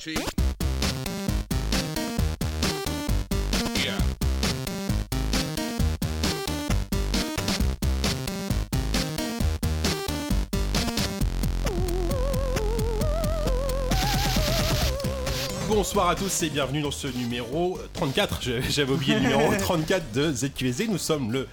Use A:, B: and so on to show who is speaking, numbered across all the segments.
A: T. Yeah.
B: Bonsoir à tous et bienvenue dans ce numéro 34. Je- J'avais oublié le numéro 34 de ZQSD. Nous sommes le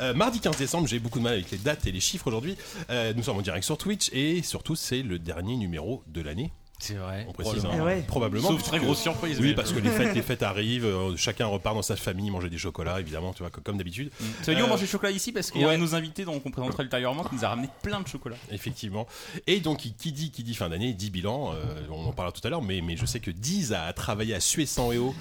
B: euh, mardi 15 décembre. J'ai beaucoup de mal avec les dates et les chiffres aujourd'hui. Euh, nous sommes en direct sur Twitch et surtout, c'est le dernier numéro de l'année.
C: C'est vrai.
B: On précise,
C: Probablement.
B: hein,
C: Eh ouais.
B: probablement.
C: Sauf
B: puisque-
C: très grosse surprise,
B: Oui,
C: mais-
B: parce que les fêtes, les fêtes arrivent. euh, chacun repart dans sa famille, manger des chocolats, évidemment, tu vois, comme comme d'habitude.
C: Ça veut dire Mmh.
B: Euh,
C: on mange du chocolat ici parce qu'il y a
B: ouais.
C: un de nos invités dont on présentera ultérieurement qui nous a ramené plein de chocolat.
B: Effectivement. Et donc, il- qui dit, qui dit fin d'année, dit bilan. euh, on en parlera tout à l'heure, mais, mais je sais que Diz a travaillé à suer sans EO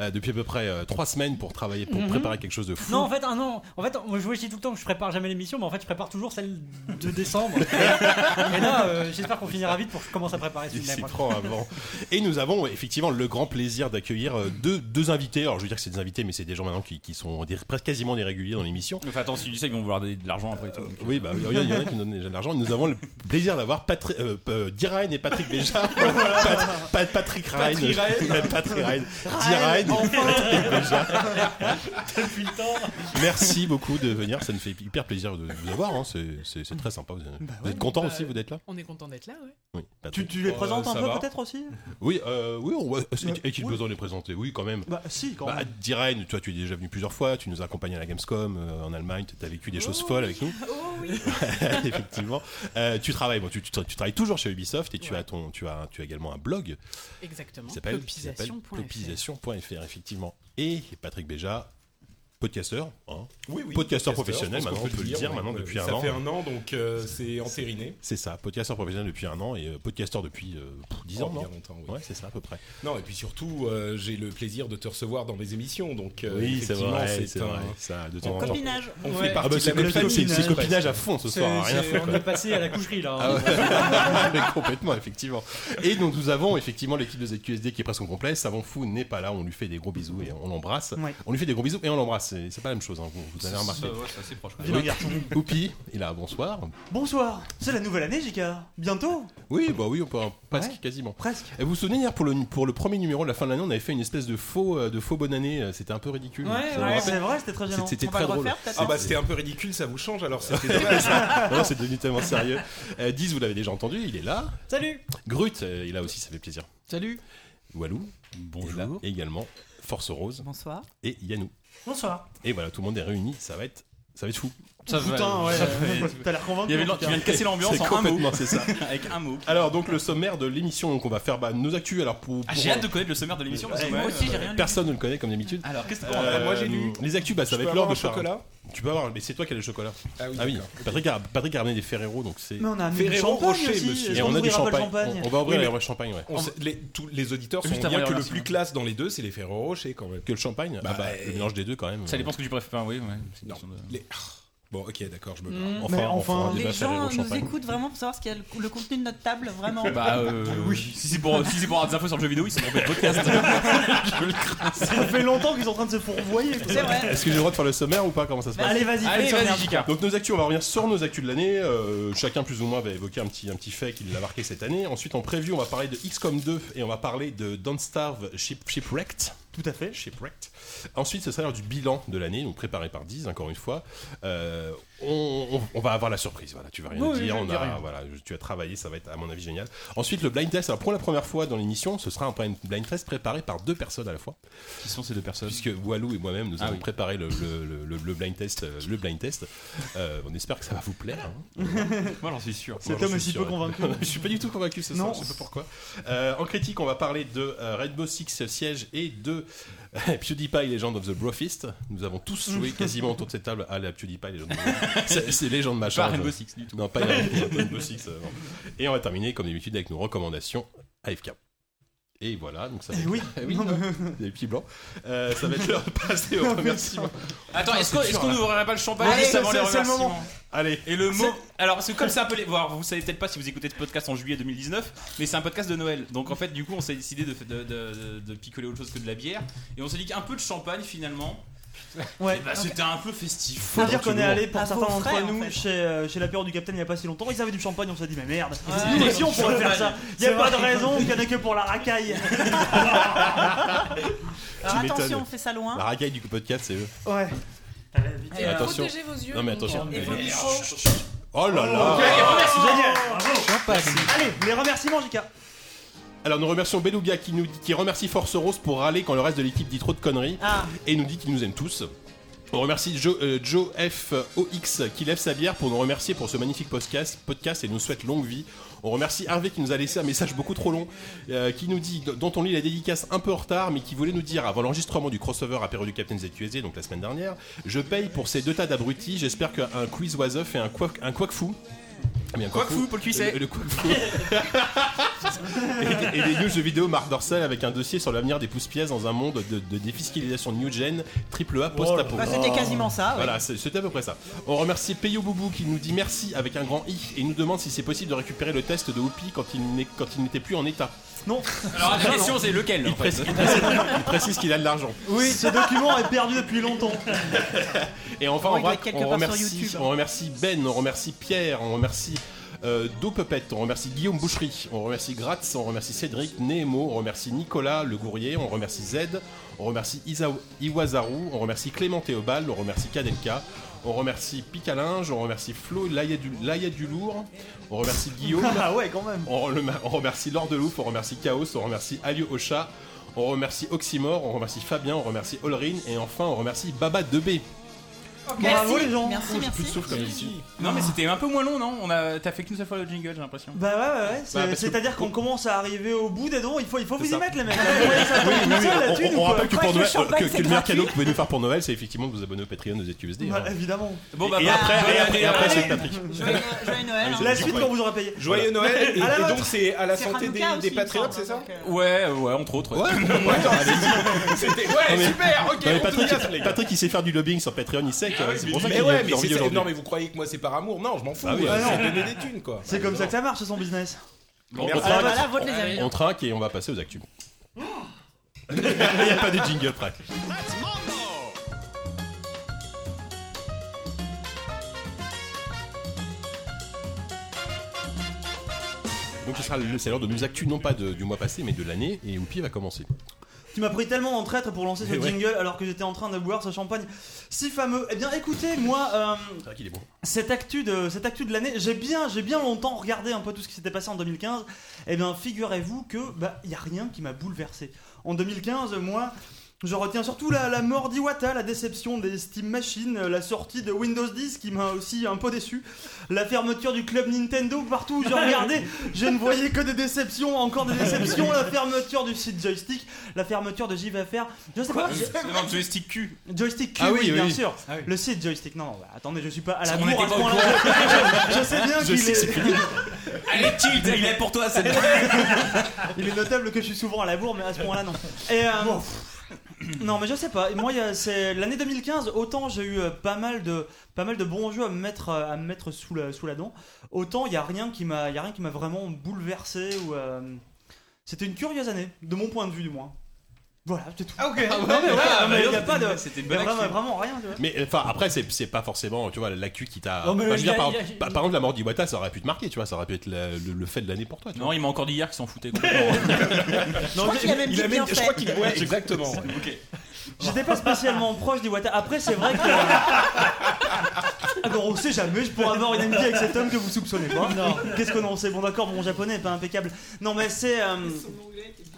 B: euh, depuis à peu près euh, trois semaines pour travailler, pour
D: Mhm.
B: préparer quelque chose de fou.
D: Non, en fait, un an. En fait, moi, je vous dis tout le temps que je prépare jamais l'émission, mais en fait, je prépare toujours celle de décembre. Et là, euh, j'espère qu'on finira vite pour que je commence à préparer
B: Il
D: celui de
B: s'y
D: l'année
B: prend
D: prochaine.
B: avant. Et nous avons effectivement le grand plaisir d'accueillir euh, deux, deux invités. Alors, je veux dire que c'est des invités, mais c'est des gens maintenant qui, qui sont des- presque quasiment des réguliers dans l'émission.
C: Enfin, attends, si tu sais qu'ils vont vouloir donner de l'argent après tout. donc, euh,
B: Oui, bah, il y en a- il y en a qui nous donnent déjà de l'argent. Nous avons le plaisir d'avoir Patri- euh, euh, Diraen et Patrick Béja. Pat- Pat- Patrick Ryan.
E: Patrick Ryan.
B: Même Patrick Ryan.
E: Ryan,
B: Diraen et Patrick Béja.
E: Depuis le temps.
B: Merci beaucoup de venir. Ça nous fait hyper plaisir de vous avoir. hein. C'est- C'est c'est très sympa. Vous, êtes- vous êtes content
F: bah,
B: aussi, vous d'être là
F: On est content d'être là, ouais.
B: oui,
F: Tu- tu les
C: Euh,
F: présentes un
B: Euh, ça
F: peu
B: va.
F: peut-être aussi
B: Oui, euh, oui, on, ouais, c'est-
F: Ouais.
B: et qu'il
F: Oui.
B: besoin de les présenter Oui, quand même.
F: Bah, si, quand même.
B: Diren, toi, tu es déjà venu plusieurs fois. Tu nous as accompagné à la Gamescom euh, en Allemagne. Tu as vécu des
F: Oh.
B: choses folles avec nous. Effectivement. Euh, tu travailles, bon, tu, tu- tu travailles toujours chez Ubisoft et tu as ton, tu as, tu as également un blog.
F: Exactement.
B: Qui s'appelle qui s'appelle
F: Popisation.fr.
B: popisation.fr, effectivement. Et Patrick Béja, podcasteur, hein.
G: Oui, oui.
B: podcasteur
G: podcasteur,
B: professionnel.
G: je pense
B: Maintenant,
G: qu'on
B: on peut le dire
G: ouais.
B: maintenant
F: euh,
G: Ouais,
B: depuis
G: ça
B: un an.
G: fait un an, donc euh, c'est entériné.
B: C'est ça, podcasteur professionnel depuis un an et euh, podcasteur depuis euh, pff, 10
G: Oh,
B: ans, non
G: bien longtemps, oui.
B: Ouais, c'est ça à peu près.
G: Non, et puis surtout, euh, j'ai le plaisir de te recevoir dans mes émissions, donc euh,
B: Oui, c'est
G: effectivement,
B: vrai,
G: c'est
B: c'est
G: un-
B: vrai, ça, de temps
G: on-
B: en temps. Copinage.
G: On
B: Ouais.
G: fait
B: Ah bah,
G: partie
B: c'est
G: de la même
B: copinage,
G: famille. hein.
B: c'est- c'est copinage à fond ce soir,
D: C'est-
B: rien à
D: c'est-
B: faire,
D: On
B: quoi.
D: est passé à la coucherie là. hein.
B: Ah ouais. Mais complètement, effectivement. Et donc nous avons effectivement l'équipe de ZQSD qui est presque au complet. Savant Fou n'est pas là, on lui fait des gros bisous et on l'embrasse. On lui fait des gros bisous et on l'embrasse. C'est c'est pas la même chose, hein, vous, vous avez remarqué.
C: Ça, ouais, c'est assez proche, quand
B: Oui.
C: même.
B: Oupi, il a bonsoir.
F: Bonsoir, c'est la nouvelle année, JK. Bientôt
B: Oui, bah oui, on peut presque, quasiment. Presque. Vous vous souvenez hier pour le pour le premier numéro de la fin de l'année, on avait fait une espèce de faux euh, de faux bonne année. euh, C'était un peu ridicule.
G: Ouais,
B: Ça vous
G: ouais,
B: rappelle
G: c'est vrai, c'était très gênant.
B: C'était
G: On va
B: très
G: le
B: drôle.
G: refaire, peut-être Ah bah, c'était un peu ridicule, ça vous change, alors c'était dommage.
B: dommage. Non, c'est devenu tellement sérieux. Euh, Diz, vous l'avez déjà entendu, il est là.
D: Salut.
B: Grut, euh, il a aussi, ça fait plaisir.
D: Salut.
B: Walou. Bonjour. également Force Rose.
H: Bonsoir.
B: Et Yannou.
D: Bonsoir.
B: Et voilà, tout le monde est réuni, ça va être, ça va être fou.
C: Ça va- Putain, ouais, ça va- t'as l'air convaincu, Il y avait de l'am- en tout cas. tu viens de casser l'ambiance
B: C'est
C: en un mot.
B: complètement, c'est ça.
C: Avec un mot.
B: Alors donc le sommaire de l'émission, donc on va faire bah, nos actus. Alors pour,
C: Ah,
B: pour-
C: j'ai hâte de connaître le sommaire de l'émission parce que
B: Ouais,
C: moi aussi j'ai rien lu.
B: Personne ne le connaît comme d'habitude. Euh,
C: Alors, qu'est-ce que-
G: Moi, j'ai lu.
B: Les actus, bah ça
G: Je
B: va
G: peux
B: être l'heure
G: avoir
B: de
G: un
B: faire un-
G: chocolat
B: Tu peux avoir, mais c'est toi qui as le chocolat.
G: Ah oui, d'accord,
B: Patrick, a, Patrick a ramené des Ferrero, donc c'est.
G: Mais on a amené du Ferrero champagne Rocher, aussi, monsieur.
B: Et
G: est-ce
B: on
G: qu'on
B: a du
G: ouvrira pas le
B: champagne.
G: champagne
B: On, on va ouvrir
G: Oui, mais-
B: les champagne, ouais.
G: On s- les, tous les auditeurs sont
B: Juste
G: bien
B: avant les
G: que le
B: remerciements.
G: plus classe dans les deux, c'est les Ferrero Rocher quand même.
B: Que le champagne Ah bah, le mélange des deux quand même.
C: Ça dépend ce que tu préfères. Enfin, oui, ouais.
G: Non. les-
C: ah.
G: Bon, ok, d'accord, je me
H: Mm.
G: barre.
C: Oh.
H: Enfin,
B: Mais on enfin, fera un
H: Les
B: débat Ferrero
H: gens nous
B: Champagne.
H: écoutent vraiment pour savoir ce qu'il y a le, le contenu de notre table, vraiment.
C: Bah, euh, oui. Si c'est pour, si c'est pour avoir des infos sur le jeu vidéo, ils sont pour le podcast. Je le crains.
F: Ça fait longtemps qu'ils sont en train de se pourvoyer. quoi.
B: Est-ce que j'ai le droit de faire le sommaire ou pas Comment ça se passe
F: Bah, Allez, vas-y, fais Allez, le sommaire. vas-y, Jika.
B: Donc nos actus, on va revenir sur nos actus de l'année. Euh, chacun plus ou moins va évoquer un petit, un petit fait qui l'a marqué cette année. Ensuite, en preview, on va parler de XCOM 2 et on va parler de Don't Starve Ship- Shipwrecked.
F: Tout à fait.
B: Shipwrecked. Ensuite, ce sera l'heure du bilan de l'année, donc préparé par 10, encore une fois. Euh, on, on- on va avoir la surprise, voilà, tu vas rien
C: Oui,
B: dire.
C: je
B: on
C: dis
B: a-
C: rien.
B: Ah, voilà, je- tu as travaillé, ça va être à mon avis génial. Ensuite, le blind test. Alors pour la première fois dans l'émission, ce sera un blind blind test préparé par deux personnes à la fois.
C: Qui sont ces deux personnes
B: Puisque Walou et moi-même, nous
C: Ah
B: avons
C: oui.
B: préparé le, le- le- le- le blind test. euh, Le blind test. Euh, on espère que ça va vous plaire. hein.
C: Moi j'en suis sûr. Moi,
B: Moi, j'en
C: j'en suis
B: suis
C: sûr.
B: sûr. je suis pas du tout convaincu ce soir,
C: Non.
B: je sais pas pourquoi. Euh, en critique, on va parler de euh, Rainbow Six Siege et de euh, PewDiePie Legend of the Brofist. Nous avons tous joué quasiment autour de cette table à la PewDiePie Legend of the Brofist. C'est- C'est Legend
C: Pas
B: ma charge.
C: Rainbow Six du tout.
B: Non, pas Rainbow Rainbow Six. euh, non. Et on va terminer, comme d'habitude, avec nos recommandations AFK. Et voilà, donc ça va
C: Eh
B: être-
C: oui.
B: Eh oui,
C: Non,
B: non,
C: mais-
B: des petits blancs. Euh, ça va être l'heure de passer aux remerciements.
C: Attends, est-ce qu'on
B: Putain, c'est
F: Ah,
C: est-ce
B: dur,
C: qu'on
B: là.
C: n'ouvrirait pas le champagne
B: Allez,
C: juste avant
B: c'est-
C: les
B: c'est le
C: remerciements
B: moment. Allez.
C: Et le mot. Alors, c'est comme c'est un peu les. Voir, vous savez peut-être pas si vous écoutez ce podcast en juillet 2019, mais c'est un podcast de Noël. Donc, en fait, du coup, on s'est décidé de, de- de- de picoler autre chose que de la bière. Et on s'est dit qu'un peu de champagne, finalement.
F: Ouais.
C: Eh ben, C'était un peu festif.
F: Faut dire qu'on est allé pour
H: Ah,
F: certains
H: faut
F: d'entre
H: frais, en
F: nous
H: fait.
F: chez, euh, chez l'apéro du Capitaine il n'y a pas si longtemps. Ils avaient du champagne, on s'est dit, mais merde,
H: Ouais.
F: nous aussi on pourrait faire ça. Il n'y
D: C'est
F: a pas de
D: vrai.
F: raison, il n'y en a que pour la racaille.
H: Alors
B: m'étonnes.
H: attention, on fait ça loin.
B: La racaille du podcast, c'est eux.
F: Ouais.
H: Et, euh,
B: Attention.
I: Protégez vos yeux.
B: Non, mais
I: donc, euh,
B: attention.
I: Et vos
B: Mais-
I: micros.
B: Oh là là
F: Génial.
D: passe.
F: Allez, les remerciements, JK.
B: Alors nous remercions Beluga qui nous dit- qui remercie Force Rose pour râler quand le reste de l'équipe dit trop de conneries
H: Ah,
B: et nous dit qu'il nous aime tous. On remercie Joe, euh, Joe F. OX qui lève sa bière pour nous remercier pour ce magnifique podcast, podcast et nous souhaite longue vie. On remercie Hervé qui nous a laissé un message beaucoup trop long, euh, qui nous dit dont on lit la dédicace un peu en retard, mais qui voulait nous dire avant l'enregistrement du crossover apéro du Captain ZQSD, donc la semaine dernière, je paye pour ces deux tas d'abrutis, j'espère qu'un quiz oiseuf et un quack, un quack fou. Ah, mais un
C: Quack fou, Paul Cuisset.
B: Le, le quack fou. et, des- et des news jeux vidéo Marc Dorcel avec un dossier sur l'avenir des pouces pièces dans un monde de, de défiscalisation new gen, triple A post-apo.
H: bah, c'était quasiment ça. ouais.
B: Voilà, c'est- c'était à peu près ça. On remercie Peyo Boubou qui nous dit merci avec un grand i et nous demande si c'est possible de récupérer le test de Whoopi quand il n'est- quand il n'était plus en état.
C: Alors la question c'est lequel en fait
B: Précise- Il précise, il précise qu'il a de l'argent.
F: Oui, ce document est perdu depuis longtemps.
B: Et enfin,
H: Bon,
B: on,
H: il doit
B: ra-
H: être quelque
B: on
H: part sur
B: remercie,
H: YouTube. hein.
B: on remercie Ben, on remercie Pierre, on remercie euh, Do Puppet, on remercie Guillaume Boucherie, on remercie Gratz, on remercie Cédric, Nemo, on remercie Nicolas Le Gourrier, on remercie Z, on remercie Isa- Iwazaru, on remercie Clément Théobald, on remercie Kadenka, on remercie Picalinge, on remercie Flo Layadu- Layadulour, on remercie Guillaume,
F: Ah ouais, quand même.
B: on, rem- on remercie Lord de Louf, on remercie Chaos, on remercie Alio Ocha, on remercie Oxymore, on remercie Fabien, on remercie Olrin et enfin on remercie Baba 2B.
F: Bravo, les gens.
H: Merci,
B: J'ai plus de
H: merci.
B: souffle comme ici.
C: Non mais c'était un peu moins long non On a t'as fait qu'une seule fois le jingle j'ai l'impression.
F: Bah ouais, ouais, ouais. c'est-
B: Bah, parce que-
F: C'est-à-dire qu'on commence à arriver au bout des dons. Il faut, il faut vous y
B: ça.
F: mettre, les mecs. Vous voyez, Ah, ça tombe tout seul, la
B: On-
F: thune,
B: on,
F: ou
B: on
F: quoi
B: rappelle que, pour
H: Ouais,
B: Noël-
H: le
B: euh, que- que le meilleur
H: gratuit.
B: cadeau que vous pouvez nous faire pour Noël, c'est effectivement de vous abonner au Patreon de ZQSD.
F: Bah,
B: hein.
F: évidemment.
C: Bon bah
B: Et
C: bah,
B: après,
C: bonne
B: et
C: année,
B: après, et après,
C: ouais.
B: c'est Patrick.
H: Joyeux, joyeux Noël. hein.
F: La suite, quand vous aurez payé.
G: bah, Joyeux Noël et,
F: À la
G: et
F: vôtre.
G: donc c'est à la
H: C'est
G: santé des,
H: Hanouka
G: des
H: aussi, il me
G: patriotes,
H: semble,
G: c'est ça
H: donc, euh,
C: Ouais ouais entre autres. ouais.
G: euh. C'était-
B: Non,
G: Ouais,
B: mais-
G: super, ok,
B: Non, mais
G: on
B: Patrick,
G: tout casse, les gars. Ah
B: Patrick, il sait faire du lobbying sur Patreon, il sait que c'est pour ça qu'il
G: Mais
B: est
G: ouais,
B: plus
G: mais
B: dans
G: c'est
B: vidéo
G: ça. Non,
B: aujourd'hui.
G: mais vous croyez que moi c'est par amour Non, je m'en fous.
B: Ah oui,
G: euh,
F: non.
G: c'est donner des thunes quoi.
F: C'est comme ça que ça marche, son business.
B: Bon,
G: Merci.
B: on,
H: Ah,
B: trinque,
H: voilà, vote les amis.
B: on trinque et on va passer aux actus. Il n'y a pas de jingle prêt. Donc ce sera le- c'est l'heure de nos actus, non pas de- du mois passé, mais de l'année, et Oupi va commencer.
F: Tu m'as pris tellement en traître pour lancer ce
B: Mais ouais.
F: jingle alors que j'étais en train de boire ce champagne si fameux. Eh bien, écoutez, moi, euh,
B: C'est vrai qu'il est bon.
F: cette actu de cette actu de l'année, j'ai bien, j'ai bien longtemps regardé un peu tout ce qui s'était passé en 2015. Eh bien, figurez-vous que bah y a rien qui m'a bouleversé. En 2015, moi. Je retiens surtout la, la mort d'Iwata, la déception des Steam Machines, la sortie de Windows 10 qui m'a aussi un peu déçu, la fermeture du club Nintendo partout où j'ai regardé, je ne voyais que des déceptions, encore des déceptions, la fermeture du site Joystick, la fermeture de JVFR, je sais pas, j'ai-
C: Non, le joystick cul.
F: Joystick Q,
B: Ah oui,
F: oui,
B: oui,
F: bien
B: oui.
F: sûr.
C: Ah oui.
F: Le site Joystick, non, non, bah, attendez, je suis pas à la
C: On n'était
F: bourre à ce
C: pas au
F: point-là. Je sais bien
B: Je
F: qu'il
B: sais que c'est
F: est,
B: fini.
C: Allez tilt, il est pour toi cette
F: il est notable que je suis souvent à la bourre, mais à ce point-là, non. Et, euh, Non, mais je sais pas. Et Moi, il y a- c'est l'année 2015. Autant j'ai eu euh, pas mal de pas mal de bons jeux à me mettre euh, à me mettre sous la sous la dent. Autant il y a rien qui m'a il y a rien qui m'a vraiment bouleversé ou. euh, C'était une curieuse année, de mon point de vue du moins. Voilà, c'est tout.
C: Ah ok.
F: Non, mais voilà, mais y a pas de-
C: C'était une
F: Il y a
C: bonne
F: vraiment,
C: action.
F: vraiment rien. tu vois.
B: Mais euh, enfin après c'est c'est pas forcément tu vois l'actu qui t'a.
D: Non, mais
B: Enfin, je veux dire,
D: il y a-
B: par,
D: il y a-
B: par- par exemple la mort d'Iwata ça aurait pu te marquer tu vois ça aurait pu être la- le, le fait de l'année pour toi. Tu vois.
C: Non, il m'a encore dit hier qu'il s'en foutait complètement.
H: Je crois qu'il a même dit bien
G: je crois
H: fait.
G: qu'il ouais, exactement. ouais.
C: ok.
F: J'étais pas spécialement proche d'Iwata. Après, c'est vrai que. Alors, on sait jamais, je pourrais avoir une amitié avec cet homme que vous soupçonnez pas. Qu'est-ce que non, c'est bon, d'accord, mon japonais est pas impeccable. Non, mais c'est. euh,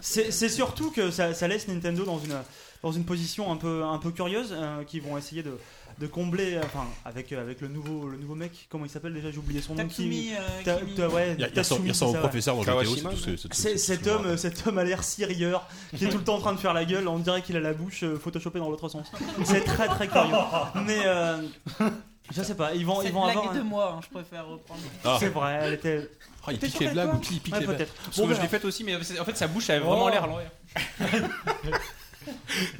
F: c'est c'est surtout que ça, ça laisse Nintendo dans une, dans une position un peu, un peu curieuse, euh, qui vont essayer de, de combler, euh, enfin, avec, euh, avec le, nouveau, le nouveau mec, comment il s'appelle déjà, j'ai oublié son nom.
H: Takumi, euh,
F: qui- Ta-
H: Kimi.
F: ta- ouais,
B: Il y a- il ressemble
F: Tatsumi,
B: il ressemble
F: c'est
B: au
F: ça, ouais.
B: professeur dans GTO c'est
G: Kawashima,
B: tout ce que- c'est tout ce
F: C'est-
B: que-
F: cet
B: je me
F: homme, euh, cet homme a l'air si rieur, qui est tout le temps en train de faire la gueule. On dirait qu'il a la bouche euh, photoshopée dans l'autre sens. C'est très très curieux. Mais euh, je sais pas, ils vont,
H: Cette
F: ils vont
H: blague
F: avoir.
H: est de
F: un-
H: moi, hein, je préfère reprendre.
B: Ah.
F: C'est vrai, elle était.
B: Oh, il
F: T'es
B: pique
F: sûr
B: les
F: qu'elle
B: blagues,
F: toi
B: ou il pique
F: Ouais,
B: les blagues.
F: peut-être.
C: Parce que je
F: Bon, bah, voilà.
G: Oh.
C: l'ai faite aussi, mais en fait sa bouche elle avait vraiment
D: Oh.
C: l'air à l'envers.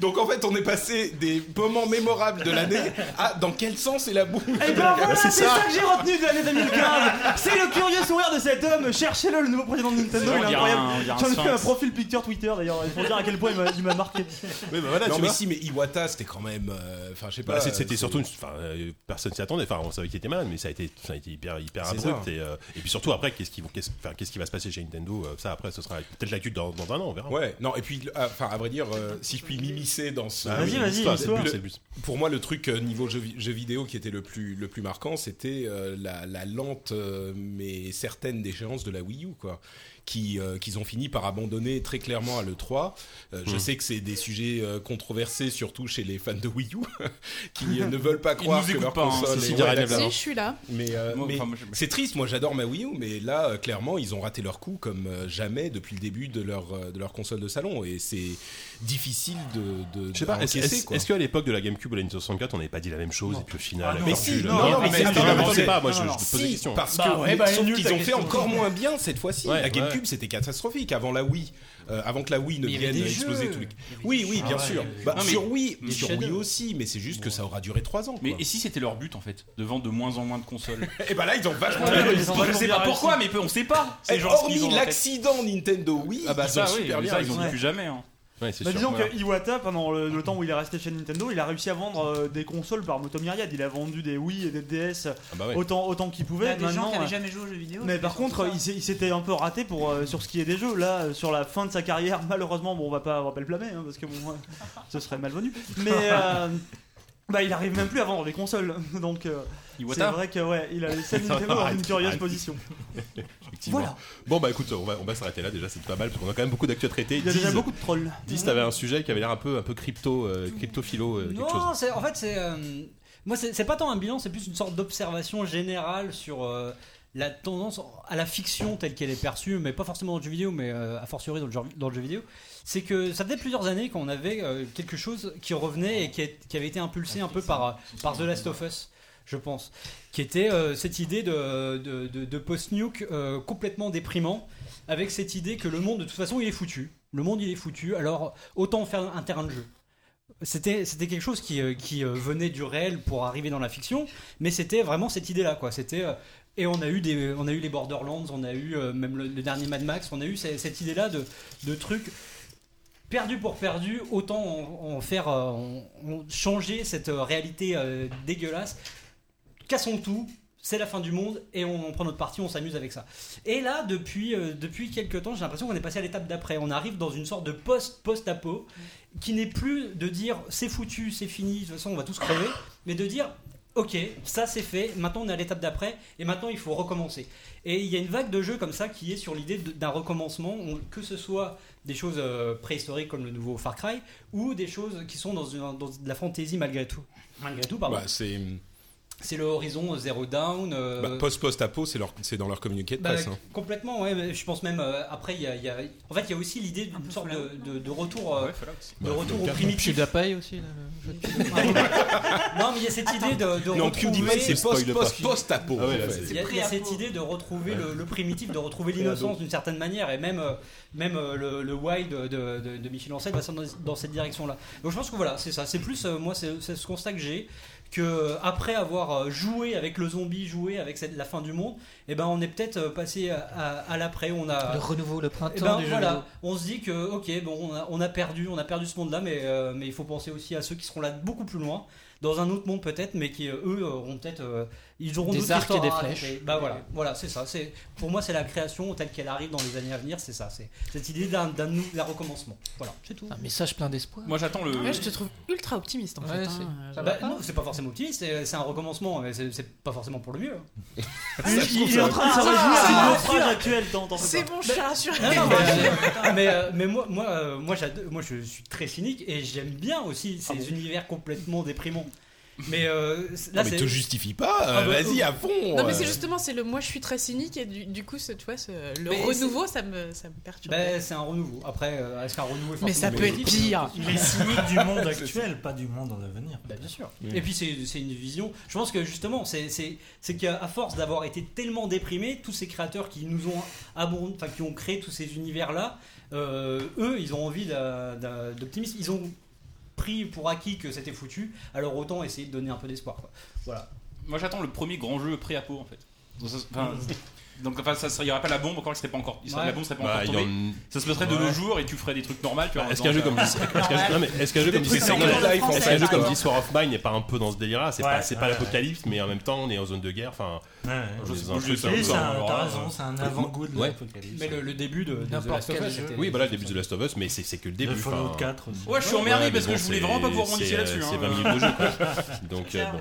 G: Donc en fait, on est passé des moments mémorables de l'année à dans quel sens est la boue Bah,
F: Et ben voilà, c'est ça. que j'ai retenu de l'année 2015. C'est le curieux sourire de cet homme. Cherchez-le, le nouveau président de Nintendo.
G: On
F: Il est
G: dirait
F: incroyable.
G: un- on dirait un
F: J'en ai fait un
G: sphinx.
F: profil picture Twitter d'ailleurs pour dire à quel point il m'a- il m'a marqué.
B: Oui, bah voilà,
G: non
B: tu
G: mais
B: vois.
G: si, mais Iwata, c'était quand même. euh, Enfin, je sais pas.
B: Bah, c'est- c'était
G: euh,
B: surtout une- enfin, euh, personne s'y attendait enfin on savait qu'il était malade mais ça a été ça a été hyper hyper
G: C'est
B: abrupt
G: ça.
B: et, euh, et puis surtout après qu'est-ce qui vont- qu'est-ce enfin, qu'est-ce qui va se passer chez Nintendo euh, ça après ce sera peut-être l'actu dans, dans un an on verra
G: Ouais, non, et puis, ah, enfin, à vrai dire, euh, si je puis m'immiscer dans ce.
B: Bah, vas-y,
G: dans
B: vas-y,
G: l'histoire,
B: histoire.
G: le-
B: C'est le but.
G: Pour moi, le truc euh, niveau jeu, vi- jeu vidéo qui était le plus, le plus marquant, c'était euh, la, la lente euh, mais certaine déchéance de la Wii U, quoi. Qui, euh, qu'ils ont fini par abandonner très clairement à l'E3. Euh, je
C: Hmm.
B: Mhm.
G: sais que c'est des sujets euh, controversés, surtout chez les fans de Wii U, qui euh, ne veulent pas
C: Ils
G: croire
C: nous
G: que
C: écoutent
G: leur
C: pas, hein,
G: console
C: si, si,
G: est-
C: Gary
G: Ouais,
C: Neville.
G: d'accord.
I: Si, je suis là.
G: Mais, euh,
C: Moi,
G: mais
C: enfin, moi, je-
G: c'est triste, moi j'adore ma Wii U, mais là euh, clairement ils ont raté leur coup comme euh, jamais depuis le début de leur, euh, de leur console de salon et c'est difficile de. de
B: je sais pas
G: à
B: est-ce
G: encaisser,
B: est
G: quoi.
B: qu'à l'époque de la GameCube ou la Nintendo 64 on n'avait pas dit la même chose et puis au final
G: Ah
B: la
G: non,
B: GameCube,
G: mais si,
B: le-
G: non, non, mais
B: mais
G: c'est-
B: attends,
G: non,
B: je
G: mais
B: sais
G: c'est-
B: pas moi je
G: non,
B: je
G: non,
B: pose
G: si,
B: des questions
G: Parce
B: Bah,
G: que,
B: ouais, bah,
G: sauf
B: nulle
G: qu'ils
B: ta
G: ont fait
B: question.
G: encore moins bien cette fois-ci.
B: Ouais,
G: la GameCube,
B: ouais.
G: c'était catastrophique avant la Wii. Euh, avant que la Wii ne
B: Mais il y avait
G: vienne
B: des
G: exploser
B: jeux.
G: tout les-
B: Il y avait
G: Oui,
B: des
G: oui,
B: jeux.
G: bien
B: Ah ouais,
G: sûr.
B: il y avait des
G: Bah,
C: jeux.
G: sur Wii,
C: Des
G: sur
C: shadows.
G: Wii aussi, mais c'est juste que ça aura duré 3 ans.
C: Mais
G: quoi.
C: et si c'était leur but en fait De vendre de moins en moins de consoles
G: Et bah là ils ont vachement
C: Ouais,
G: bien
C: je
G: réussi.
C: sais pas
G: Ils ont bien
C: pourquoi,
G: réussi.
C: mais on sait pas. C'est
G: Eh,
C: genre ce qu'ils ont
G: Hormis
C: en tête.
G: l'accident Nintendo Wii,
C: Ah bah
G: ils
C: ça,
G: ont
C: oui,
G: super
C: mais
G: bien
C: ça, ils ont dit
G: réussi.
C: plus jamais, hein.
B: Ouais,
F: Bah, disons que Iwata, pendant le, le temps où il est resté chez Nintendo, il a réussi à vendre euh, des consoles par motomyriade. Il a vendu des Wii et des DS
B: bah ouais.
F: autant, autant qu'il pouvait.
H: Bah, des gens
F: Maintenant,
H: qui
F: euh,
H: avaient jamais joué aux jeux vidéo.
F: Mais par
H: c'est surtout
F: contre,
H: ça.
F: il s'est- il s'était un peu raté pour euh, sur ce qui est des jeux. Là, euh, sur la fin de sa carrière, malheureusement, bon, on va pas, on va pas le blâmer hein, parce que bon, euh, ce serait malvenu. Mais euh, bah, il arrive même plus à vendre des consoles, donc euh, c'est
B: Iwata
F: vrai que ouais, il a laissé Nintendo dans une
B: Arrête,
F: curieuse
B: arrête.
F: position.
B: Effectivement.
F: Voilà.
B: Bon bah écoute, on va, on va s'arrêter là déjà, c'est pas mal parce qu'on a quand même beaucoup d'actu à traiter.
F: Il y a déjà beaucoup de trolls.
B: 10, t'avais un sujet qui avait l'air un peu, un peu crypto, euh, crypto-philo, euh, quelque chose.
D: Non, c'est- en fait, c'est. euh, moi, c'est c'est pas tant un bilan, c'est plus une sorte d'observation générale sur euh, la tendance à la fiction telle qu'elle est perçue, mais pas forcément dans le jeu vidéo, mais euh, a fortiori dans le, genre- dans le jeu vidéo. C'est que ça faisait plusieurs années qu'on avait euh, quelque chose qui revenait et qui, est- qui avait été impulsé un peu par, euh, par The Last of Us. Je pense, qui était euh, cette idée de, de, de- de post-nuke euh, complètement déprimant, avec cette idée que le monde, de toute façon, il est foutu. Le monde, il est foutu, alors autant faire un terrain de jeu. C'était, c'était quelque chose qui, euh, qui euh, venait du réel pour arriver dans la fiction, mais c'était vraiment cette idée-là, quoi. C'était euh, et on a eu des, on a eu les Borderlands, on a eu euh, même le, le dernier Mad Max, on a eu ce- cette, idée-là de, de trucs perdu pour perdu, autant en, en faire, euh, en- en changer cette euh, réalité euh, dégueulasse. Cassons tout. C'est la fin du monde et on, on prend notre parti, on s'amuse avec ça. Et là, depuis, euh, depuis quelques temps, j'ai l'impression qu'on est passé à l'étape d'après. On arrive dans une sorte de post-post-apo qui n'est plus de dire c'est foutu, c'est fini, de toute façon on va tous crever, mais de dire ok, ça c'est fait, maintenant on est à l'étape d'après, et maintenant il faut recommencer. Et il y a une vague de jeux comme ça qui est sur l'idée de- d'un recommencement, on- que ce soit des choses euh, préhistoriques comme le nouveau Far Cry, ou des choses qui sont dans, une- dans de la fantaisie malgré tout. Malgré tout, pardon.
G: Bah, c'est
D: c'est le Horizon euh, Zero Down. euh,
G: bah, post post apo, c'est leur- c'est dans leur communiqué de
D: bah,
G: presse. hein.
D: Complètement, ouais. mais Je pense même euh, après, il y a, il y a- en fait, il y a aussi l'idée d'une sorte de, de- de retour, euh, de
G: Bah,
D: retour au
G: Fallout.
D: primitif.
J: PewDiePie aussi. là, le jeu de-
D: Non, mais il y a cette idée de, de
G: Non,
D: retrouver.
G: PewDiePie, c'est post
B: spoil
G: post
B: pas.
G: post apo.
B: Ah ouais, là, c'est-
D: Il y a, il y a cette idée de retrouver le, le primitif, de retrouver l'innocence d'une certaine manière, et même, euh, même euh, le, le wild de, de, de Michel Ancel va dans, dans cette direction-là. Donc je pense que voilà, c'est ça. C'est plus, euh, moi, c'est c'est ce constat que j'ai, que euh, après avoir euh, joué avec le zombie, joué avec cette- la fin du monde, eh ben, on est peut-être euh, passé à, à- à l'après. On a.
J: Le renouveau, le
D: Eh
J: printemps
D: ben,
J: du jeu
D: voilà,
J: vidéo.
D: on se dit que ok bon on a, on a perdu on a perdu ce monde là mais euh, mais il faut penser aussi à ceux qui seront là beaucoup plus loin dans un autre monde peut-être mais qui euh, eux auront peut-être euh, ils auront
J: Des
D: d'autres
J: arcs et
D: histoires
J: des
D: à raconter.
J: flèches.
D: Bah voilà voilà c'est ça c'est pour moi c'est la création telle qu'elle arrive dans les années à venir c'est ça c'est cette idée d'un d'un nou- d'un recommencement voilà c'est tout.
J: Un message plein d'espoir.
C: Moi j'attends le.
I: Ouais, je te trouve ultra optimiste en
J: Ouais,
I: fait. hein.
J: c'est- ça
I: Euh,
J: va
D: Bah, non, c'est pas forcément optimiste, c'est c'est un recommencement, mais c'est c'est pas forcément pour le mieux. hein.
F: Il, il est en train de se
I: Ah,
F: réjouir
I: c'est
F: du
I: bon.
F: naufrage actuel, t'entends t'entends
I: C'est
F: pas.
I: bon, je suis rassuré.
D: Non, non, mais, mais, euh, mais moi, moi, euh, moi, j'adore- moi, je suis très cynique et j'aime bien aussi ces univers complètement déprimants. Mais euh, là,
G: mais
D: c'est-
G: te justifie pas,
D: Ah
G: euh,
D: bah,
G: vas-y
D: euh,
G: à fond.
I: Non, mais c'est
G: euh.
I: justement, c'est le moi je suis très cynique et du, du coup, ce- tu vois, ce- le
D: Mais
I: renouveau, ça me, ça me perturbe.
D: Ben, c'est un renouveau. Après, euh, est-ce qu'un renouveau est
I: Mais ça
D: forcément
I: peut être
D: positif
I: pire.
E: Il est cynique du monde actuel, pas du monde en avenir.
D: Bah, bien sûr.
E: Mm.
D: Et puis c'est c'est une vision. Je pense que justement, c'est- c'est c'est qu'à à force d'avoir été tellement déprimés, tous ces créateurs qui nous ont abond- enfin qui ont créé tous ces univers là, eux, ils ont envie d'a- d'a- d'optimisme. Ils ont pris pour acquis que c'était foutu. Alors autant essayer de donner un peu d'espoir. quoi. Voilà.
C: Moi j'attends le premier grand jeu prêt à peau en fait. Donc, ça- enfin, donc enfin, ça serait- il n'y aurait pas la bombe encore, elle serait pas encore, il serait-
B: Ouais.
C: la bombe serait pas
B: Bah,
C: encore tombée.
B: il y en-
C: Ça se passerait de
B: Ouais.
C: nos jours et tu ferais des trucs normaux. Tu vois, en
B: Est-ce
C: faisant
B: qu'un jeu
C: ça.
B: comme This- est-ce qu'un jeu- non, mais est-ce qu'un jeu
C: Des
B: comme
C: trucs
B: This
C: normaux.
B: est-ce qu'un jeu comme
C: Par
B: This War of Mine n'est pas un peu dans ce délire là C'est pas, c'est pas
E: ouais,
B: l'apocalypse, mais en même temps on est en zone de guerre. Enfin,
E: Ouais, ouais.
B: on est dans
E: Oui,
B: truc
E: c'est
B: un peu
E: un-
B: dans-
E: t'as raison, c'est un avant-goût de
B: Ouais.
E: l'apocalypse.
D: Mais Ben, le, le début de, de The Last of Us, c'était-
B: Oui, voilà, le début de The Last of Us, mais c'est c'est que le début.
E: Fallout
B: enfin.
E: 4 aussi.
C: Ouais, je suis emmerdé
B: mais
C: parce que je voulais
B: c'est-
C: vraiment pas que vous remontiez
B: c'est, euh,
C: là-dessus,
B: C'est
C: hein.
B: 20 minutes de jeu, quoi. Donc, euh,
C: Claire,
B: bon.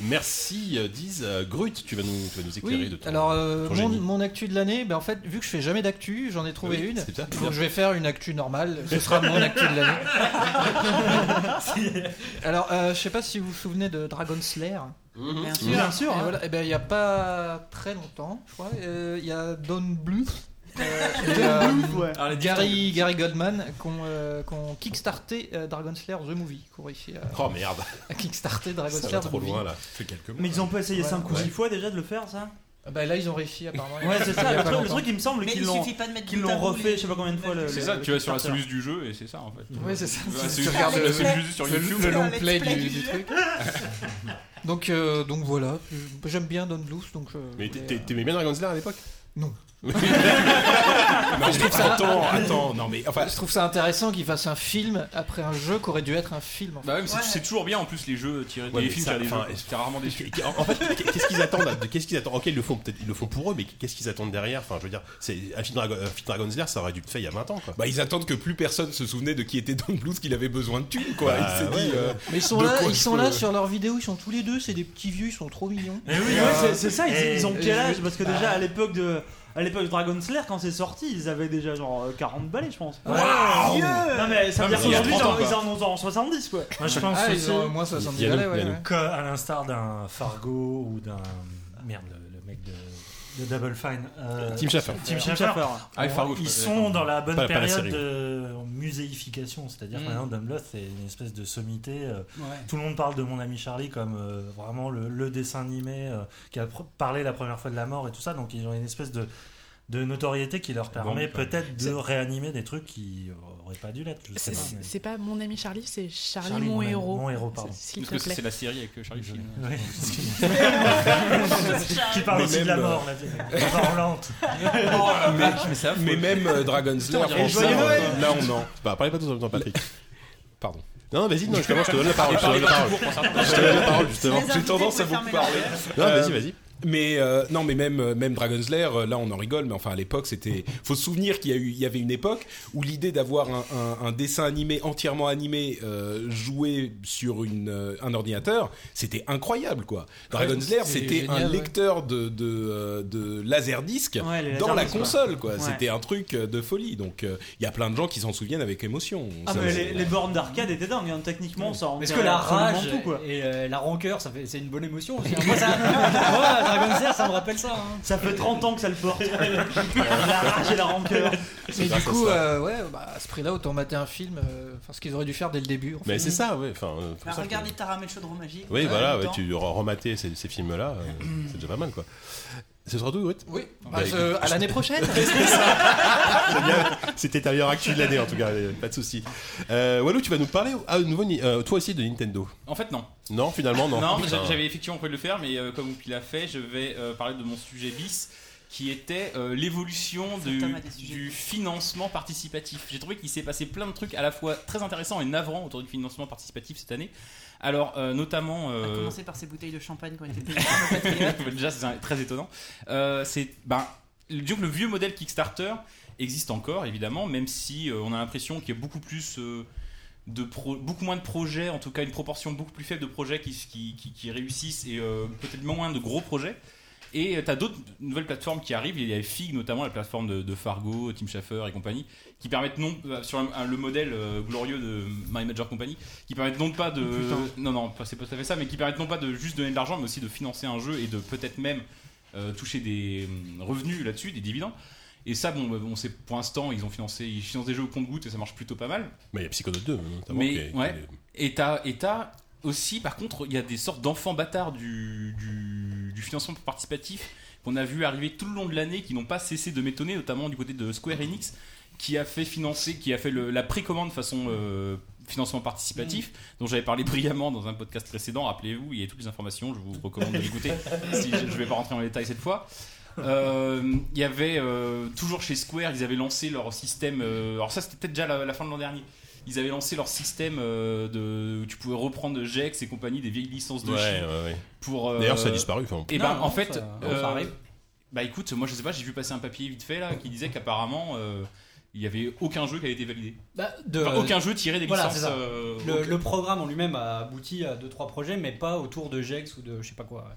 B: Merci, euh, Diz. Euh, Grut, tu vas nous, tu vas nous éclairer de ton.
J: Alors, euh,
B: ton
J: mon,
B: génie.
J: mon actu de l'année, ben, en fait, vu que je fais jamais d'actu, j'en ai trouvé
B: Oui,
J: une.
B: c'est ça.
J: Donc, je vais faire une actu normale. Ce sera mon actu de l'année. Alors, euh, je sais pas si vous vous souvenez de Dragon Slayer.
H: Mhm. Bien sûr.
J: Et
H: Bien sûr, hein.
J: voilà, et ben, il y a pas très longtemps, je crois, euh, il y a Don Bluth. euh, et,
H: Don
J: euh,
H: Bluth, ouais. Ah, les
J: Gary, Gary Goldman qui ont euh, qui ont kickstarté euh, Dragon Slayer The Movie. Qu'on réussit à,
B: Oh, merde.
J: à kickstarter Dragon
B: Ça va
J: Slayer The
B: trop
J: Movie.
B: loin, là. Ça fait quelques mois.
F: Mais ils ont pas essayé
J: Ouais.
F: 5 ou
J: Ouais.
F: 6 fois déjà de le faire, ça
J: Bah là, ils ont réussi apparemment.
F: Ouais, c'est ça,
J: Il y a
F: le
J: pas
F: truc, le
J: longtemps.
F: truc, il me semble
J: Mais
F: qu'ils
J: il
F: l'ont
J: suffit pas de mettre
F: qu'ils
J: bout à
F: l'ont
J: bout
F: refait,
J: les-
F: je sais pas combien de fois le.
C: C'est
F: le-
C: ça, tu vas sur la
F: Kickstarter.
C: soluce du jeu et c'est ça en fait.
J: Ouais, c'est ça.
C: Ouais,
J: Tu
C: tu
J: regardes
C: regardes
J: le
C: la
J: play-
C: soluce juste sur
J: le-
C: YouTube.
J: le long Let's play play du- du du truc. Donc, euh, donc voilà, Je- j'aime bien Don Bluth, donc je.
B: Mais
J: voulais,
B: t'es- t'es-
J: euh,
B: t'aimais bien Dragon Slayer à l'époque
J: Non.
B: non,
J: je
B: mais
J: trouve ça-
B: attends, attends, non mais enfin,
J: je trouve ça intéressant qu'il fasse un film après un jeu qu'aurait dû être un film. En fait.
C: Bah ouais, mais c'est- c'est toujours bien en plus les jeux tirés
B: Ouais,
C: des
B: mais
C: films
B: ça,
C: tirés des
B: enfin,
C: jeux. T'es rarement déçu.
B: En fait, qu'est-ce qu'ils attendent à- de- Qu'est-ce qu'ils attendent Ok, ils le font peut-être, ils le font pour eux, mais qu'est-ce qu'ils attendent derrière Enfin, je veux dire, c'est un film Dragon, un film Dragon Slayer, ça aurait dû être fait il y a 20 ans, quoi.
G: Bah, ils attendent que plus personne se souvenait de qui était Don Bluth, qu'il avait besoin de thunes, quoi.
B: Bah,
G: il s'est
B: ouais,
G: dit.
B: ouais.
G: euh,
J: Mais ils sont
G: de
J: là,
G: quoi
J: ils
G: je
J: sont
G: peux-
J: là sur leur vidéo, ils sont tous les deux, c'est des petits vieux, ils sont trop mignons.
F: Eh oui,
J: Et,
F: ouais,
J: euh,
F: c'est- c'est ça, ils, ils ont
J: et
F: quel
J: je-
F: âge Parce que déjà
J: bah,
F: à l'époque de. À l'époque de Dragon Slayer, quand c'est sorti, ils avaient déjà genre euh, 40 balais, je pense.
J: Waouh
F: Non, mais ça
E: Non,
F: veut
E: mais
F: dire
E: il y a
F: qu'aujourd'hui, ils
E: 30 ans,
F: en-
E: quoi.
F: ils en ont genre en 70, quoi.
E: Moi je pense
J: Ah, ils
E: aussi.
J: ont moins 70
B: Yannou,
J: balais, ouais,
B: Yannou.
J: ouais.
E: que, à l'instar d'un Fargo ou d'un. Merde, le, le mec de, de Double Fine. euh,
B: Tim Schafer.
E: Tim
F: Tim
E: Schafer.
F: Schafer.
C: Ah,
E: On-
C: Fargo, je
E: ils
C: préfère.
E: sont dans la bonne
B: Pas- pas la
E: période
B: série.
E: de muséification, c'est-à-dire
J: Mm.
E: par exemple, Dumbledore, c'est une espèce de sommité. euh,
D: Ouais.
E: Tout le monde parle de Mon ami Charlie comme euh, vraiment le, le dessin animé euh, qui a pr- parlé la première fois de la mort et tout ça, donc ils ont une espèce de de notoriété qui leur permet
F: bah,
C: quand même.
E: peut-être de
J: C'est-
E: réanimer des trucs qui auraient pas dû l'être. je
I: C'est
E: sais pas, mais-
I: c'est pas mon ami Charlie, c'est Charlie,
E: Charlie,
I: mon,
E: mon ami-
I: héros.
E: mon héros, pardon.
I: S'il
C: Parce
I: te
C: que c'est
I: plaît.
C: la série avec euh, Charlie Sheen.
E: Ouais. qui parle
G: Mais
E: aussi de
G: même,
E: la
G: euh,
E: mort, la mort lente.
G: mais, mais même euh, Dragon Slayer,
C: dirait
G: franchement,
C: Joyeux Noël.
G: euh, là on en.
B: Bah, parlez pas tous en même temps, Patrick.
G: Pardon.
B: Non, non, Ah, vas-y, non, justement, je te donne la parole. Je te donne la parole. Je te donne la parole, justement.
H: Les invités pouvaient fermer leur gueule.
B: Non,
G: Euh,
B: vas-y, vas-y.
G: Mais euh, non, mais même euh, même Dragon Slayer, euh, là on en rigole, mais enfin à l'époque c'était. Faut se souvenir qu'il y a eu, il y avait une époque où l'idée d'avoir un, un- un dessin animé entièrement animé euh, joué sur une euh, un ordinateur, c'était incroyable quoi. Dragon
J: Ouais,
G: Slayer,
J: c'est
G: Euh, c'était
J: génial,
G: un
J: ouais.
G: lecteur de de euh, de laserdisc
F: Ouais, les
G: dans la
F: laserdisc,
G: console quoi.
F: Ouais.
G: C'était un truc euh, de folie. Donc euh, il y a plein de gens qui s'en souviennent avec émotion.
F: Ah,
G: Ça,
F: mais
G: c'est-
F: les, les bornes d'arcade étaient dingues, hein. techniquement, ça en
D: Est-ce que la
F: absolument
D: rage
F: tout, quoi.
D: et euh, la rancœur, ça fait, c'est une bonne émotion aussi. hein. Moi, ça, moi, Dragon Slayer, ça me rappelle ça. hein.
F: Ça fait 30 ans que ça le porte. la rage et la rancœur.
J: Mais
B: grâce
J: du
B: à
J: coup,
B: ça.
J: euh, ouais, bah, à ce prix-là, autant mater un film, euh, enfin ce qu'ils auraient dû faire dès le début. en fait.
B: Mais c'est ça, ouais. Enfin, euh, c'est pour
H: Bah,
B: ça que-
H: regardez Taram et le chaudron magique.
B: Oui,
H: euh,
B: voilà,
H: tout
B: ouais,
H: le
B: tu re- remater ces, ces films-là, euh, c'est déjà pas mal, quoi. Ce sera tout, Ruth
J: Oui,
B: Bah,
J: Bah,
B: écoute,
J: euh, à l'année prochaine.
B: Génial. C'était ta meilleure actu de l'année, en tout cas, euh, pas de soucis. Euh, Walou, tu vas nous parler, à nouveau, ni- euh, toi aussi, de Nintendo.
C: En fait, non.
B: Non, finalement, non.
C: Non, mais
B: Putain.
C: j'a- j'avais effectivement prévu de le faire, mais euh, comme il l'a fait, je vais euh, parler de mon sujet bis qui était euh, l'évolution du,
H: Thomas des sujets.
C: du financement participatif. J'ai trouvé qu'il s'est passé plein de trucs à la fois très intéressants et navrants autour du financement participatif cette année. Alors, euh, notamment...
H: temps. À
C: euh,
H: commencer par ces bouteilles de champagne quand il était
C: Déjà, c'est un- très étonnant. Euh, c'est ben, le, disons que le vieux modèle Kickstarter existe encore, évidemment, même si euh, on a l'impression qu'il y a beaucoup plus euh, de pro- beaucoup moins de projets, en tout cas une proportion beaucoup plus faible de projets qui, qui, qui- qui réussissent et euh, peut-être moins de gros projets. Et euh, t'as d'autres nouvelles plateformes qui arrivent. Il y a Fig, notamment la plateforme de, de Fargo, Tim Schafer et compagnie, qui permettent non euh, sur un- un- le modèle euh, glorieux de My Major Company, qui permettent non pas de
F: Putain.
C: non non pas- c'est pas tout à fait ça, mais qui permettent non pas de juste donner de l'argent, mais aussi de financer un jeu et de peut-être même euh, toucher des euh, revenus là-dessus, des dividendes. Et ça, bon, bah, bon c'est pour l'instant, ils ont financé, ils financent des jeux au compte-gouttes et ça marche plutôt pas mal.
B: Mais il y a Psychonaut 2, notamment. qui
C: Mais
B: est-
C: ouais. Et t'as et t'as aussi, par contre, il y a des sortes d'enfants bâtards du, du, du financement participatif qu'on a vu arriver tout le long de l'année, qui n'ont pas cessé de m'étonner, notamment du côté de Square Enix, qui a fait financer, qui a fait le- la précommande façon euh, financement participatif, dont j'avais parlé brillamment dans un podcast précédent. Rappelez-vous, il y a toutes les informations. Je vous recommande de l'écouter. si je, je vais pas rentrer dans les détails cette fois. Euh, Il y avait euh, toujours chez Square, ils avaient lancé leur système. euh, alors ça, c'était peut-être déjà la, la fin de l'an dernier. Ils avaient lancé leur système euh, de où tu pouvais reprendre Jex et compagnie des vieilles licences de
B: Ouais,
C: Chine
B: ouais, ouais.
C: pour. euh,
B: D'ailleurs, ça a disparu, enfin.
C: Et ben
B: Non,
C: en
B: non,
C: fait,
B: ça-
C: euh,
B: ça arrive.
C: bah écoute, moi je sais pas, j'ai vu passer un papier vite fait là qui disait qu'apparemment euh, il y avait aucun jeu qui avait été validé.
D: Bah, de-
C: Enfin, aucun jeu tiré des
D: Voilà,
C: licences.
D: c'est ça.
C: euh,
D: le,
C: aucun-
D: le programme en lui-même a abouti à 2-3 projets, mais pas autour de Jex ou de je sais pas quoi. ouais.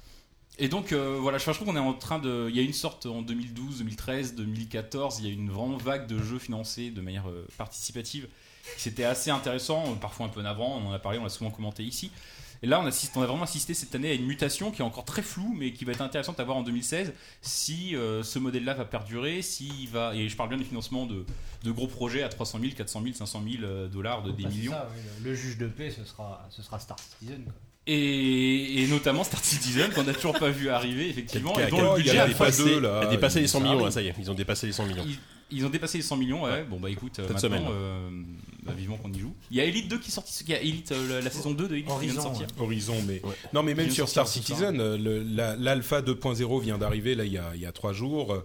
C: Et donc euh, voilà, je, je trouve qu'on est en train de. Il y a une sorte en 2012, 2013, 2014, il y a une vraiment vague de jeux financés de manière euh, participative. C'était assez intéressant, euh, parfois un peu navrant, on en a parlé, on l'a souvent commenté ici. Et là, on, assiste, on a vraiment assisté cette année à une mutation qui est encore très floue, mais qui va être intéressante à voir en 2016 si euh, ce modèle-là va perdurer, s'il va. Et je parle bien des financements de, de gros projets à 300 000, 400 000, 500 000 euh, dollars, de, des
D: Bah, c'est
C: millions.
D: ça, oui, le, le juge de paix, ce sera, ce sera Star Citizen. quoi.
C: Et, et notamment Star Citizen qu'on n'a toujours pas vu arriver effectivement
B: Qui a-
C: et dont
B: qui a-
C: le
B: qui
C: budget
B: a
C: a
B: dépassé-
C: dépassé,
B: a dépassé les 100 millions, là, ça y est, ils ont dépassé les 100 millions.
C: Ils, ils ont dépassé les 100 millions, ouais. Bon bah écoute, euh,
B: Cette
C: maintenant,
B: semaine.
C: euh, bah, vivement qu'on y joue. Il y a Elite 2 qui est sorti, il y a Elite euh, la, la saison 2 de Elite qui vient de sortir.
G: Horizon, mais non, mais même
C: Qui vient
G: sur
C: de
G: Star
C: sortir ce soir.
G: Citizen, euh, le- la- l'alpha 2.0 vient d'arriver là il y a, il y a trois jours. Euh,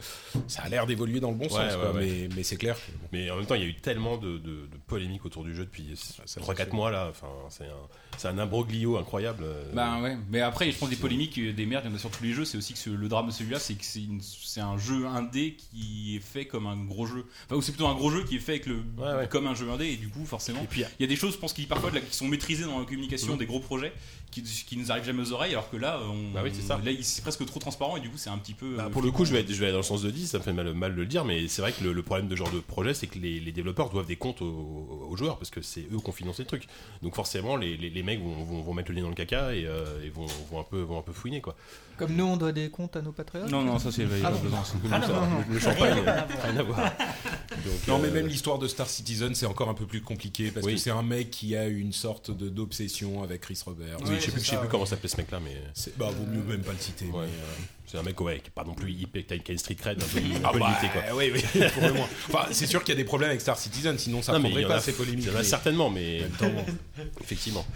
G: Ça a l'air d'évoluer dans le bon
B: Ouais,
G: sens,
B: ouais,
G: quoi,
B: ouais.
G: mais, mais c'est clair. que-
B: Mais en même temps, il y a eu tellement de, de- de polémiques autour du jeu depuis 3-4 mois là. Enfin, c'est un, c'est un imbroglio incroyable. euh,
C: Bah ouais, mais après je pense des polémiques, euh, des merdes, il y en a sur tous les jeux, c'est aussi que ce- le drame de celui-là, c'est que c'est une- c'est un jeu indé qui est fait comme un gros jeu. Enfin, ou c'est plutôt un gros jeu qui est fait avec le, comme un jeu indé, et du coup forcément, il y a des choses, je pense, qui parfois là, qui sont maîtrisées dans la communication
B: Mhm.
C: des gros projets, qui, qui nous arrivent jamais aux oreilles, alors que là, on,
B: Bah oui, c'est ça.
C: là il- c'est presque trop transparent, et du coup c'est un petit peu...
B: Bah,
C: euh,
B: pour le coup, je vais, être, je vais aller dans le sens de 10, ça me fait mal, mal de le dire, mais c'est vrai que le, le problème de ce genre de projet, c'est que les, les développeurs doivent des comptes aux, aux joueurs, parce que c'est eux qui ont financé le truc. Donc forcément, les, les- les mecs vont, vont- vont mettre le nez dans le caca et, euh, et vont, vont un peu, vont un peu fouiner. Quoi.
J: Comme nous, on doit des comptes à nos patriotes.
B: Non, non, ça, c'est- il y a
J: Ah
B: pas
J: bon.
B: besoin, c'est-
J: Ah non,
B: ça,
J: non, non.
B: le champagne,
J: Rien à voir.
B: rien à voir.
G: non,
B: euh,
G: mais même l'histoire de Star Citizen, c'est encore un peu plus compliqué parce
B: Oui.
G: que c'est un mec qui a une sorte de- d'obsession avec Chris Roberts.
B: Oui, je sais plus, je sais plus comment s'appelait ce mec-là, mais. euh,
G: C'est- bah, vaut mieux même pas le citer. mais, euh,
B: C'est un mec, ouais, qui est pas non plus hyper, qui a une- qui a une street cred un peu, un
G: Ah
B: peu
G: bah,
B: limitée, quoi.
G: Oui, oui, pour le moins. Enfin, c'est sûr qu'il y a des problèmes avec Star Citizen, sinon ça
B: Non,
G: ne
B: mais il y
G: prendrait
B: en
G: pas
B: a-
G: ces polémiques.
B: il y en a
G: mais-
B: certainement, mais.
G: en même temps,
B: Effectivement.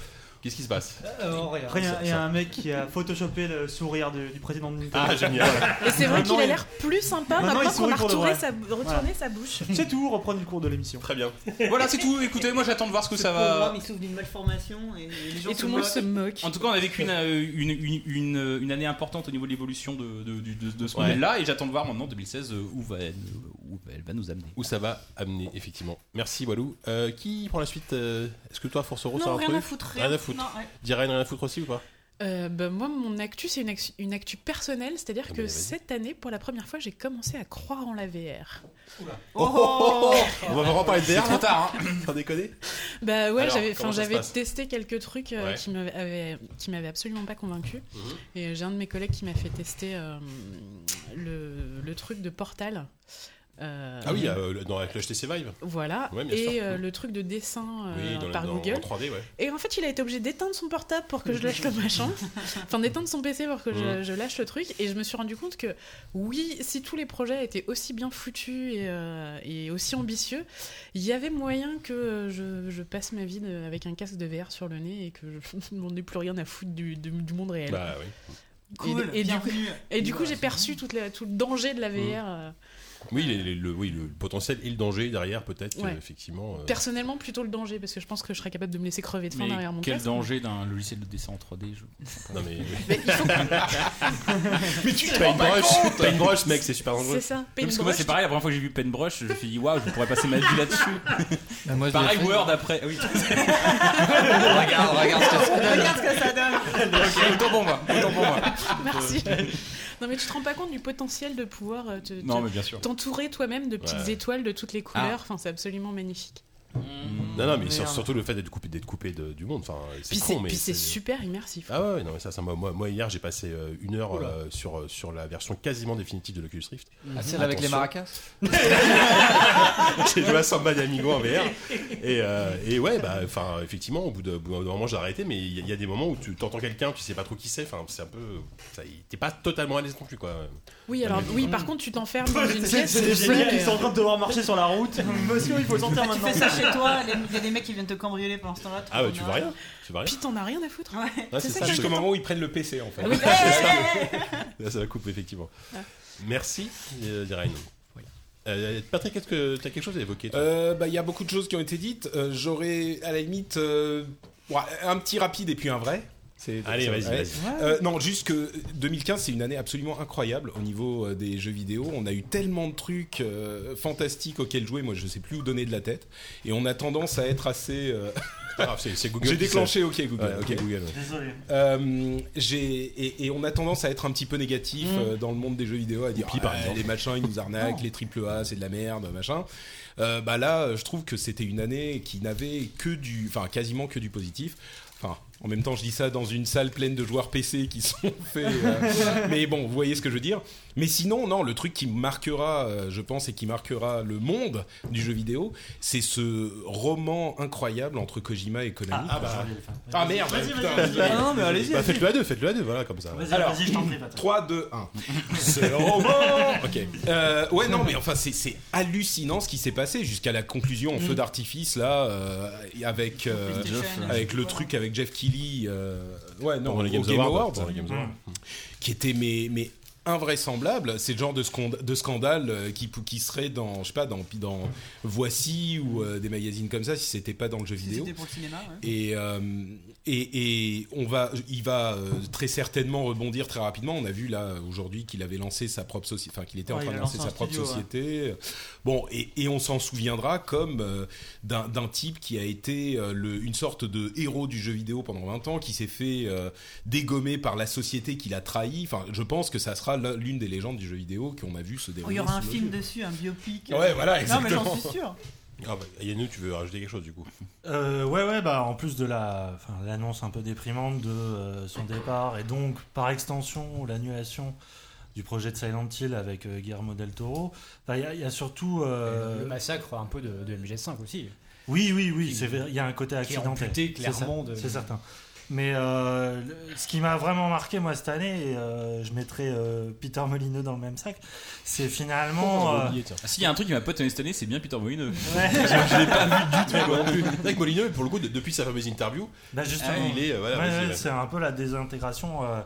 B: Qu'est-ce qui se passe
D: Euh, rien.
F: Rien, il y
B: Ça-
F: a un mec qui a photoshopé le sourire du, du président de Nintendo.
B: Ah, génial.
I: Et c'est vrai
F: Maintenant,
I: qu'il a
F: il-
I: l'air plus sympa
F: Maintenant,
I: maintenant
F: il sourit
I: qu'on a
F: pour de
I: retourné,
F: vrai.
I: sa, retourné
F: Voilà.
I: sa bouche.
F: C'est tout, reprendre le cours de l'émission.
B: Très bien.
C: Voilà, c'est tout. Écoutez, moi j'attends de voir ce que ça
H: Le
C: va.
H: programme, il souffre d'une malformation et, les gens
I: Et tout le monde se moque.
C: En tout cas, on a vécu une, euh, une, une- une- euh, une année importante au niveau de l'évolution de, de- du- de- de ce
B: Ouais.
C: modèle-là, et j'attends de voir maintenant 2016 euh, où va elle, où elle va nous amener.
B: Où ça va amener, effectivement. Merci Walou. Euh, qui prend la suite euh, Est-ce que toi, Force Euro,
H: Non,
B: ça a un
H: rien
B: truc
H: à foutre, rien.
B: Rien, à foutre.
H: Non, ouais.
B: Dirais rien à foutre aussi ou pas
I: Euh, bah, moi, mon actu, c'est une actu, une actu personnelle, c'est-à-dire que cette année, pour la première fois, j'ai commencé à croire en la VR.
B: Oh, oh, oh. On va vraiment parler de
I: C'est
B: VR
I: trop hein.
C: tard, hein.
B: Sans déconner
I: Bah ouais,
B: Alors,
I: j'avais, enfin,
B: comment ça se
I: j'avais
B: passe
I: testé quelques trucs euh,
B: Ouais.
I: qui m'avaient- avaient- qui m'avaient absolument pas convaincu.
H: Mhm.
I: Et j'ai un de mes collègues qui m'a fait tester euh, le, le truc de Portal. Euh,
B: Ah oui, euh, le- dans, avec le HTC Vive
I: Voilà,
B: Ouais, bien
I: et
B: sûr.
I: euh, le truc de dessin euh,
B: Oui, dans la-
I: par
B: dans-
I: Google.
B: en 3D, ouais.
I: Et en fait, il a été obligé d'éteindre son portable pour que je lâche le machin. Enfin, d'éteindre son PC pour que je,
B: Mm.
I: je lâche le truc. Et je me suis rendu compte que, oui, si tous les projets étaient aussi bien foutus et, euh, et aussi ambitieux, il y avait moyen que euh, je, je passe ma vie de- avec un casque de VR sur le nez et que je n'en ai plus rien à foutre du, du- du monde réel.
B: Bah oui.
H: Cool,
I: et, et du coup,
H: bienvenue. Bah,
I: et du coup, j'ai perçu toute la- tout le danger de la VR.
B: Mm.
I: euh,
B: Oui, les- les- le, oui, le potentiel et le danger derrière, peut-être,
I: Ouais.
B: euh, effectivement. euh,
I: Personnellement, plutôt le danger, parce que je pense que je serais capable de me laisser crever de faim
C: Mais
I: derrière mon
C: quel
I: casque.
C: danger d'un logiciel de dessin en 3D, je comprends pas.
B: Non, mais-
I: Mais il faut-
B: Mais tu te rends pas Paintbrush, compte Paintbrush, mec, c'est super dangereux.
I: C'est ça,
C: Oui, Parce que moi,
I: Paintbrush,
C: c'est pareil, la première fois que j'ai vu Paintbrush, je me suis dit, waouh, je pourrais passer ma vie là-dessus.
J: Bah, moi, je l'ai
C: pareil,
J: fait. Ah,
C: Word après. Ah Oui.
J: regarde, regarde ce que ça donne.
H: Regarde ce que ça donne.
C: Ok, autant pour moi. Autant pour moi.
I: Merci. Non, mais tu te rends pas compte du potentiel de pouvoir euh, te-
C: Non,
I: te-
C: mais bien sûr. Ah.
I: t'entourer toi-même de petites
B: Ouais.
I: étoiles de toutes les couleurs. Enfin, c'est absolument magnifique.
B: Non, non, mais sur-
I: Merde.
B: surtout le fait d'être coupé, d'être coupé de- du monde. Enfin, c'est
I: Puis c'est
B: con, mais
I: puis c'est super immersif.
B: Ah ouais, ouais, non, mais ça, ça moi, moi, moi, hier, j'ai passé euh, une heure
I: Oula.
B: euh, sur, euh, sur la version quasiment définitive de l'Oculus Rift.
E: Mhm.
J: Ah, celle avec les maracas
B: J'ai joué à Samba d'Amigo en VR. Et, euh, et ouais, bah, enfin, effectivement, au bout de- au bout d'un moment, j'ai arrêté, mais il y, a- il y a des moments où tu t'entends quelqu'un, tu sais pas trop qui c'est. Enfin, c'est un peu. ça- T'es pas totalement à l'aise non plus, quoi.
I: Oui, alors oui, par contre, tu t'enfermes dans une
F: C'est
I: pièce.
F: c'est des
I: où-
F: génies qui sont en train de devoir marcher sur la route. Monsieur, il faut sortir
H: Bah, tu
F: maintenant.
H: fais ça chez toi, il y a des mecs qui viennent te cambrioler pendant ce temps-là.
B: Ah ouais, tu vois rien. Tu vois rien.
I: Puis t'en as rien à foutre.
H: hein.
B: Ouais, c'est ça,
I: qui
B: jusqu'au
I: est
B: moment où ils prennent le PC en fait.
I: Oui.
B: C'est ça, le- Là, ça la coupe effectivement.
I: Ah.
B: Merci, euh, Irène. Euh, Patrick, est-ce que tu as quelque chose à évoquer toi
G: Euh, bah, Il y a beaucoup de choses qui ont été dites. Euh, J'aurais, à la limite, euh, ouais, un petit rapide et puis un vrai. C'est-
B: Allez,
G: c'est-
B: vas-y,
G: ouais.
B: vas-y.
G: Euh, non, juste que 2015, c'est une année absolument incroyable au niveau euh, des jeux vidéo. On a eu tellement de trucs euh, fantastiques auxquels jouer. Moi, je sais plus où donner de la tête. Et on a tendance à être assez. euh,
B: grave, c'est- c'est Google
G: J'ai
B: qui
G: déclenché,
B: sait.
G: ok, Google.
B: Ouais,
G: ok.
B: ok, Google, ouais.
E: Désolé.
G: Euh, j'ai- et, et on a tendance à être un petit peu négatif
E: Mm.
G: euh, dans le monde des jeux vidéo, à dire
B: Oupi, par
G: Ah,
B: exemple.
G: les machins ils nous arnaquent,
B: Non.
G: les triple A c'est de la merde, machin. Euh, bah là, euh, je trouve que c'était une année qui n'avait que du, enfin quasiment que du positif. Enfin, en même temps, je dis ça dans une salle pleine de joueurs PC qui sont faits. euh, mais bon, vous voyez ce que je veux dire. Mais sinon, non, le truc qui marquera, euh, je pense, et qui marquera le monde du jeu vidéo, c'est ce roman incroyable entre Kojima et Konami.
E: Ah, ah, bah, je vais le faire.
G: Ah, merde,
E: Vas-y, vas-y,
G: putain.
E: vas-y, vas-y. Non, mais allez-y,
B: Bah,
E: allez-y.
B: faites-le à deux, faites-le à deux, voilà, comme ça.
E: Vas-y,
G: Alors,
E: vas-y, je t'en prie, Patrick.
G: 3, 2, 1. C'est roman Ok. Euh, ouais, non, mais enfin, c'est- c'est hallucinant ce qui s'est passé jusqu'à la conclusion en
E: Mm.
G: feu d'artifice, là, euh, avec, euh,
B: PlayStation,
G: avec le truc avec Jeff Keighley. euh, ouais, non,
B: Pendant les
G: au
B: Games
G: Game
B: Awards,
G: Awards.
B: pendant les Games Awards.
G: Qui était, mais. mais invraisemblable, c'est le genre de, scond- de scandale euh, qui, pou- qui serait dans, je sais pas, dans, dans Voici ou euh, des magazines comme ça si c'était pas dans le jeu vidéo.
H: C'était pour le cinéma, ouais.
G: Et, euh, et, et on va, il va euh, très certainement rebondir très rapidement. On a vu là aujourd'hui qu'il avait lancé sa propre société, enfin qu'il était en
E: Ouais,
G: train
E: il
G: de
E: a
G: lancer
E: lancé
G: sa
E: un
G: propre
E: studio, ouais.
G: société. Bon, et, et on s'en souviendra comme euh, d'un d'un type qui a été euh, le- une sorte de héros du jeu vidéo pendant 20 ans, qui s'est fait euh, dégommer par la société qu'il a trahi. Enfin, je pense que ça sera l'un- l'une des légendes du jeu vidéo qu'on a vu se
H: Oh,
G: dérouler.
H: Il y aura un
G: sous nos
H: film
G: yeux.
H: dessus, un biopic.
G: Ouais, voilà,
H: Non, mais
G: exactement.
H: j'en suis sûr.
B: Ah bah, Yannou, tu veux rajouter quelque chose du coup
E: Euh, ouais, ouais, bah en plus de la, enfin, l'annonce un peu déprimante de euh, son départ et donc par extension l'annulation du projet de Silent Hill avec euh, Guillermo del Toro. Enfin, il y a- il y, a surtout. euh,
K: Le massacre un peu de, de MG5 aussi.
E: Oui, oui, oui,
K: Qui-
E: c'est vrai, il y a un côté
K: qui est
E: accidentel.
K: amputé
E: C'est ça,
K: clairement de-
E: C'est certain. Mais euh, le- ce qui m'a vraiment marqué, moi, cette année, et euh, je mettrai euh, Peter Molineux dans le même sac, c'est
K: Oh,
E: finalement. euh,
C: Ah, S'il y a un truc qui m'a pas étonné cette année, c'est bien Peter Molineux.
E: Ouais.
C: je l'ai pas vu du tout.
B: Ouais, moi non plus. C'est vrai que Molineux, pour le coup, de- depuis sa fameuse interview,
E: Bah justement,
B: il est. euh, voilà,
E: Ouais,
B: vas-y,
E: ouais,
B: vas-y.
E: c'est un peu la désintégration euh,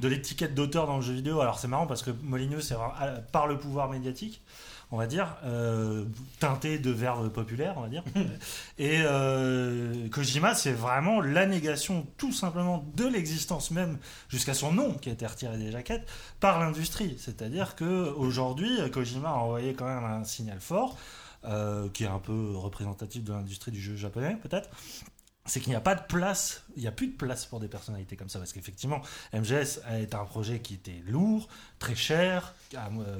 E: de l'étiquette d'auteur dans le jeu vidéo. Alors c'est marrant parce que Molineux, c'est vraiment, à- par le pouvoir médiatique, on va dire, euh, teinté de verve populaire, on va dire. Et euh, Kojima, c'est vraiment la négation tout simplement de l'existence même, jusqu'à son nom qui a été retiré des jaquettes, par l'industrie. C'est-à-dire que aujourd'hui, Kojima a envoyé quand même un signal fort. euh, qui est un peu représentatif de l'industrie du jeu japonais peut-être, c'est qu'il n'y a pas de place, il n'y a plus de place pour des personnalités comme ça, parce qu'effectivement, MGS est un projet qui était lourd, très cher. Euh,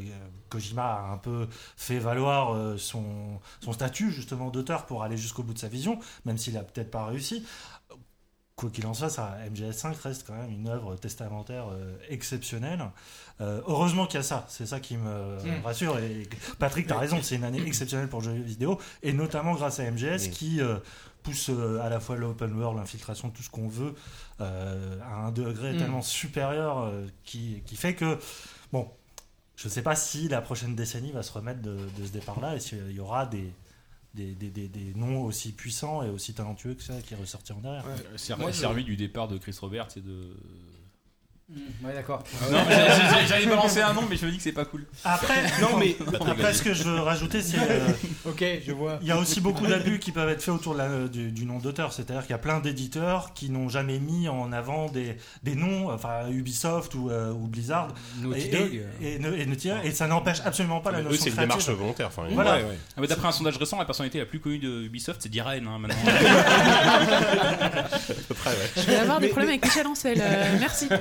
E: Kojima a un peu fait valoir euh, son, son statut justement d'auteur pour aller jusqu'au bout de sa vision, même s'il a peut-être pas réussi. Quoi qu'il en soit, ça, MGS5 reste quand même une œuvre testamentaire euh, exceptionnelle. Euh, heureusement qu'il y a ça, c'est ça qui me
K: Mm.
E: rassure. Et Patrick, t'as raison, c'est une année exceptionnelle pour le jeu vidéo, et notamment grâce à MGS
G: Mm.
E: qui euh, pousse euh, à la fois l'open world, l'infiltration, tout ce qu'on veut, euh, à un degré
K: Mm.
E: tellement supérieur euh, qui, qui fait que, bon, je ne sais pas si la prochaine décennie va se remettre de, de ce départ-là et s'il y aura des, des, des, des- des noms aussi puissants et aussi talentueux que ça qui ressortiront derrière.
C: C'est Euh, servi du départ de Chris Roberts et de.
E: Mm.
K: Ouais, d'accord.
C: Ah Non, mais j'ai- j'ai- j'allais balancer un nom, mais je me dis que c'est pas cool.
E: Après,
C: non, mais.
E: après ce que je veux rajouter, c'est. euh,
K: Ok, je vois.
E: Il y a aussi beaucoup d'abus qui peuvent être faits autour de la- euh, du, du nom d'auteur. C'est-à-dire qu'il y a plein d'éditeurs qui n'ont jamais mis en avant des, des noms, enfin Ubisoft ou, euh, ou Blizzard.
K: Naughty
E: et,
K: Dog.
E: Et, et ne- et ne tire- et ça n'empêche absolument pas la
B: Eux,
E: notion
B: c'est une
E: créative.
B: démarche volontaire, enfin, ils-
E: Voilà.
B: Ouais, ouais.
C: Ah, mais d'après un sondage récent, la personnalité la plus connue de Ubisoft, c'est Diraen hein, maintenant.
B: À peu près, ouais.
I: Je vais avoir des problèmes
G: Mais- mais-
I: avec Michel Ancel. euh, merci.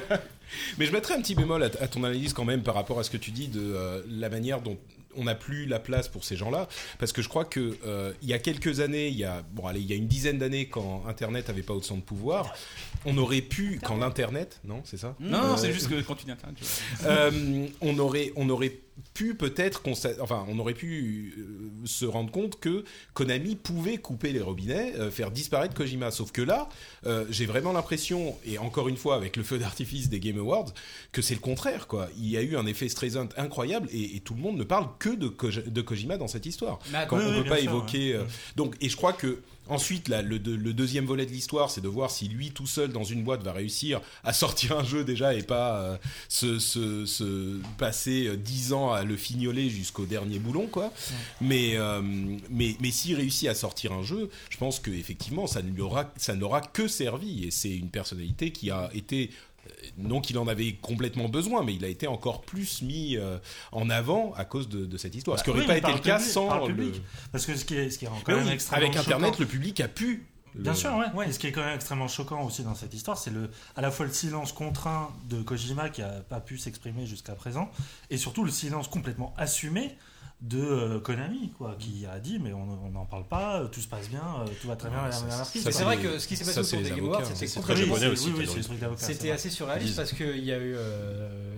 G: Mais je mettrais un petit bémol à, à ton analyse quand même par rapport à ce que tu dis de euh, la manière dont on n'a plus la place pour ces gens-là, parce que je crois que euh, il y a quelques années, il y a bon allez, il y a une dizaine d'années quand Internet avait pas autant de pouvoir, on aurait pu quand l'Internet, non, c'est ça
C: Non, non, c'est
G: Euh,
C: juste que quand tu dis Internet, tu vois.
G: euh, on aurait on aurait pu peut-être consta- enfin on aurait pu euh, se rendre compte que Konami pouvait couper les robinets euh, faire disparaître Kojima sauf que là euh, j'ai vraiment l'impression et encore une fois avec le feu d'artifice des Game Awards que c'est le contraire quoi il y a eu un effet Streisand incroyable et, et tout le monde ne parle que de, Ko- de Kojima dans cette histoire
B: Mais attends,
G: quand
B: oui,
G: on
B: oui,
G: peut
B: bien
G: pas
B: sûr,
G: évoquer et, euh, donc, et je crois que ensuite, là, le, deux- le deuxième volet de l'histoire, c'est de voir si lui tout seul dans une boîte va réussir à sortir un jeu déjà et pas euh, se, se- se passer euh, 10 ans à le fignoler jusqu'au dernier boulon, quoi. Mais, euh, mais, mais s'il réussit à sortir un jeu, je pense que effectivement, ça ne lui aura- ça n'aura que servi. Et c'est une personnalité qui a été euh, non qu'il en avait complètement besoin, mais il a été encore plus mis euh, en avant à cause de, de cette histoire. Ce qui
E: Bah,
G: n'aurait
E: oui,
G: pas
E: mais par
G: été le cas
E: public-
G: sans
E: par
G: le-
E: public. Parce que ce qui est, ce qui est quand
G: Mais
E: même
G: oui,
E: extrêmement
G: avec Internet,
E: choquant-
G: le public a pu.
E: Bien
G: le-
E: sûr, ouais. Et ce qui est quand même extrêmement choquant aussi dans cette histoire, c'est le, à la fois le silence contraint de Kojima qui a pas pu s'exprimer jusqu'à présent, et surtout le silence complètement assumé de euh, Konami, quoi, qui a dit mais on n'en parle pas, tout se passe bien, euh, tout va très bien.
D: Ouais,
E: madame
D: ça,
E: la
D: ça,
E: marquise.
D: ça, Mais c'est c'est vrai les- que ce qui s'est passé ça, autour c'est des les Game Awards, avocats, hein. c'était c'est très complètement- japonais aussi,
E: Oui, oui,
D: t'as
E: c'est le
D: dit.
E: truc d'avocat. c'est
D: C'était
E: vrai.
D: assez surréaliste parce qu'il y a eu euh,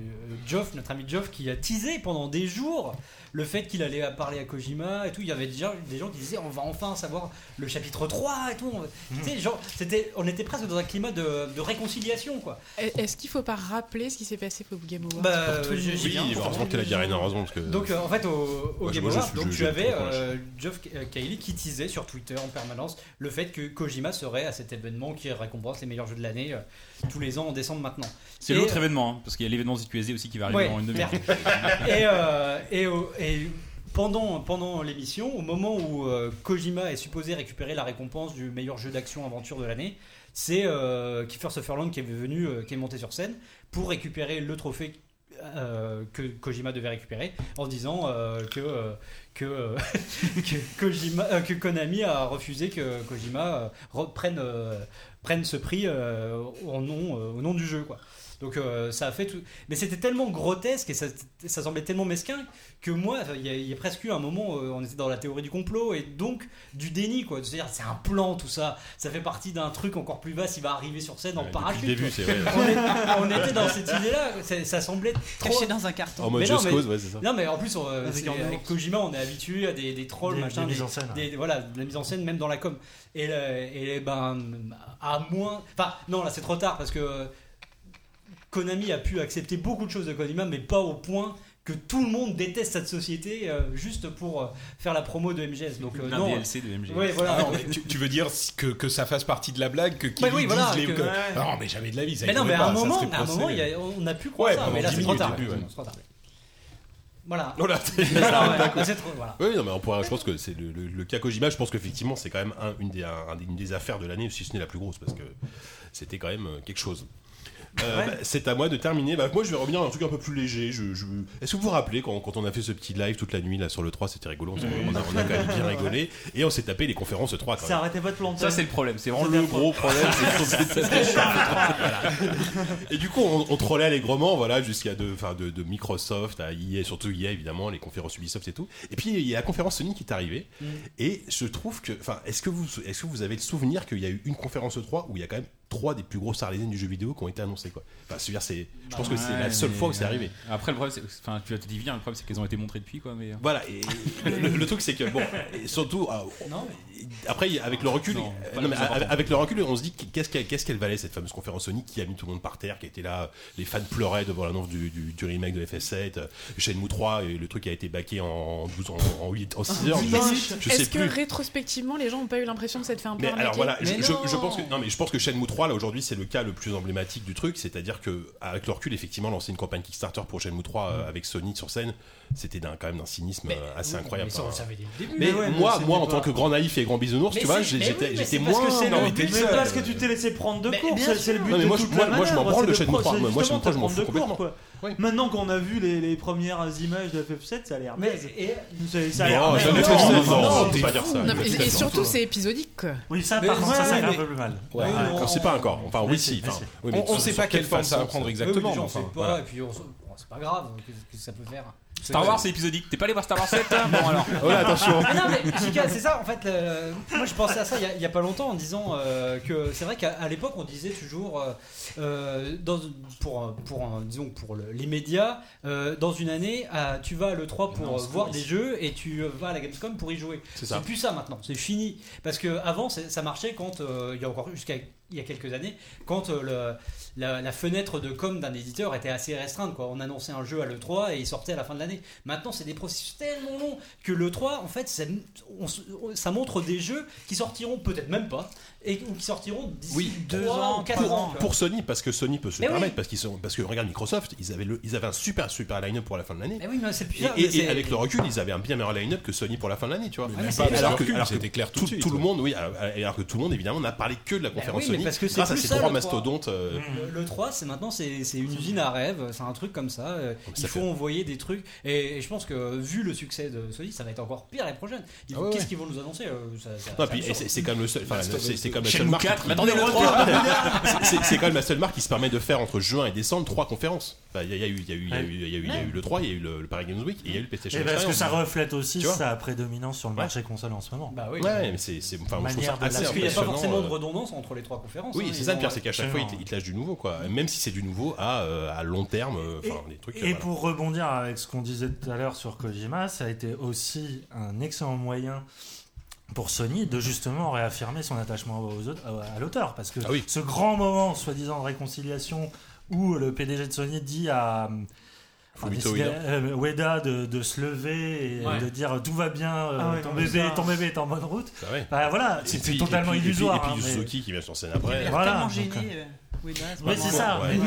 D: Geoff, notre ami Geoff, qui a teasé pendant des jours le fait qu'il allait parler à Kojima et tout. Il y avait déjà des gens qui disaient on va enfin savoir le chapitre 3 et tout. On, va-
E: Hmm.
D: tu sais, genre, c'était, on était presque dans un climat de, de réconciliation quoi.
I: Est-ce qu'il faut pas rappeler ce qui s'est passé pour Game Awards
D: Bah,
I: Pour tout le
D: je-
I: monde.
D: j'ai
B: Oui,
D: bien.
B: heureusement que t'es la Garena, heureusement. Parce que...
D: Donc euh, en fait au, au
B: Ouais,
D: Game
B: moi, je
D: Awards,
B: suis-
D: donc
B: je-
D: tu
B: je-
D: avais
B: je-
D: euh, Geoff euh, Keighley qui teasait sur Twitter en permanence le fait que Kojima serait à cet événement qui récompense les meilleurs jeux de l'année euh, tous les ans en décembre maintenant.
C: C'est
D: Et- euh,
C: l'autre événement, hein, parce qu'il y a l'événement ZQSD aussi qui va arriver
D: Ouais,
C: dans une demi-heure.
D: merde. et, euh, et au- et pendant, pendant l'émission, au moment où euh, Kojima est supposé récupérer la récompense du meilleur jeu d'action-aventure de l'année, c'est euh, Kiefer Sutherland qui est venu, euh, qui est monté sur scène pour récupérer le trophée. euh, que Kojima devait récupérer en disant euh, que, euh, que, euh, que Kojima, euh, que Konami a refusé que Kojima euh, reprenne euh, prenne ce prix euh, au, nom, euh, au nom du jeu quoi. Donc euh, ça a fait tout. Mais c'était tellement grotesque et ça, ça semblait tellement mesquin que moi, il y, a- il y a presque eu un moment, euh, on était dans la théorie du complot et donc du déni, quoi. C'est-à-dire, c'est un plan tout ça. Ça fait partie d'un truc encore plus vaste. Il va arriver sur scène en parachute.
B: le début,
D: quoi.
B: c'est vrai, ouais.
D: on, est- on était dans cette idée-là. Ça, ça semblait trop.
H: Caché dans un carton.
B: En mode
D: Mais non,
B: just
D: mais-
B: cause, ouais, c'est ça.
D: Non, mais en plus, on, euh,
B: Avec
D: c'est-
B: Arnaud.
D: avec Kojima, on est habitué à des, des trolls,
E: Des-
D: machin,
E: des mises en scène,
D: des- voilà, de la mise en scène, même dans la com. Et, le- et ben, à moins. Enfin, non, là, c'est trop tard parce que euh, Konami a pu accepter beaucoup de choses de Konami, mais pas au point que tout le monde déteste cette société euh, juste pour euh, faire la promo de MGS. Donc, euh,
C: D'un
D: non.
C: DLC de MGS.
D: Ouais, voilà.
G: Ah non, mais tu, tu veux dire si- que, que ça fasse partie de la blague, que qu'ils
D: Ouais, oui,
G: disent
D: voilà,
G: les...
D: que-
G: que- Ah
D: ouais.
G: Non, mais jamais de la vie, ça
D: mais non,
G: irait
D: mais à
G: pas,
D: un
G: ça
D: moment,
G: serait
D: à un
G: procès.
D: moment il y a- on a pu croire
G: Ouais,
D: ça,
G: pendant
D: mais là,
G: 10
D: c'est trop
G: minutes
D: tard.
G: au début, ouais.
D: C'est trop tard. Voilà.
B: Oh là,
D: C'est ça, ouais. Bah, c'est trop- voilà.
B: Oui, non, mais on pourrait, je pense que c'est le, le- le cas Kojima. Je pense qu'effectivement, c'est quand même un- une, des, un- une des affaires de l'année, si ce n'est la plus grosse, parce que c'était quand même euh, quelque chose. Euh,
E: Ouais.
B: bah, c'est à moi de terminer. Bah, moi, je vais revenir à un truc un peu plus léger. Je, je- Est-ce que vous vous rappelez quand, quand on a fait ce petit live toute la nuit là sur le 3 C'était rigolo. On, s'est- on a, on a quand même bien rigolé et on s'est tapé les conférences 3 quand
F: Ça
B: même.
F: arrêtait pas de planter.
C: Ça, c'est le problème. C'est vraiment
F: C'était
C: le gros
B: problème. c'est- c'est- c'est- Et du coup, on, on trollait allègrement, voilà, jusqu'à de, enfin, de, de Microsoft à EA, surtout EA évidemment, les conférences Ubisoft et tout. Et puis il y a la conférence Sony qui est arrivée.
D: Mm.
B: Et je trouve que, enfin, est-ce que vous, est-ce que vous avez le souvenir qu'il y a eu une conférence 3 où il y a quand même trois des plus grosses arlésiennes du jeu vidéo qui ont été annoncées, quoi. Enfin, c'est-à-dire, c'est, je pense que c'est la
C: Ouais,
B: seule
C: mais- euh,
B: fois où c'est arrivé.
C: Après, le problème, c'est. Enfin, tu vas te dire bien, le problème, c'est qu'elles ont été montrées depuis, quoi. Mais... euh.
B: Voilà. Et le, le- le truc, c'est que bon, et surtout, ah, après, avec le recul,
C: Non,
B: euh,
C: pas
B: non,
C: le
B: mais
C: plus important.
B: avec, avec le recul, on se dit qu'est-ce qu'elle, qu'est-ce qu'elle valait cette fameuse conférence Sony qui a mis tout le monde par terre, qui était là, euh, les fans pleuraient devant l'annonce du, du, du remake de FF7, euh, Shenmue 3, et le truc a été baqué en 12, en, 8, en 6 heures.
I: Dix
B: je-
I: minutes.
B: je sais
I: Est-ce que
B: plus.
I: rétrospectivement, les gens n'ont pas eu l'impression de s'être fait un peu
B: Mais alors
I: arnaquer
B: voilà, je,
I: Mais
B: je-
I: non.
B: je pense que non mais je pense que Shenmue 3 là aujourd'hui c'est le cas le plus emblématique du truc, c'est-à-dire que avec le recul effectivement lancer une campagne Kickstarter pour Shenmue 3 euh, avec Sony sur scène, c'était d'un quand même d'un cynisme euh, assez incroyable.
D: mais ça, on
B: Enfin,
D: le savait dès le début.
B: mais
D: Mais ouais, mais
B: moi
D: c'était
B: moi en
D: pas-
B: tant que grand naïf et grand bisounours,
F: Mais
B: tu vois,
F: c'est-
B: j'ai-
F: mais
B: j'étais
F: oui, mais
B: j'étais
F: c'est
B: moins.
F: parce que c'est le
B: mais
F: but,
B: t'es le
F: mais
B: seul.
F: parce que tu t'es laissé prendre de
B: Mais
F: cours,
B: bien
F: c'est c'est le
B: sûr.
F: but
B: Non, mais
F: de
B: moi, je-
F: toute
B: moi,
F: la
B: moi, je m'en
F: manœuvre,
B: branle,
F: c'est
B: le
F: de
B: chêne noir,
F: prendre-
B: moi, moi, je-
F: justement,
B: moi, je m'en
F: de
B: fous
F: prendre de cours,
B: complètement.
F: quoi. Maintenant qu'on a vu les, les premières images de FF7, ça a l'air
D: Mais-
F: naze.
D: et-
F: C'est- ça a
B: Non,
F: l'air naze.
B: ça ne fait
F: Non,
B: sens,
F: non,
B: non,
F: non,
B: t'es
F: pas
B: fou.
F: dire ça.
I: Non,
B: mais
I: mais-
B: c'est
I: et
B: surtout,
I: surtout,
B: ouais.
I: c'est épisodique. quoi.
E: Oui, ça,
B: Mais-
E: par contre, ça, ça fait un
B: mais-
E: peu plus mal.
B: Ouais,
E: Ouais,
B: alors,
E: non.
B: c'est pas encore. Enfin,
E: Mais
B: oui,
E: si,
B: si.
E: mais
B: enfin,
E: si.
B: oui, mais
G: On- on
B: sur-
G: sait
B: sur
G: pas quelle forme ça va
B: façon,
G: prendre
B: c'est-
G: exactement,
B: Oui, mais
G: mais
B: on
G: enfin,
B: sait pas,
G: voilà.
B: et puis on-
D: Bon, oh, c'est pas grave, qu'est-ce que ça peut faire
C: Star Wars, c'est épisodique. T'es pas allé voir Star Wars 7 hein Bon, alors.
B: Oh
D: Ah non, mais Chica, c'est ça en fait. euh, moi je pensais à ça il y a- il y, a pas longtemps en disant euh, que c'est vrai qu'à à l'époque on disait toujours euh, euh, dans, pour un- pour un- disons pour le- les médias euh, dans une année ah, tu vas à le 3 pour
K: Non,
D: euh,
K: c'est
D: voir
K: cool,
D: des
K: ici.
D: jeux et tu euh, vas à la Gamescom pour y jouer.
K: C'est ça.
D: C'est plus ça maintenant, c'est fini parce que avant c'est- ça marchait quand euh, il y a encore jusqu'à il y a quelques années quand euh, le- la, la fenêtre de com d'un éditeur était assez restreinte quoi. On annonçait un jeu à le 3 et il sortait à la fin de l'année. Maintenant c'est des processus tellement longs que le 3 en fait ça, on se- on- ça montre des jeux qui sortiront peut-être même pas et ou qui sortiront d'ici
B: Oui,
D: 2 ans, 4
B: pour,
D: ans. quoi.
B: pour Sony, parce que Sony peut se
D: Mais
B: le permettre,
D: oui.
B: parce qu'ils sont, parce que regarde Microsoft, ils avaient, le- ils avaient un super super line-up pour la fin de l'année.
D: Mais oui, mais c'est plus
B: Et,
D: ça,
B: et-
D: mais
B: et
D: c'est-
B: avec le recul, ils avaient un bien meilleur line-up que Sony pour la fin de l'année, tu vois.
D: mais c'est-
B: alors que,
G: recul,
B: alors que
G: c'était clair tout
B: tout,
G: de suite, hein.
B: tout le
G: ouais.
B: monde, oui, alors, alors que tout le monde évidemment n'a parlé que de la
D: Bah
B: conférence
D: oui, mais
B: Sony
D: parce que c'est
B: grâce à
D: plus
B: ces
D: ça,
B: trois
D: le Mhm. trois.
B: mastodontes. euh,
D: Le, le 3, c'est maintenant, c'est c'est une usine à rêve, c'est un truc comme ça. euh, Il faut envoyer des trucs. Et, et je pense que, euh, vu le succès de Sony, ça va être encore pire l'année prochaine. Ils-
B: Ah ouais,
D: Qu'est-ce
B: ouais.
D: qu'ils vont nous annoncer euh, ça- ça-
B: Non,
D: c'est
B: puis
D: absurde.
B: c'est c'est quand même le seul, enfin,
D: Mastodon.
B: c'est c'est quand même la seule
C: Shenmue
B: marque.
C: 4,
B: qui-
C: mais attendez, le
B: Non,
C: 3.
B: c'est- c'est- C'est quand même la seule marque qui se permet de faire entre juin et décembre trois conférences. Enfin, Il y a il y a eu, il y a eu, il y a eu, il y a eu- il y a eu le 3, il y a eu le, le Paris Games Week, et il y a eu le PlayStation.
E: Et parce que
B: Experience.
E: ça reflète aussi
B: Tu vois
E: sa prédominance sur le marché console en ce moment.
D: Bah
B: Ouais, mais c'est, c'est- enfin, moi, je trouve ça
E: Manière de
B: assez
E: la-
D: Parce qu'il n'y a pas
B: impressionnant,
D: forcément de
B: euh.
D: redondance entre les trois conférences.
B: Oui,
D: hein,
B: c'est
D: ils
B: ça le
D: ont-
B: pire, c'est qu'à chaque fois, ils te, ils te lâchent du nouveau, quoi. Même si c'est du nouveau à, euh, à long terme, euh,
E: Et,
B: enfin, des trucs.
E: et
B: euh, voilà.
E: pour rebondir avec ce qu'on disait tout à l'heure sur Kojima, ça a été aussi un excellent moyen pour Sony de justement réaffirmer son attachement aux aut- à l'auteur. Parce que
B: Ah oui.
E: ce grand moment, soi-disant, de réconciliation où le PDG de Sony dit à.
B: Fumito
E: à-
B: Ueda.
E: euh, Ueda de, de se lever et
B: Ouais.
E: de dire tout va bien, euh,
B: Ah ouais,
E: ton,
B: non, mais
E: bébé,
B: ça-
E: ton bébé est en bonne route.
B: Bah ouais.
E: Bah voilà,
B: Et
E: c'est
B: puis-
E: c'est totalement
B: et puis- et puis-
E: illusoire.
B: Et puis,
E: hein, mais-
B: Suzuki qui vient sur scène après.
E: Il a
B: Voilà.
E: tellement
B: Donc, euh,
H: gêné. euh, oui, bah,
E: Ouais, c'est ça.
G: Ouais.
E: mais-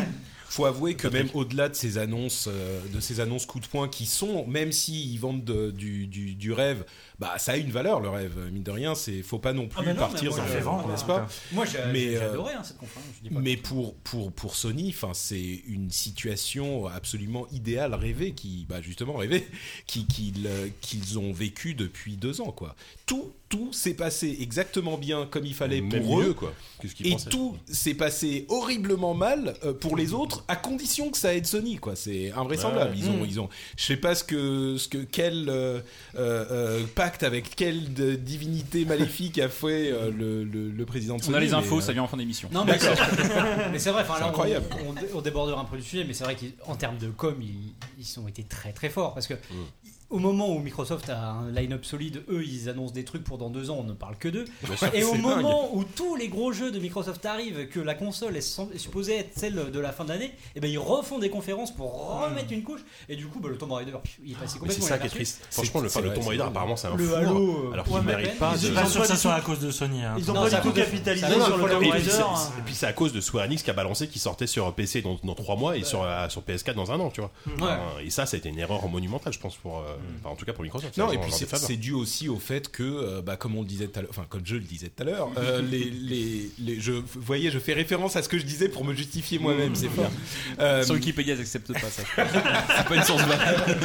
G: Faut avouer que même au-delà de ces annonces, euh, de ces annonces coup de poing qui sont, même s'ils vendent de- du, du- du rêve, bah ça a une valeur le rêve. euh, Mine de rien, c'est faut pas non plus
D: Ah, mais non, mais
G: partir
D: moi,
G: dans
D: je-
G: les ventes,
D: moi,
G: n'est-ce pas
D: Moi, j'ai
G: Mais,
D: j'ai
G: euh,
D: adoré hein, cette conférence. je dis pas.
G: mais pour, pour, pour Sony, 'fin, c'est une situation absolument idéale, rêvée, qui, bah justement rêvée, qui, qu'ils, euh, qu'ils ont vécu depuis deux ans. Quoi. Tout, tout s'est passé exactement bien comme il fallait
B: Même
G: pour
B: mieux,
G: eux.
B: quoi, que ce qu'ils
G: et
B: pensaient.
G: tout s'est passé horriblement mal euh, pour les autres, à condition que ça aide Sony. Quoi. C'est invraisemblable.
B: Ouais.
G: Ils ont,
B: Mm.
G: ils ont, je sais pas ce que, ce que quel euh, euh, euh, pacte avec quelle de- divinité maléfique a fait euh, le, le- le président de
C: On
G: Sony.
C: a les
G: mais,
C: infos,
G: euh,
C: ça vient en fin d'émission.
D: Non, mais c'est
G: D'accord.
D: mais c'est vrai, enfin,
G: C'est
D: là, on-
G: incroyable.
D: On, dé- on débordera un peu du sujet, mais c'est vrai qu'en termes de com, ils, ils ont été très très forts. Parce que
B: Mm.
D: au moment où Microsoft a un line-up solide, eux, ils annoncent des trucs pour dans deux ans, on ne parle que d'eux.
K: Bien sûr,
D: Et au
K: c'est
D: moment où tous les gros jeux de Microsoft arrivent, que la console est, sem- est supposée être celle de la fin de l'année, et ben ils refont des conférences pour remettre une couche. Et du coup, bah, le Tomb Raider, pff, il est passé
B: Ah, Mais c'est
D: complètement.
B: ça qui est
D: inaperçu.
B: triste. Franchement, le,
G: c'est
B: le
G: vrai,
B: Tomb
G: c'est
B: Raider,
G: vrai.
B: apparemment, c'est un
D: Le
B: four,
D: Halo, euh,
B: alors qu'il
D: ouais,
B: ne
D: mais
B: mérite
D: ben,
E: Je
B: pas de.
E: suis pas sûr que ça soit à cause de Sony. hein.
F: Ils ont
B: Non,
F: pas
B: c'est
F: du
B: à
F: tout
B: cause de-
F: capitalisé
B: Non, non,
F: sur le hein.
B: problème-
F: Tomb
B: et puis
F: Raider.
B: c'est- c'est- Et puis c'est à cause de Square Enix qui a balancé, qui sortait sur PC dans, dans 3 mois et sur, euh, sur PS4 dans un an, tu vois. Enfin, Et ça, ça a été une erreur monumentale, je pense, pour, euh, enfin, en tout cas pour Microsoft.
G: Non,
B: Ils
G: et
B: ont
G: puis
B: leur
G: c'est
B: défaveur.
G: c'est dû aussi au fait que, euh, bah, comme on le disait tout à l'heure, enfin, comme je le disais tout à l'heure, euh, les, les, les, je, vous voyez, je fais référence à ce que je disais pour me justifier moi-même, c'est fort. Euh,
C: Sur Wikipédia, ils acceptent pas ça. c'est pas une source valable.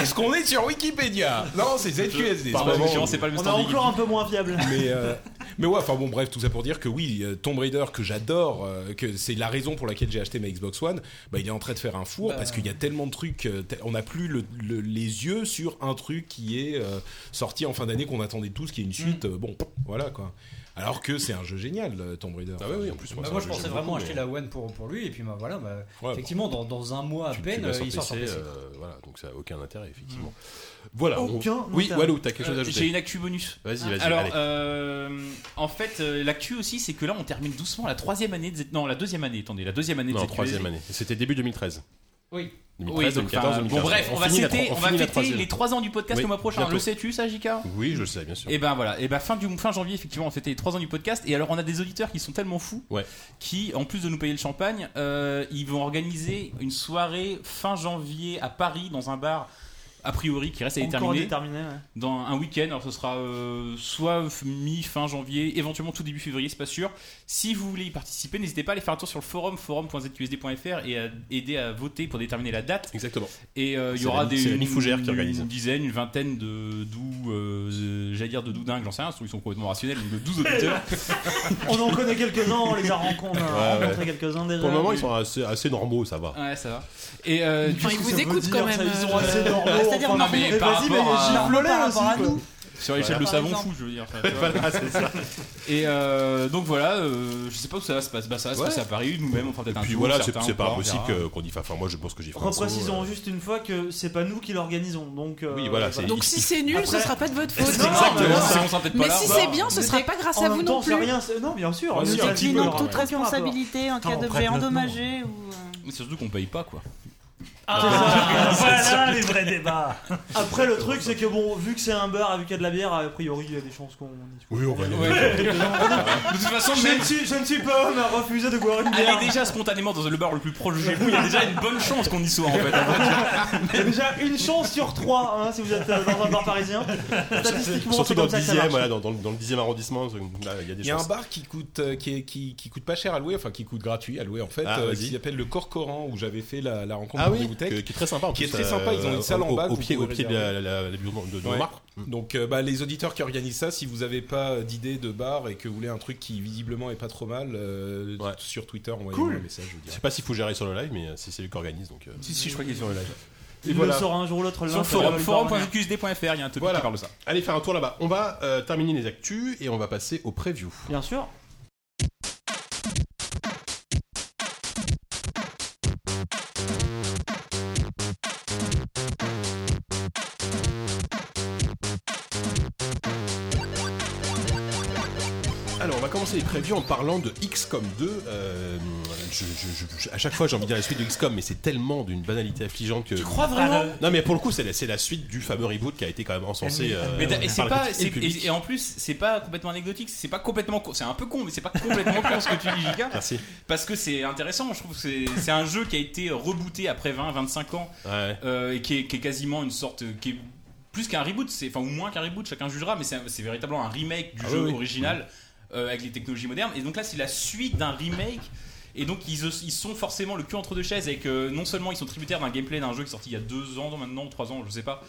G: Est-ce qu'on est sur Wikipédia Non, c'est ZQSD.
C: Par
G: c'est pas
C: moment,
G: Wikipédia.
C: c'est pas le même
F: On est encore un peu moins fiable.
G: mais euh, mais ouais enfin bon bref tout ça pour dire que oui euh, Tomb Raider que j'adore euh, que c'est la raison pour laquelle j'ai acheté ma Xbox One bah il est en train de faire un four
D: Bah.
G: parce qu'il y a tellement de trucs euh, te- on n'a plus le- le- les yeux sur un truc qui est euh, sorti en fin d'année qu'on attendait tous qui est une suite euh, bon voilà quoi alors que c'est un jeu génial euh, Tomb Raider ah
B: oui en plus
D: Bah, moi je pensais vraiment acheter la One pour, pour lui et puis bah, voilà bah,
G: Ouais,
D: effectivement dans, dans un mois à peine
B: la
D: euh, il sort sur PC.
B: euh, voilà, donc ça a aucun intérêt, effectivement. Voilà. on-
D: Aucun
B: Oui,
D: intérêt.
B: Walou, t'as quelque chose à
C: Euh,
B: ajouter
C: J'ai une actu bonus.
B: Vas-y, vas-y,
C: Alors,
B: allez.
C: euh, en fait, euh, l'actu aussi, c'est que là, on termine doucement la troisième année. De... Z- Non, la deuxième année. Attendez, la deuxième année.
B: Non,
C: de ZQSD.
B: troisième année. C'était début 2013.
D: Oui.
B: 2013,
C: Oui, donc,
B: 2014,
C: enfin,
B: 2015.
C: Bon, bref, on, va,
B: finit la
C: fêter-
B: tro-
C: on va
B: finit la
C: fêter
B: troisième.
C: les 3 ans du podcast
B: Oui,
C: au mois prochain.
B: bientôt.
C: Le sais-tu, ça, JK
B: Oui, je le sais, bien sûr.
C: Et ben voilà, et ben fin, du, fin janvier, effectivement, on fêtait les 3 ans du podcast. Et alors, on a des auditeurs qui sont tellement fous
B: Ouais.
C: qui, en plus de nous payer le champagne, euh, ils vont organiser une soirée fin janvier à Paris dans un bar a priori qui reste à
F: Encore
C: déterminer.
F: déterminé, ouais.
C: Dans un week-end, alors ce sera euh, soit f- mi fin janvier, éventuellement tout début février, c'est pas sûr. Si vous voulez y participer, n'hésitez pas à aller faire un tour sur le forum forum.zqsd.fr et à aider à voter pour déterminer la date.
B: Exactement.
C: Et euh, il y
B: C'est
C: aura
B: la-
C: des
B: c'est la Mif Fougère qui organise.
C: une dizaine, une vingtaine de doux, euh, j'allais dire de doux dingues, j'en sais rien, ils sont complètement rationnels, de 12 auditeurs.
F: On en connaît quelques-uns, on les a rencon- on a
B: Ouais,
F: rencontrés
B: ouais.
F: quelques-uns déjà.
B: Pour le moment, ils sont assez, assez normaux, ça va.
C: Ouais, ça va. Et euh,
F: Enfin,
C: du
F: ils
C: coup,
F: vous
C: ça veut
F: écoutent
C: dire
F: quand
C: ça,
F: même,
C: Ils sont
F: euh,
C: assez normaux.
F: bah, c'est-à-dire,
C: enfin, non,
F: non,
C: mais
F: mais
C: par
F: vas-y,
C: rapport
F: mais hein,
C: à-
F: gifle-les
C: par
F: aussi,
C: rapport à
F: quoi.
C: nous. Sur l'échelle
F: Voilà.
C: de savon
F: Par
C: fou,
F: exemple.
C: je veux dire. enfin, tu vois.
F: Voilà, c'est ça.
C: Et euh, donc voilà, euh, je sais pas où ça va se passer. Bah, ça va se
B: Ouais.
C: passer à Paris, nous-mêmes, on fera peut-être un
B: Puis
C: tour,
B: voilà, c'est
C: certains,
B: c'est
C: on
B: pas
C: verra.
B: impossible que- euh, qu'on y fasse. Enfin, moi, je pense que j'y ferai. un saut,
F: Reprécisons juste une fois que c'est pas nous qui l'organisons. Donc, euh,
B: Oui, voilà, c'est-
I: Donc si c'est nul, ce
F: Après-
I: sera pas de votre faute.
F: Non, non, mais voilà.
I: Mais si c'est bien, ce
F: Mais
I: sera
F: dès-
I: pas grâce
F: en
I: à
F: même
I: vous
F: temps,
I: non
F: c'est
I: plus.
F: rien, c'est- non, bien sûr.
C: Nous
F: c'est un petit peu
C: déclinons
F: leur-
C: toute
F: aucun rapport.
H: responsabilité en
F: Putain,
H: cas
F: on
H: d'objet
F: prête notre nom.
H: endommagé ou. euh.
C: Mais c'est surtout qu'on paye pas, quoi. bah,
F: Ah, voilà les
E: vrais débats.
F: Après, le truc, c'est que bon, vu que c'est un bar et vu qu'il y a de la bière, a priori, il y a des chances qu'on.
B: Oui, on va y
C: Ouais. Ah De toute façon,
F: je,
C: même-
F: ne suis, je ne suis pas homme hein. à refuser de boire une bière.
C: Allez déjà spontanément dans le bar le plus proche de chez vous, il y a déjà une bonne chance qu'on y soit en fait.
F: Il y a déjà une chance sur trois hein, si vous êtes euh, dans un bar parisien. Statistiquement,
B: Surtout
F: c'est
B: dans le
F: comme ça que ça
B: dixième,
F: marche.
B: voilà, dans, dans, le- dans le dixième arrondissement, là, il y a des
G: Il y a un
B: chances.
G: bar qui coûte, euh, qui, est- qui, qui coûte pas cher à louer, enfin qui coûte gratuit à louer en fait,
B: Ah,
G: euh,
B: vas-y.
G: qui s'appelle le Corcoran où j'avais fait la, la rencontre
B: Ah
G: de
B: oui,
G: Dégoutec,
B: que- qui est très sympa en
G: Qui est
B: plus,
G: très
B: euh,
G: sympa, ils ont une salle en
B: au-
G: bas.
B: au
G: que
B: pied-
G: vous
B: au
G: pouvez
B: pied de la-
G: réserver.
B: la- la- la bureau de- de Montmartre.
G: Donc euh, bah, les auditeurs qui organisent ça, si vous avez pas euh, d'idée de bar et que vous voulez un truc qui visiblement est pas trop mal, euh, sur Twitter envoyez-moi un message. je vous
B: Je
G: dirai.
B: sais pas s'il faut gérer sur le live, mais euh, c'est c'est lui qui organise. Donc,
C: Si, si, je crois qu'il est sur le live.
F: Il le saura un jour ou l'autre,
B: le
C: Sur le forum, forum.qsd.fr, il y a un topic
B: Voilà.
C: qui parle de ça.
B: Allez faire un tour là-bas. On va euh, terminer les actus et on va passer aux previews.
F: Bien sûr.
B: Alors, on va commencer les previews en parlant de XCOM 2. Euh, je- je- je- je- à chaque fois, j'ai envie de dire la suite de XCOM, mais c'est tellement d'une banalité affligeante que. Tu
C: crois vraiment
B: Non, mais pour le coup, c'est la, c'est la suite du fameux reboot qui a été quand même
C: Eh
B: encensé. euh,
C: Mais t'as- et,
B: par
C: c'est
B: la
C: pas,
B: critique
C: c'est-
B: et le public.
C: et- et en plus, c'est pas complètement anecdotique, c'est pas complètement con. C'est un peu con, mais c'est pas complètement con ce que tu dis, Giga.
B: Merci.
C: Parce que c'est intéressant, je trouve que c'est- c'est un jeu qui a été rebooté après 20-25 ans euh, et qui est, qui est quasiment une sorte. euh, qui est plus qu'un reboot, c'est enfin, ou moins qu'un reboot, chacun jugera, mais c'est un- c'est véritablement un remake du
B: Ah
C: jeu
B: oui, oui.
C: original euh, avec les technologies modernes. Et donc là, c'est la suite d'un remake. Et donc ils, ils sont forcément le cul entre deux chaises avec euh, non seulement ils sont tributaires d'un gameplay d'un jeu qui est sorti il y a deux ans maintenant ou trois ans je sais pas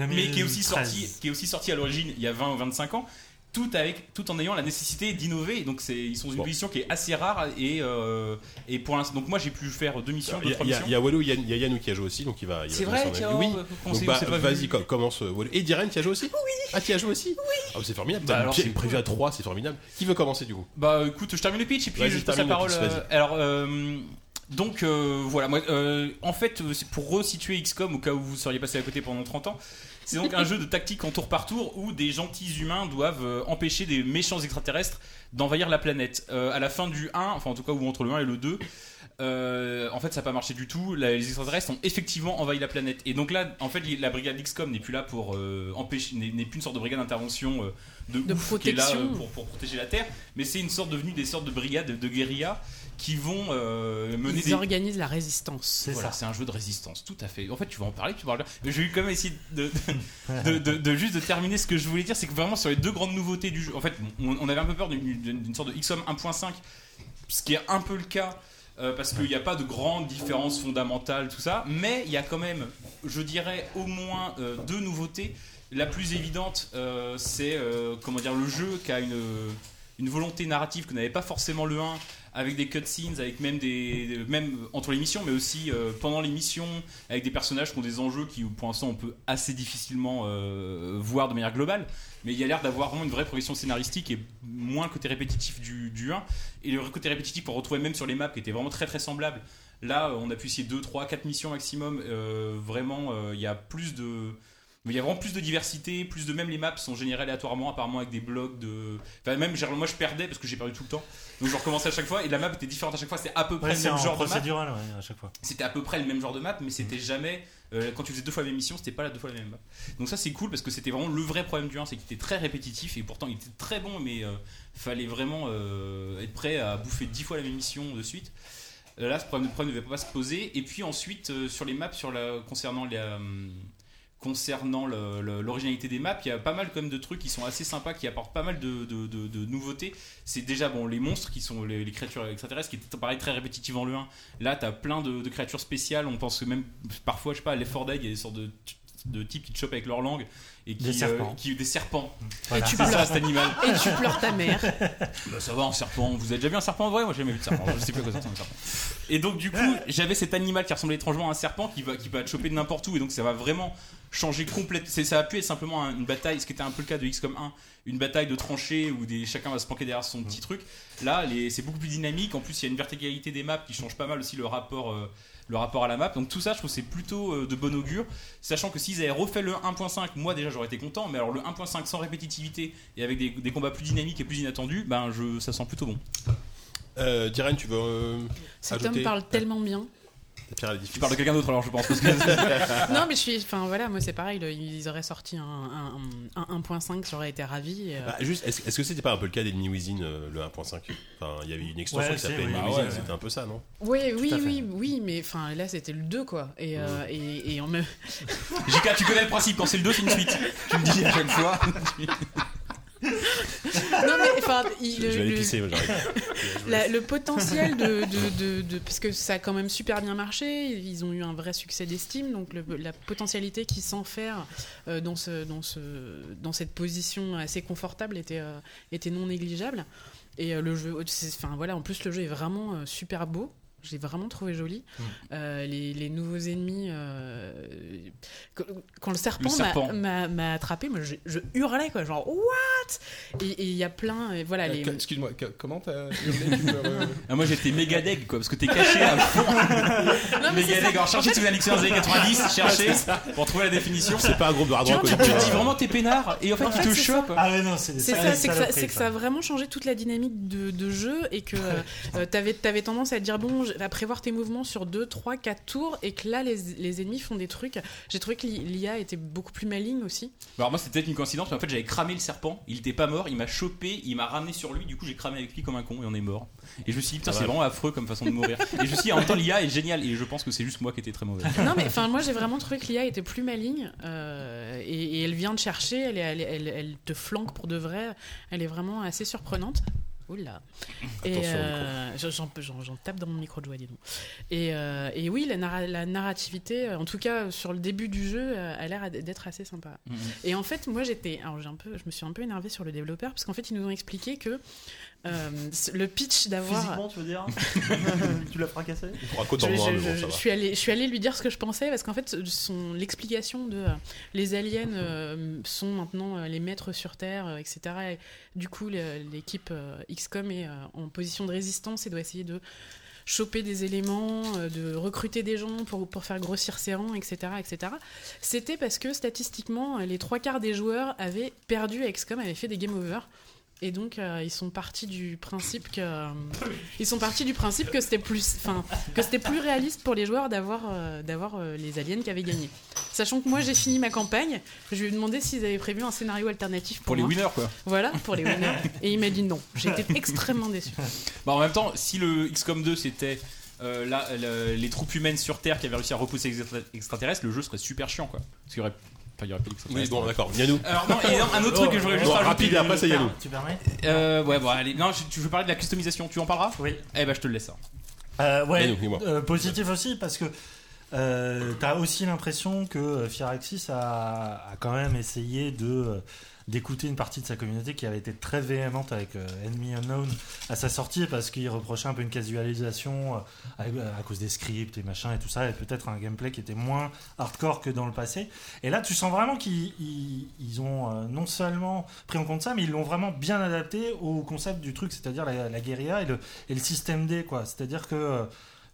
B: Ah,
C: mais qui est aussi
E: 2013.
C: sorti qui est aussi sorti à l'origine il y a 20 ou 25 ans tout avec tout en ayant la nécessité d'innover donc c'est ils sont dans une position qui est assez rare et euh, et pour l'instant donc moi j'ai pu faire deux missions deux
B: Il y a-
C: trois
B: il y a-
C: missions
B: il y a Walou, il y a- il y a Yannou qui a joué aussi, donc il va. il va
C: C'est
B: commencer
C: vrai
B: en
C: qu'il y a-
B: avril.
C: oh, bah, faut qu'on
B: Donc,
C: sait,
B: bah,
C: on s'est pas
B: vas-y,
C: vu.
B: com- commence euh, Walou. Et Diren qui a joué aussi Oui Ah, qui a joué aussi Oui C'est formidable, t'as
C: Bah, alors,
B: une
C: c'est
B: une preview à 3, c'est formidable. Qui veut commencer du coup
C: Bah écoute, je termine le pitch et puis
B: Vas-y,
C: je passe la
B: termine le
C: parole.
B: pitch,
C: euh,
B: vas-y.
C: alors euh, donc euh, voilà, moi euh, en fait euh, c'est pour resituer XCOM au cas où vous seriez passé à côté pendant 30 ans, c'est donc un jeu de tactique en tour par tour où des gentils humains doivent euh, empêcher des méchants extraterrestres d'envahir la planète. Euh, à la fin du 1, enfin en tout cas ou entre le 1 et le 2, euh, en fait, ça n'a pas marché du tout. La- les extraterrestres ont effectivement envahi la planète. Et donc là, en fait, la brigade XCOM n'est plus là pour euh, empêcher, n'est n'est plus une sorte de brigade d'intervention euh, de,
I: De
C: ouf qui est là euh,
I: protection.
C: pour, pour protéger la Terre, mais c'est une sorte devenue des sortes de brigades de guérilla qui vont euh, mener
I: Ils
C: des
I: organisent la résistance.
C: voilà, c'est un jeu de résistance, tout à fait. En fait, tu vas en parler, tu parles bien. Mais Je vais quand même essayer de, de, de- de- de juste de terminer ce que je voulais dire, c'est que vraiment sur les deux grandes nouveautés du jeu, en fait, on, on avait un peu peur d'une- d'une d'une sorte de XOM 1.5, ce qui est un peu le cas. euh, parce qu'il n'y a pas de grande différence fondamentale, tout ça, mais il y a quand même, je dirais, au moins euh, deux nouveautés. La plus évidente, euh, c'est euh, comment dire le jeu qui a une, une volonté narrative que n'avait pas forcément le 1 avec des cutscenes avec même des même entre les missions mais aussi euh, pendant les missions avec des personnages qui ont des enjeux qui pour l'instant on peut assez difficilement euh, voir de manière globale mais il y a l'air d'avoir vraiment une vraie progression scénaristique et moins le côté répétitif du, du 1 et le côté répétitif qu'on retrouvait même sur les maps qui était vraiment très très semblable là euh, on a pu essayer 2, 3, 4 missions maximum Euh, vraiment euh, il y a plus de mais il y a vraiment plus de diversité, plus de même les maps sont générées aléatoirement, apparemment avec des blocs de. Enfin, même genre, moi je perdais parce que j'ai perdu tout le temps. Donc je recommençais à chaque fois et la map était différente à chaque fois. C'était à peu près
E: Ouais,
C: le
E: c'est
C: même
E: en
C: genre de map.
E: procédural ouais, à chaque fois. Mm.
C: C'était à peu près le même genre de map, mais c'était jamais. euh, quand tu faisais deux fois la même mission, c'était pas la deux fois la même map. Donc ça c'est cool parce que c'était vraiment le vrai problème du 1, c'est qu'il était très répétitif et pourtant il était très bon, mais euh, fallait vraiment euh, être prêt à bouffer dix fois la même mission de suite. Euh, là, ce problème, le problème ne devait pas se poser. Et puis ensuite, euh, sur les maps, sur la, concernant les. euh, concernant le- le- l'originalité des maps, il y a pas mal quand même de trucs qui sont assez sympas, qui apportent pas mal de, de- de- de nouveautés. C'est déjà bon, les monstres qui sont les, les créatures extraterrestres, qui étaient pareil très répétitifs en le 1. Là, t'as plein de, de créatures spéciales. On pense que même parfois, je sais pas, à l'effort Dead, il y a des sortes de, de types qui te chopent avec leur langue et qui euh,
E: Des serpents.
C: qui- des serpents.
E: Voilà.
C: C'est
E: tu pleures.
C: ça, cet animal.
I: Et tu pleures ta mère.
C: Bah, ça va, un serpent. Vous avez déjà vu un serpent en vrai Moi, j'ai jamais vu de serpent. Je sais pas à quoi ça ressemble un serpent. Et donc, du coup, j'avais cet animal qui ressemblait étrangement à un serpent qui va, qui va te choper de n'importe où. Et donc, ça va vraiment changer complètement. Ça va plus être simplement un- une bataille, ce qui était un peu le cas de XCOM 1, une bataille de tranchées où des, chacun va se planquer derrière son petit truc. Là, les- c'est beaucoup plus dynamique. En plus, il y a une verticalité des maps qui change pas mal aussi le rapport. euh, le rapport à la map. Donc tout ça, je trouve que c'est plutôt euh, de bon augure. Sachant que s'ils avaient refait le 1.5, moi déjà j'aurais été content. Mais alors le 1.5 sans répétitivité et avec des, des combats plus dynamiques et plus inattendus, ben je, ça sent plutôt bon.
B: Euh, Diren, tu veux. euh,
I: Cet
B: ajouter
I: homme parle tellement bien.
B: Pierre à l'édifice.
C: Tu parles de quelqu'un d'autre alors je pense. parce que-
I: non, mais je suis. Enfin, voilà, moi c'est pareil. le- ils auraient sorti un, un, un 1.5, j'aurais été ravi. et, euh,
B: Bah, juste, est-ce est-ce que c'était pas un peu le cas d'Enemy Within, euh, le 1.5 Enfin, il y avait une extension
G: Ouais,
B: qui
G: c'est-
B: s'appelait
G: oui,
B: Enemy
G: bah
B: Within,
C: Ah
G: ouais.
B: c'était un peu ça, non
I: Oui, oui,
B: à fait.
I: oui, oui, mais enfin là c'était le 2 quoi. Et, euh, et, et en même.
C: JK, tu connais le principe, quand c'est le 2, c'est une suite. Tu me dis à chaque fois.
I: Non mais enfin, il-
B: Je- je vais aller
I: le-
B: pisser, moi, j'arrive.
I: la- le potentiel de, de, de, de- parce que ça a quand même super bien marché. Ils ont eu un vrai succès d'estime, donc le- la potentialité qui s'en faire euh, dans ce dans ce dans cette position assez confortable était euh, était non négligeable. Et euh, le jeu, c'est- enfin voilà, en plus le jeu est vraiment euh, super beau. J'ai vraiment trouvé joli.
J: Mm.
I: Euh, les, les nouveaux ennemis. euh, que- quand le serpent,
J: Le
I: m'a-
J: serpent.
I: m'a m'a attrapé, moi, je, je hurlais quoi, genre what Et et il y a plein, et voilà
G: Euh,
I: les.
G: que- Excuse-moi, que- comment t'as hurlé, tu peux euh, re-
C: Ah, moi j'étais méga deg quoi, parce que t'es caché à fond.
I: Non, mais
C: méga
I: c'est ça.
C: deg. Alors cherchez
I: En
C: si
I: fait-
C: vous avez un dictionnaire des années 90, cherchez
I: Ouais, c'est ça.
C: pour trouver la définition.
B: C'est pas un groupe de hard
C: Tu vois,
B: rock
C: tu
B: aussi.
C: te dis vraiment t'es peinard et en fait
I: En
C: tu
I: fait,
C: te
I: c'est
C: chopes.
E: Ah ouais, non, c'est
I: C'est ça, c'est que, ça- c'est que ça a vraiment changé toute la dynamique de, de jeu et que euh, t'avais avais tendance à dire bon, je- à prévoir tes mouvements sur 2, 3, 4 tours et que là les, les ennemis font des trucs. J'ai trouvé que l'i- l'IA était beaucoup plus maligne aussi.
C: Bah, Alors moi c'était peut-être une coïncidence, mais en fait j'avais cramé le serpent, il était pas mort, il m'a chopé, il m'a ramené sur lui, du coup j'ai cramé avec lui comme un con et on est mort. Et je me suis dit putain
B: Pas
C: c'est
B: mal.
C: vraiment affreux comme façon de mourir. et je me suis dit en même temps l'IA est géniale et je pense que c'est juste moi qui étais très mauvais.
I: Non mais enfin moi j'ai vraiment trouvé que l'IA était plus maligne euh, et, et elle vient te chercher, elle, est- elle, elle- elle te flanque pour de vrai, elle est vraiment assez surprenante. Oula. Et
J: Attention au
I: euh, j'en- j'en j'en- j'en tape dans mon micro de joie, dis donc. Et, euh, et oui, la, narra- la narrativité, euh, en tout cas sur le début du jeu, euh, a l'air d'être assez sympa.
F: Mm,
J: Mhm.
I: Et en fait, moi j'étais, alors j'ai un peu, je me suis un peu énervée sur le développeur parce qu'en fait ils nous ont expliqué que euh, le pitch d'avoir
F: Physiquement, tu veux dire Tu l'as fracassé
B: Pour un coup de
I: je,
B: dans le noir,
I: je-
B: mais bon,
I: je-
B: ça
I: je
B: va.
I: suis allée, je suis allée lui dire ce que je pensais parce qu'en fait, son l'explication de euh, les aliens euh, sont maintenant euh, les maîtres sur Terre, euh, etc. Et du coup, le- l'équipe euh, XCOM est euh, en position de résistance et doit essayer de choper des éléments, euh, de recruter des gens pour, pour faire grossir ses rangs, etc. etc. C'était parce que statistiquement, les trois quarts des joueurs avaient perdu à XCOM, avaient fait des game over. Et donc euh, ils sont partis du principe que euh, ils sont partis du principe que c'était plus enfin que c'était plus réaliste pour les joueurs d'avoir euh, d'avoir euh, les aliens qui avaient gagné. Sachant que moi j'ai fini ma campagne, je lui ai demandé s'ils avaient prévu un scénario alternatif pour,
C: Pour les
I: moi.
C: winners, quoi.
I: Voilà, pour les winners et il m'a dit non. J'étais extrêmement déçu.
C: Bah, en même temps, si le XCOM 2 c'était euh, la- la- les troupes humaines sur Terre qui avaient réussi à repousser les extra- extraterrestres, le jeu serait super chiant quoi. Parce qu'il y aurait, enfin, il y aurait pas
B: Oui,
C: d'extraterrestres.
B: bon, d'accord, Yannou.
C: Alors non, et non, un autre
B: Oh,
C: truc que j'aurais juste
B: bon,
C: rajouté-
B: rapide, et après, c'est Yannou.
E: Tu permets
C: Euh, ouais, bon, allez. Non, je, tu veux parler de la customisation, tu en parleras
E: Oui.
C: Eh ben, je te le laisse. hein.
E: Euh, ouais,
C: Yannou, dis-moi.
E: euh, positif aussi parce que euh, t'as aussi l'impression que euh, Firaxis a, a quand même essayé de euh, d'écouter une partie de sa communauté qui avait été très véhémente avec euh, Enemy Unknown à sa sortie parce qu'il reprochait un peu une casualisation euh, avec- à, cause des scripts et machin et tout ça et peut-être un gameplay qui était moins hardcore que dans le passé et là tu sens vraiment qu'ils ils- ils ont euh, non seulement pris en compte ça mais ils l'ont vraiment bien adapté au concept du truc c'est-à-dire la, la guérilla et le, et le système D quoi c'est-à-dire que euh,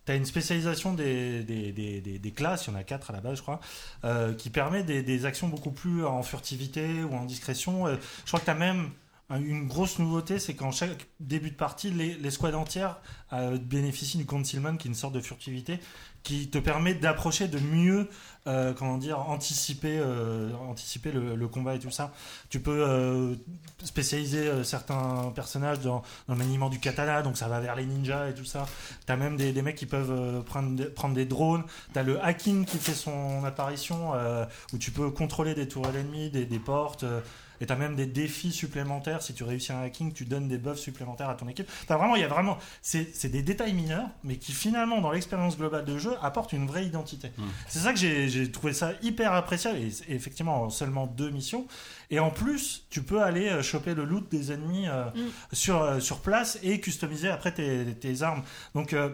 E: T'as une spécialisation des, des, des, des- des classes, il y en a quatre à la base, je crois, euh, qui permet des, des actions beaucoup plus en furtivité ou en discrétion. Euh, je crois que t'as même un- une grosse nouveauté, c'est qu'en chaque début de partie, les, les squads entières euh, bénéficient du concealment qui est une sorte de furtivité qui te permet d'approcher, de mieux, euh, comment dire, anticiper, euh, anticiper le, le combat et tout ça. Tu peux euh, spécialiser euh, certains personnages dans, dans le maniement du katana, donc ça va vers les ninjas et tout ça. T'as même des, des mecs qui peuvent euh, prendre, des- prendre des drones. T'as le hacking qui fait son apparition, euh, où tu peux contrôler des tourelles ennemies, des, des portes. euh, et t'as même des défis supplémentaires. Si tu réussis un hacking, tu donnes des buffs supplémentaires à ton équipe. Enfin, vraiment, il y a vraiment. C'est c'est des détails mineurs, mais qui finalement, dans l'expérience globale de jeu, apportent une vraie identité. C'est ça que j'ai j'ai trouvé ça hyper appréciable. Et c'est- effectivement, en seulement deux missions. Et en plus, tu peux aller euh, choper le loot des ennemis euh,
L: Mm.
E: sur, euh, sur place et customiser après tes, tes armes. Donc. euh,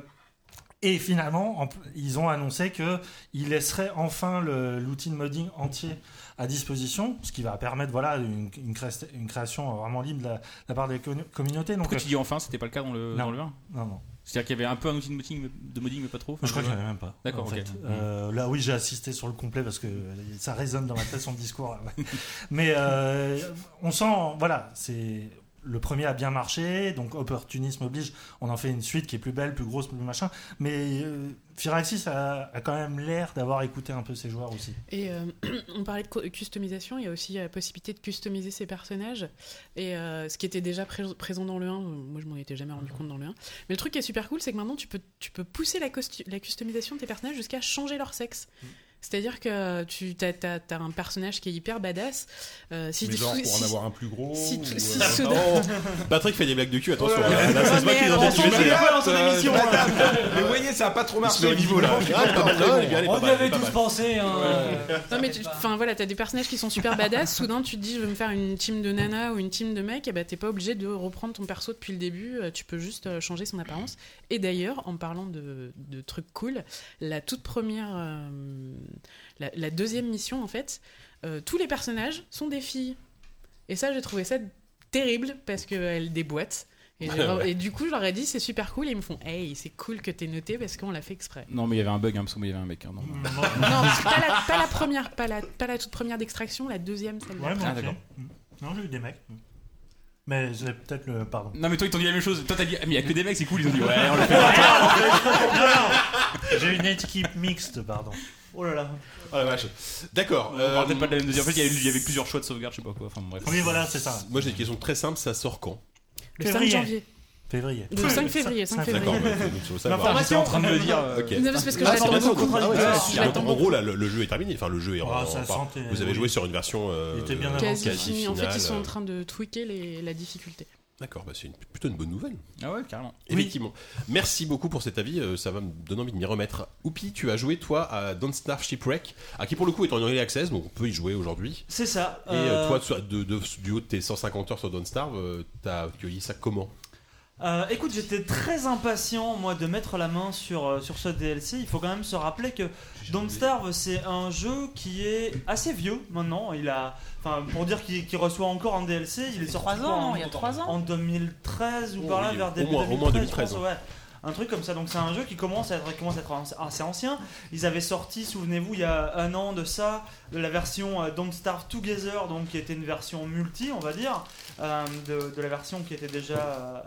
E: et finalement, en pl- ils ont annoncé qu'ils laisseraient enfin le- l'outil de modding entier à disposition, ce qui va permettre voilà, une, une créa- une création vraiment libre de la, de la part des communautés. communautés. Donc, euh,
C: Pourquoi tu dis enfin C'était pas le cas dans le,
E: Non.
C: dans le 1
E: Non, non.
C: C'est-à-dire qu'il y avait un peu un outil de modding, mais- de modding, mais pas trop.
E: je crois qu'il n'y en a même pas.
C: D'accord,
E: en
C: ok. Mmh.
E: fait. Euh, là, oui, j'ai assisté sur le complet parce que ça résonne dans ma façon de discours. là, ouais. Mais euh, on sent, voilà, c'est le premier a bien marché, donc opportunisme oblige. On en fait une suite qui est plus belle, plus grosse, plus machin. Mais euh, Firaxis a, a quand même l'air d'avoir écouté un peu ses joueurs aussi.
I: Et euh, on parlait de co- customisation, il y a aussi euh, la possibilité de customiser ses personnages. Et euh, ce qui était déjà pré- présent dans le 1, euh, moi je m'en étais jamais
G: Mhm.
I: rendu compte dans le 1. Mais le truc qui est super cool, c'est que maintenant tu peux, tu peux pousser la, costu- la customisation de tes personnages jusqu'à changer leur sexe.
G: Mhm.
I: C'est-à-dire que tu as, un personnage qui est hyper badass. euh, si
G: Mais
I: tu-
G: genre pour en
I: si-
G: avoir un plus gros
I: si-
G: ou,
I: si-
G: euh,
I: si-
G: non.
I: soudain-
B: Oh, Patrick fait des blagues de cul, attention. hein. là,
G: Ah,
B: là, ça se voit
I: Ouais,
B: qu'il est
I: mais
B: dans un
I: on s'en
B: sujet.
I: bat
G: dans son
B: Euh,
G: émission,
B: ouais,
G: hein.
B: t'as-
G: Mais vous voyez, ça a pas trop marché.
B: Il se met au niveau là.
G: Ouais,
B: Ah, pas mal,
G: ouais,
B: elle est bien, elle est
D: On
B: pas
D: y
B: mal, elle
D: avait
B: est pas
D: tous
B: mal.
D: pensé. hein.
I: Non mais tu- enfin voilà, t'as des personnages qui sont super badass. Soudain, tu te dis, je vais me faire une team de nana ou une team de mecs. Et ben, t'es pas obligé de reprendre ton perso depuis le début. euh, Tu peux juste euh, changer son apparence. Et d'ailleurs, en parlant de, de trucs cool, la toute première, euh, la, la deuxième mission en fait, euh, tous les personnages sont des filles. Et ça, j'ai trouvé ça terrible parce qu'elles déboîtent. Et, j'ai-
C: Ouais.
I: et du coup, je leur ai dit, c'est super cool. Et ils me font, hey, c'est cool que t'es noté parce qu'on l'a fait exprès.
C: Non, mais il y avait un bug, hein, parce que moi, il y avait un mec. hein, non.
I: Non, parce que pas la, pas la première, pas la, pas la toute première d'extraction, la deuxième, celle
E: Ouais,
I: d'après.
E: moi
C: Ah,
E: aussi.
C: d'accord.
E: Non, j'ai eu des mecs. Mais j'ai peut-être le. Pardon.
C: Non, mais toi, ils t'ont dit la même chose. Toi, t'as dit, ah, mais il y a que des mecs, c'est cool. Ils ont dit, ouais, on le fait.
E: J'ai une équipe mixte, pardon.
F: Oh là là.
B: Oh la vache. D'accord.
C: On parle
B: euh,
C: peut-être pas de la même deuxième. En fait, il y avait- il y avait plusieurs choix de sauvegarde, je sais pas quoi. Enfin, bref.
B: Moi j'ai une question très simple, ça sort quand
I: Le 5 janvier.
E: Février.
I: Le 5 février, 5 février.
B: D'accord, mais il faut savoir.
I: L'information.
B: J'étais en train de le dire.
I: euh,
B: Ok.
I: Non, mais c'est parce que je
B: Ah,
I: l'attends
B: c'est
I: beaucoup.
B: intéressant.
I: Ah ouais,
B: Ah,
I: je l'attends
B: donc, En gros, là, le, le jeu est terminé. Enfin, le jeu est.
E: Ah,
B: en-
E: ça
B: en-
E: sentait-
B: vous avez
E: oui.
B: joué sur une version euh,
E: Il était bien avancé.
I: Quasi
B: quasi
I: fini. En fait, ils sont en
B: finale. euh.
I: train de tweaker les- la difficulté.
B: D'accord, bah, c'est une- plutôt une bonne nouvelle.
C: Ah ouais, carrément.
B: Effectivement. Merci beaucoup pour cet avis, euh, ça va me donner envie de m'y remettre. Oupi, tu as joué toi à Don't Starve Shipwreck, à qui pour le coup est en early access, donc on peut y jouer aujourd'hui.
F: C'est ça.
B: Et
F: euh,
B: euh, toi, sur- de- de- du haut de tes 150 heures sur Don't Starve, euh, t'as cueilli ça comment
F: Euh, écoute, j'étais très impatient moi de mettre la main sur, euh, sur ce DLC. Il faut quand même se rappeler que Don't Starve c'est un jeu qui est assez vieux maintenant. Il a, enfin pour dire qu'il qu'il reçoit encore un DLC, il est
H: fait
F: sorti
H: trois
F: quoi,
H: ans,
F: en-
H: il y a trois ans.
F: en 2013 ou
B: Oh
F: par là
B: oui,
F: vers
B: au
F: début
B: moins- au moins
F: 2013. je
B: 2013,
F: pense,
B: ouais.
F: ouais. Un truc comme ça, donc c'est un jeu qui commence à être, commence à être assez ancien. Ils avaient sorti, souvenez-vous, il y a un an de ça, la version euh, Don't Starve Together, donc qui était une version multi, on va dire, euh, de, de la version qui était déjà euh,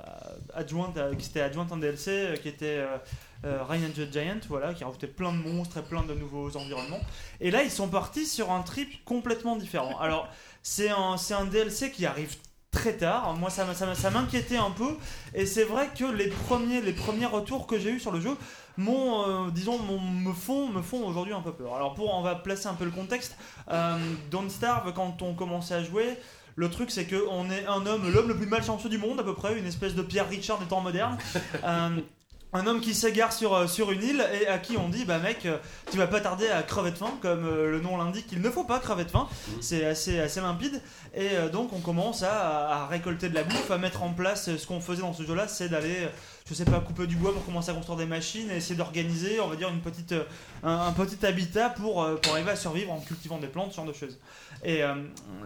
F: adjointe, à- qui était adjointe en DLC, euh, qui était euh, euh, Ryan the Giant, voilà, qui rajoutait plein de monstres et plein de nouveaux environnements. Et là, ils sont partis sur un trip complètement différent. Alors, c'est un, c'est un DLC qui arrive très tard. Moi, ça, m'a- ça m'a- ça m'inquiétait un peu. Et c'est vrai que les premiers, les premiers retours que j'ai eu sur le jeu m'ont, euh, disons, m'ont- me font, me font aujourd'hui un peu peur. Alors, pour, on va placer un peu le contexte. Euh, Don't Starve, quand on commençait à jouer. Le truc, c'est qu'on est un homme, l'homme le plus malchanceux du monde, à peu près, une espèce de Pierre Richard des temps modernes. Euh, un homme qui s'égare sur, euh, sur une île et à qui on dit bah mec euh, tu vas pas tarder à crever de faim comme euh, le nom l'indique il ne faut pas crever de faim c'est assez, assez limpide et euh, donc on commence à, à récolter de la bouffe à mettre en place euh, ce qu'on faisait dans ce jeu là c'est d'aller euh, je sais pas couper du bois pour commencer à construire des machines et essayer d'organiser on va dire une petite, euh, un, un petit habitat pour, euh, pour arriver à survivre en cultivant des plantes ce genre de choses et euh,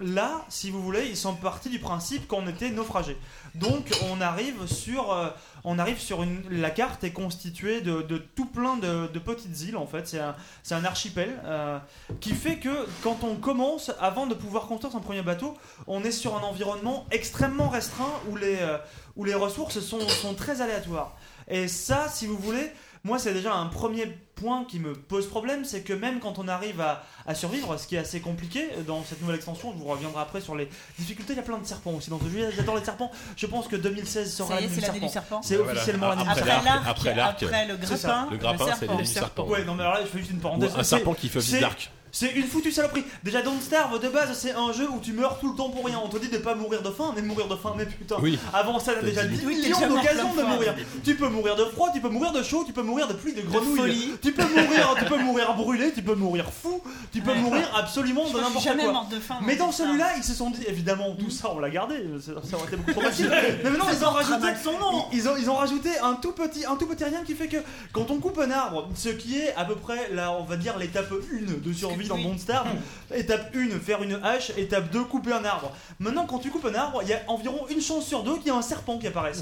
F: là si vous voulez ils sont partis du principe qu'on était naufragés donc on arrive sur euh, on arrive sur une la carte est constituée de, de tout plein de, de petites îles en fait c'est un, c'est un archipel euh, qui fait que quand on commence avant de pouvoir construire son premier bateau on est sur un environnement extrêmement restreint où les euh, où les ressources sont, sont très aléatoires et ça si vous voulez moi c'est déjà un premier point qui me pose problème, c'est que même quand on arrive à, à survivre, ce qui est assez compliqué euh, dans cette nouvelle extension, je vous reviendrai après sur les difficultés, il y a plein de serpents aussi dans ce jeu, j'adore les serpents, je pense que 2016 sera
H: Ça y est,
F: l'année
H: c'est l'année
F: du
H: du serpent.
F: serpent. C'est
B: Bah Voilà.
F: officiellement l'année
B: Après
F: du
B: l'arc,
F: serpent.
B: après l'arc.
H: après le
F: C'est ça.
H: grappin, Le grappin, le c'est serpent. l'année du serpent.
F: Ouais, non mais alors là, je fais juste une parenthèse.
B: Ou un
F: C'est-
B: serpent qui fait
F: c'est-
B: d'arc.
F: c'est une foutue saloperie. Déjà, Don't Starve, de base, c'est un jeu où tu meurs tout le temps pour rien. On te dit de pas mourir de faim, mais mourir de faim, mais putain.
B: Oui.
F: Avant ça, t'as
B: T'as
F: déjà
B: dit
F: 10
B: oui. Oui,
F: millions
B: t'es déjà mort
F: d'occasions de
B: plein de fois.
F: mourir. Tu peux mourir de froid, tu peux mourir de chaud, tu peux mourir de pluie, de grenouille.
H: folie.
F: Tu peux mourir, tu peux mourir brûlé, tu peux mourir fou, tu peux
H: Ouais.
F: mourir absolument
H: Je me
F: de
H: suis
F: n'importe quoi.
H: jamais morte de
B: hein,
H: faim,
F: Mais
H: moi,
F: dans celui-là, ils se sont dit, évidemment, tout ça, on l'a gardé. Ça ça aurait été beaucoup trop facile. Mais maintenant,
H: Ça
F: ils ont
H: portera
F: rajouté
H: mal son nom.
F: ils ils ont, ils ont rajouté un tout petit un tout petit rien qui fait que quand on coupe un arbre, ce qui est à peu près là on va dire l'étape 1 de survie dans Don't Starve, étape 1 faire une hache, étape 2 couper un arbre. Maintenant quand tu coupes un arbre, il y a environ une chance sur deux qu'il y a un serpent qui apparaisse.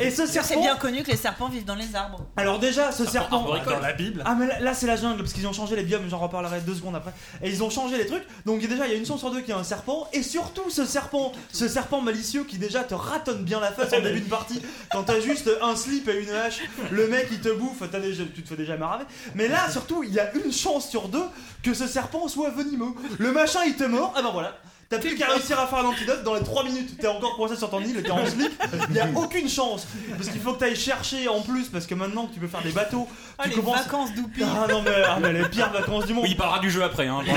F: Et ce
H: C'est
F: serpent
H: bien connu que les serpents vivent dans les arbres.
F: alors déjà, ce serpent
E: arboricole. Dans la Bible.
F: Ah mais là, là, c'est la jungle parce qu'ils ont changé les biomes. J'en reparlerai deux secondes après. Et ils ont changé les trucs. Donc il y a déjà, il y a une chance sur deux qui a un serpent. Et surtout ce serpent, ce serpent malicieux qui déjà te ratonne bien la face en début de partie. Quand t'as juste un slip et une hache, le mec il te bouffe. t'as déjà- tu te fais déjà maraver. Mais là surtout, il y a une chance sur deux que ce serpent soit venimeux. Le machin il te mord. Ah ben voilà. T'as plus qu'à réussir à faire l'antidote dans les 3 minutes. T'es encore coincé sur ton île, t'es en slip. Y a aucune chance. Parce qu'il faut que t'ailles chercher en plus. Parce que maintenant que tu peux faire des bateaux.
H: Ah,
F: tu
H: les
F: commences-
H: vacances d'Oupi.
F: Ah non, mais, ah, mais les pires vacances du monde.
C: Oui, il parlera du jeu après. Hein,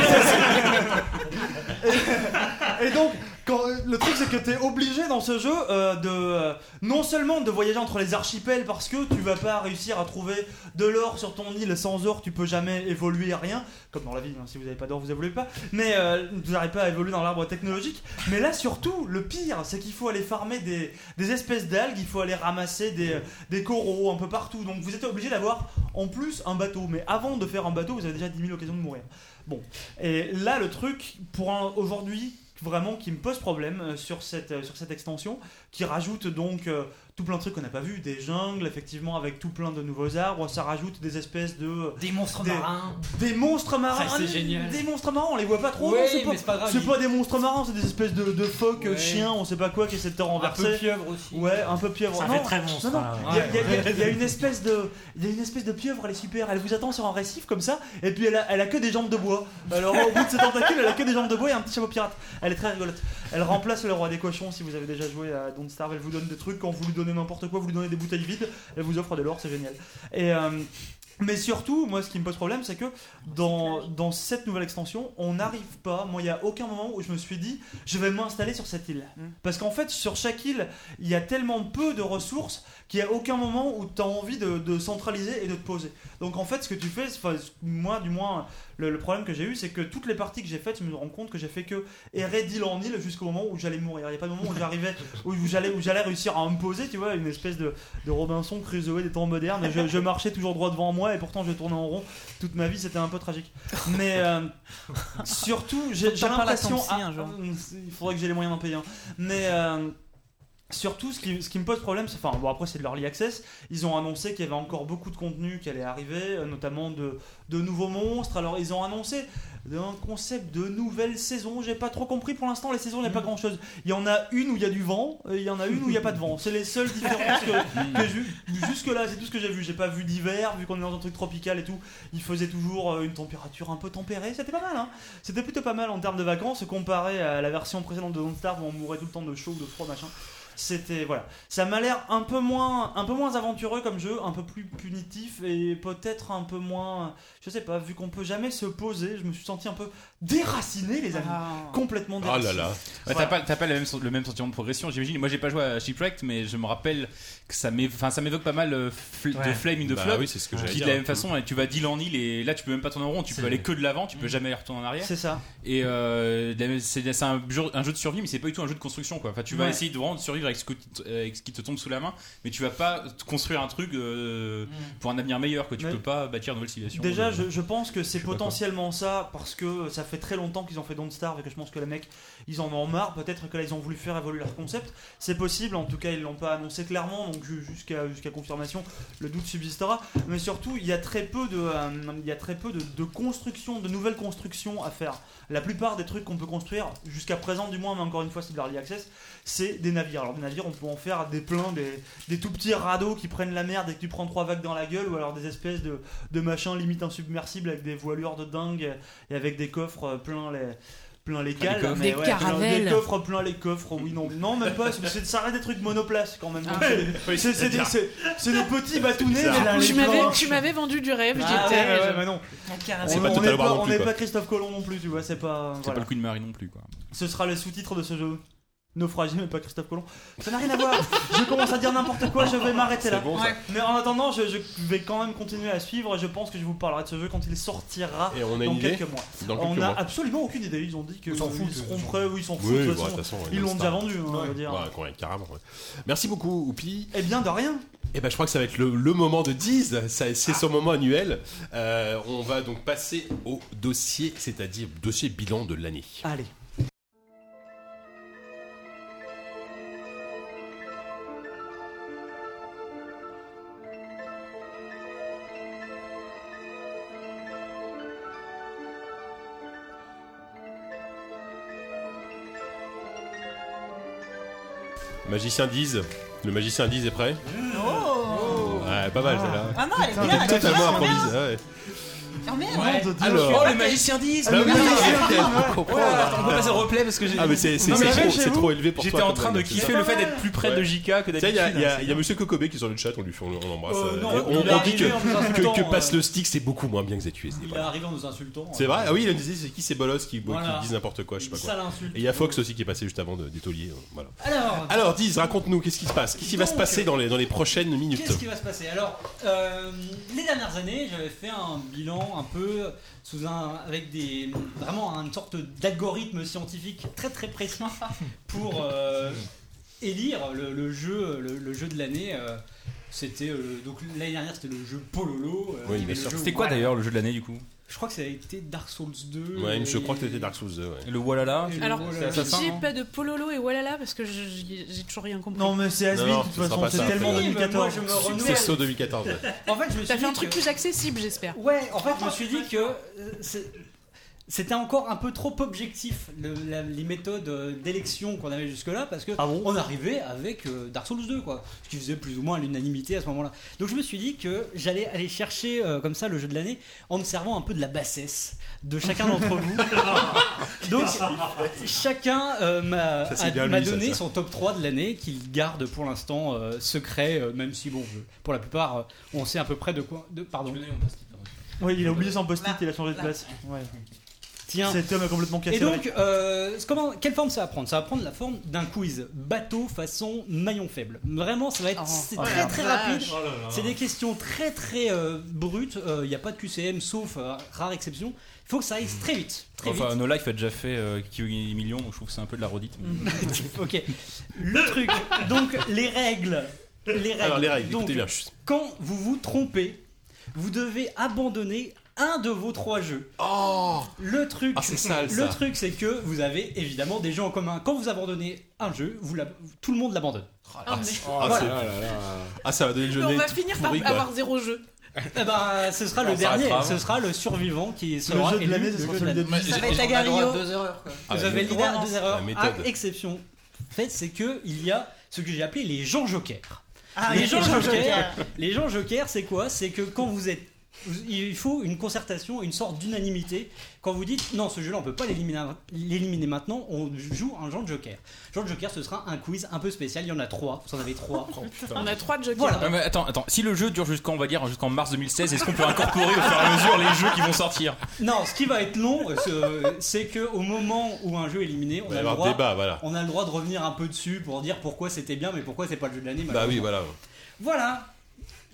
F: Et donc, quand, le truc c'est que t'es obligé dans ce jeu euh, de euh, non seulement de voyager entre les archipels parce que tu vas pas réussir à trouver de l'or sur ton île sans or, tu peux jamais évoluer à rien, comme dans la vie, hein, si vous avez pas d'or vous évoluez pas, mais euh, vous n'arrivez pas à évoluer dans l'arbre technologique. Mais là surtout, le pire c'est qu'il faut aller farmer des, des espèces d'algues, il faut aller ramasser des, des coraux un peu partout, donc vous êtes obligé d'avoir en plus un bateau, mais avant de faire un bateau vous avez déjà 10 000 occasions de mourir. Bon, et là le truc pour un- aujourd'hui vraiment qui me pose problème euh, sur cette, euh, sur cette extension, qui rajoute donc euh, tout plein de trucs qu'on n'a pas vu, des jungles, effectivement, avec tout plein de nouveaux arbres, ça rajoute des espèces de... euh,
D: Des monstres marins.
F: Des monstres marins
D: Ça, c'est
F: Ah,
D: génial.
F: Des monstres marins, on les voit pas trop,
D: Ouais,
F: non, c'est
D: mais c'est pas grave,
F: c'est
D: ils-
F: pas des monstres marins, c'est des espèces de, de phoques, euh,
D: Ouais.
F: chiens, on sait pas quoi, qui essaient de te renverser.
D: peu pieuvre aussi.
F: Ouais, un peu pieuvre. Ah
E: Ça
F: Non,
E: fait très
F: non,
E: monstre,
F: non.
E: hein,
F: Il y a-
E: ouais.
F: il y a- il y a- il y a une espèce de, il y a une espèce de pieuvre, elle est super. Elle vous attend sur un récif comme ça, et puis elle a, elle a que des jambes de bois. Alors au bout de ses tentacules, elle a que des jambes de bois et un petit chapeau pirate. Elle est très rigolote. Elle remplace le roi des cochons si vous avez déjà joué à Don't Starve. Elle vous donne des trucs quand vous lui donnez n'importe quoi, vous lui donnez des bouteilles vides, elle vous offre de l'or, c'est génial. Et euh, mais surtout, moi, ce qui me pose problème, c'est que dans, dans cette nouvelle extension, on n'arrive pas. Moi, il n'y a aucun moment où je me suis dit, je vais m'installer sur cette île. Parce qu'en fait, sur chaque île, il y a tellement peu de ressources qu'il n'y a aucun moment où tu as envie de, de centraliser et de te poser. Donc, en fait, ce que tu fais, c'est- enfin, ce- moi, du moins, le, le problème que j'ai eu, c'est que toutes les parties que j'ai faites, je me rends compte que j'ai fait que errer d'île en île jusqu'au moment où j'allais mourir. Il n'y a pas de moment où j'arrivais, où j'allais, où j'allais réussir à me poser, tu vois, une espèce de, de Robinson Crusoe des temps modernes. Je, je marchais toujours droit devant moi et pourtant je tournais en rond. Toute ma vie, c'était un peu tragique. Mais euh, surtout, j'ai,
H: Faut
F: j'ai
H: pas parler à ton
F: l'impression.
H: psy
F: ah, hum,
H: un jour.
F: il faudrait que j'ai les moyens d'en payer un. Mais. euh, Surtout, ce qui, ce qui me pose problème, c'est. Enfin, bon, après, c'est de l'early access. Ils ont annoncé qu'il y avait encore beaucoup de contenu qui allait arriver, euh, notamment de, de nouveaux monstres. Alors, ils ont annoncé un concept de nouvelle saison. J'ai pas trop compris pour l'instant, les saisons, il
H: Mm.
F: n'y a pas grand chose. Il y en a une où il y a du vent, et il y en a une où il n'y a pas de vent. C'est les seules différences que, que j'ai eues. Jusque-là, c'est tout ce que j'ai vu. J'ai pas vu d'hiver, vu qu'on est dans un truc tropical et tout. Il faisait toujours euh, une température un peu tempérée. C'était pas mal, hein. C'était plutôt pas mal en termes de vacances, comparé à la version précédente de Don't Starve où on mourait tout le temps de chaud ou de froid, machin c'était voilà ça m'a l'air un peu moins un peu moins aventureux comme jeu un peu plus punitif et peut-être un peu moins je sais pas vu qu'on peut jamais se poser je me suis senti un peu déraciné les amis complètement
B: Oh
C: Ah
F: déraciné
C: T'as pas, t'as pas le, même, sen- le même sentiment de progression, j'imagine. Moi, j'ai pas joué à Shipwrecked, mais je me rappelle que ça m'é- enfin, ça m'évoque pas mal euh, fl- de
B: Ouais.
C: Flame in the
B: Bah
C: Flood.
B: oui, c'est ce que j'allais
C: Qui, de
B: dire. Mm.
C: la même façon, tu vas d'île en île et là, tu peux même pas tourner en rond, tu peux aller que de l'avant, tu peux jamais aller retourner en arrière.
F: Mm. C'est ça.
C: Et euh, de la même- c'est c'est un, jeu- un jeu de survie, mais c'est pas du tout un jeu de construction, quoi. Enfin, tu vas
F: Ouais.
C: essayer de vraiment de survivre avec ce, que tu t- euh, avec ce qui te tombe sous la main, mais tu vas pas te construire un truc euh, pour un avenir meilleur, que tu
F: Mm. Mais-
C: peux pas bâtir une nouvelle civilisation.
F: Déjà,
C: Euh,
F: je, je pense que c'est
C: sais pas quoi.
F: potentiellement ça parce que ça fait très longtemps qu'ils ont fait Don't Starve et que je pense que les mecs ils en ont marre. Peut-être que là ils ont voulu faire évoluer leur concept. C'est possible, en tout cas ils l'ont pas annoncé clairement donc ju- jusqu'à jusqu'à confirmation, le doute subsistera. Mais surtout, il y a très peu de, euh, il y a très peu de, de construction, de nouvelles constructions à faire. La plupart des trucs qu'on peut construire jusqu'à présent, du moins, mais encore une fois, c'est de l'early access, c'est des navires. Alors des navires, on peut en faire des pleins, des, des tout petits radeaux qui prennent la mer dès que tu prends trois vagues dans la gueule, ou alors des espèces de, de machins limite insubmersibles avec des voilures de dingue et avec des coffres euh, plein les plein
I: Plein les
F: les cales,
I: coffres.
F: mais
I: Des
F: plein-
I: caravelles.
F: des coffres plein les coffres, oui non, non même pas, c'est- c'est- ça reste des trucs monoplace quand même.
I: Ah.
F: C'est- c'est c'est des, c'est- c'est des petits batounets.
I: Tu
F: mais là, les
I: m'avais-
F: pleins-
I: Tu m'avais vendu du rêve,
F: Ah,
I: j'étais.
F: ouais, ouais, mais non.
C: C'est
F: On-
C: pas
F: on
C: Total
F: n'est
C: War non
F: on
C: plus,
F: n'est
C: quoi.
F: pas Christophe Colomb non plus, tu vois, c'est pas.
C: C'est
F: voilà.
C: pas le Queen Mary non plus, quoi.
F: Ce sera le sous-titre de ce jeu. Naufragé, mais pas Christophe Colomb. Ça n'a rien à voir. je commence à dire n'importe quoi, je vais m'arrêter là.
C: C'est bon, ça. Ouais.
F: Mais en attendant, je, je vais quand même continuer à suivre. Je pense que je vous parlerai de ce jeu quand il sortira
B: Et on a
F: dans
B: une idée
F: quelques mois.
B: Dans
F: on
B: quelques
F: a
B: mois.
F: absolument aucune idée. Ils ont dit qu'ils
B: s'en foutent,
F: seront
B: ils s'en
F: prêts. Oui, ils s'en foutent.
B: Oui,
F: de
B: bah,
F: toute façon.
B: de toute façon,
F: ils l'ont déjà
B: Star.
F: vendu. hein, on va dire.
B: Ouais, ouais, carrément. ouais. Merci beaucoup, Oupi.
F: Eh bien, de rien.
B: Et ben, je crois que ça va être le, le moment de 10. ça- C'est son moment annuel. Euh, on va donc passer au dossier, c'est-à-dire dossier bilan de l'année.
F: Allez.
B: Magicien 10. Le magicien 10 est prêt
H: Oh
B: Ouais, pas mal, celle-là.
H: Ah non, elle est
B: Putain,
H: bien, elle est
B: totalement
H: bien,
B: improvisée, ouais.
H: Oh merde
B: Ouais.
H: Dieu,
B: Alors.
H: je suis
B: Oh, le
H: raté.
B: magicien 10,
H: Ah,
B: bah
H: mais
B: oui,
H: oui,
B: oui,
H: oui,
B: oui,
H: oui.
B: oui, oui.
H: Ouais, attends,
B: On peut passer au replay parce que j'ai- Ah, mais c'est- c'est-
C: Non, mais
B: c'est
C: j'avoue,
B: trop-
C: j'avoue,
B: c'est trop élevé pour
C: J'étais
B: toi,
C: en
B: quand
C: train de
B: même.
C: kiffer
B: C'est
C: le
B: pas
C: fait
B: mal.
C: d'être plus près
B: Ouais.
C: de JK que
B: Tiens, il y a-
C: d'habitude.
B: il y, a- il y a Monsieur Kokobé qui est sur le chat, on lui fait, on, on l'embrasse.
D: Euh,
B: euh,
D: non,
B: et
D: il
B: on,
D: est
B: on dit
D: arrivé
B: que,
D: en nous insultant,
B: que- que
D: euh.
B: passe le stick, c'est beaucoup moins bien que ZQSD.
D: Il est
B: voilà.
D: arrivé en nous insultant.
B: C'est vrai Ah oui, il a dit c'est qui ces bolos qui,
D: Voilà.
B: qui disent n'importe quoi, je sais pas
D: Une
B: quoi.
D: sale insulte.
B: Et il y a Fox aussi qui est passé juste avant de- des tauliers, euh, Voilà.
D: Alors.
B: Alors, dis, raconte-nous, qu'est-ce qui se passe Qu'est-ce qui va se
D: Donc,
B: passer dans les, dans les prochaines minutes
D: Qu'est-ce qui va se passer Alors, euh, les dernières années, j'avais fait un bilan un peu sous un, avec des vraiment une sorte d'algorithme scientifique très très précis pour euh, élire le, le jeu le, le jeu de l'année. euh, c'était euh, donc l'année dernière c'était le jeu Pololo. euh, il y avait le jeu-
C: C'était quoi d'ailleurs le jeu de l'année du coup
D: Je crois que ça a été Dark Souls 2.
B: Ouais,
D: et-
B: je crois que c'était Dark Souls 2. Ouais.
C: Le Walala
B: c'est-
I: Alors, hein.
B: c'est assassin,
I: pitié,
C: hein.
B: non
I: pas de Pololo et Walala parce que je- j'ai j'ai toujours rien compris.
F: Non, mais c'est Asby,
B: Non,
F: de toute
B: ce sera
F: façon.
B: pas
F: C'est
B: ça,
F: tellement
B: après.
F: 2014.
D: Oui, mais moi, je me renouvelle.
B: C'est saut 2014. ouais.
D: En fait, je me
I: T'as
D: suis
I: fait un
D: dit
I: truc
D: que-
I: plus accessible, j'espère.
D: Ouais, en fait, je me suis dit que euh, c'est- c'était encore un peu trop objectif le- la- les méthodes euh, d'élection qu'on avait jusque-là parce que
B: Ah
D: on arrivait avec euh, Dark Souls 2 quoi, ce qui faisait plus ou moins l'unanimité à ce moment-là. Donc je me suis dit que j'allais aller chercher euh, comme ça le jeu de l'année en me servant un peu de la bassesse de chacun d'entre vous. Donc chacun euh, m'a
B: Ça, c'est
D: a-
B: bien
D: m'a
B: lui, ça,
D: donné
B: ça.
D: son top 3 de l'année qu'il garde pour l'instant euh, secret euh, même si bon je- pour la plupart euh, on sait à peu près de quoi de pardon.
F: Oui, il a oublié son post-it, il a changé de place. Ouais.
D: Tiens.
F: Cet homme a complètement cassé.
D: Et
F: la
D: donc, euh, comment, quelle forme ça va prendre Ça va prendre la forme d'un quiz bateau façon maillon faible. Vraiment, ça va être c'est
F: oh
D: très
F: la
D: très
F: vache.
D: rapide.
F: Oh là là.
D: C'est des questions très très euh, brutes. Euh, Il n'y a pas de QCM sauf euh, rare exception. Il faut que ça aille très vite. Très vite.
C: Enfin, No Life a déjà fait euh, Qui veut gagner des millions, donc je trouve que c'est un peu de la redite.
L: Mm.
C: mais-
D: ok. Le truc, donc les règles. Les règles.
B: Alors, les règles,
D: Donc,
B: écoutez bien, juste.
D: Quand vous vous trompez, vous devez abandonner un de vos trois jeux. Le truc,
B: Ah, c'est sale, ça.
D: le truc, c'est que vous avez évidemment des jeux en commun. Quand vous abandonnez un jeu, vous l'ab- tout le monde l'abandonne.
I: Ah, mais-
B: Ah,
D: Voilà.
B: c'est- Ah, ça va donner le jeu de
I: On
B: l'année
I: va
B: tout
I: finir par
B: pourri, quoi.
I: avoir zéro jeu.
D: Eh ben, ce sera le
B: On s'arrêtera
D: dernier,
B: avant.
D: ce sera le survivant qui sera
F: jeu de
D: élu
F: l'année, ce sera
D: jeu de
F: celui
D: l'année.
F: de Bill.
H: Ça va être
D: Vous
H: Agario.
B: Ah,
D: avez le droit à deux
B: La
D: erreurs. À
B: méthode.
D: exception faite, c'est que il y a ce que j'ai appelé les gens jokers.
H: Ah,
D: les
H: les
D: gens
H: gens
D: jokers,
H: jokers.
D: les gens jokers, c'est quoi C'est que quand vous êtes vous- il faut une concertation, une sorte d'unanimité. Quand vous dites non, ce jeu-là, on peut pas l'éliminer l'éliminer maintenant, on joue un genre de joker. Genre de joker, ce sera un quiz un peu spécial. Il y en a trois, vous en avez trois.
I: On a trois de jokers.
D: Voilà.
B: Ah,
C: Ouais, mais attends, attends, si le jeu dure jusqu'en, on va dire, jusqu'en mars 2016, est-ce qu'on peut incorporer au fur et à mesure les jeux qui vont sortir
D: Non, ce qui va être long, euh, ce- c'est que au moment où un jeu est éliminé, on
B: va y
D: a, le
B: avoir
D: droit,
B: débat, voilà.
D: on a le droit de revenir un peu dessus pour dire pourquoi c'était bien, mais pourquoi c'est pas le jeu de l'année.
B: Bah oui,
D: malheureusement.
B: voilà.
D: Voilà.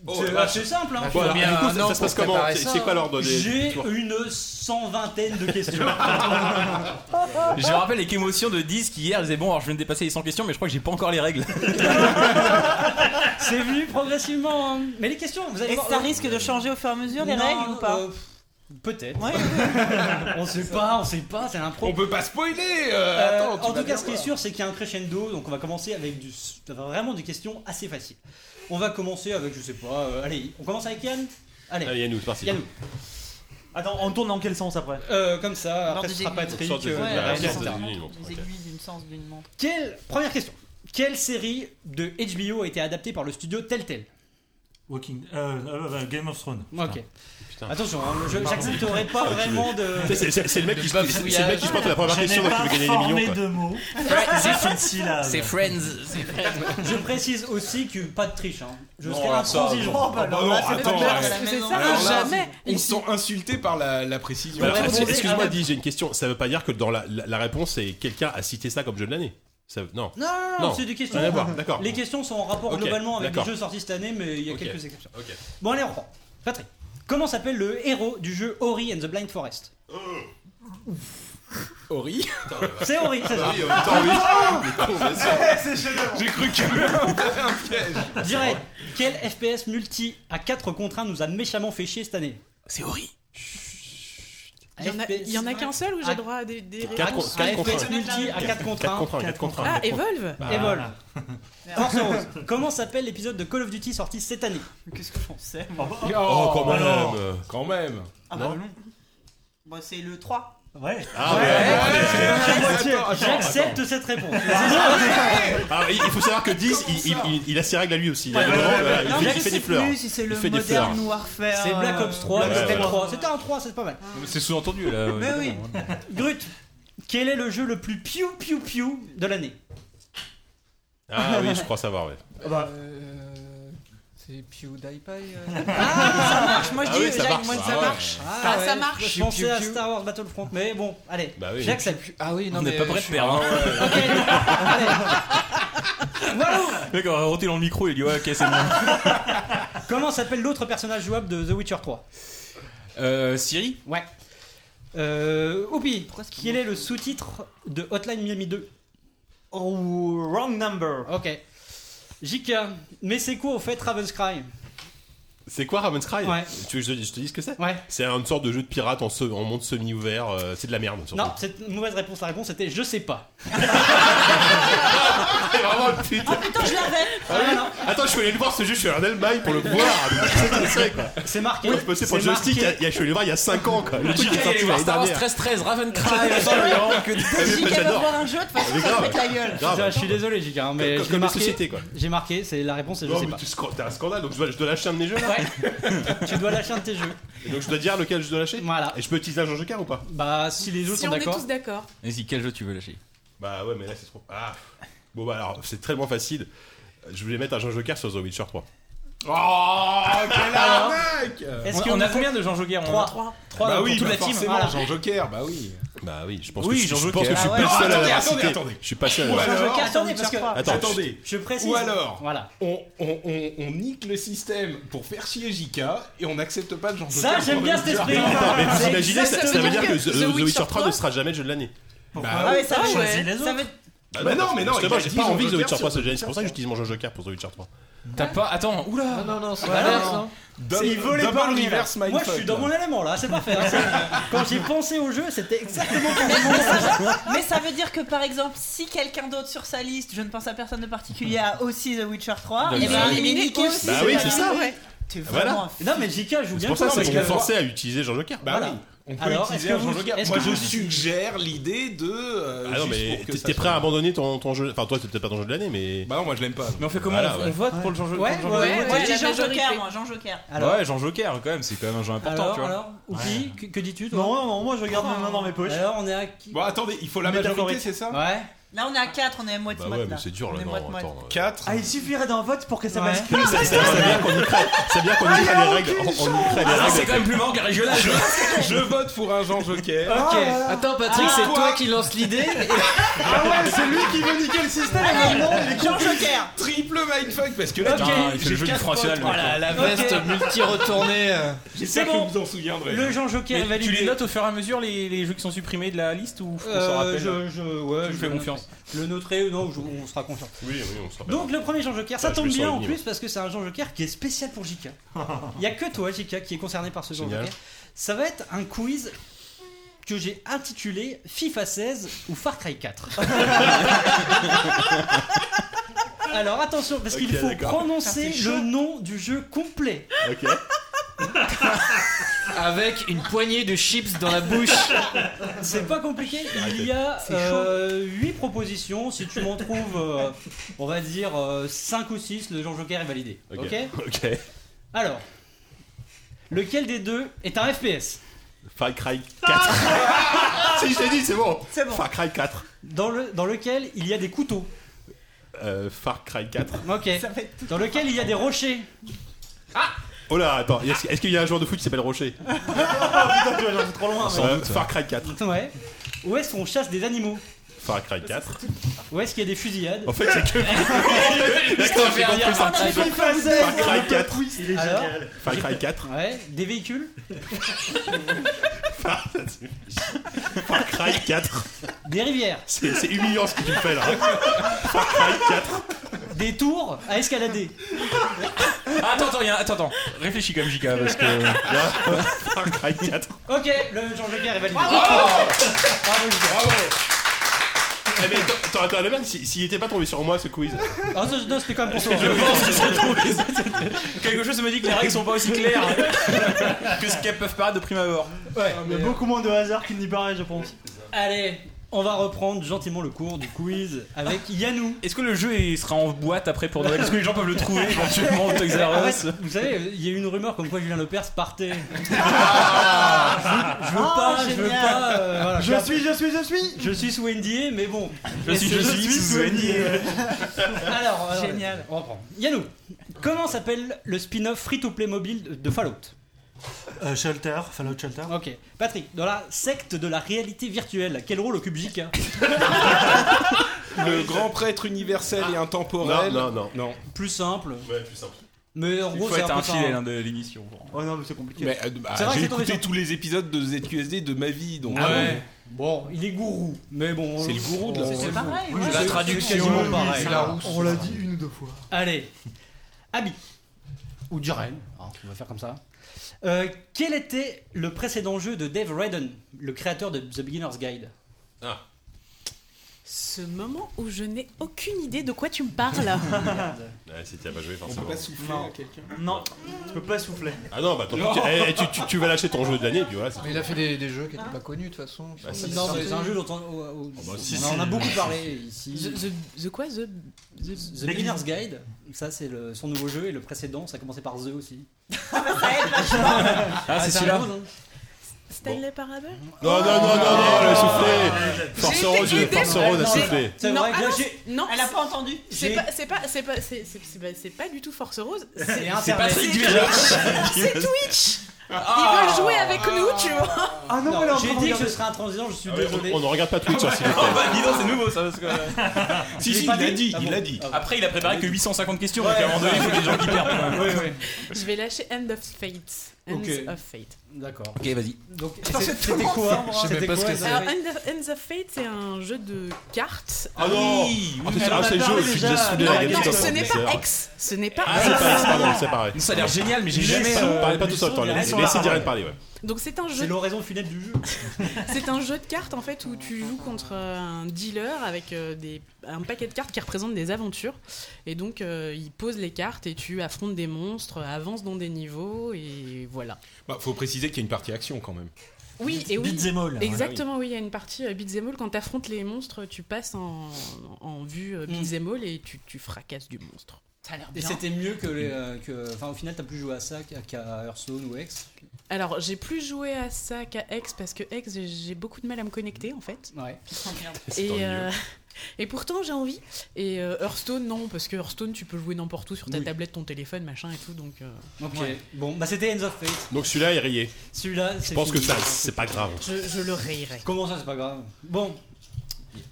B: Oh, la
D: c'est
B: vache.
D: assez simple. Hein.
B: Bon, alors, du coup, ça, ça se passe comment C'est- C'est quoi l'ordre des.
D: J'ai
B: du tour
D: une cent vingtaine de questions.
C: Je me rappelle avec émotion de 10 qu'hier, je disais bon, alors je viens de dépasser les 100 questions, mais je crois que j'ai pas encore les règles.
D: c'est venu progressivement. hein. Mais les questions, vous allez
H: Et
D: voir.
H: ça risque de changer au fur et à mesure les
D: Non,
H: règles ou pas
D: euh, Peut-être. on sait pas, on sait pas, c'est l'impro.
G: On peut pas spoiler euh,
D: Euh,
G: attends, tu vas
D: en tout cas,
G: bien
D: ce qui est
G: voir.
D: sûr, c'est qu'il y a un crescendo. Donc, on va commencer avec du, vraiment des questions assez faciles. On va commencer avec, je sais pas, euh, allez, on commence avec Yann Allez,
B: Allez, Yannou, c'est parti.
D: Yannou.
F: Attends, on tourne dans quel sens après
D: Euh, comme ça,
H: Lors
D: après
H: des
D: ce sera
H: aiguilles.
D: Patrick.
B: Sorte de-
D: euh,
B: de-
D: Yann,
B: de-
D: etc.
B: de- de- de- de- de- de- de- de- de-
H: Des aiguilles d'une sens, d'une montre.
D: Quelle Première question. Quelle série de HBO a été adaptée par le studio Telltale
E: Walking, euh, euh, euh, Game of Thrones.
D: Ok. Attention, hein, je-
E: Pardon.
D: j'accepterai pas
E: Ah, tu
D: vraiment
E: veux-
D: de.
E: C'est- c'est- c'est- c'est le mec qui se- c'est- c'est le mec qui se porte la première
D: Je
E: question,
D: n'ai
E: donc il veut
D: pas
E: gagner des millions,
D: formé
E: quoi.
D: de mots.
E: Fri- c'est fin de syllabe. C'est Friends,
L: c'est
D: Je précise aussi que pas de triche. Hein. Je
G: Non,
D: serai
G: alors ça,
D: intransigeant.
G: non. Ah
D: bah,
G: bah
D: alors
G: non,
D: là, c'est
G: attends,
D: pas clair.
G: ouais.
D: C'est ça,
G: Alors là,
D: jamais.
G: Ils sont insultés par la, la précision.
B: Alors, est-ce- Bah, Excuse-moi, Di, j'ai une question. Ça veut pas dire que dans la, la- la réponse, c'est quelqu'un a cité ça comme jeu de l'année. Ça, non.
D: Non, non, non, c'est des questions.
B: Rien à voir, d'accord.
D: Les questions sont en rapport
B: Ok,
D: globalement avec les
B: d'accord.
D: jeux sortis cette année, mais il y a
B: Ok,
D: quelques exceptions.
B: ok.
D: Bon, allez, on reprend. Patrick, comment s'appelle le héros du jeu Ori and the Blind Forest
G: Ori
D: C'est Ori, c'est ça.
G: Ori, en même temps, oui.
D: Ah
G: Mais con, bien sûr.
D: C'est génial.
G: J'ai cru que t'avais un piège.
D: Direct, quel FPS multi à 4 contre 1 nous a méchamment fait chier cette année
G: C'est Ori.
I: Il y en a- il y en a qu'un seul ou j'ai droit à des, des
D: Quatre-
I: réponses
D: quatre contre un. multi à 4 contre 1.
I: Ah, Evolve
D: Evolve.
G: Ah.
D: Force Rose, comment s'appelle l'épisode de Call of Duty sorti cette année
L: Qu'est-ce que j'en sais
D: moi
G: Oh, quand même Quand même
L: Ah bah non. Bon, c'est le 3.
E: Ouais.
B: Ah ouais,
D: J'accepte cette réponse.
B: Alors, Ah, il il faut savoir que 10, il, il- il- il a ses règles à lui aussi. Il, a
L: Ouais,
B: vraiment,
L: ouais, ouais,
B: voilà,
L: ouais.
B: il
L: Non,
B: fait,
L: mais
B: il
L: je
B: fait
L: sais
B: des fleurs.
L: plus si c'est le
B: il fait des
L: Modern
B: fleurs.
L: Warfare, euh,
D: C'est Black Ops 3,
B: Ouais,
D: c'était
B: ouais.
D: 3. C'était un 3, c'est pas mal.
C: C'est sous-entendu là.
D: Mais oui.
B: hein.
D: Grut, quel est le jeu le plus piou piou piou de l'année
B: Ah oui, je crois savoir, ouais.
J: Euh, C'est PewDiePie. euh.
D: Ah, ça marche. Moi, je
J: Ah
D: dis,
J: oui, ça
D: Jacques,
J: marche,
D: moi,
J: ça.
D: ça
J: Ah
D: marche.
J: ouais.
D: Ah,
J: Ah,
D: ouais,
J: ça marche.
D: Je pensais à
J: Piu, piu.
D: Star Wars Battlefront, mais bon, allez.
B: Bah oui.
D: J'accepte.
J: Ah oui, non,
C: On
J: mais
C: n'est pas
J: euh,
C: prêt
J: je
C: de
J: suis-
C: perdre. hein.
D: Voilà.
C: Le mec a roté dans le micro, il dit ouais, ok, c'est bon.
D: Comment s'appelle l'autre personnage jouable de The Witcher 3
C: Euh, Siri
D: Ouais. Euh, Oupi, quel est le sous-titre de Hotline Miami 2 Oh, wrong number. Ok. JK, mais c'est quoi au fait Raven's Cry
B: C'est quoi Raven's Cry
D: Ouais.
B: Tu veux que je, te- je te dise ce que c'est
D: Ouais.
B: C'est une sorte de jeu de pirate en, se- en monde semi-ouvert. euh, c'est de la merde. surtout.
D: Non, c'est une mauvaise réponse. La réponse était je sais pas.
B: C'est vraiment le putain.
L: Attends, je l'avais
B: Ah oui Attends, je suis allé le voir ce jeu, je suis allé en Allemagne pour le voir. Donc, je sais ce que C'est quoi.
D: C'est marqué.
B: Oui, je bossais pour le
D: C'est
B: joystick, il y a-
D: marqué.
B: il y a- je suis allé le voir il y a 5 ans quoi. Le
D: JK,
B: truc est
D: il est
B: sorti
D: allé
B: l'année
D: voir Star Wars
B: dernière.
D: 13,
L: Ravencry, attends, mais vraiment que-
B: Mais
L: JK va
B: j'adore.
L: voir un jeu, de toute façon,
B: Mais
L: ça
B: grave.
L: pète la gueule.
B: Grave.
D: Je suis désolé, JK, hein, mais
B: Comme-
D: j'ai
B: comme les
D: marqué.
B: sociétés, quoi.
D: J'ai marqué, c'est la réponse, c'est je
B: Non,
D: sais
B: mais
D: pas.
B: tu sc- t'as un scandale, donc je dois, je dois lâcher un de mes jeux là.
D: tu dois lâcher un de tes jeux.
B: Et donc je dois dire lequel je dois lâcher
D: Voilà.
B: Et je peux utiliser un jeu joker ou pas
D: Bah, si les
I: Si on est tous d'accord.
C: Vas-y, quel jeu tu veux lâcher
B: Bah ouais, mais là c'est trop. Ah Bon bah alors, c'est très moins facile. Je voulais mettre un jeu joker sur The Witcher 3.
G: Oh, quel
B: Alors
G: arnaque
C: Est-ce qu'on a combien de Jean Joker
D: Trois. Trois
B: Bah
D: pour
B: oui,
D: toute
B: bah
D: la team.
B: forcément,
D: Voilà.
B: Jean
G: Joker, bah oui.
B: Bah oui, je pense
C: Oui,
B: que je,
C: Jean
B: je
C: Joker.
B: pense que je suis
C: Ah
B: pas le
C: ouais,
B: seul à
C: attendez,
B: l'avoir
C: attendez,
B: cité.
C: attendez.
B: Je suis pas seul à
G: Ou
B: l'avoir
G: alors-
B: cité.
D: Attendez, parce que.
B: Attends,
G: Attendez.
D: Je précise.
G: Ou alors,
D: Voilà.
G: on, on- on- on nique le système pour faire chier JK et on n'accepte pas de Jean
D: Ça,
G: Joker
D: j'aime
G: pour
D: bien
G: le
D: cet
G: dire.
D: esprit.
B: Attends, mais vous
D: C'est
B: imaginez, ça, ça veut dire que, The, The Witcher 3 ne
G: se-
B: sera jamais le jeu de l'année.
G: Bah,
L: Ah ouais, ça va.
E: Choisis
L: ouais.
E: les autres.
L: Ça va être-
B: Bah
G: Bah non, mais non,
B: justement,
G: il a
B: j'ai
G: dit
B: pas
G: Jean
B: envie que The
G: Joker
B: Witcher 3
G: sur
B: soit gagné. C'est pour
G: Joker.
B: ça que j'utilise mon jeu joker pour The Witcher 3.
C: T'as pas. Attends, oula
J: Non, non, non, c'est
C: Voilà.
J: l'inverse, non
G: Double-
D: Il volait
G: double
D: pas le
G: reverse
D: Moi, je
G: mindfuck,
D: suis dans
G: là.
D: mon élément là, c'est parfait. hein, c'est- Quand j'ai pensé au jeu, c'était exactement comme
L: Mais ça veut dire que par exemple, si quelqu'un d'autre sur sa liste, je ne pense à personne de particulier, a aussi The Witcher 3,
B: Bah
L: il
B: oui.
L: est éliminé
I: Bah
L: aussi.
B: oui, c'est
L: pas
B: ça,
L: grave.
I: ouais.
L: T'es
B: Voilà.
L: vraiment un
D: Non, mais JK joue
B: C'est
D: bien
B: pour ça
D: le
B: c'est
D: jeu,
B: pour
D: mais
B: me forcer à utiliser Jean Joker.
G: Bah
D: Voilà.
G: oui, on peut
D: Alors,
G: utiliser
D: est-ce
G: un
D: que
G: Jean
D: vous-
G: Joker.
D: est-ce
G: Moi,
D: que
G: je
D: vous-
G: suggère l'idée de. euh,
B: Ah non,
G: juste
B: mais
G: pour que
B: t'es
G: ça
B: t'es prêt à
G: soit-
B: abandonner ton, ton jeu. Enfin, toi, c'est peut-être pas ton jeu de l'année, mais.
G: Bah non, moi, je l'aime pas.
C: Mais on fait comment
B: Voilà,
C: on,
B: ouais.
C: on vote pour le Jean Joker
D: Ouais,
C: pour le Jean
D: ouais,
C: Joker
D: ouais.
L: Moi,
I: Ouais,
L: j'ai
I: la
L: Jean Joker,
I: majorité.
L: moi, Jean Joker.
D: Alors,
C: Ouais, Jean Joker, quand même, c'est quand même un jeu important,
D: alors,
C: tu vois.
D: alors, Oupi, que, que dis-tu toi
E: Non, non, moi je regarde mes mains dans mes poches.
D: Alors, on est à qui
G: Bon, attendez, il faut la majorité,
E: Métaphorique.
G: c'est ça
D: Ouais.
L: Là, on est à 4, on est à moitié
B: Bah ouais,
L: moite,
B: mais
L: là.
B: c'est dur
L: On
B: là,
L: est
B: non,
L: moite-moite.
B: attends. euh,
G: 4.
E: Ah, il suffirait d'un vote pour que ça Ah,
D: Ouais.
E: passe.
B: Mais c'est- c'est- C'est bien qu'on y crée, c'est bien qu'on y crée les règles. On, on y crée les
C: Ah,
B: règles.
C: c'est quand même plus marrant que la régionale
G: Je vote pour un Jean Joker.
D: Ok.
J: Attends, Patrick, c'est toi qui lance l'idée
E: Ah ouais, c'est lui qui veut niquer le système. Ah non, il est con.
L: Jean Joker
G: Triple mindfuck parce que là, j'ai-
D: Ok.
C: Ah, il fait le
G: j'ai
C: jeu du
G: quatre
C: Francial,
G: potes,
D: Oh
C: le mec.
G: voilà.
J: Voilà, la veste
D: Ok.
J: multi-retournée. euh.
G: J'espère
D: bon.
G: que vous en souviendrez.
D: Le Jean Joker est
C: Mais
D: validé.
C: tu les notes au fur et à mesure les, les jeux qui sont supprimés de la liste ou faut qu'on s'en
D: Euh,
C: rappelle
D: je, je,
C: Tu
D: ouais,
C: me
D: je
C: fais
D: le
C: confiance.
D: noterai. Le noterai ou non, je- on sera confiant.
B: Oui, oui, on se
G: ben,
B: rappelle.
D: Donc le premier Jean Joker, ça
B: Ouais, je
D: tombe
B: me sens
D: bien en
B: ennemi,
D: plus parce que c'est un Jean Joker qui est spécial pour JK. Il y a que toi JK qui est concerné par ce Jean
B: Génial.
D: Joker. Ça va être un quiz que j'ai intitulé FIFA 16 ou Far Cry 4. Alors attention parce qu'il
B: Ok,
D: faut
B: d'accord.
D: prononcer le nom du jeu complet.
B: Ok.
M: avec une poignée de chips dans la bouche.
D: C'est pas compliqué. Il y a
M: C'est
D: 8 propositions. Si tu m'en trouves, euh, on va dire 5 ou 6, le Jean Joker est validé. Ok,
B: Ok.
D: Alors, lequel des deux est un FPS
B: Far Cry 4. si je t'ai dit, c'est bon. Far Cry 4.
D: Ah Dans, le, dans lequel il y a des couteaux.
B: Euh, Far Cry 4.
D: Ok. Dans lequel il y a des rochers.
B: Oh là, attends, est-ce est-ce qu'il y a un joueur de foot qui s'appelle Rocher
D: Ah, putain, tu vas chercher trop loin.
B: Sans
D: mais-
B: doute, Far Cry 4.
D: Ouais. Où est-ce qu'on chasse des animaux
B: Far Cry 4.
D: Où est-ce qu'il y a des fusillades
B: En fait, c'est que. D'accord, j'ai compris le principe. Far Cry 4.
D: Il est Alors
B: Far Cry 4.
D: Ouais, des véhicules
B: Ah, Far Cry 4.
D: Des rivières.
B: C'est c'est humiliant ce que tu me fais là. Far Cry 4.
D: Des tours Ah, à escalader.
C: Ah, Attends, attends, il y a un- attends, attends. Réfléchis comme JK parce que.
B: Far Cry 4.
D: Ok, le Jean Joker est validé.
B: Bravo
D: Bravo,
B: Eh mais t'aurais- t'aurais été la merde s'il s'il était pas tombé sur moi ce quiz.
D: Ah, ça, non, c'était quand même pour
B: Parce
D: toi.
B: que je pense que c'est
C: Quelque chose me dit que les règles sont pas aussi claires hein, que ce qu'elles peuvent paraître de prime abord.
D: Ouais,
F: Il y a beaucoup moins de hasard qu'il n'y paraît, je pense.
D: Allez, on va reprendre gentiment le cours du quiz avec Yannou.
C: Est-ce que le jeu il sera en boîte après pour Noël Est-ce que les gens peuvent le trouver éventuellement au Texaros
D: Arrête, Vous savez, il y a eu une rumeur comme quoi Julien Lepers partait. je veux, je veux
F: Ah,
D: pas, je veux
F: génial.
D: pas. euh, voilà.
F: Je suis, je suis, je suis.
D: Je suis sous NDA, mais bon.
F: Je suis- je suis sous NDA.
D: alors, alors,
F: Génial.
D: On reprend. Yannou, comment s'appelle le spin-off free-to-play mobile de- de Fallout
E: Euh, Shelter, Fallout Shelter.
D: Ok. Patrick, dans la secte de la réalité virtuelle, quel rôle occupe JK
G: Le grand prêtre universel et intemporel.
B: Non, non,
G: non.
D: Plus simple.
B: Ouais, plus simple.
D: Mais en
G: Il
D: gros,
G: faut
D: c'est
G: être
D: un,
G: un
D: peu ça,
G: fidèle,
D: hein.
G: hein,
C: de l'émission.
F: Oh non, mais c'est compliqué.
G: Mais, euh, bah,
D: C'est vrai que
G: j'ai
D: c'est tombé
G: écouté
D: sur-
G: tous les épisodes de ZQSD de ma vie, donc. euh,
D: Ah ouais. Bon, il est gourou, mais bon.
G: C'est le gourou de la- C'est pareil,
D: Oui,
G: ouais. La
D: c'est-
G: traduction,
D: c'est quasiment
G: oui,
D: pareil.
G: c'est la rousse.
K: On l'a dit une ou deux fois.
D: Allez, Abby ou Jaren, hein, on va faire comme ça. Euh, quel était le précédent jeu de Dave Redden, le créateur de The Beginner's Guide
I: Ce moment où je n'ai aucune idée de quoi tu me parles.
B: Ouais, si t'y as pas joué, forcément.
F: non. Non, tu peux pas souffler.
B: Ah non, bah tant pis.
F: Non.
B: tu- eh, tu, tu- tu vas lâcher ton jeu de l'année, puis voilà. c'est
J: Mais il a fait des, des jeux qui n'étaient pas connus de toute façon. qui
B: Bah,
J: sont
B: c'est-
J: sortis.
B: c'est un jeu
D: dont on,
B: bah, si,
D: On en a beaucoup parlé ici.
I: The, the- the quoi The, the,
D: The Beginner's Guide, ça c'est le- son nouveau jeu et le précédent, ça commençait par The aussi.
I: bah,
C: Ah, c'est
D: un
C: celui-là.
D: gros, hein.
I: Stanley Parable
B: Non, non, non, non,
D: Ah,
B: non, le soufflé. Force Rose,
I: J'ai été
B: Force
I: aidée,
B: Rose a
I: moi.
B: soufflé.
D: C'est
I: Non,
D: vrai que
I: ah
D: là,
I: non,
D: j'ai-
I: non,
L: Elle a pas entendu.
I: C'est
D: J'ai-
I: pas, c'est pas, c'est pas, c'est, c'est, c'est pas- c'est pas du tout Force Rose.
D: C'est
I: c'est-
D: Internet.
I: c'est-
D: C'est Twitch.
I: C'est Twitch. Ils veulent jouer avec nous, tu vois.
F: Ah
D: non,
I: elle est en
D: j'ai
I: train de
D: dit que
I: regarder.
D: ce serait intransigeant, je suis
B: Ah ouais,
D: désolé.
B: on- on ne regarde pas Twitch, hein, s'il vous plaît.
C: Ah bah dis donc, c'est nouveau ça parce que.
B: Si, si, il l'a dit,
D: Ah
B: il l'a dit.
C: Après, il a préparé que 850 questions,
D: Ouais.
C: donc à un moment donné, il faut que les gens qui perdent. quand même.
I: Je vais lâcher End of Fate. End
C: Ok.
I: of Fate.
D: D'accord.
C: Ok, vas-y.
D: Donc,
I: Je pensais
D: c'est-
I: tout le
D: c'était
I: monde
D: quoi
B: hein.
I: savoir.
D: C'était quoi,
I: Alors,
D: ça
I: End of, End of Fate, c'est un jeu de cartes.
B: Ah non Ah, c'est- ah, c'est le jeu, je suis déjà saoulé à la
I: Non,
B: Gamescom.
I: non, ce n'est
B: Ah, C'est
I: pas
B: vrai.
I: X. Ce n'est pas
B: Ah,
I: X.
B: c'est pareil, c'est pardon, c'est pareil.
C: Ça a l'air génial, mais j'ai
B: Laisse
C: jamais.
B: pas-
C: euh,
B: Parlez pas tous en même temps,
C: Elles
B: laissez
C: sont
B: laissez
C: là.
B: Diren parler, ouais.
I: Donc, c'est un jeu
D: C'est l'oraison funèbre du jeu.
I: C'est un jeu de cartes en fait où tu joues contre euh, un dealer avec euh, des, un paquet de cartes qui représentent des aventures. Et donc euh, il pose les cartes et tu affrontes des monstres, avances dans des niveaux et voilà.
G: Bah, faut préciser qu'il y a une partie action quand même.
I: Oui, et oui.
G: Beats
D: hein,
G: 'em all.
I: Exactement, oui, il y a une partie euh, beat'em all. Quand tu affrontes les monstres, tu passes en, en vue euh, beat'em all et tu, tu fracasses du monstre. Ça a l'air
D: Mm. Et
I: bien.
D: c'était mieux que les. euh, que- Enfin, au final, t'as plus joué à ça qu'à- qu'à Hearthstone ou X.
I: Alors, j'ai plus joué à ça qu'à X parce que X, j'ai- j'ai beaucoup de mal à me connecter en fait.
D: Ouais.
L: C'est
I: Et,
L: ennuyeux.
I: euh, et pourtant, j'ai envie. Et euh, Hearthstone, non, parce que Hearthstone, tu peux jouer n'importe où sur ta
D: Oui.
I: tablette, ton téléphone, machin et tout. Donc, euh,
D: Ok,
I: ouais.
D: bon, bah c'était Ends of Fate.
B: Donc celui-là est rayé.
D: Celui-là,
B: Je
D: c'est
B: pense que
D: fini.
B: ça, c'est pas grave.
I: Je, je le rayerai.
D: Comment ça, c'est pas grave Bon.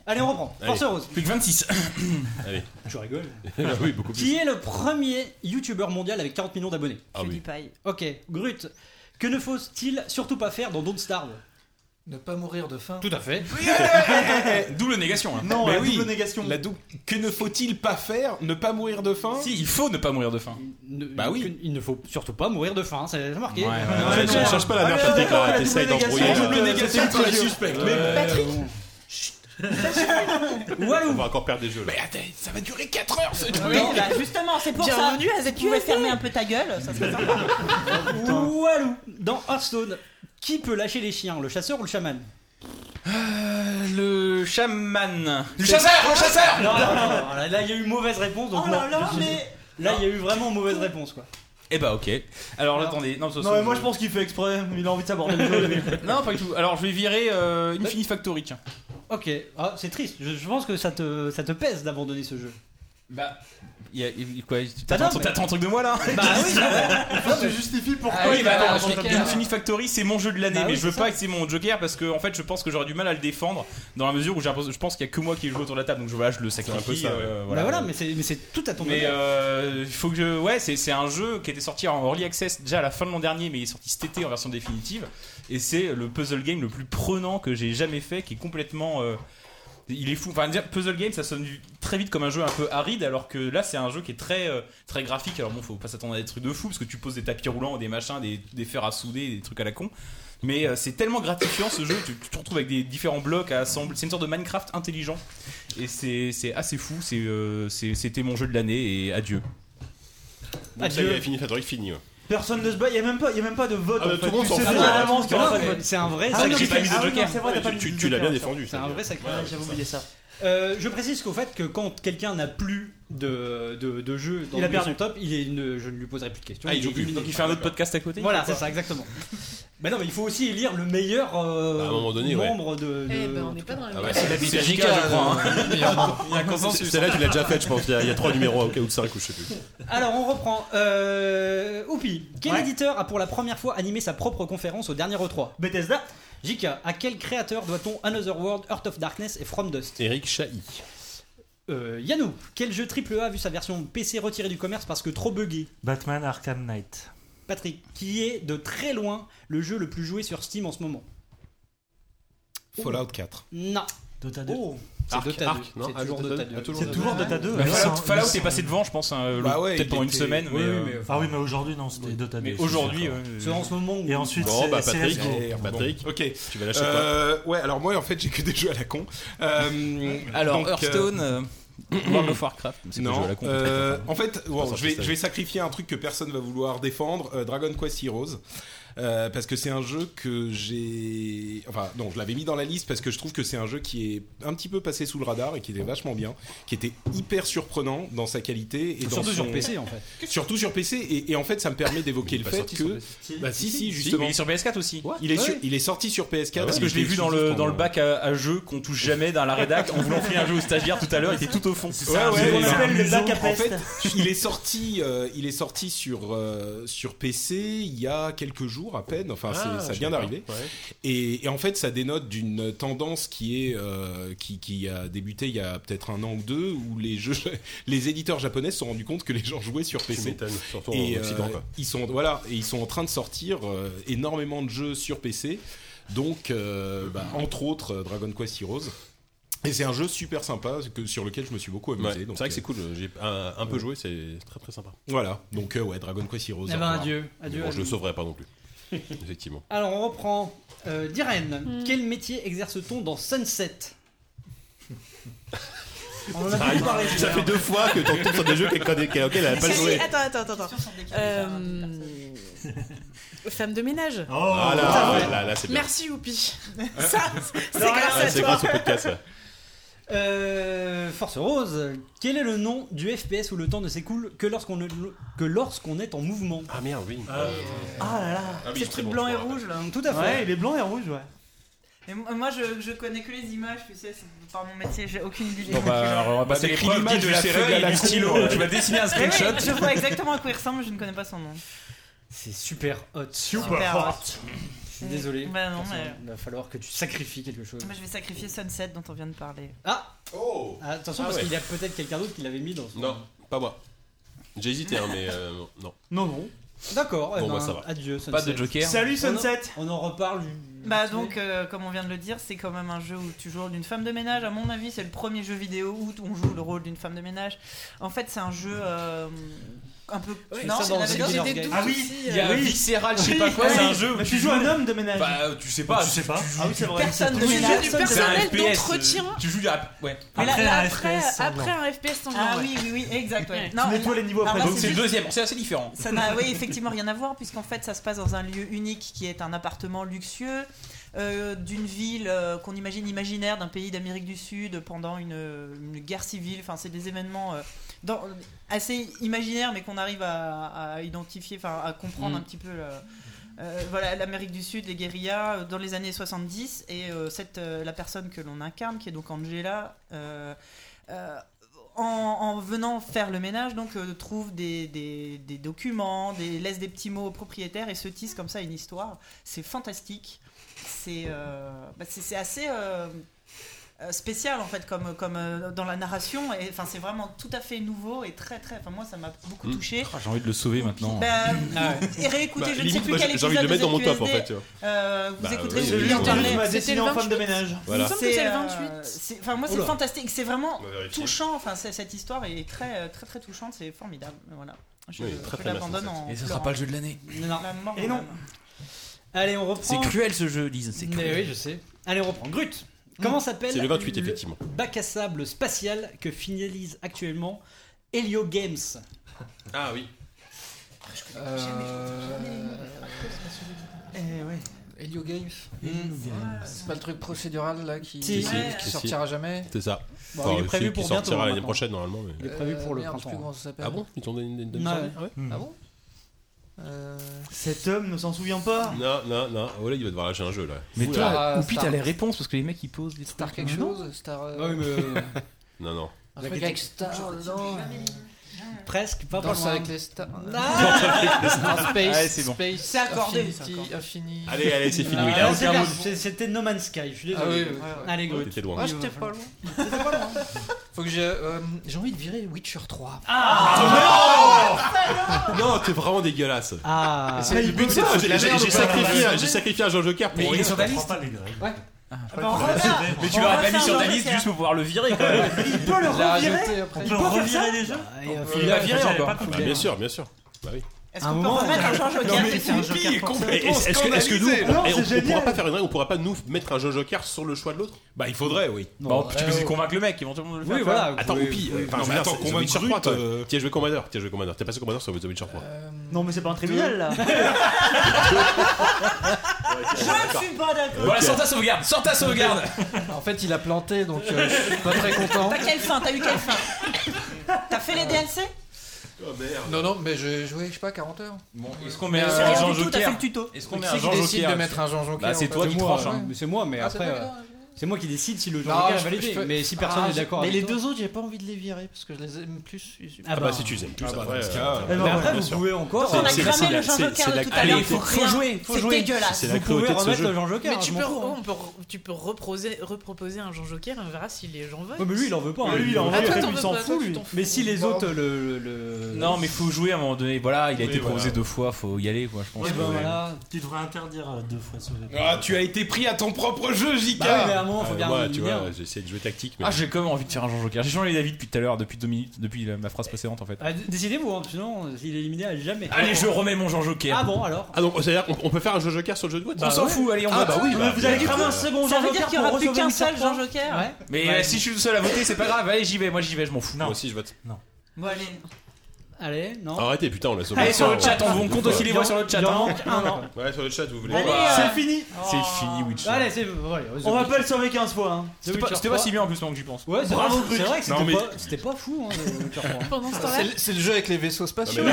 D: Allez, on reprend.
B: Allez.
D: Force Rose.
C: Plus que 26.
B: Allez.
D: Je rigole.
E: Ah
B: Bah oui, beaucoup plus.
D: Qui est le premier youtubeur mondial avec 40 millions d'abonnés
B: Ah oui.
L: PewDiePie.
D: Ok, Grut. Que ne faut-il surtout pas faire dans Don't Starve
J: Ne pas mourir de faim.
D: Tout à fait.
C: Double négation. hein.
G: Mais oui, la dou- Que ne faut-il pas faire Ne pas mourir de faim
C: Si, il faut ne pas mourir de faim.
G: Bah oui.
D: Il ne faut surtout pas mourir de faim, c'est marqué.
C: Ouais, ouais, ouais.
B: Ouais, cherche pas la merde,
D: Ah,
B: là,
D: d'accord, la
B: t'essayes
D: double
B: d'embrouiller. là.
D: négation. Double négation,
B: C'est
D: très
B: très
D: suspect. Mais Patrick,
B: On va encore perdre des jeux là.
G: Mais attends, ça va durer 4 heures ce truc
L: Oui, bah, justement, c'est pour
H: Bienvenue
L: ça.
H: à cette
L: tu pouvais
H: QFD.
L: fermer un peu ta gueule, ça serait sympa.
D: Walou, dans Hearthstone, qui peut lâcher les chiens, le chasseur ou le chaman
C: Euh, Le chaman.
D: C'est- Non, non, non, non, là, là, il y a eu mauvaise réponse. Donc
L: Oh là
D: non,
L: là,
D: je-
L: mais-
D: Là, il y a eu vraiment mauvaise réponse, quoi.
C: Eh bah ok. Alors attendez, non,
F: Non, mais moi je pense qu'il fait exprès, il a envie de s'aborder le jeu. lui.
C: non, pas du tout. Alors je vais virer euh, Infinite Factory, tiens.
D: Ok, Ah, c'est triste. Je, je pense que ça te, ça te pèse d'abandonner ce jeu.
C: Bah, il y a- il- quoi tu-
D: Bah
C: T'attends
D: non, mais-
C: t'attends un truc de moi là
D: Bah oui,
F: Ça te justifie pourquoi
C: oui,
F: il
C: bah
F: a
C: non,
F: un
C: je-
F: compte à
C: Infinite Factory, c'est mon jeu de l'année,
F: Bah
C: mais
F: oui,
C: je veux
F: c'est
C: pas
F: ça.
C: que c'est mon Joker parce que en fait, je pense que j'aurais du mal à le défendre dans la mesure où j'ai l'impression- je pense qu'il y a que moi qui ai joué autour de la table, donc je, voilà, je le sacrifie.
B: un peu ça, ouais.
C: euh,
D: Bah voilà, mais c'est mais c'est tout à ton
C: Mais
D: honneur.
C: euh, il faut que je. Ouais, c'est c'est un jeu qui était sorti en early access déjà à la fin de l'an dernier, mais il est sorti cet été en version définitive. Et c'est le puzzle game le plus prenant que j'ai jamais fait, qui est complètement. euh, il est fou. Enfin, dire puzzle game, ça sonne très vite comme un jeu un peu aride, alors que là, c'est un jeu qui est très, euh, très graphique. Alors bon, faut pas s'attendre à des trucs de fou, parce que tu poses des tapis roulants, des machins, des, des fers à souder, des trucs à la con. Mais euh, c'est tellement gratifiant ce jeu, tu, tu te retrouves avec des différents blocs à assembler. C'est une sorte de Minecraft intelligent. Et c'est c'est assez fou, c'est, euh, c'est- c'était mon jeu de l'année, et adieu.
B: Donc ça y est, fini, Factory, fini. ouais.
F: Personne ne se bat, il n'y a, même pas- il y a même pas de vote.
B: Ah, bah,
F: en
B: tout
F: fait.
B: le monde
F: Tu
B: s'en
F: sais
B: fout,
F: pas
B: hein.
F: d'avance qu'il y aura
B: Non,
F: pas de
B: mais
F: vote.
B: c'est un vrai
F: Ah oui, non,
B: sacrifice.
F: mais c'est-
B: J'ai pas mis de
F: ah oui,
B: joker.
F: non, c'est vrai, t'as
B: Ouais,
F: pas
B: tu-
F: mis
B: tu-
F: de
B: tu l'as
F: joker,
B: bien
F: c'est vrai.
B: défendu,
F: C'est un
B: c'est-à-dire.
F: vrai sacrifice,
B: Ouais,
F: j'avoue,
B: c'est
F: oublié ça.
D: Euh, je précise qu'au fait que quand quelqu'un n'a plus de, de, de jeu dans
F: Il a
D: le milieu
F: perdu.
D: de son top, il est une- je ne lui poserai plus de questions.
C: Ah, il joue
D: est
C: plus.
D: éliminé.
C: Donc il fait un autre podcast à côté,
D: Voilà,
C: quoi.
D: c'est ça, exactement. mais non, mais il faut aussi élire le meilleur euh,
B: Bah, à un moment donné, ouais.
D: membre de. de-
I: Eh ben, on
D: en
I: n'est
D: tout
I: pas
D: cas.
I: dans la
B: Ah
I: même
B: ouais,
I: classe.
B: la
C: bah, C'est JK, je crois, hein. Il y a un consensus.
B: Celle-là, tu l'as déjà faite, je pense. Il y a- il y a 3 numéros, ok, ou 5, ou je sais plus.
D: Alors on reprend. Euh, Oupi, quel éditeur a pour la première fois animé sa propre conférence au dernier E E3
F: Bethesda.
D: JK, à quel créateur doit-on Another World, Earth of Darkness et From Dust
B: Eric Chahi.
D: Euh, Yannou, quel jeu AAA a vu sa version PC retirée du commerce parce que trop buggé
E: Batman Arkham Knight.
D: Patrick, qui est de très loin le jeu le plus joué sur Steam en ce moment
G: Fallout 4.
D: Non. Oh.
E: Dota
D: 2. c'est
G: Arc,
D: Dota 2.
G: Arc, non,
D: c'est
G: ah,
D: toujours
G: Dota 2.
D: Dota 2.
G: Ah, toujours C'est Dota toujours 2. Dota 2,
C: Bah,
G: ouais.
C: Fallout,
G: Ils
C: Fallout
G: sont-
C: est passé devant, je pense, hein,
G: Bah ouais,
C: peut-être
G: il
C: pendant une
G: était-
C: semaine. mais,
G: oui, oui,
C: euh,
G: mais,
E: Ah oui, mais aujourd'hui, non, c'était Dota 2.
C: Mais
E: je suis
C: aujourd'hui,
E: d'accord.
C: euh,
D: C'est en ce moment où-
E: Et ensuite,
G: Bon,
E: c'est
G: bah,
E: c'est
G: Patrick,
E: CSGO.
G: eh,
B: Patrick,
G: bon, ok.
B: tu vas lâcher
G: Euh, Ouais, alors moi en fait j'ai que des jeux à la con. Euh,
C: Alors,
G: donc, euh,
C: Hearthstone, euh, World of Warcraft, c'est pas
G: Non,
C: jeu à la con,
G: euh,
C: peut-être.
G: en fait,
C: Pas
G: wow,
C: sorti
G: je, vais,
C: cette
G: je vais
C: année.
G: sacrifier un truc que personne va vouloir défendre, euh, Dragon Quest Heroes. Euh, parce que c'est un jeu que j'ai. Enfin, non, je l'avais mis dans la liste parce que je trouve que c'est un jeu qui est un petit peu passé sous le radar et qui était vachement bien, qui était hyper surprenant dans sa qualité. Et dans
D: Surtout sur
G: son-
D: PC, en fait.
G: Surtout sur PC, et, et en fait, ça me permet d'évoquer
B: Il est
G: le
B: pas
G: fait
B: sorti sur
G: que.
B: PC.
G: Bah, si, si,
C: mais
G: justement.
C: il
G: Ah
C: est sur PS4 aussi. Ah
G: Il est,
C: Ouais.
G: sur- il est sorti sur PS4
C: parce que je l'ai vu dans le, dans le bac à, à jeux qu'on touche jamais dans la rédac. On voulait enfiler un jeu au stagiaire tout à l'heure, il était tout au fond.
G: Ouais, ouais,
C: C'est
G: ouais,
C: ça.
G: bah,
C: Amusant.
G: En fait, il est sorti, euh, il est sorti sur euh, sur PC il y a quelques jours à peine. Enfin,
B: Ah,
G: c'est- ça
B: je
G: vient
B: sais pas.
G: d'arriver.
B: Ouais.
G: Et, et en fait, ça dénote d'une tendance qui est euh, qui, qui a débuté il y a peut-être un an ou deux, où les jeux, les éditeurs japonais se sont rendus compte que les gens jouaient sur PC.
B: m'étonnes, surtout en
G: Et, euh,
B: Occident, quoi.
G: ils sont voilà et ils sont en train de sortir euh, énormément de jeux sur PC donc euh, bah, entre autres euh, Dragon Quest Heroes et c'est un jeu super sympa que, sur lequel je me suis beaucoup amusé
B: Ouais,
G: donc,
B: c'est vrai que
G: euh,
B: c'est cool, j'ai un, un peu
G: ouais.
B: joué, c'est très très sympa.
G: voilà donc euh, ouais Dragon Quest Heroes
D: Eh
G: au
D: ben,
G: revoir.
D: adieu,
G: Mais
D: adieu,
G: bon, je
D: adieu.
G: le sauverai pas non plus effectivement
D: Alors on reprend. Euh, Diren, quel métier exerce-t-on dans Sunset On en a
F: Ah,
D: beaucoup parlé. tout à
B: Ça
D: l'heure.
B: fait deux fois que t'entends sur des jeux qu'elle connaît, qu'elle- auxquels elle a pas
I: Si, si,
B: joué.
I: Attends, attends, attends, attends. Euh, Femme de ménage.
B: Oh, Ah là,
I: Ça,
B: ouais,
I: ouais.
B: là, là, c'est bien.
I: Merci Youpi. Ça, c'est
D: Non,
I: grâce
D: ouais,
I: à
D: c'est
I: toi.
D: grâce au
B: podcast.
D: Euh, Force Rose, quel est le nom du FPS où le temps ne s'écoule que lorsqu'on est, que lorsqu'on est en mouvement
B: Ah merde, oui.
F: Ah là là.
L: C'est le truc blanc et rouge là.
D: Tout à fait.
F: Ouais, il est blanc et rouge, ouais.
L: Et mo- moi je, je connais que les images, tu sais, c'est par mon métier, j'ai aucune idée. des
C: Bon, bah,
L: images.
C: alors, on va passer
G: C'est
C: les
G: écrit
C: preuves
G: l'image
C: de
G: de
C: la
G: la série à
C: feuille et
G: la
C: du
G: con.
C: stylo. Tu vas dessiner un
L: Mais oui,
C: screenshot.
L: Je vois exactement à quoi il ressemble, mais je ne connais pas son nom.
D: C'est super hot.
L: Super hot.
D: Je suis désolé.
L: Bah non,
D: Force
L: mais-
D: Rose, Il va falloir que tu sacrifies quelque chose.
L: Moi je vais sacrifier Sunset dont on vient de parler.
D: Ah
B: Oh
D: Ah, Attention
B: Ah
D: parce
B: ouais.
D: qu'il y a peut-être quelqu'un d'autre qui l'avait mis dans son...
B: Non, pas moi. J'ai hésité, hein, mais euh, non.
D: Non, non. D'accord, eh
B: Bon,
D: ben,
B: bah, ça va.
D: adieu.
B: Pas de
D: Sunset.
B: Joker. Salut,
D: On en-
B: Sunset.
D: On en, reparle une-
L: Bah donc, euh, comme on vient de le dire, c'est quand même un jeu où tu joues le rôle d'une femme de ménage. À mon avis, c'est le premier jeu vidéo où on joue le rôle d'une femme de ménage. En fait, c'est un jeu euh, un peu.
M: c'est ça, dans
L: il y en
M: Zelda
L: avait
M: Game.
L: d'autres
M: Ah oui,
L: aussi,
M: il y a
L: euh, oui.
M: Visceral, je sais pas quoi,
L: Oui.
M: c'est un jeu où
L: Bah,
M: tu
L: tu joues un
M: joues-
L: homme de ménage.
M: Bah, tu sais pas.
L: Tu sais
M: pas.
L: Ah oui, c'est vrai. Personne
M: Tu
L: de
M: joues
L: ménage.
M: du
L: C'est un
M: personnel
L: FPS, euh,
M: d'entretien. Tu joues à. Ouais.
L: Mais là-
M: Après,
L: là,
M: un
L: après,
M: FPS sanglant.
L: après
I: un FPS sanglant,
L: Ah
I: ouais.
L: oui, oui, oui, exact. Ouais.
I: Tu nettoies les niveaux
L: alors
I: après.
L: là,
M: Donc c'est le
L: juste-
M: deuxième, c'est assez différent.
L: Ça n'a oui, effectivement rien à voir, puisqu'en fait, ça se passe dans un lieu unique qui est un appartement luxueux euh, d'une ville euh, qu'on imagine imaginaire d'un pays d'Amérique du Sud pendant une, une guerre civile. Enfin, c'est des événements euh, dans- assez imaginaires, mais qu'on arrive à, à identifier, enfin, à comprendre
M: Mm.
L: un petit peu. là. Euh, voilà l'Amérique du Sud, les guérillas euh, dans les années 70 et euh, cette euh, la personne que l'on incarne qui est donc Angela euh, euh, en, en venant faire le ménage, donc euh, trouve des, des- des documents, des, laisse des petits mots aux propriétaires et se tisse comme ça une histoire. C'est fantastique. C'est euh, bah, c'est c'est assez euh, euh, spécial en fait comme, comme euh, dans la narration. Et enfin c'est vraiment tout à fait nouveau et très très. Enfin moi ça m'a beaucoup touché.
C: Ah, J'ai envie de le sauver maintenant.
L: Bah, et réécoutez,
C: Bah,
L: je ne sais
C: limite,
L: plus
C: moi,
L: quel
C: j'ai-
L: épisode
C: j'ai envie de le mettre dans mon
L: ZQSD.
C: top, en fait, tu vois.
L: Euh, vous
C: Bah,
L: écouterez,
C: oui,
L: je
C: oui,
L: lui en
C: oui.
L: parlais.
C: Celui qui m'a
L: C'était
F: dessiné
L: le
F: en femme de
L: 28.
F: ménage.
C: Voilà.
L: Il me semble
F: C'est,
L: que c'est le
F: euh,
L: 28. C'est- Enfin, moi, c'est
F: Oula.
L: fantastique. C'est vraiment
F: On va vérifier.
L: touchant. Enfin, c'est- cette histoire est très, euh, très, très touchante. C'est formidable. Voilà. Je,
M: Oui,
L: je
M: très, très
L: l'abandonne
M: bien,
L: en.
M: Et ce sera
L: pleurant.
M: pas le jeu de l'année.
D: Non.
L: La mort
D: Et
L: en
D: non.
L: âme.
D: Allez, on reprend.
M: C'est cruel ce jeu, Lise. C'est
D: Mais
M: cruel.
D: oui, je sais. Allez, on reprend. Grut. Comment s'appelle
B: Mm. C'est le 28, effectivement.
D: Bac à sable spatial que finalise actuellement Helio Games.
B: Ah oui.
D: Eh ouais.
J: Helio Games.
M: Helio
D: Games.
J: C'est pas le truc procédural là qui,
B: Si, si,
J: qui
B: si,
J: sortira
B: si.
J: jamais.
B: C'est ça.
J: Bon,
B: Enfin,
J: il est prévu
B: celui qui
J: pour
B: sortira
J: bientôt, hein,
B: l'année
J: maintenant.
B: prochaine normalement. mais-
J: Il est prévu pour le Euh, merde, je sais printemps. plus comment ça s'appelle.
B: Ah bon Ils t'ont donné une, une demi
J: Ouais.
B: journée Ah ouais
J: Ah bon Euh,
F: Cet homme ne s'en souvient pas.
B: Non, non, non. Oh là, il va devoir lâcher un jeu là.
C: Mais
B: Ouh
C: toi,
B: là.
J: Star-
C: Oupi, t'as
J: Star-
C: les réponses parce que les mecs ils posent des
J: Star
C: trucs.
J: quelque chose Star. euh,
B: Non, non.
J: Un truc avec Star dedans.
D: Presque, pas
J: Danse
D: pas loin.
J: avec les stars.
D: Danse avec les stars.
J: Space,
D: Allez, Ah c'est bon.
J: Space,
D: C'est accordé, c'est
J: Infinity,
D: accordé.
J: Infini.
B: Allez, allez, c'est fini.
D: Ah,
B: Il a
D: là,
B: aucun
D: c'est
B: mot.
D: clair, c'est- C'était No Man's Sky, je suis
J: Ah
D: désolé.
J: oui, oui, oui.
D: Allez, Grut.
J: Ouais, t'étais loin. Moi, j'étais pas loin. Faut que j'ai. euh, j'ai envie de virer Witcher 3.
B: Non, t'es vraiment dégueulasse.
D: Ah.
J: C'est du but, c'est de
B: Putain,
J: foutre
B: j'ai-
J: la
B: j'ai
J: merde,
B: j'ai
J: ou pas
B: sacrifié,
G: hein.
J: Dans la
B: j'ai
J: journée.
B: sacrifié un jeu Joker
J: Mais
B: pour
J: il est
B: rien.
J: sur ta liste. Ouais.
C: Ah,
J: Ouais.
C: voilà. Mais tu
J: On
C: l'aurais
J: va
C: pas mis
J: faire
C: sur
J: un
C: ta
J: jeu
C: liste
J: Joker.
C: juste pour pouvoir Oh, le virer quand même.
F: Il peut le
J: Je l'ai
F: revirer
J: rajouté
F: On
J: après.
F: peut revirer des jeux
D: Ah,
B: Il l'a viré encore. Bah, Bien sûr, bien sûr. Bah oui.
L: Est-ce qu'on peut remettre un genre Joker
B: mais
L: et faire un
B: Whoopi
L: Joker
B: est
L: pour ça
B: complètement Est-ce est-ce que, est-ce que nous,
G: scandalisé.
B: on-
G: Non,
B: et
G: c'est
B: on, on pourra
G: génial.
B: pas faire une règle, on pourra pas nous mettre un jeu Joker sur le choix de l'autre
G: Bah, il faudrait, oui.
C: Bon,
B: euh,
C: tu peux essayer de convaincre le mec, éventuellement de le faire. tu vois.
B: Attends, Oupi, euh, enfin, je
G: Non, mais
B: veux dire,
G: attends,
B: c'est The
G: convaincre
B: Witcher
G: Ruth,
B: 3, toi.
G: euh,
B: T'y as joué Commander, t'y as joué Commander. T'es passé Commander sur The Witcher 3.
F: Non, mais c'est pas un tribunal là.
L: Je ne suis pas d'accord.
M: Voilà, sans ta sauvegarde, sans ta sauvegarde.
J: En fait, il a planté, donc euh, je suis pas très content.
L: T'as quelle fin T'as eu quelle fin T'as fait les DLC
J: Non, non, mais j'ai joué, je sais pas, 40 heures.
C: Bon, est-ce qu'on met un
J: C'est rien
C: Jean
J: du tout, t'as
C: Joker
J: fait le tuto.
C: Est-ce qu'on
J: Qui
C: met un
J: c'est qui
C: Jean Joker
J: décide de mettre un Jean Joker,
C: Bah, c'est
J: en
C: toi
J: fait
C: qui
J: C'est moi,
C: tranches. hein.
J: ouais.
D: Mais c'est moi, mais
J: Ah, c'est
D: après.
J: toi qui
D: euh,
J: dois-
D: C'est moi qui décide si le jeu
J: Non,
D: Joker est
J: je-
D: validé.
J: je fais-
D: Mais si personne
J: Ah,
D: n'est
J: je-
D: d'accord
J: Mais
D: avec
J: les
D: toi-
J: deux autres, j'ai pas envie de les virer parce que je les aime plus. ils-
D: Ah
B: Ah bah, si tu les aimes plus,
J: Ah bah,
B: après.
J: dans ce
B: euh,
J: cas,
B: euh,
J: eh ben,
B: bah,
J: voilà.
B: bien
J: Vous
B: sûr.
J: pouvez encore.
B: C'est-
J: On a
B: c'est la-
J: cramé
B: c'est
J: le
B: la-
J: Jean
B: c'est-
J: Joker
B: c'est
J: de
B: la
J: tout à
B: clé.
J: l'heure,
B: Il
J: faut rien.
B: faut
J: C'est
B: jouer.
J: dégueulasse.
B: C'est la
J: Vous
B: cruauté
J: pouvez
B: de ce
J: remettre
B: jeu.
J: le Jean Joker,
I: Mais
J: je
I: tu
J: m'en
I: peux,
J: fous.
I: on peut re- tu peux reposer- reproposer un Jean Joker et on verra si les gens veulent.
D: Ouais, mais lui, il en veut pas.
I: Ah,
D: hein.
I: lui, il en veut
D: Ah, toi,
I: pas,
D: t'en
I: lui,
D: veux
I: il s'en
D: pas,
I: fout,
D: toi, tu
I: lui.
D: t'en fous. Mais si les autres le. le-
C: Non, mais faut jouer à un moment donné. Voilà, il a
D: Oui,
C: été
D: voilà.
C: proposé deux fois, faut y aller, quoi, je pense.
E: Ouais,
C: que-
E: bah, voilà. Tu devrais interdire euh, deux fois ce jeu.
G: Ah, tu as été pris à ton propre jeu, JK
B: Euh,
G: Ah,
B: moi, tu vois, j'ai essayé de jouer tactique. mais-
C: Ah, j'ai quand même envie de faire un Jean Joker. J'ai changé d'avis depuis tout à l'heure, depuis deux minutes, depuis la- ma phrase précédente en fait.
D: Ah, d- Décidez-vous, hein, sinon il est éliminé à jamais.
C: Allez, je remets mon Jean Joker.
D: Ah bon, alors
B: Ah donc c'est-à-dire qu'on on peut faire un jeu Joker sur le jeu de vote
C: On s'en fout, allez, on
B: Ah
C: vote.
B: bah oui, bah,
C: Vous allez
B: bien
C: cramer un
B: sûr.
C: second
L: Ça veut dire qu'il y aura plus qu'un seul Jean Joker
C: Mais euh, si je suis le seul à voter, c'est pas grave. Allez, j'y vais, moi j'y vais, je m'en fous. Moi aussi, je vote. Non.
L: Bon, allez.
D: Allez, non.
B: Arrêtez, putain, on l'a sauvé.
C: Allez, sur le
B: Ouais.
C: chat, on, on
B: Deux
C: compte
B: fois.
C: aussi les voix sur le chat.
B: Il en
C: hein.
B: manque un, non. Ouais, sur le chat, vous voulez.
C: Allez,
B: Bah,
C: euh,
B: c'est fini.
C: C'est fini, Witcher.
D: Allez, c'est. ouais, The
F: On va
D: Witcher.
F: pas le sauver 15 fois. hein.
D: The
C: C'était pas-
D: Witcher
C: c'était pas
D: 3.
C: si bien en plus, maintenant que j'y pense.
D: Ouais, c'est
C: Bravo,
D: vrai, c'est
C: Grut.
D: vrai que
C: Non,
D: c'était
C: mais-
D: pas, c'était pas fou, hein, The Witcher 3.
I: Pendant ce temps-là-
J: C'est le- C'est le jeu avec les vaisseaux spatiaux.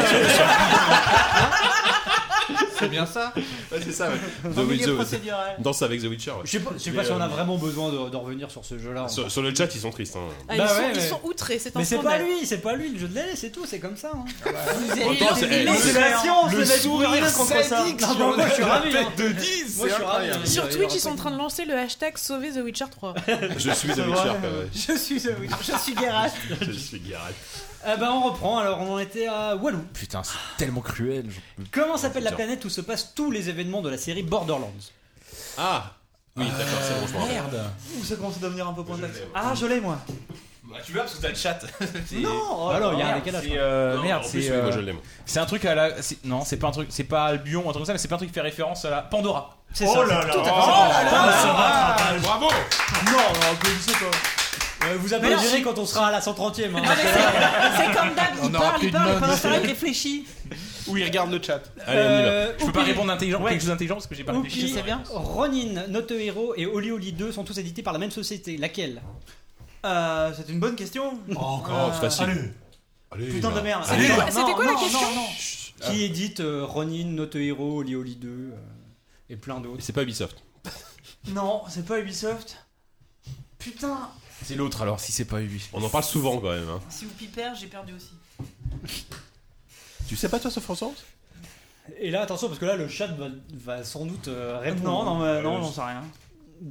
J: C'est bien ça
B: C'est ça, ouais. The
D: Familier
B: Witcher-
D: procédural.
B: Danse avec The Witcher. ouais.
D: Je sais pas, je sais
B: Mais,
D: pas si on a
B: euh,
D: vraiment besoin de, d'en revenir sur ce jeu-là.
B: Sur, sur le chat, ils sont tristes. Hein.
I: Ah, ils,
D: Bah
I: sont,
D: ouais,
I: ils
D: mais-
I: sont outrés, c'est un
D: Mais c'est pas
I: scandale.
D: lui, c'est pas lui le jeu de l'année, c'est tout, c'est comme ça. Hein.
B: Ah bah, En même temps, c'est- eh,
F: Mais
B: le-
F: c'est la science,
B: le
F: le mec,
B: sourire
F: rien contre ça.
B: sadique
F: Non,
B: sur
F: mais moi, je suis
B: la
F: ravi, hein.
B: tête de 10,
F: Moi,
B: c'est
F: je suis ravi.
B: incroyable.
I: Sur Twitch, ils sont en train de lancer le hashtag Sauver the Witcher 3.
B: Je suis The
D: C'est
B: Witcher,
D: vrai.
B: quoi, ouais.
L: Je suis The Witcher, je suis Geralt.
B: Je suis Gareth.
D: Eh ben on reprend, alors on en était à Walou.
C: Putain, c'est tellement cruel.
D: Comment s'appelle la planète où se passent tous les événements de la série Borderlands
B: Ah Oui, d'accord, c'est bon, je me rappelle.
F: Ouh, ça commence à devenir un peu point Ah, je l'ai moi.
M: Bah, tu l'as parce que t'as le chat. C'est-
F: Non,
M: Bah
F: oh,
M: il y a un
F: merde,
M: décalage.
F: c'est,
M: quoi.
F: euh,
M: Non,
F: merde,
M: en
F: c'est,
M: plus, oui,
F: euh,
M: moi, je l'aime. C'est un truc à la. c'est- Non, c'est pas un truc. C'est pas Albion, un truc comme ça, mais c'est pas un truc qui fait référence à la Pandora. C'est
F: Oh
M: ça,
F: là
M: c'est
F: là.
M: tout à fait
F: Oh
M: ça.
F: là là.
M: Pandora.
F: Ah,
M: Bravo
D: Non, on applaudissez pas.
F: Euh,
D: vous
M: Mais non,
D: applaudirez
M: si-
D: quand on sera à la 130ème. hein.
L: C'est comme d'hab, il parle, il parle, et pendant ce temps-là, il réfléchit.
M: Ou il regarde le chat.
D: Allez, on y va.
M: Je peux pas
D: Oupi.
M: répondre intelligent,
D: Euh, Ouais.
M: quelque chose d'intelligent parce que j'ai pas réfléchi.
D: Oupi, Ronin, Note Hero et Oli Oli 2 sont tous édités par la même société. Laquelle
F: Euh,
D: Oh,
F: C'est une bonne question. Euh,
B: encore, c'est facile. Allez. Allez,
F: Putain
B: là.
F: de merde.
B: Allez, là.
F: C'était quoi la question
D: Qui
M: Ah.
D: édite euh, Ronin, Note Hero, Oli Oli 2 euh, et plein d'autres
B: C'est pas Ubisoft.
F: Non, c'est pas Ubisoft. Putain,
B: C'est l'autre alors, si c'est pas Ubisoft. On en parle souvent quand même. hein.
L: Si vous pipère, j'ai perdu aussi.
B: Tu sais pas toi, sauf François
D: Et là, attention, parce que là, le chat va, va sans doute euh, répondre.
F: Ah, Non, non, mais- non,
D: Euh,
F: j'en sais rien.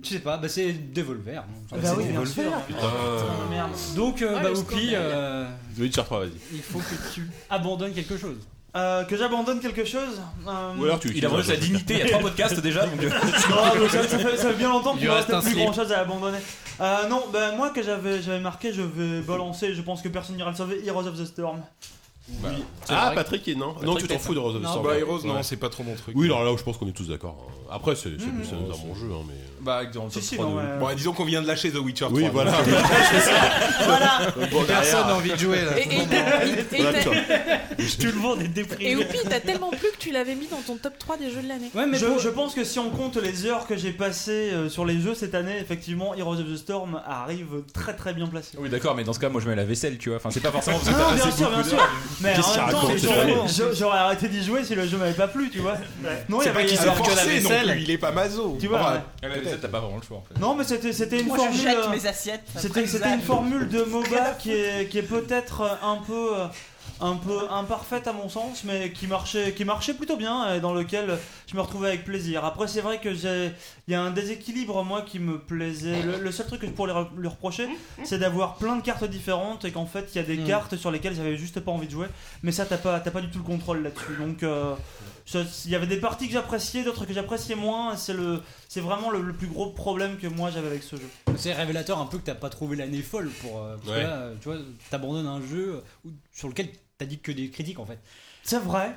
D: Tu sais pas, bah c'est Devolver.
F: Ah bah oui, bien sûr.
B: Putain.
F: Putain de merde.
D: Donc, euh,
F: Ouais,
D: bah,
F: le
D: Oupi,
F: scandale.
D: euh,
B: The Witcher 3, vas-y.
D: il faut que tu abandonnes quelque chose.
F: Euh, que j'abandonne quelque chose euh,
B: Ou alors tu- Il abandonne sa dignité, il y a trois podcasts déjà, donc- euh,
F: non, mais ça, ça fait, ça fait bien longtemps
B: Il
F: qu'il
B: lui
F: ne
B: reste
F: reste
B: un
F: plus
B: slip.
F: grand chose à abandonner. Euh, non, ben moi que j'avais j'avais marqué, je vais balancer, je pense que personne n'ira le sauver, Heroes of the Storm.
B: Oui. Ah, Patrick, et non. non, tu t'en fous de Rose of the
G: Non,
B: Storm.
G: bah, Heroes, non,
B: Ouais.
G: c'est pas trop mon truc.
B: Oui, alors là, je pense qu'on est tous d'accord. hein. Après, c'est c'est-
G: Mhm.
B: c'est un bon jeu, hein, mais.
M: Bah, dans le
G: top
B: Si, si,
G: 3
B: non,
G: de-
B: ouais.
G: Bon, disons qu'on vient de lâcher The Witcher 3.
B: Oui, voilà. Euh,
G: donc-
L: Voilà.
G: Bon, derrière.
J: Personne n'a envie de jouer, là.
I: Et- et- et-
G: Voilà,
I: et-
G: putain.
F: Tout le monde est déprimé.
I: Et Oupi, t'as tellement plu que tu l'avais mis dans ton top 3 des jeux de l'année.
F: je, je pense que si on compte les heures que j'ai passées euh, sur les jeux cette année, effectivement, Heroes of the Storm arrive très très bien placé.
M: Oui, d'accord, mais dans ce cas, moi je mets la vaisselle, tu vois. Enfin, c'est pas forcément parce que
F: Non,
M: t'as
F: bien
M: passé
F: sûr,
M: beaucoup
F: bien
M: de-
F: sûr. Mais
M: Qu'est-ce
F: en
M: qu'il
F: même temps,
M: raconte, ce
F: j'aurais-
M: mec
F: j'a- j'aurais arrêté d'y jouer si le jeu m'avait pas plu, tu vois. Non, bah, il y
G: C'est pas
F: avait
G: qu'il s'est
F: alors que la
G: forcé non
F: vaisselle-
G: plus, il est pas maso.
F: Tu vois,
G: Enfin,
F: ouais.
M: Ah, la vaisselle, t'as pas vraiment le choix en fait.
F: Non, mais c'était c'était une
L: Moi,
F: formule.
L: je jette
F: euh,
L: mes assiettes.
F: C'était c'était une formule de MOBA qui est qui est peut-être euh, un peu euh, un peu imparfaite à mon sens, mais qui marchait qui marchait plutôt bien et dans lequel je me retrouvais avec plaisir. Après, c'est vrai que j'ai il y a un déséquilibre moi qui me plaisait. Le, le seul truc que je pourrais re- lui reprocher, c'est d'avoir plein de cartes différentes et qu'en fait il y a des
D: Mm.
F: cartes sur lesquelles j'avais juste pas envie de jouer. Mais ça, t'as pas t'as pas du tout le contrôle là-dessus. Donc euh, ça, il y avait des parties que j'appréciais, d'autres que j'appréciais moins. et C'est le, c'est vraiment le, le plus gros problème que moi j'avais avec ce jeu.
D: C'est révélateur un peu que t'as pas trouvé l'année folle pour. euh, parce que
F: Ouais.
D: là, euh, tu vois, t'abandonnes un jeu où- sur lequel t'as dit que des critiques en fait.
F: C'est vrai.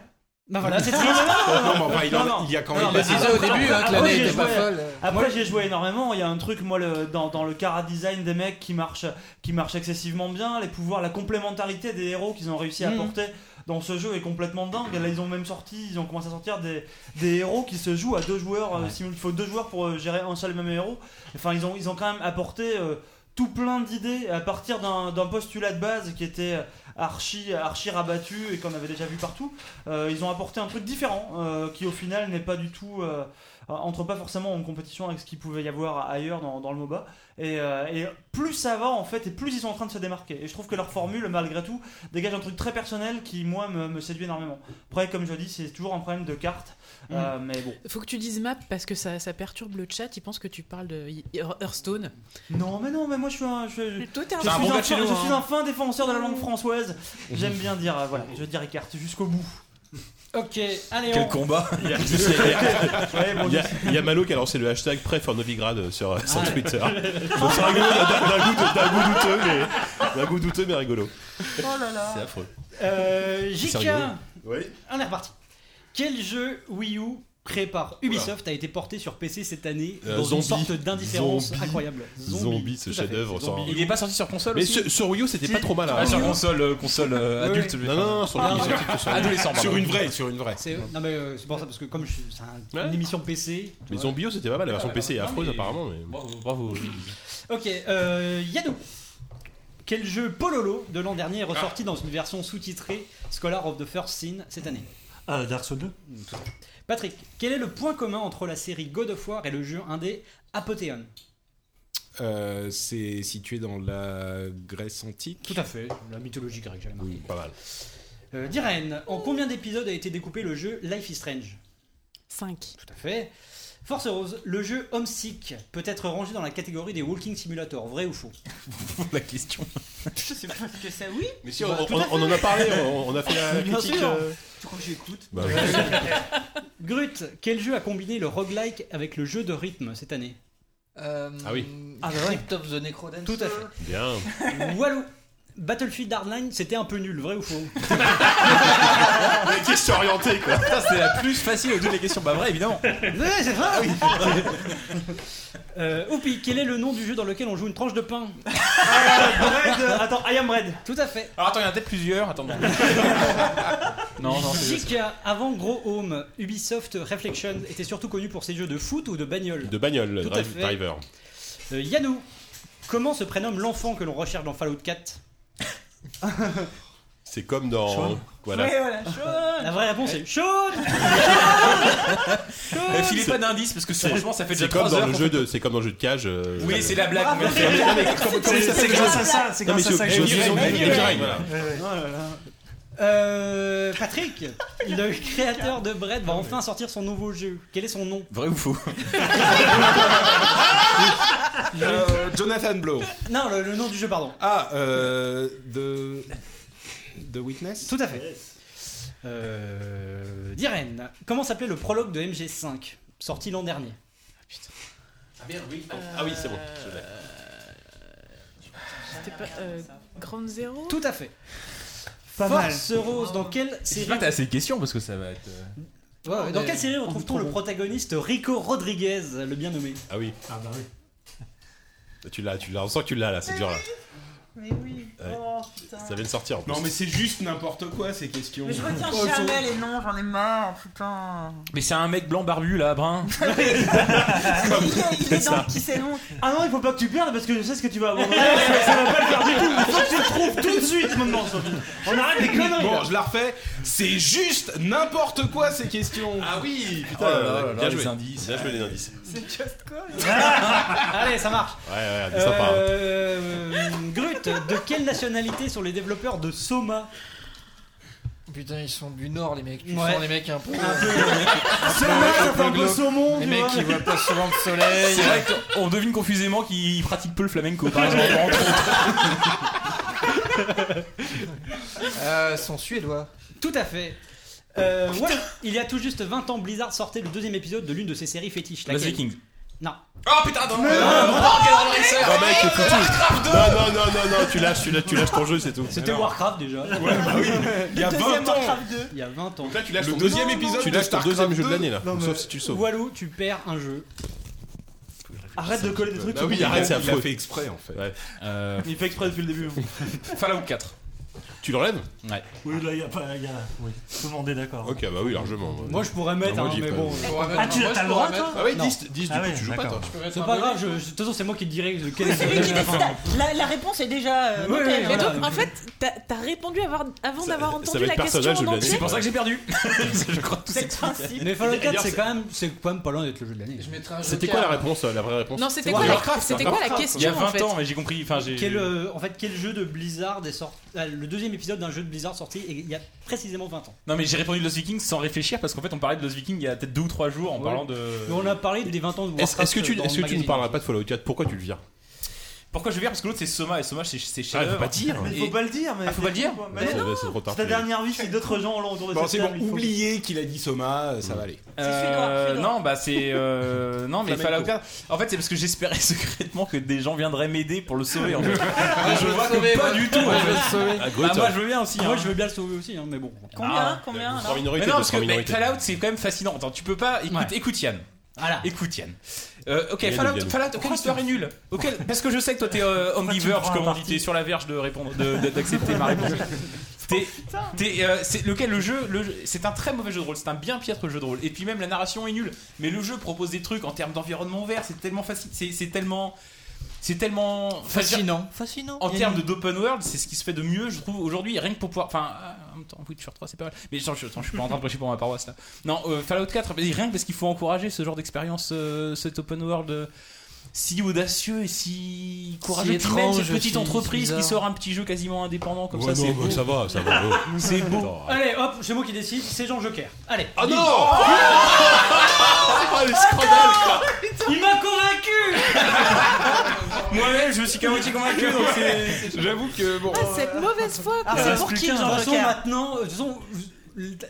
D: Bah voilà, c'est triste.
B: Oh,
G: Non, mais enfin, il en- il y a quand même- Il disait au début, hein, que l'année
F: j'ai
G: était pas
F: joué-
G: folle.
F: Après, j'ai joué énormément. Il y a un truc, moi, le, dans, dans le cara design des mecs qui marche, qui marche excessivement bien. Les pouvoirs, la complémentarité des héros qu'ils ont réussi à
G: Mm.
D: Mhm.
F: apporter dans ce jeu est complètement dingue. Et là, ils ont même sorti, ils ont commencé à sortir des, des héros qui se jouent à deux joueurs. euh, s'il- Il faut deux joueurs pour euh, gérer un seul et même héros. Enfin, ils ont, ils ont quand même apporté. euh, tout plein d'idées à partir d'un d'un postulat de base qui était euh, archi, archi rabattu et qu'on avait déjà vu partout. Euh, ils ont apporté un truc différent euh, qui au final n'est pas du tout euh, entre pas forcément en compétition avec ce qu'il pouvait y avoir ailleurs dans, dans le MOBA. Et, euh, et plus ça va en fait, et plus ils sont en train de se démarquer. Et je trouve que leur formule, malgré tout, dégage un truc très personnel qui moi me, me séduit énormément. Après, comme je dis, c'est toujours un problème de cartes, euh,
I: Mhm.
F: mais bon.
I: Faut que tu dises map parce que ça, ça perturbe le chat. Il pense que tu parles de Hearthstone.
F: Non, mais non, mais moi je suis un. Je,
I: toi, t'es un
F: je
I: bon
F: suis,
I: gars
F: un,
I: de chez
F: fin-
I: nous,
F: je
I: hein.
F: suis un fin défenseur de la langue française. J'aime bien dire, euh, voilà, je dirais carte jusqu'au bout.
D: Ok, allez,
B: Quel
D: on-
B: combat Il y, a, il y a- il y a Malo qui a lancé le hashtag Prêt for Novigrad euh, sur, sur Twitter. Bon, c'est rigolo, d'un d'un goût, d'un goût douteux, mais d'un goût douteux mais rigolo.
L: Oh là là.
B: C'est affreux.
D: Euh,
B: C'est
D: JK,
B: rigolo.
D: on est reparti. Quel jeu Wii U créé par Ubisoft a été porté sur PC cette année
B: Euh,
D: dans
B: Zombie.
D: une sorte d'indifférence
B: Zombie.
D: incroyable
B: Zombie, ce
D: tout à fait,
B: chef-d'œuvre,
D: Zombie.
B: sans-
M: Il est pas sorti sur console
B: Mais
M: aussi
B: sur- sur Wii U, c'était pas trop mal, hein.
M: Ah, sur
B: Wii U.
M: console, euh, console euh,
B: Oui, oui.
M: adulte. je vais
B: Non,
M: faire.
B: non, non, sur Ah, Wii U, sur-
M: Ah,
B: sur-
M: adolescent,
B: sur
M: pardon.
B: une vraie, sur une vraie.
D: C'est- Non mais euh, c'est pour ça parce que comme je suis- c'est un- une
B: Ouais.
D: émission PC. tu
B: Mais
D: vois.
B: Zombio, c'était pas mal, la version
D: Ouais,
B: PC est
D: non,
B: affreuse
D: mais-
B: apparemment. Mais...
M: Bravo, bravo.
D: Ok, euh, Yano. Quel jeu Pololo de l'an dernier est ressorti dans une version sous-titrée Scholar of the First Sin cette année
E: Ah, Dark Souls 2
D: Patrick, quel est le point commun entre la série God of War et le jeu indé Apothéon
G: Euh, c'est situé dans la Grèce antique.
D: Tout à fait, la mythologie grecque, j'allais marquer.
G: Oui, pas mal.
D: Euh, Diren, en combien d'épisodes a été découpé le jeu Life is Strange
I: 5.
D: Tout à fait. Force Rose, le jeu Homesick peut être rangé dans la catégorie des Walking Simulator, vrai ou faux
M: La question.
L: Je sais pas ce que c'est. Oui.
B: Mais si, on,
L: Bah, tout
B: on-
L: à fait.
B: on en a parlé, on, on a fait la
L: Bien
B: critique.
L: sûr.
B: euh,
L: Tu crois que j'écoute
B: Bah,
D: Grut, quel jeu a combiné le roguelike avec le jeu de rythme cette année
B: Ah oui.
D: Ah bah ouais.
J: Euh, Crypt of the Necrodancer.
D: Tout à fait.
B: Bien.
D: Walou. Battlefield Hardline, c'était un peu nul, vrai ou faux
B: Les questions orientées, quoi.
C: Putain, c'est la plus facile de toutes les questions. Bah, vrai, évidemment.
D: Ouais, c'est vrai Ah euh, Oupi, quel est le nom du jeu dans lequel on joue une tranche de pain Attends, I am Ah, Red. Tout à fait.
C: Alors, attends, il y en a peut-être plusieurs. Attends. non, non, c'est.
D: JK, avant Gros Home, Ubisoft Reflection était surtout connu pour ses jeux de foot ou de bagnole.
B: De bagnole,
D: Tout à
B: drive-
D: fait.
B: driver.
D: Euh, Yanou, comment se prénomme l'enfant que l'on recherche dans Fallout 4
B: C'est comme dans.
D: Sean.
B: Voilà.
D: Sean La vraie réponse est Sean
C: Euh, filez pas d'indices parce que franchement, ça fait déjà
B: C'est comme
C: 3
B: dans
C: heures.
B: le
C: qu'on
B: jeu de, c'est comme dans le jeu de cage. euh,
C: Oui,
B: euh,
C: c'est la blague.
B: Non, mais-
C: C'est-
B: non, mais
C: c'est-
B: comment- comment
C: c'est-
B: ça,
C: c'est
B: c'est
C: grâce
B: la
C: à ça,
B: blague
C: c'est grâce
B: Non, mais
C: à ça
B: je-
C: que
B: je-
C: j'ai
B: je-
C: eu
B: je-
C: une
B: je-
C: blague.
B: je- voilà.
D: Euh, Patrick, le créateur de Bread va enfin sortir son nouveau jeu. Quel est son nom
C: Vrai ou faux
G: Euh, Jonathan Blow.
D: Non, le, le nom du jeu, pardon.
G: Ah, euh, de. De Witness
D: Tout à fait. Euh, Diren, comment s'appelait le prologue de MG5 sorti l'an dernier
B: Ah, merde, oui. Ah oui, c'est bon. je l'ai.
C: Euh,
I: C'était pas. euh, Grande Zéro
D: Tout à fait.
I: Pas
D: Force
I: mal.
D: Rose, dans quelle série
C: J'espère que t'as assez de questions parce que ça va être. euh,
D: Ouais, ouais, Dans
C: Mais-
D: quelle série retrouve-t-on le protagoniste Rico Rodriguez, le bien nommé
B: Ah oui.
D: Ah bah oui.
B: Tu l'as, tu l'as. On sent que tu l'as là, c'est dur là. Euh,
L: Mais oui.
B: Ouais.
L: Oh putain.
B: Ça vient de sortir en plus.
G: Non, mais c'est juste n'importe quoi ces questions.
L: Mais je retiens
G: Oh, elles sont-
L: jamais les noms, j'en ai marre, putain.
C: Mais c'est un mec blanc barbu là, brun.
L: Il est dans qui c'est long.
F: Ah non, il faut pas que tu perdes parce que je sais ce que tu vas abandonner. ça, ça va pas le faire du tout. Il faut que tu le trouves tout de suite maintenant, Sophie. On arrête les conneries.
G: Bon,
F: là.
G: je la refais. C'est juste n'importe quoi ces questions. Ah oui,
C: oh
B: Putain, euh, bien joué. Bien joué les indices.
L: C'est just quoi
D: Allez, ça marche.
B: Ouais, ouais, c'est sympa. hein.
D: Euh, Grut, de quelle nationalité sont les développeurs de Soma
J: Putain, ils sont du nord, les mecs. Tu
D: Ouais.
J: sens les mecs un peu.
D: Un peu.
C: Soma, ça fait Bah, un peu
J: glauque.
C: saumon,
J: Les
C: tu
J: mecs,
C: vois.
J: ils voient pas souvent le soleil.
C: C'est vrai qu'on devine confusément qu'il pratique peu le flamenco par exemple. entre autres.
J: Euh, ils sont suédois.
D: Tout à fait. Euh, ouais, il y a tout juste 20 ans, Blizzard sortait le deuxième épisode de l'une de ses séries fétiches.
C: Lost
D: laquelle
C: Vikings.
D: Non.
C: Oh putain, non,
D: Mais
C: euh,
D: non.
C: Morgan Racer.
B: Non, mec, c'est foutu.
C: Warcraft Ah, deux.
B: Non, non, non, non, non, tu lâches, tu lâches, tu lâches ton jeu, c'est tout.
D: C'était Warcraft déjà.
B: Il y a 20 ans.
D: Il y a 20 ans.
B: là, tu lâches Le ton deuxième deuxième épisode
D: Tu
B: de
D: lâches ton
B: Starcraft
D: deuxième
B: deux.
D: jeu de l'année là.
B: Non, mais-
D: Sauf si tu sauves. Walou, tu perds un jeu.
F: Arrête de coller des trucs.
B: Bah oui, arrête, c'est affreux.
G: exprès en fait.
B: Ouais. Euh,
F: Il fait exprès depuis le début.
C: Fallout 4.
B: Tu l'enlèves
C: Ouais.
F: Oui, là, il y a pas. y a- Oui. Tout le monde est d'accord.
B: Ok, bah oui, largement.
D: Moi je pourrais mettre,
B: Moi,
D: hein,
B: j'y ai
D: mais
B: pas
D: bon.
B: mis.
F: Ah, tu l'as t'as le droit, toi
B: Ah oui, 10, 10 du
F: Ah
B: coup,
F: oui,
D: Bah
B: tu joues pas toi.
F: d'accord.
D: C'est pas grave, je- je- de toute façon c'est moi qui te dirai lequel
L: C'est lui qui décide. La, la réponse est déjà. euh, nickel,
D: Oui, oui,
L: voilà.
N: Et
D: voilà.
N: donc, en fait, t'as t'as répondu avoir- avant d'avoir entendu
B: va être
N: la question
B: personnage de
N: en
B: l'année.
N: entier.
B: C'est pour ça que j'ai
C: perdu. je crois
N: C'est le principe.
D: Mais Fallout 4
B: D'ailleurs,
D: c'est
B: c'est-
D: quand même c'est quand même pas loin d'être le jeu de l'année.
B: C'était quoi la réponse, euh, la vraie réponse
N: Non, c'était quoi la-
D: hein
N: c'était quoi la question,
C: hein. Il y a 20
N: en fait
C: ans, mais j'ai compris. Enfin, j'ai.
D: Quel, euh, en fait, quel jeu de Blizzard est sorti ah, Le deuxième épisode d'un jeu de Blizzard sorti il y a précisément 20 ans.
C: Non, mais j'ai répondu Lost Vikings sans réfléchir parce qu'en fait, on parlait de Lost Vikings il y a peut-être 2 ou 3 jours en
D: Ouais.
C: parlant de.
D: Mais on a parlé des 20 ans de
B: Est-ce
D: Warcraft.
B: est-ce que tu,
D: dans
B: est-ce
D: le
B: que tu ne
D: magazine.
B: parleras pas de Fallout 4 Pourquoi tu le vires
C: Pourquoi je viens Parce que l'autre c'est Soma et Soma c'est c'est chef.
B: Ah, faut pas dire.
F: Mais faut pas le dire. Mais
C: Ah, faut pas le dire
F: Mais
B: Ça-
F: non.
B: C'est trop tard.
F: C'est ta dernière vie si d'autres gens l'ont autour de
G: Bon,
F: cette
G: c'est bon,
F: table. il faut-
G: oubliez qu'il a dit Soma, euh, ça va aller.
C: Euh, non, bah c'est. euh, non, mais
G: Flamenco.
C: Fallout 4. En fait, c'est parce que j'espérais secrètement que des gens viendraient m'aider pour le sauver. En fait.
D: Ah,
C: je
J: veux
C: vois
J: le sauver,
C: que pas
J: moi.
C: du tout. en
D: hein.
J: Moi, je
C: fait.
J: veux le sauver.
C: Ah, Grut, moi, je veux bien aussi.
D: Moi
C: hein.
D: je veux bien le sauver aussi, hein, mais bon.
L: Combien Combien
D: euh,
B: Sans
L: alors
B: minorité,
C: Mais non,
B: toi,
C: parce
B: sans
C: que mais
B: minorité.
C: Fallout c'est quand même fascinant. Attends, tu peux pas. Écoute, écoute Yann.
D: Voilà.
C: Écoute Yann. Euh, ok,
B: Yann,
C: Fallout,
B: Yann.
C: Fallout, auquel histoire est nulle. Auquel- parce que je sais que toi t'es euh, on the
F: tu me
C: verge,
F: prends
C: comme
F: la
C: on dit, t'es sur la verge de répondre, de- de- d'accepter ma réponse. T'es- t'es, euh, c'est lequel le jeu, le jeu- c'est un très mauvais jeu de rôle, c'est un bien piètre jeu de rôle. Et puis même la narration est nulle. Mais le jeu propose des trucs en termes d'environnement vert, c'est tellement facile, c'est c'est tellement, c'est tellement enfin, je veux dire,
J: Fascinant. Fascinant.
C: en
J: Il y a
C: termes
J: une-
C: de d'open world, c'est ce qui se fait de mieux, je trouve, aujourd'hui. Rien que pour pouvoir. Enfin, euh, en même temps, Witcher 3, c'est pas mal. Mais attends, je, attends, je suis pas en train de prêcher pour ma paroisse là. Non, euh, Fallout 4, mais rien que parce qu'il faut encourager ce genre d'expérience, euh, cet open world. euh, si audacieux et si courageux,
J: Si
C: Puis même
J: étrange,
C: cette petite
J: si
C: entreprise qui
J: bizarre.
C: sort un petit jeu quasiment indépendant comme ça,
B: Ouais,
C: c'est
B: non, bah,
C: beau.
B: ça va, ça va. ouais.
C: C'est beau.
B: Attends,
D: Allez, hop, c'est moi qui décide, c'est Jean Joker. Allez.
B: Ah
D: bim.
B: non Ah, le scandale, quoi.
D: Il m'a convaincu
C: Moi-même, je me suis qu'à moitié convaincu, donc c'est.
G: J'avoue que bon.
N: Ah, cette mauvaise foi, quoi. c'est
D: Ah,
N: pour qui,
D: De toute
N: Jean
D: façon,
N: Joker
D: maintenant, euh, de toute façon,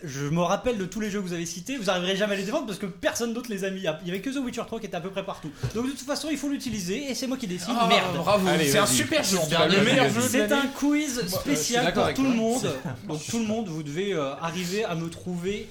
D: je me rappelle de tous les jeux que vous avez cités, vous n'arriverez jamais à les défendre parce que personne d'autre les a mis. Il y avait que The Witcher 3 qui était à peu près partout. Donc de toute façon, il faut l'utiliser et c'est moi qui décide.
M: Ah,
D: Merde.
M: bravo. Allez, C'est un vas-y. super jeu, on dirait le meilleur jeu de
D: C'est un
M: l'année. Moi,
D: quiz
M: euh, je suis
D: spécial
M: d'accord
D: pour
M: avec
D: tout
M: toi.
D: le monde.
M: C'est-
D: Donc tout le monde, vous devez euh, arriver à me trouver.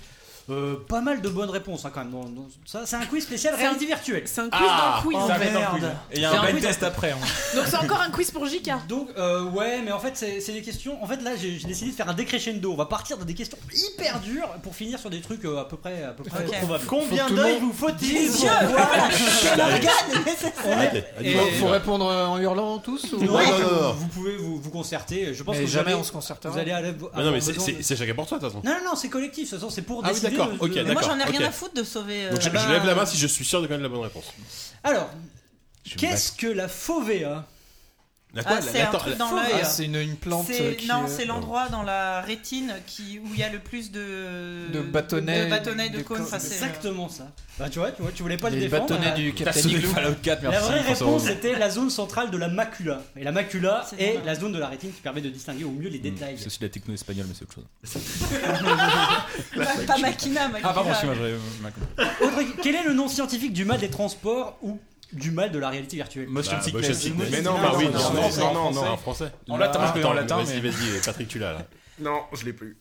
D: euh, pas mal de bonnes réponses hein, quand même. dans- dans- ça, c'est un quiz spécial
I: C'est un-
D: réalité virtuelle.
I: c'est un quiz
D: Ah,
I: dans le quiz.
D: oh,
I: Ça va être dans le
D: merde.
I: quiz.
M: Et il y a
D: C'est
M: un blind
D: quiz
M: test après. hein.
I: Donc c'est encore un quiz pour JK.
D: Donc euh, ouais, mais en fait c'est c'est des questions. En fait là j'ai j'ai décidé de faire un décrescendo. On va partir de des questions hyper dures pour finir sur des trucs euh, à peu près à peu près
F: Ok.
D: probables.
F: Combien d'œils vous faut-il
D: Dix
F: pour
D: yeux,
F: voir
D: voilà.
F: quel organe est nécessaire
D: On est-
J: Il faut, faut répondre euh, en hurlant tous ou...
D: Non, Vous pouvez vous, vous concerter. Je pense
J: Mais
D: que
J: jamais
D: vous allez-
J: on se concertera.
D: Vous allez aller.
B: Ah non, mais c'est- c'est c'est chacun pour toi, de toute façon.
D: Non, non, non, c'est collectif. De toute façon, c'est pour
B: Ah oui,
D: décider.
B: d'accord,
D: de-
B: ok,
D: de-
B: d'accord.
L: Moi j'en ai
B: ok.
L: rien à foutre de sauver. euh,
B: Donc je,
L: bah,
B: je lève la main si je suis sûr de connaître la bonne réponse.
D: Alors,
B: vais
D: qu'est-ce que la FOVEA
B: La
L: Ah, c'est un truc dans l'œil. C'est-
J: qui
L: Non,
J: est-
L: c'est l'endroit dans la rétine qui, où il y a le plus de.
J: De bâtonnets,
L: De bâtonnets, de
J: de
L: cônes.
J: cônes.
L: Enfin, c'est, euh,
D: Exactement ça. Bah tu vois, tu vois, tu voulais pas le
J: Les
D: défendre.
J: bâtonnets
D: euh,
J: du
D: t'as
J: Captain
D: sonné
J: Igloo.
D: Fallout 4, merci. La vraie
J: François
D: réponse
J: Hollande.
D: était la zone centrale de la macula. Et la macula est, la zone de la rétine qui permet de distinguer au mieux les détails.
M: C'est aussi de la techno espagnole, mais c'est autre chose.
L: Bah,
C: Mmh.
L: pas Makina, Makina.
M: Ah, pardon, excuse-moi, j'avais- Macron.
D: Autre- quel est le nom scientifique du mal des transports ou du mal de la réalité virtuelle
M: Motion Bah, sickness. motion sickness.
B: Mais non, bah oui, non, non, non, non, non, en français. Ah,
M: En
D: Ah,
M: latin, je connais en latin,
B: Vas-y,
M: mais-
B: vas-y, Patrick, tu l'as là.
G: Non, je l'ai plus.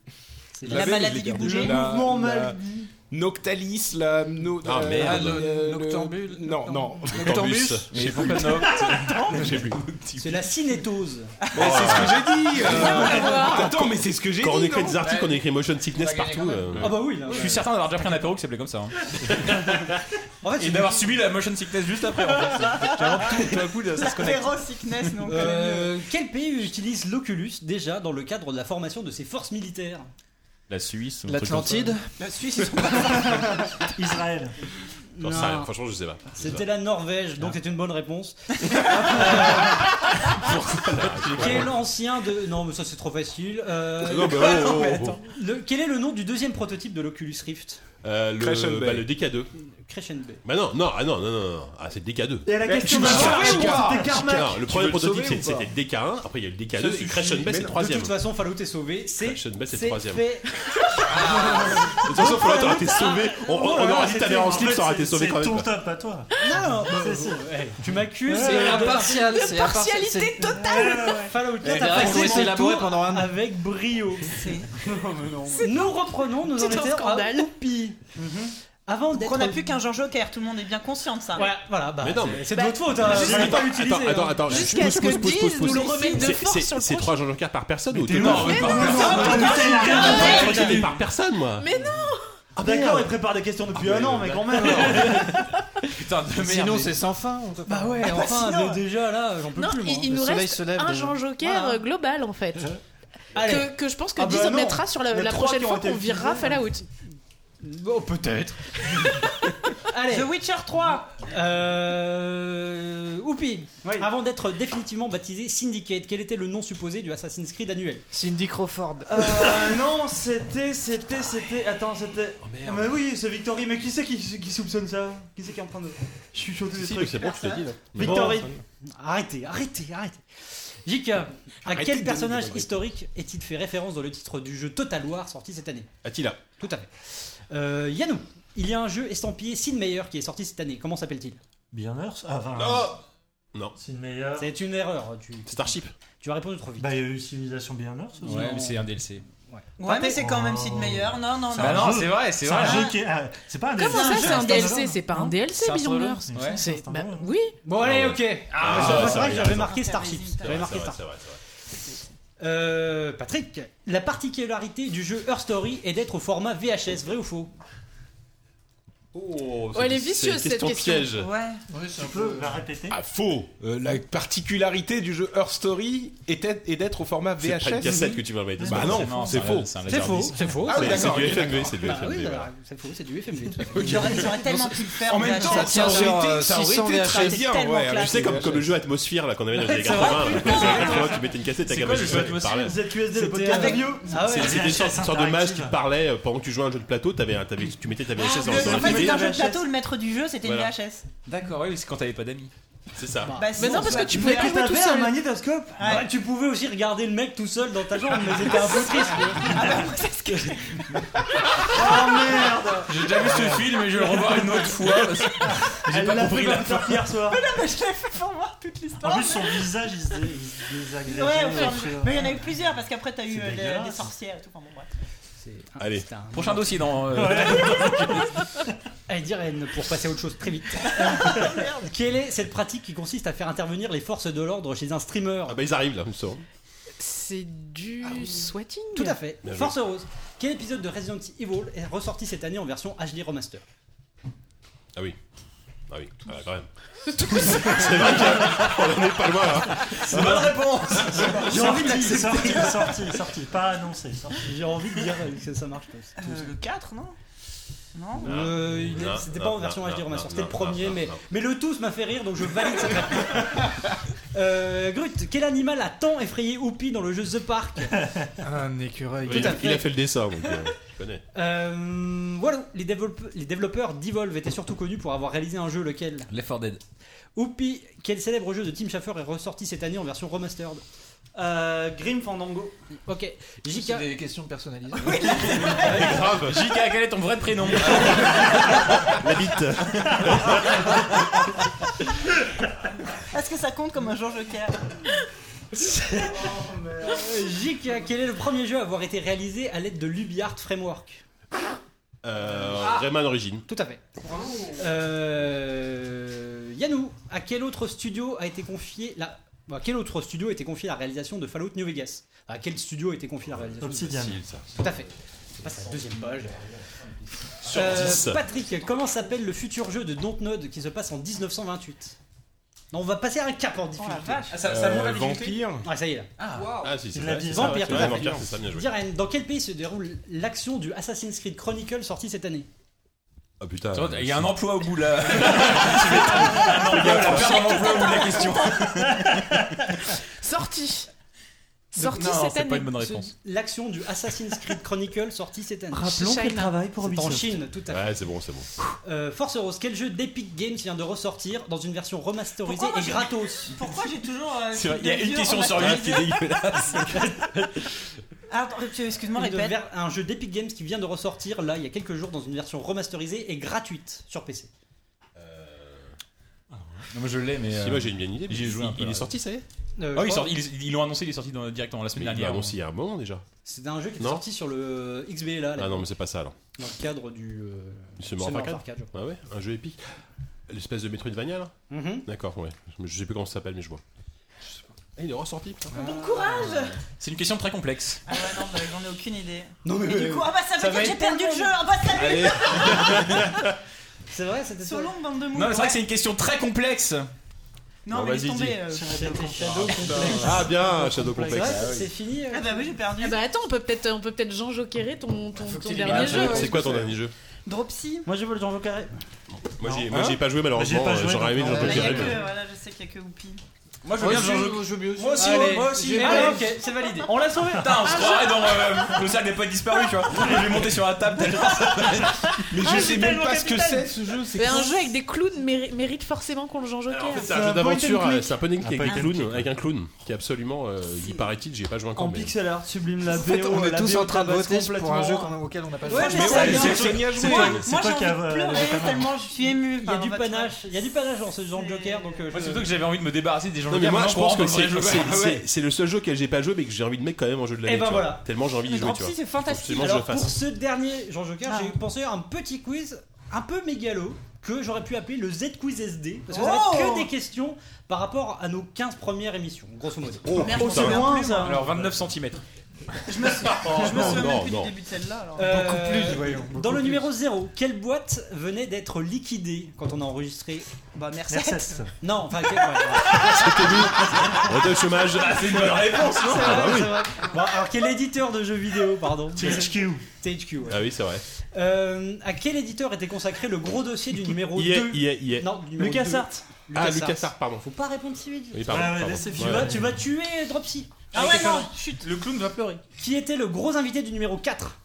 D: La La maladie maladie du du boulet. boulet.
G: La-
D: Mouvement
G: la-
D: maladie.
G: Noctalis, la. No,
B: Ah,
G: euh,
B: merde.
G: le- le-
J: Noctambule.
G: Non, non.
J: Noctambus.
G: J'ai plus. J'ai plus.
D: C'est la cinétose.
G: Mais c'est ce que j'ai dit. euh,
B: Oh, Attends, mais c'est ce que j'ai Quand on
G: dit,
B: écrit
G: non
B: des articles, on écrit motion sickness
M: On a gagné
B: partout.
M: quand même.
B: euh,
D: Ah bah oui, là,
M: Je
D: ouais.
M: suis certain d'avoir déjà pris un apéro qui s'appelait comme ça. hein.
D: En fait,
M: Et d'avoir subi la motion sickness juste après. En fait. C'est vraiment tout, tout à coup, ça se connecte.
L: Zero sickness, non
D: Euh, quel pays utilise l'Oculus déjà dans le cadre de la formation de ses forces militaires
M: La Suisse. ou un truc comme ça.
J: L'Atlantide
D: La Suisse, ils sont pas- Israël.
B: j'en sais rien, Franchement, je sais pas. Ah.
D: C'était la Norvège, donc c'est une bonne réponse. Euh, Quel ancien de. Non, mais ça c'est trop facile. Euh,
B: Non, bah, oh, oh,
D: mais
B: oh.
D: attends. Le- Quel est le nom du deuxième prototype de l'Oculus Rift
B: Euh,
D: Crescent
B: le,
D: Bay.
B: bah, le DK2.
D: Crescent Bay.
B: Bah non, non, ah non, non, non, non. Ah, c'est le DK2.
D: Et la
B: Mais
D: question
B: tu
D: de
B: veux
D: savoir,
B: le
D: c'était
B: sauver ou pas
D: Carmack.
B: Non, le
D: Tu
B: premier
D: veux le sauver
B: prototype, c'est-
D: ou pas
B: c'était le DK1, après il y a eu le
D: Ça
B: DK2, et
D: suffit.
B: Crescent Bay,
D: Mais
B: c'est le
D: non,
B: troisième.
D: De toute façon, Fallout est sauvé. C'est
B: Crescent Bay, c'est le
D: c'est
B: troisième.
D: fait.
B: De toute façon, Fallout aurait été sauvé. On, on,
E: Oh
B: on aurait dit que t'allais en slip, ça aurait été sauvé quand même.
E: ton
B: quoi.
E: top à toi.
D: Non, non, bah,
E: si.
D: ouais, tu m'accuses.
J: C'est
D: euh, de-
J: impartial,
D: de
J: c'est impartial,
D: partialité
J: c'est-
D: totale. Fallout 4
J: C'est
D: a
J: vrai qu'on
D: passé
J: s'est
D: son
J: élaboré
D: tour
J: pendant un an.
D: avec brio. Nous reprenons nos
L: C'est un
D: enquêteurs
L: scandale.
D: à Oupi. Avant d'être.
L: Qu'on n'a plus qu'un George Joker, tout le monde est bien conscient de ça.
D: Voilà, voilà, bah,
B: Mais non,
D: c'est-
B: mais-
D: c'est de votre faute,
B: Attends,
D: hein,
B: attends,
D: je ne l'ai pas utilisé.
B: Attends, attends, attends,
D: hein.
B: je- pousse, pousse, pousse, pousse, pousse. C'est- c'est- C'est trois Jean-Jean-Pierre par personne ou
E: t'es
B: total
E: ouf. Mais non, Mais non, non, mais non, non, c'est non, une non, merde.
B: Je crois que j'avais par personne, Ah, moi.
I: Mais non
B: Ah,
F: D'accord,
B: merde.
F: il prépare des questions depuis
B: Ah,
F: un
B: mais-
F: an, mais quand même.
M: Putain, de merde.
J: Sinon,
M: mais-
J: c'est sans fin.
D: Bah ouais,
J: Ah bah
D: enfin,
J: sinon.
D: dé- déjà là, Ah, j'en peux
I: Non,
D: plus. moi.
I: il, il
J: Le
I: nous
J: soleil
I: reste
J: se lève
I: un
J: déjà.
I: Jean Joker
D: Voilà.
I: euh, global en fait.
D: Allez.
I: Que, que je pense que
D: Ah
I: 10
D: bah
I: on
D: non.
I: mettra sur la,
D: Les
I: la
D: trois
I: prochaine
D: qui ont
I: fois
D: été
I: qu'on virera Fallout.
J: Bon, peut-être.
D: Allez.
L: The Witcher 3
D: Euh. Oupi, avant d'être définitivement baptisé Syndicate, quel était le nom supposé du Assassin's Creed annuel
J: Cindy Crawford.
F: Euh, non, c'était, c'était, c'était. Attends, c'était.
B: Oh,
F: Ah, mais oui, c'est Victory, mais qui c'est qui, qui soupçonne ça Qui c'est qui est en train de. Je suis chaud des
B: Si, mais
F: trucs.
B: c'est bon, je te le dis, là.
F: Victory.
D: Arrêtez, arrêtez, arrêtez. JK, à
B: Arrêtez de
D: quel
B: me
D: personnage
B: dire,
D: historique est-il fait référence dans le titre du jeu Total War sorti cette année
B: Attila.
D: Tout à fait. Euh, Yannou, il y a un jeu estampillé Sid Meier qui est sorti cette année. Comment s'appelle-t-il
E: Bien Earth Ah, enfin,
B: Non.
E: C'est une meilleure.
D: C'est une erreur. Tu,
B: Oh Starship.
D: tu vas répondre trop vite.
E: Bah, il y a eu Civilisation Bien Earth aussi.
M: Ouais, mais c'est un DLC.
L: Ouais, mais c'est quand même Sid Meier. Non, non,
E: C'est
L: non.
E: un
M: non,
E: jeu.
M: c'est vrai, c'est
E: un
M: vrai.
E: jeu qui est- ah, C'est pas un
I: Comment
E: DLC,
I: ça, c'est un
E: standalone.
I: DLC C'est pas un
E: Non
I: DLC,
E: C'est un
I: Beyond
E: standalone.
I: Earth.
E: Ouais.
I: C'est- bah, oui.
D: Bon, allez, ok. Ah,
B: ouais,
D: c'est
B: c'est vrai,
D: vrai que
B: il a
D: j'avais
B: raison.
D: marqué Starship. J'avais marqué
B: C'est vrai,
D: Starship.
B: c'est vrai, c'est vrai.
D: Euh, Patrick, la particularité du jeu Her Story est d'être au format VHS, vrai ou faux
B: Oh,
I: Ouais, elle est
B: c'est-
I: vicieuse,
B: c'est une
I: cette question.
B: piège.
J: c'est un
E: Tu peux la répéter
G: Ah, faux Euh, La particularité du jeu Earth Story était, est d'être au format VHS.
B: C'est pas une cassette que tu m'as envoyé.
G: Bah non,
M: Non,
G: c'est
M: c'est
G: faux.
M: un- c'est un
D: C'est faux,
M: laserdisc.
D: c'est faux.
G: Ah oui,
B: C'est Ah
G: d'accord.
B: du
G: ok,
B: FMV,
G: d'accord.
B: c'est du
D: Bah oui,
B: FMV.
D: bah, c'est faux, c'est du FMV. tout à fait.
L: J'aurais j'aurais tellement pu le faire.
G: En même
L: mais
G: temps,
L: attends,
G: ça aurait
J: sur, euh,
G: été, ça aurait
J: 600
G: été très
J: VHS.
G: bien.
L: Tellement
G: ouais,
L: classe.
B: Tu sais, comme, comme le jeu Atmosphère là qu'on avait dans les années 80, là, tu vois, tu mettais une cassette, t'as
M: C'est quoi
B: gardé
M: le
B: une
M: jeu
B: cassette, tu parlais.
F: ZQSD, le
D: C'était,
F: podcast
D: euh,
F: avec you.
D: Ah ouais.
B: C'est- C'était une sorte une sorte de masque qui
E: interactive.
B: parlait euh, pendant que tu jouais à un jeu de plateau, t'avais un- t'avais-
G: Ah,
B: tu mettais ta VHS dans
L: En fait,
B: dans le
L: c'est un
B: DVD.
L: jeu de plateau, le maître du jeu, c'était une
B: Voilà.
L: VHS.
M: D'accord, oui, c'est quand t'avais pas d'amis.
B: C'est ça.
L: Bah,
D: Mais non, parce que tu pouvais pas jouer tout seul. Ah ouais, tu pouvais aussi regarder le mec tout seul dans ta chambre, mais c'était un peu triste.
I: bah,
F: Ah merde
C: J'ai déjà vu ce film et je vais le revoir une autre fois. parce que J'ai
E: Elle
C: pas
E: l'a
C: compris
E: fait
C: la
E: comme ça
C: fin.
E: hier soir.
L: Mais non, mais je l'ai fait pour voir toute l'histoire.
E: En plus, son visage, il se, dé- il se
L: Ouais,
E: désagrège.
L: ouais, ouais.
E: Je sais pas.
L: mais il euh, y en a eu plusieurs parce qu'après t'as eu
E: C'est
L: euh, les-
E: dégueulasse.
L: des sorcières et tout. Enfin bon, bref.
B: Allez.
C: Prochain dossier dans. euh,
D: Allez, dire N pour passer à autre chose très vite. Quelle est cette pratique qui consiste à faire intervenir les forces de l'ordre chez un streamer Ah
B: Ah bah ils arrivent là, ils sont.
I: C'est du swatting
D: Tout à fait.
B: Bien joué.
D: Force Rose. Quel épisode de Resident Evil est ressorti cette année en version HD remaster
B: Ah oui. Ah oui, ah, quand même. C'est vrai qu'on en est pas loin. hein.
D: C'est une bonne réponse. J'ai envie de
E: Sorti,
D: l'accepter.
E: Sorti, sorti, sorti, pas annoncé. sorti.
D: J'ai envie de dire que ça marche pas.
L: Euh, le 4, non Non
D: Euh, il est-
B: Non,
D: c'était
B: non,
D: pas en
B: non,
D: version
B: non,
D: HD
B: non,
D: remaster, c'était
B: non,
D: le premier,
B: non,
D: mais,
B: non, non.
D: mais le tous m'a fait rire, donc je valide cette réponse. Euh, Grut, quel animal a tant effrayé Oupi dans le jeu The Park
J: Un écureuil.
B: Il, il a fait le dessin, donc euh, je connais.
D: Euh, voilà, les, développe- les développeurs d'Evolve étaient surtout connus pour avoir réalisé un jeu lequel
M: Left 4 Dead.
D: Oupi, quel célèbre jeu de Tim Schafer est ressorti cette année en version remastered
F: Euh, Grim Fandango.
D: Ok,
J: C'est
D: JK.
J: des questions personnalisées.
B: Grave,
C: JK, quel est ton vrai prénom
B: la bite.
L: Est-ce que ça compte comme un jour joker
C: Oh,
D: JK, Euh, quel est le premier jeu à avoir été réalisé à l'aide de l'UbiArt Framework
B: Euh, Rayman Origin.
D: Tout à fait. Euh, Yannou, à quel autre studio a été confié la bon, à quel autre studio a été confié la réalisation de Fallout New Vegas À quel studio a été confié la réalisation de-
E: Obsidian.
D: Tout à fait. Je passe à la deuxième page.
B: Sur
D: Euh,
B: 10.
D: Patrick, comment s'appelle le futur jeu de Dontnod qui se passe en 1928 Non, on va passer à un cap en difficulté.
M: Ah, ça, ça monte la
G: Euh,
M: difficulté
G: vampire.
D: Ah, ça y est. là.
B: Ah si, c'est
E: Il l'a
B: ça.
E: dit.
B: c'est ça,
D: Vampire,
B: c'est
D: tout à
B: vrai,
D: fait.
B: Vampire, c'est ça, bien joué.
D: Diren, dans quel pays se déroule l'action du Assassin's Creed Chronicle sorti cette année
B: Ah putain.
C: Tu vois, Il y a
B: euh,
C: un emploi au bout là. Un emploi, la perte d'un emploi au bout de la question.
I: Sorti
C: Sorti Non, cette c'est année. pas une bonne réponse.
D: L'action du Assassin's Creed Chronicle sorti cette année.
F: Rappelons
I: China.
F: qu'elle travaille pour
D: C'est en
F: Ubisoft.
D: Chine, tout à fait.
B: Ouais, c'est bon, c'est bon.
D: Euh, Force Rose, quel jeu d'Epic Games vient de ressortir dans une version remasterisée
L: Pourquoi moi,
D: et
L: j'ai-
D: gratos
L: Pourquoi j'ai toujours. euh,
C: C'est vrai, Il y a une
L: des
C: question
L: yeux
C: sur
L: en
C: huit qui est dégueulasse.
L: Ah, attends, tu- excuse-moi,
D: Une
L: répète.
D: ver- Un jeu d'Epic Games qui vient de ressortir là il y a quelques jours dans une version remasterisée et gratuite sur PC.
C: Non, moi je l'ai, mais. euh,
B: Si, moi j'ai une bien idée. mais
C: J'ai
B: il-
C: joué un peu,
B: Il
C: là.
B: est sorti, ça y est bah,
D: Euh,
C: Oh,
D: je
C: ils,
D: crois-
C: sortent- ils- ils l'ont annoncé, il est sorti dans- directement la
B: Mais
C: semaine
B: il l'a
C: dernière.
B: annoncé il y a un moment déjà.
D: C'était un jeu qui est
B: Non.
D: sorti sur le XBLA là,
B: Ah non, mais c'est pas ça alors.
D: dans le cadre du. euh,
B: C'est
D: Summer
B: mort
D: of
B: arcade.
D: Arcade, je crois.
B: Ah ouais, un jeu épique. L'espèce de Metroidvania là
D: Mhm.
B: D'accord, ouais. Je sais plus comment ça s'appelle, mais je vois. Je sais pas. Ah, il est ressorti, putain.
L: Bon courage
B: hein.
C: C'est une question très complexe.
L: Ah ouais, non, bah, j'en ai aucune idée.
D: Non, mais-
L: Et du coup, ah bah ça veut
D: Ça
L: dire
D: va
L: que j'ai
D: être
L: perdu le jeu
D: tellement
L: Ah bah salut
B: Allez,
D: C'est vrai, c'était ça.
L: Solon, bande de mous
C: Non, mais c'est vrai
L: ouais.
C: que c'est une question très complexe.
L: Non,
B: Bon,
L: mais laisse
B: vas-y, dis.
L: tomber. euh,
D: C'était Shadow Complex.
B: Ah bien, Shadow
D: euh. C'est
B: Complex.
D: vrai, c'est- c'est fini. euh,
L: Ah bah oui, j'ai perdu.
I: Ah bah attends, on peut peut-être on peut peut-être Jean Joquerer ton, ton, ton
B: Ah,
I: dernier
B: c'est-
I: jeu.
B: c'est quoi ton dernier jeu
L: Dropsy
F: Moi, je veux le Jean Carré.
B: Moi j'ai
E: Non.
B: moi, j'y ai pas joué
E: Moi,
B: malheureusement,
E: j'y ai pas
B: euh,
E: joué,
B: j'aurais aimé
E: donc,
B: j'en
E: euh,
L: Bah, y
B: peux
L: a
B: dire,
L: que,
B: mais-
L: voilà, je sais qu'il y a que Whoopi.
C: Moi je
J: Moi
C: viens de Jean-
J: aussi, bien aussi.
C: Moi aussi,
J: Allez,
C: moi aussi.
J: j'ai-
D: Ah, ok, c'est validé.
F: On l'a sauvé
C: Putain, on se croirait dans euh, le sac des potes disparus, tu vois. Je vais monter sur la table.
G: Mais
D: Ah,
G: je sais même pas ce que
L: capitaine.
G: c'est ce jeu. C'est
I: Mais un jeu avec des clowns méri- mérite forcément qu'on le hein. Jean Joker.
B: En fait, c'est
F: C'est
B: un
F: un
B: jeu
F: point and
B: d'aventure,
F: click.
B: euh, c'est un peu
E: Un
B: avec
E: point
B: un
E: and
B: clown, avec un clown qui est absolument, euh, il paraît-il, j'ai pas joué encore.
F: En
B: mais-
F: pixel art, sublime la
J: En fait,
F: BO,
J: on est
F: la
J: tous
F: BO
J: en train de
F: tabasse
J: voter pour un
F: complètement.
J: jeu qu'on- auquel on n'a pas joué.
L: Ouais, mais
C: Mais
L: ça
C: ouais,
L: vient.
C: c'est génial.
E: C'est
L: Moi,
E: toi- c'est
L: moi,
E: toi qui
L: j'ai
E: as,
L: envie
E: euh,
L: de pleurer
E: les Japonais.
L: tellement je suis ému.
D: Il y a du panache. Il y a du panache dans ce genre de
L: C'est-
D: Joker, donc. euh,
C: Moi,
D: je-
C: surtout que j'avais envie de me débarrasser des gens
B: Non mais moi je pense que c'est
C: jeu.
B: c'est- c'est- c'est le seul jeu auquel j'ai pas joué mais que j'ai envie de mettre quand même en jeu de l'année.
D: Eh ben
B: tu vois.
D: voilà.
B: Tellement j'ai envie d'y
D: Le
B: jouer tu vois.
D: Dropsy, c'est fantastique.
B: Absolument, je
D: Alors,
B: le fasse.
D: pour ce dernier Jean Joker,
L: Ah.
D: j'ai pensé à un petit quiz un peu mégalo que j'aurais pu appeler le Z-Quiz SD parce que
L: Oh
D: ça va être que des questions par rapport à nos 15 premières émissions, grosso modo.
B: Oh
L: Merde,
B: putain.
L: c'est loin.
F: Loin,
D: hein.
F: ça.
C: Alors 29 cm.
L: Je me souviens, je me
B: Oh, non,
L: souviens
B: non,
L: même plus
B: non.
L: du début de celle-là. alors.
D: Euh,
J: Beaucoup plus, voyons, beaucoup
D: dans le
J: plus.
D: numéro 0, quelle boîte venait d'être liquidée quand on a enregistré
L: Bah, merci.
F: Mercedes.
D: Non, enfin, quelle- ouais, ouais.
B: On était au chômage. C'est une bonne réponse non
D: C'est
B: Ah
D: vrai,
B: bah oui.
D: c'est vrai. Bon, alors quel éditeur de jeux vidéo, pardon
E: THQ.
D: THQ, ouais.
B: Ah oui c'est vrai.
D: Euh, à quel éditeur était consacré le gros dossier du numéro
B: Il y a,
D: 2
B: il y a, il y a-
D: Non, du numéro
F: Lucas
D: deux. Ah
F: Art.
B: Ah
D: LucasArts.
B: LucasArts pardon.
D: Faut pas répondre si vite.
B: Oui pardon.
E: Ouais, ouais,
B: pardon.
E: laissez
B: Ouais.
D: Tu, vas, tu vas tuer Dropsy.
L: Ah ouais, non, chut.
C: Le clown va pleurer.
D: Qui était le gros invité du numéro 4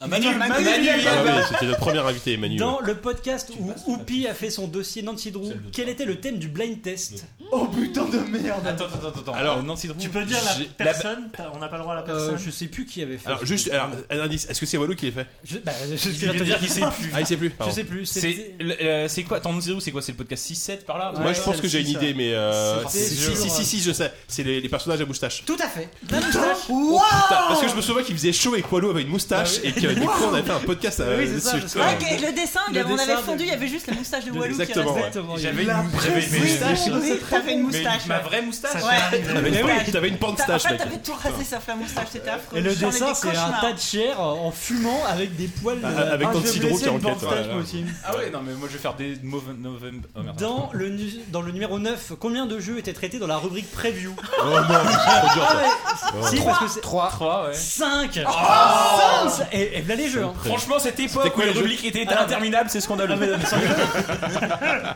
C: Ah, Manu,
D: Manu,
C: Manu,
D: Manu,
C: Manu,
B: Ah
D: Manu.
B: oui, c'était le premier invité, Emmanuel.
D: Dans le podcast où Oupi a fait son dossier Nancy Drew, quel était le thème du blind test
F: Oh putain de merde
C: Attends, attends, attends.
B: Alors,
E: Tu peux dire
B: j'ai-
E: la personne t'as- On n'a pas le droit à la personne.
D: euh, Je sais plus qui avait fait.
B: Alors, juste, alors, un indice, est-ce que c'est Walou qui l'a fait
D: Je, bah, je,
C: Je viens de te dire qu'il sait plus.
B: Ah, il sait plus.
C: Je
B: pardon.
C: sais plus.
D: c'était-
C: C'est le- euh, c'est quoi Attends, nous, c'est où C'est quoi C'est le podcast 6-7 par là
B: Moi, je pense que j'ai une idée, mais. euh,
C: C'était
B: si, si,
C: sur-
B: si, si, si, je sais. C'est les, les personnages à moustache.
D: Tout à fait. La moustache.
B: Oh, putain, parce que je me souviens qu'il faisait chaud et que Walou avait une moustache et que du coup, on avait fait un podcast euh,
D: Ah Oui, c'est ça,
B: dessus.
D: je sais.
L: Ah, ok, le dessin, il y
D: Le
L: avait- on
D: dessin
L: avait
D: de-
L: fondu, il y avait juste la moustache de Walou
B: Exactement,
L: qui
B: ouais.
L: restait.
C: J'avais une moustache.
L: Oui, t'avais une moustache.
C: Ma vraie moustache Ah,
L: Ouais.
B: T'avais une,
L: Ouais.
B: t'avais une
L: En
B: panstache,
L: fait,
B: mec.
L: t'avais tout rasé sauf la moustache, c'était affreux.
D: Et le
L: J'en ai
D: dessin,
L: des
D: c'est un
L: cauchemars.
D: tas de chair euh, en fumant avec des poils.
B: Ah,
D: euh,
B: avec
D: ah,
B: Nancy
D: je
B: Drew
D: vais
B: qui
D: essayer de
B: enquête,
D: portage,
B: ouais.
D: moi aussi.
C: Ah ouais, non, mais moi je vais faire des mauvais novembre. Oh, merde.
D: Dans le, nu- dans le numéro 9, combien de jeux étaient traités dans la rubrique preview Ah
B: Oh non, c'est trop dur, ça.
D: ouais. Si,
B: Oh.
D: parce que c'est
C: 3. 3, ouais.
D: 5
C: Oh
D: Et, et voilà les jeux hein.
C: Franchement, cette époque où
D: quoi
C: les
D: les jeux
C: rubriques étaient
D: Ah.
C: interminables, c'est scandaleux.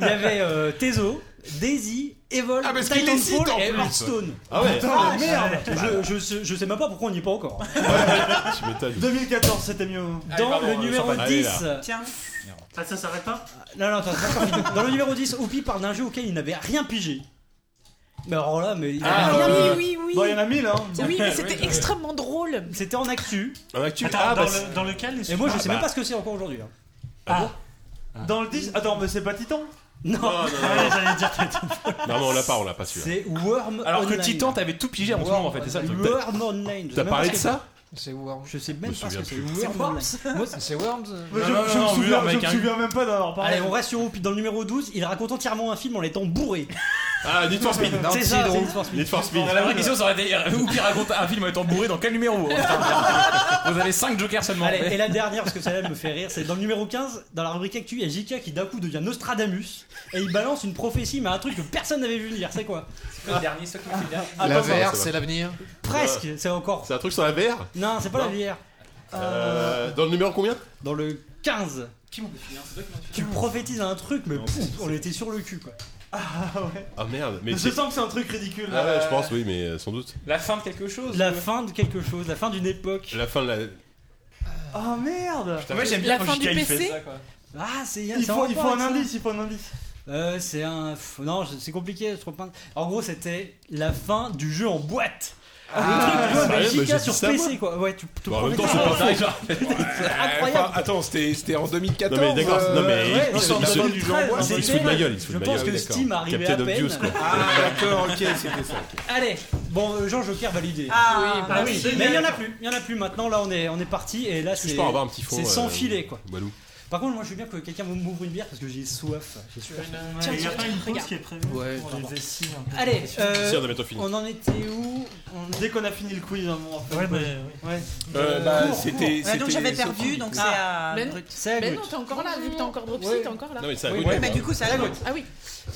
D: Il y avait euh, Tezo, Daisy, Evolve,
C: Ah, parce qu'il les cite,
D: Titanfall
C: en
D: et
C: plus.
D: Hearthstone.
B: Ah ouais.
D: Putain,
F: Ah,
D: la merde je, je, je sais même pas pourquoi on n'y est pas encore.
B: Tu m'étonnes.
F: 2014, c'était mieux.
D: Dans le numéro 10,
L: Tiens.
E: Ah, ça s'arrête pas
D: Non, non, attends, c'est pas fini. Dans le numéro 10, Oupi parle d'un jeu auquel il n'avait rien pigé. Mais alors là, mais. il
L: Ah,
D: avait rien
L: oui,
D: pigé.
L: oui, oui.
D: Euh, Bon, il y en a mille, hein.
L: Oui, mais c'était extrêmement drôle.
D: C'était en actu.
B: En actu,
E: Attends,
B: ah,
E: dans,
B: bah,
E: le- dans lequel les
D: Et moi, je
E: Ah,
D: sais
E: bah, Ah.
D: même pas ce que c'est encore aujourd'hui. hein.
C: Ah.
F: Dans le 10. Attends, mais c'est pas Titan
D: Non,
E: Ah, ouais, j'allais dire que-
B: Non, mais on l'a pas, on l'a pas celui-là.
D: c'est Worm
C: Alors que
D: Online.
C: Titan, t'avais tout pigé en ce moment en fait, c'est ça le truc.
D: Worm Online. je sais
B: T'as
D: même
B: parlé
D: pas
B: de
D: ce que
B: ça
J: C'est Worms.
D: Je sais même
B: Je
D: pas
B: me
D: ce que c'est.
B: souviens
D: Worm
L: Worms.
D: Online. Moi, c'est-
J: C'est Worms
F: Je,
C: Non,
F: je
C: non, non,
F: me souviens,
C: mur,
F: je
C: mec,
F: me
C: hein.
F: souviens même pas d'en avoir parlé.
D: Allez, on reste sur Oupi. Dans le numéro 12, il raconte entièrement un film en étant bourré.
B: Ah, Need for Speed.
D: C'est ça, c'est Need for Speed.
B: Need for Speed.
C: La vraie question, ça aurait été euh, où qui raconte un film en étant bourré dans quel numéro hein, putain. Vous avez 5 jokers seulement.
D: Allez, et la dernière, parce que celle-là elle me fait rire, c'est dans le numéro 15, dans la rubrique actu, il y a JK qui d'un coup devient Nostradamus et il balance une prophétie, mais un truc que personne n'avait vu venir. C'est quoi
C: le dernier, c'est le dernier.
D: Ah,
J: La
D: pas vrai.
J: VR, c'est l'avenir.
D: Presque, c'est encore.
B: C'est un truc sur la VR
D: Non, c'est pas la
B: Non.
D: VR.
B: Euh, Dans le numéro combien
D: Dans le 15,
C: Qui m'en définit hein, C'est toi qui m'en définit
D: tu prophétises un truc, mais pouf, on était sur le cul quoi.
F: Ah ouais.
B: Ah merde, mais
F: Je
B: c'est.
F: sens que c'est un truc ridicule.
B: Ah ouais,
F: Euh,
B: je pense, oui, mais euh, sans doute.
C: La fin de quelque chose
D: La
C: ou-
D: fin de quelque chose, la fin d'une époque.
B: La fin de la.
F: Oh merde
C: Moi j'aime bien
H: La
C: quand
H: fin du
C: JK, il fait
H: PC.
C: ça, quoi.
D: Ah, c'est
F: Il
D: c'est en
F: faut, il faut
D: rapport
F: un
D: avec ça.
F: indice, il faut un indice.
D: Euh, c'est un. pff, Non, je- c'est compliqué, je trouve pas. En gros, c'était la fin du jeu en boîte. le truc, tu vois,
B: Ah, sérieux,
D: mais
B: mais j'ai
D: JK
B: dit
D: sur
B: ça,
D: PC quoi. Ouais, tu, tu
B: Bon, Bah, en même temps,
D: prophétises-
B: c'est pas faux.
D: c'est
G: Eh, Enfin,
D: incroyable.
G: attends, c'était c'était en 2014.
B: Non, mais d'accord,
G: euh,
B: non, mais
D: ouais,
B: ils
D: ouais,
B: se- ils
D: en
B: se-
D: 2013,
B: ils se- ils se foutent de ma gueule, ils se foutent
D: Je
B: de ma
D: pense
B: gueule,
D: que
B: d'accord.
D: Steam arrivait à
B: Captain
D: peine.
B: Obvious, quoi.
G: Ah, d'accord, ok, c'était ça.
D: Allez, bon, euh, Jean-Joker validé.
L: Ah,
E: bah
D: Ah oui, mais il y en a plus, il y en a plus maintenant. Là, on est, on est parti et là,
B: Est-ce que
D: c'est
B: je peux en avoir un petit fond euh,
D: c'est sans filet quoi.
B: Walou.
D: Par contre, moi, je veux bien que quelqu'un m'ouvre une bière parce que j'ai soif. J'ai super soif.
E: Il n'y a pas une pause
H: regarde.
E: qui est prévue
J: Ouais,
E: pour les vessies
F: hein.
E: un peu
D: Allez, euh,
B: Si, on a bientôt fini.
D: on en était où
F: Dès qu'on a fini le quiz, hein, on va faire
E: Ouais,
F: une
E: mais. ouais.
F: pause. Ouais.
G: Euh,
D: cours,
G: bah,
D: cours.
G: c'était.
I: Ah,
L: Ouais, donc
G: c'était-
L: j'avais perdu, donc c'est à
I: Ben-
L: Brut.
D: C'est à
I: Ben
D: Groot.
I: non, t'es encore là, vu que t'as encore Dropsy,
D: Ouais.
I: t'es encore là.
B: Non, mais c'est à
D: Oui,
B: Goodman,
L: Mais
B: hein.
L: du coup, c'est à la goutte.
I: Ah oui,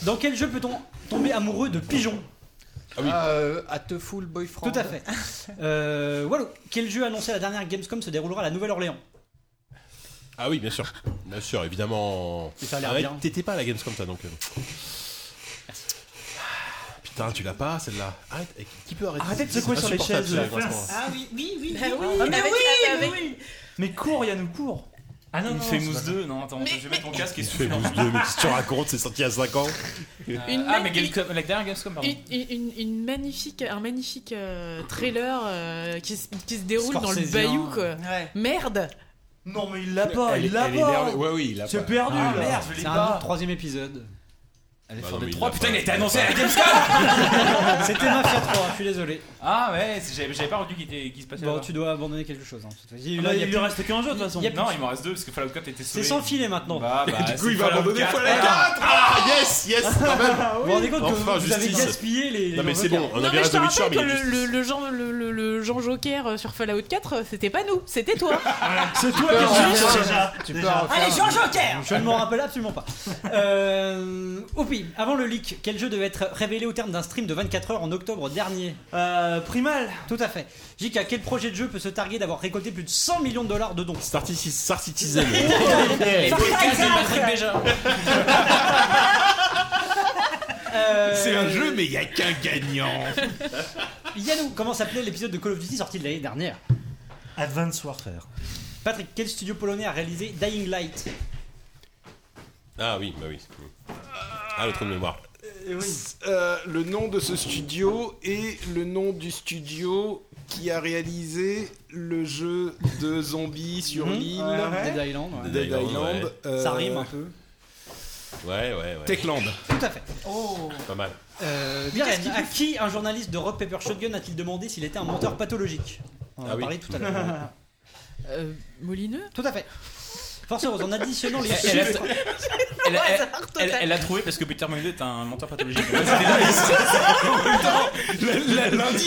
D: Dans quel jeu peut-on tomber amoureux de pigeons
B: Ah oui.
J: Euh, At the Full Boyfriend.
D: Tout à fait. Euh, Walou, quel jeu annoncé à la dernière Gamescom se déroulera à la Nouvelle-Orléans
B: Ah oui, bien sûr. Bien sûr, évidemment.
D: Et ça a l'air
B: Ah ouais,
D: bien.
B: T'étais pas à la Gamescom, toi, donc. euh. Putain, tu l'as pas, celle-là. Arrête, eh, qui peut arrêter
F: Arrêtez de secouer
B: C'est
F: sur les
B: insupportable,
F: chaises,
B: ce
F: la
B: jeu, en ce
F: classe.
B: moment.
L: Ah oui, oui, oui.
I: Bah oui,
L: Ah, mais
I: avec-
L: oui,
G: bah
I: avec-
L: mais oui.
F: Mais cours, Yannou, cours
E: Ah non,
C: Il
E: non,
C: me
E: non,
C: fait
E: c'est
C: mousse
E: pas
C: 2, non attends, je vais mettre mon casque et
B: Tu fais
C: souffler.
B: Boost 2, mais si tu racontes, c'est sorti il y a 5 ans.
I: Une
C: Ah, mais
I: magnifique-
C: Gamescom- la dernière Gamescom, pardon.
I: Une, une- une magnifique, un magnifique euh, trailer euh, qui, se, qui se déroule dans
D: Scorsese,
I: le bayou
D: hein.
I: quoi.
L: Ouais.
I: Merde
F: Non, mais il l'a pas,
G: Elle-
F: il l'a
G: elle est nerveuse.
F: pas
G: Ouais, oui, il l'a
F: C'est
G: pas.
F: perdu
C: Ah,
F: là
C: merde, je l'ai
D: C'est un
C: pas.
D: troisième épisode.
C: Allez,
B: Bah
C: Ford
B: non, mais il
C: 3,
B: l'a
C: putain,
B: pas,
C: il a été
B: il l'a
C: annoncé
B: pas.
C: à la Gamescom
D: C'était Mafia 3, je suis désolé.
C: Ah ouais, c'est- j'avais j'avais pas retenu qu'il était- qu'il se passait
D: Bon,
C: là-bas.
D: tu dois abandonner quelque chose. hein, cette fois-ci.
F: Ah
D: Là,
F: bah,
D: il y a
F: Il lui
D: plus-
F: reste qu'un jeu de toute façon.
D: Il y a plus-
C: Non, il m'en reste deux parce que Fallout 4 était
D: C'est
C: sauvé.
D: sans filet maintenant.
C: Bah, bah,
G: Du coup,
C: c'est
G: il va
C: Fallout
G: abandonner
C: 4.
G: Fallout 4
B: Ah, yes, yes, quand même.
D: Vous vous rendez compte que
B: Enfin,
D: vous avez
B: justice.
D: gaspillé les. les
B: Non, mais c'est
D: Jokers.
B: bon, on
I: Non
B: avait
I: mais je te
B: raison de Witcher,
I: rappelle
B: mais
I: que
B: il y a
I: le,
B: juste-
I: le- le Jean, le, le- le Jean Joker euh, sur Fallout 4, euh, c'était pas nous, c'était toi
F: C'est toi
J: peux
F: qui
J: en
F: joues
J: faire-
F: déjà
J: Tu peux
F: déjà.
J: en faire-
L: Allez, Jean Joker
D: Je ne m'en rappelle absolument pas. Euh, Oupi, avant le leak, quel jeu devait être révélé au terme d'un stream de 24 heures en octobre dernier
F: Euh, Primal
D: Tout à fait. Jika, quel projet de jeu peut se targuer d'avoir récolté plus de 100 millions de dollars de dons Eh,
B: Star Citizen- Star Citizen.
C: Et le casque de Patrick
D: Ah,
C: Béja.
D: eh,
G: C'est un jeu, mais il n'y a qu'un gagnant.
D: eh. Yannou, comment s'appelait l'épisode de Call of Duty sorti de l'année dernière
E: Advanced Warfare.
D: Patrick, quel studio polonais a réalisé Dying Light
B: Ah oui, bah oui. Ah, le trou de mémoire.
G: Euh, le nom de ce studio est le nom du studio qui a réalisé le jeu de zombies sur
D: Mhm.
G: l'île
D: Ouais, ouais. Dead Island, ouais.
G: Dead
D: Dead Island,
G: Island,
D: ouais.
G: euh,
D: Ça rime un peu.
B: Ouais, ouais, ouais.
G: Techland.
D: Tout à fait. Oh
B: Pas mal.
D: Euh, qu'est-ce qui- à qui un journaliste de Rock Paper Shotgun a-t-il demandé s'il était un menteur pathologique On en a
B: Ah oui.
D: parlé tout à l'heure.
I: Molineux
D: Tout à fait. Force heureuse, en additionnant les
C: Elle- elle a-
D: chiffres.
C: Elle, elle- elle- elle a trouvé parce que Peter Molyneux est un menteur pathologique.
G: Lundi,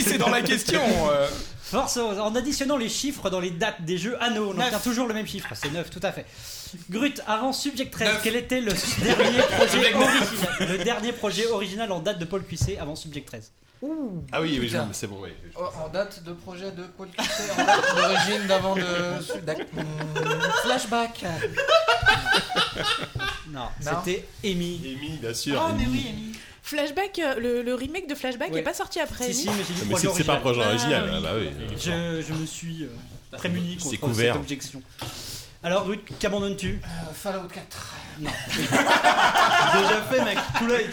G: c'est dans la question.
D: Force heureuse, en additionnant les chiffres dans les dates des jeux anneaux, on obtient toujours le même chiffre, c'est 9, tout à fait. Grut, avant Subject 13, quel était le dernier, projet
B: Subject
D: original, le dernier projet original en date de Paul Cuisset avant Subject 13
J: Ouh.
B: Ah oui, oui, je-
J: Putain.
B: c'est bon, oui.
J: En Oh, en date de projet de Paul Cuisset, en date d'origine d'avant le. d'ac- hmm, Flashback.
D: Non,
J: Non.
D: c'était Amy.
B: Amy, bien sûr.
J: Ah, mais
B: Amy.
J: oui,
I: Flashback, euh, le, le remake de Flashback
D: Ouais.
I: est pas sorti après.
D: Si,
I: lui.
D: si, mais j'ai dit
B: Ah, mais
D: projet
B: c'est- c'est pas un projet
D: original.
B: original, ah, bah oui.
D: Je, je me suis euh, prémuni
B: C'est
D: contre
B: couvert.
D: cette objection. Alors, Ruth, qu'abandonnes-tu
J: Fallout 4.
D: Non.
J: Déjà
D: fait, mec, too late.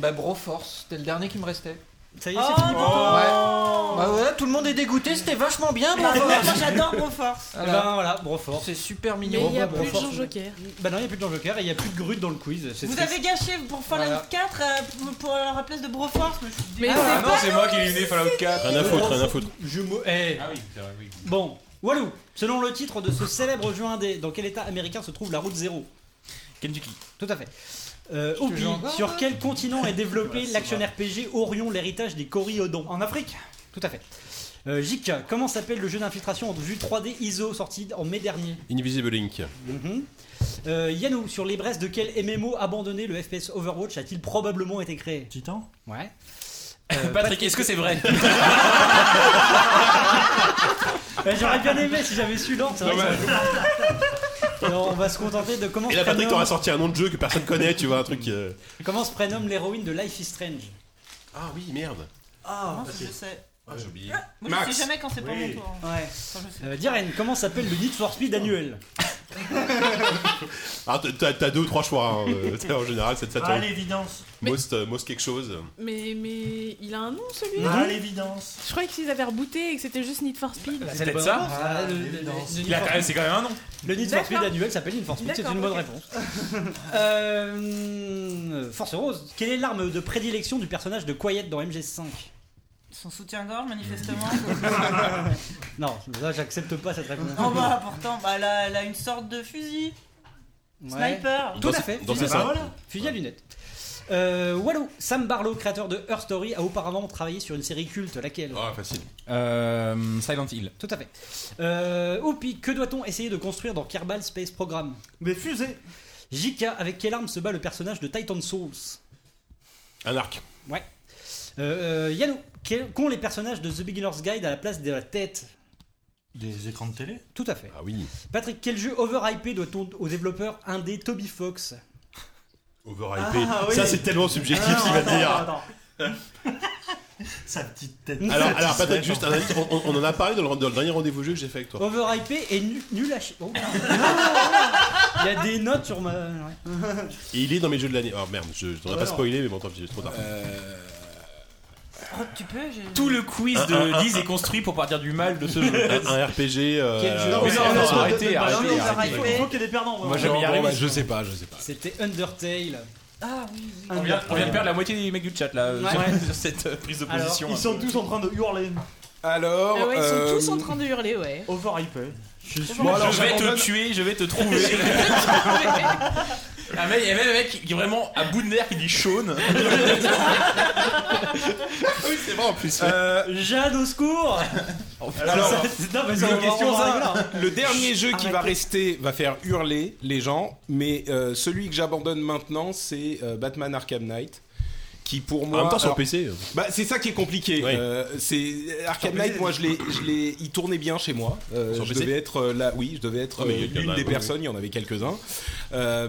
J: bah, Broforce, c'était le dernier qui me restait.
D: Ça
L: y est, c'est Oh, fini. non.
J: Ouais. Bah voilà, tout le monde est dégoûté, c'était vachement bien, Broforce. Ah
L: Moi, j'adore Broforce.
D: Eh Ben voilà, Broforce.
J: C'est super
L: mignon. Mais il y a plus de Jean-Joker.
D: Bah non, il n'y a plus de Jean-Joker et il n'y a plus de Grut dans le quiz. c'est
L: Vous
D: triste.
L: avez gâché pour Fallout
D: Voilà.
L: 4 euh, pour- pour la place de Broforce. mais je suis
D: Ah,
I: Mais
L: dégoûtée.
I: c'est pas-
G: c'est moi qui ai éliminé Fallout 4.
B: Rien à foutre, rien à foutre.
D: Je mo- eh.
C: Ah oui, c'est vrai, oui.
D: Bon, Walou, selon le titre de ce célèbre jeu indé, dans quel état américain se trouve la route zéro
C: Kentucky.
D: Tout à fait. Euh, Oupi,
J: jure encore,
D: sur quel continent est développé l'action RPG Orion, l'héritage des Coryodons En Afrique Tout à fait. Euh, Jik, comment s'appelle le jeu d'infiltration en vue 3D ISO sorti en mai dernier
B: Invisible Link.
D: Mhm. Euh, Yannou, sur les braises de quel MMO abandonné le FPS Overwatch a-t-il probablement été créé Titan Ouais. Euh,
C: Patrick, est-ce que c'est vrai
D: Euh, J'aurais bien aimé si j'avais su l'ordre. c'est vrai que ça- Alors, on va se contenter de comment
B: Et
D: se
B: là, Patrick,
D: prénomme-
B: t'auras sorti un nom de jeu que personne connaît, tu vois, un truc. euh,
D: comment se prénomme l'héroïne de Life is Strange bah,
B: Ah oui, merde.
L: Ah,
B: Parce
L: je
B: que-
L: sais.
B: Ah, j'ai oublié.
L: Moi, je sais jamais quand c'est pas mon tour. hein.
D: Ouais.
L: Quand je sais.
D: Euh, Diren, comment s'appelle le Need for Speed annuel
B: Ah, t'as- t'as t'as deux ou trois choix, hein, euh, tu sais, en général, c'est de
D: Ah,
F: Ah,
B: ça.
E: À
B: t'en-
E: l'évidence.
B: Most, euh, most quelque chose.
I: Mais, mais il a un nom celui-là
D: Ah,
E: À l'évidence.
I: Je croyais qu'ils avaient rebooté et que c'était juste Need for Speed.
D: Bah,
C: C'est
D: le
C: peut-être
D: bon
C: ça.
D: nom,
E: Ah,
D: le- le-
E: l'évidence.
D: le- le-
C: Il a quand même- c'est quand même un nom.
D: Le Need for Speed
I: D'accord.
D: annuel s'appelle Need for Speed, c'est
I: D'accord,
D: une bonne
I: ok.
D: réponse. Euh, Force Rose, quelle est l'arme de prédilection du personnage de Quiet dans MGS5
L: Son soutien-gorge, manifestement.
D: Non, là j'accepte pas cette réponse.
L: Oh bah pourtant, bah, elle, a, elle a une sorte de fusil.
D: Ouais.
L: Sniper.
D: Tout
B: Dans
D: à
B: ses-
D: fait.
B: dans
D: fusil-
B: ses seins.
D: Fusil à lunettes. Euh, Wallo, Sam Barlow, créateur de Her Story, a auparavant travaillé sur une série culte, laquelle
B: Ah, facile.
C: Euh, Silent Hill.
D: Tout à fait. Euh, Oupi, que doit-on essayer de construire dans Kerbal Space Program
F: Des fusées.
D: JK, avec quelle arme se bat le personnage de Titan Souls
B: Un arc.
D: Ouais. Euh, euh, Yannou, quel- qu'ont les personnages de The Beginner's Guide à la place de la tête
E: Des écrans de télé.
D: Tout à fait.
B: Ah oui.
D: Patrick, quel jeu overhypé doit-on au développeur indé Toby Fox
B: Overhypé.
F: Ah, oui.
B: Ça, c'est tellement subjectif,
F: Ah,
B: il va te
F: attends,
B: dire.
F: attends, attends. Sa petite tête.
B: Alors, alors
F: satisfaite,
B: Patrick, juste
E: en
B: un
E: fait.
B: avis, on, on- on en a parlé dans le, dans le dernier rendez-vous jeu que j'ai fait avec toi.
F: Oh.
D: Overhypé et nu- nul à chier. Oh, putain. Il y a des notes sur ma. ouais.
B: Et il est dans mes jeux de l'année. Oh merde, je, je t'en ai
D: Ouais,
B: pas
D: non.
B: spoilé, mais bon, tant pis, c'est trop tard.
D: Euh,
L: Oh, tu peux j'ai-
C: Tout le quiz
G: Ah,
B: Un, un,
C: de Liz est construit pour partir du mal de ce jeu.
B: Un, un RPG. euh,
C: Quel jeu
B: euh,
C: Mais non, non, arrêtez,
B: euh,
C: arrêtez,
L: non,
C: arrêtez.
L: arrêtez.
F: Il faut qu'il y ait des perdants.
C: Moi,
F: vraiment.
C: j'aime bien
G: Bon,
C: arriver.
G: bah, je sais pas, je sais pas.
D: C'était Undertale.
L: Ah oui, oui.
C: On vient, on vient de perdre la moitié des mecs du chat là euh, sur-
D: Ouais.
C: sur cette euh, prise de
D: Alors,
C: position.
F: Ils sont tous en train de hurler.
G: hein. Alors,
I: Ah ouais, ils sont
G: euh,
I: tous en train de hurler, ouais.
F: Overhypé. Je suis
G: Bon, alors,
C: je vais te
G: j'abandonne.
C: tuer, je vais te trouver. un mec, il y a même un mec qui est vraiment à bout de nerfs qui dit Sean.
G: Ah Oui, c'est vrai en plus.
C: Euh,
D: Jade au secours
G: Alors,
D: Ça, c'est- Non, mais c'est une
G: le,
D: question ça.
G: le dernier jeu qui va rester va faire hurler les gens, mais euh, celui que j'abandonne maintenant, c'est euh, Batman Arkham Knight, qui pour
B: En
G: moi.
B: même temps, sur
G: alors,
B: PC. euh,
G: Bah, c'est ça qui est compliqué.
B: Oui.
G: Euh, c'est Arkham
B: Sur PC,
G: Knight. Moi, je l'ai, je l'ai, il tournait bien chez moi. Euh,
B: Sur
G: je
B: PC?
G: devais être euh, là, oui, je devais être
B: Ah, mais
G: euh,
B: il y a quand
G: l'une
B: même,
G: des
B: oui.
G: personnes. Il y en avait quelques-uns, Euh,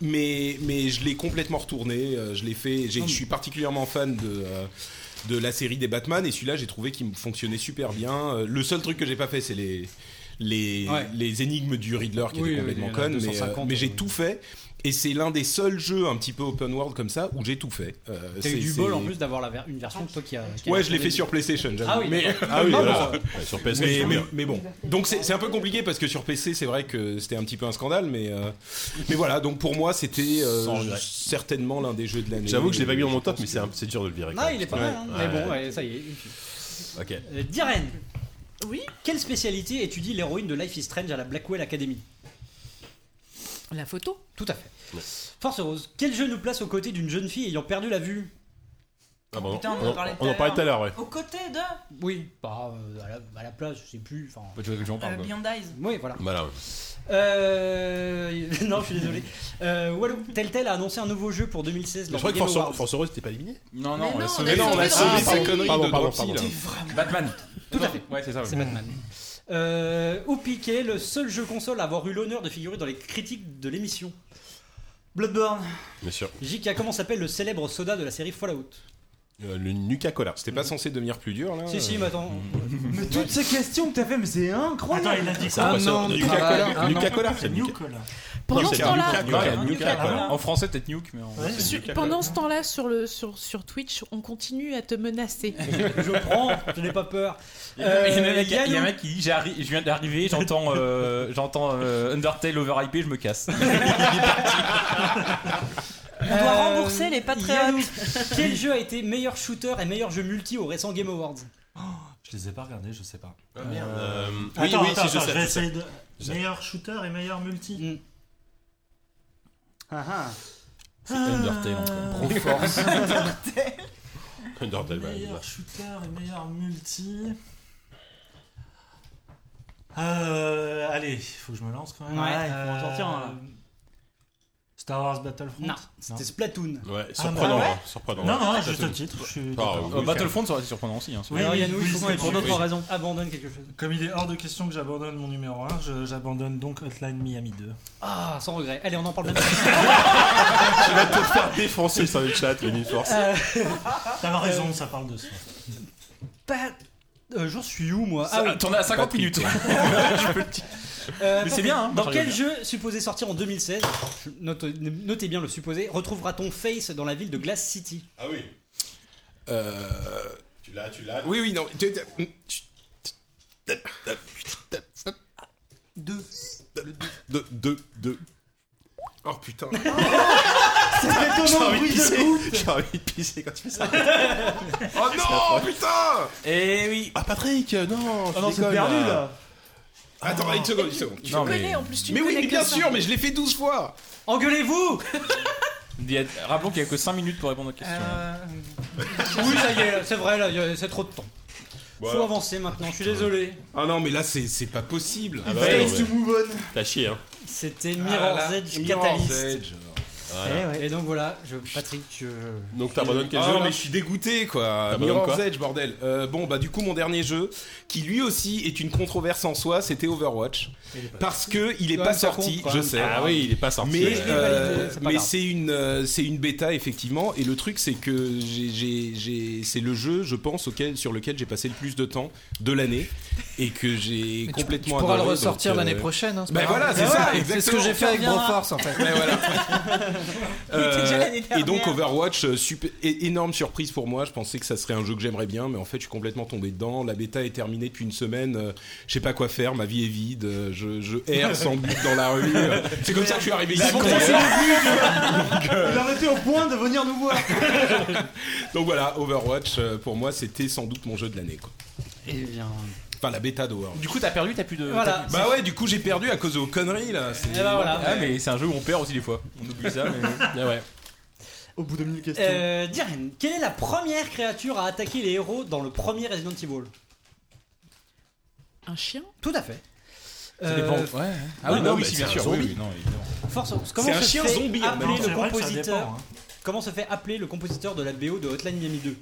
G: mais mais je l'ai complètement retourné. euh, Je l'ai fait. j'ai- Je suis particulièrement fan de. euh, de la série des Batman et celui-là j'ai trouvé qu'il me fonctionnait super bien. Euh, Le seul truc que j'ai pas fait c'est les les,
M: Ouais.
G: les énigmes du Riddler qui
M: Oui, oui,
G: étaient complètement
M: les
G: connes, mais, euh,
M: 250,
G: mais j'ai tout fait. Et c'est l'un des seuls jeux un petit peu open world comme ça où j'ai tout fait. Euh,
D: T'as
G: c'est-
D: eu du
G: c'est-
D: bol en plus d'avoir la ver- une version de toi qui a. qui a-
G: Ouais, je l'ai fait sur PlayStation, j'avoue.
D: Ah oui,
G: mais,
D: d'accord.
G: mais-
D: Non, non,
G: voilà.
D: ça-
B: Ouais, sur PS,
G: euh, mais,
B: c'est
G: mais-
B: bien.
G: mais bon. Donc c'est c'est un peu compliqué parce que sur PC, c'est vrai que c'était un petit peu un scandale, mais, euh, mais voilà. Donc pour moi, c'était euh,
B: Sans regret.
G: certainement l'un des jeux de l'année.
B: J'avoue que je l'ai pas mis en mon
G: top,
B: mais c'est un- c'est dur de le virer.
D: Non, il est pas mal, hein. mais bon, ouais, ça y est.
B: Ok.
D: Euh, Diren,
I: oui
D: quelle spécialité étudie l'héroïne de Life is Strange à la Blackwell Academy
I: La photo
D: Tout à fait. Force Rose, quel jeu nous place aux côtés d'une jeune fille ayant perdu la vue
B: Ah bon,
L: Putain, on en parlait tout
B: on en parlait tout à l'heure, ouais.
L: Aux côtés de
D: Oui, bah, euh, à, la, à la place, je sais plus. Enfin,
L: euh, Beyond Eyes.
D: Oui, voilà.
B: Voilà.
D: Euh, non, je suis désolé. Euh, Walou, Telltale a annoncé un nouveau jeu pour 2016.
B: Je crois que
D: lors des Game
B: Force
D: Awards.
B: Force Rose n'était pas éliminé.
C: Non,
D: Mais
C: non, on
D: non,
C: a
D: on Ah,
C: sauvé Ah,
D: a
C: non, on a
D: sauvé
C: sauvé
D: Dropsy.
C: ces conneries
B: Pardon,
C: de
B: pardon,
C: Dropsy,
B: pardon.
C: là.
B: T'es
C: Batman.
D: Tout à fait.
C: Ouais, c'est ça.
D: C'est Batman. Euh, au piqué, le seul jeu console à avoir eu l'honneur de figurer dans les critiques de l'émission.
F: Bloodborne.
B: Bien sûr.
D: JK, comment s'appelle le célèbre soda de la série Fallout
G: Euh, le Nuka Cola. C'était pas censé devenir plus dur là euh.
D: Si, si, mais attends.
F: Mais toutes ces questions que t'as fait, mais c'est incroyable.
E: Attends, il a dit
G: Ça,
E: quoi
G: on va sur- Nuka Cola, Nuka Cola, c'est Nuka.
I: Pendant
G: Non,
I: ce
G: c'est
I: temps-là-
G: Nuka Cola,
C: Nuka
G: Nuka
C: Cola.
G: Cola.
C: En français, peut-être Nuke, mais en.
G: Ouais,
C: c'est
G: sur-
C: Nuka Cola.
I: Pendant ce temps-là, sur, le, sur, sur Twitch, on continue à te menacer.
D: Je prends, je n'ai pas peur.
C: Il y a un
D: Euh,
C: mec- il y a
D: Yannou-
C: un mec qui dit j'arrive- Je viens d'arriver, j'entends euh, j'entends euh, Undertale overhypé, je me casse.
L: On doit rembourser les patriotes.
D: Euh, Yannou, Quel jeu a été meilleur shooter et meilleur jeu multi au récent Game Awards
L: Oh.
E: Je les ai pas regardés, je sais pas.
B: Ah, merde.
E: Euh,
B: Euh,
E: Attends,
B: oui, oui,
E: attends,
B: si, je
E: attends, je vais
B: sais, je sais.
E: essayer de.
B: Je sais.
E: Meilleur shooter et meilleur
D: Mm.
E: multi.
F: Ah ah.
B: C'est Undertale
E: Ah.
B: encore.
E: Proforce.
F: Undertale.
B: Undertale, bah,
E: Meilleur
B: bah.
E: shooter et meilleur multi. Euh, allez, faut que je me lance quand même.
D: Ouais,
E: Euh,
D: faut en sortir un, là.
E: Star Wars Battlefront
D: Non, c'était Splatoon.
B: Ouais,
E: Ah,
B: surprenant,
E: bah ouais.
B: hein, surprenant.
E: Non, non,
B: Ouais,
E: juste
B: Splatoon.
E: le titre. je suis
B: Ah,
E: d'accord.
B: oui,
C: Euh, Battlefront, ça aurait été surprenant aussi. hein, ça aurait
D: Alors,
C: été-
D: Yannou, il faut
E: oui,
D: que pour d'autres
E: oui.
D: raisons, abandonne quelque chose.
E: Comme il est hors de question que j'abandonne mon numéro 1, j'abandonne donc Hotline Miami 2.
D: Ah, sans regret. Allez, on en parle maintenant.
B: Tu vas te faire défoncer sur le chat, Lenny Force.
D: Euh,
E: T'as raison, ça parle de ça.
D: pas... Euh, J'en suis où, moi
C: Ça- T'en as à 50 minutes. Tu peux le dire.
D: Euh,
C: Mais
D: parfait.
C: c'est bien, hein,
D: Dans
C: moi, je
D: quel
C: regarde
D: jeu supposé sortir en 2016 Note- euh, Notez bien le supposé. Retrouvera-t-on Face dans la ville de Glass City
B: Ah oui. Euh, Tu l'as, tu l'as.
G: Oui, oui, non. tu- tu-
F: Deux.
B: Deux, deux, deux.
G: Oh putain.
F: C'était ton
B: J'ai
F: nom,
B: envie de
F: bruit
B: pisser.
F: de coupe.
B: J'ai envie de pisser quand tu fais ça.
G: Oh non, putain
C: Eh oui.
B: Ah Patrick, euh, non, je
F: Ah non, c'est
B: déconne,
F: perdu là.
G: Attends, une seconde, une seconde.
B: Oh,
C: Non, mais-
H: connais, en plus, tu
G: Mais
H: ne
G: oui,
H: connais
G: mais
H: que
G: bien
H: ça.
G: sûr, mais je l'ai fait 12 fois.
D: Engueulez-vous
C: Il y a- Rappelons qu'il n'y a que 5 minutes pour répondre aux questions.
L: Euh,
D: Oui, ça y est, c'est vrai, là, y a- c'est trop de temps. Faut
G: Voilà.
D: avancer maintenant, je suis désolé.
G: Ah non, mais là, c'est c'est pas possible.
B: Ah bah ouais,
F: Face
B: non,
F: to move on.
B: mais T'as chié, hein.
D: C'était Mirror's
G: Ah là,
D: Edge
G: Mirror's
D: Catalyst.
G: Edge.
D: Eh ouais. Et donc voilà, je, Patrick, je...
B: Donc t'abandonnes quel
G: Ah
B: jeu
G: non,
B: là
G: mais je suis dégoûté quoi.
B: T'abandonnes
G: euh, Mirror's
B: Ah, bah, quoi
G: Edge bordel. Euh, bon bah du coup mon dernier jeu qui lui aussi est une controverse en soi, c'était Overwatch parce que il est
D: Ouais,
G: pas
D: ça
G: sorti,
D: compte, quand
G: je
D: même.
G: sais.
B: Ah oui, il est pas sorti.
G: Mais,
B: ouais.
G: euh,
D: validé, c'est pas
G: mais
D: grave.
G: c'est une euh, c'est une bêta effectivement et le truc c'est que j'ai- j'ai- j'ai- c'est le jeu je pense auquel sur lequel j'ai passé le plus de temps de l'année et que j'ai
J: Mais tu-
G: complètement
J: tu pourras le
G: adoré, donc,
J: ressortir
G: euh,
J: l'année prochain. Hein, c'est
G: Ben
J: pas grave.
G: voilà, c'est
J: Ben
G: ça,
J: voilà, C'est ce que
G: exactement.
J: j'ai fait avec
L: Tu reviendras.
J: Broforce en fait.
G: Ouais, voilà.
L: était déjà l'année
G: Euh, et donc
L: dernière.
G: Overwatch, euh, super- é- énorme surprise pour moi. Je pensais que ça serait un jeu que j'aimerais bien, mais en fait, je suis complètement tombé dedans. La bêta est terminée depuis une semaine. euh, je sais pas quoi faire. Ma vie est vide. euh, je, je erre sans but dans la rue. euh, C'est comme ça que je suis arrivé ici.
F: Bon, ça, c'est le but. Il en était au point de venir nous voir.
G: Donc voilà, Overwatch, euh, pour moi, c'était sans doute mon jeu de l'année. quoi.
D: Eh bien...
G: Enfin, la bêta d'Overwatch.
C: Du coup, t'as perdu, t'as plus de.
D: Voilà.
G: Bah ouais, du coup, j'ai perdu à cause de vos conneries là. C'est-
D: Et ben voilà.
C: Ah, mais c'est un jeu où on perd aussi des fois. On oublie ça, mais.
G: Ah ouais.
F: Au bout de 1000 questions.
D: Euh, Diren, quelle est la première créature à attaquer les héros dans le premier Resident Evil
I: Un chien
D: Tout à fait.
C: Ça
D: Euh,
C: dépend. Ouais. Ah oui,
B: non,
C: non,
B: mais
C: oui, si,
B: c'est
C: bien
B: un
C: sûr.
B: zombie.
C: Oui, oui, non, évidemment.
D: Force,
G: C'est
D: comment
G: un
D: se
G: chien
D: fait
G: zombie, en
D: appeler
E: temps.
G: même
D: le
E: C'est vrai que ça
D: compositeur
E: dépend, hein.
D: Comment se fait appeler le compositeur de la BO de Hotline Miami 2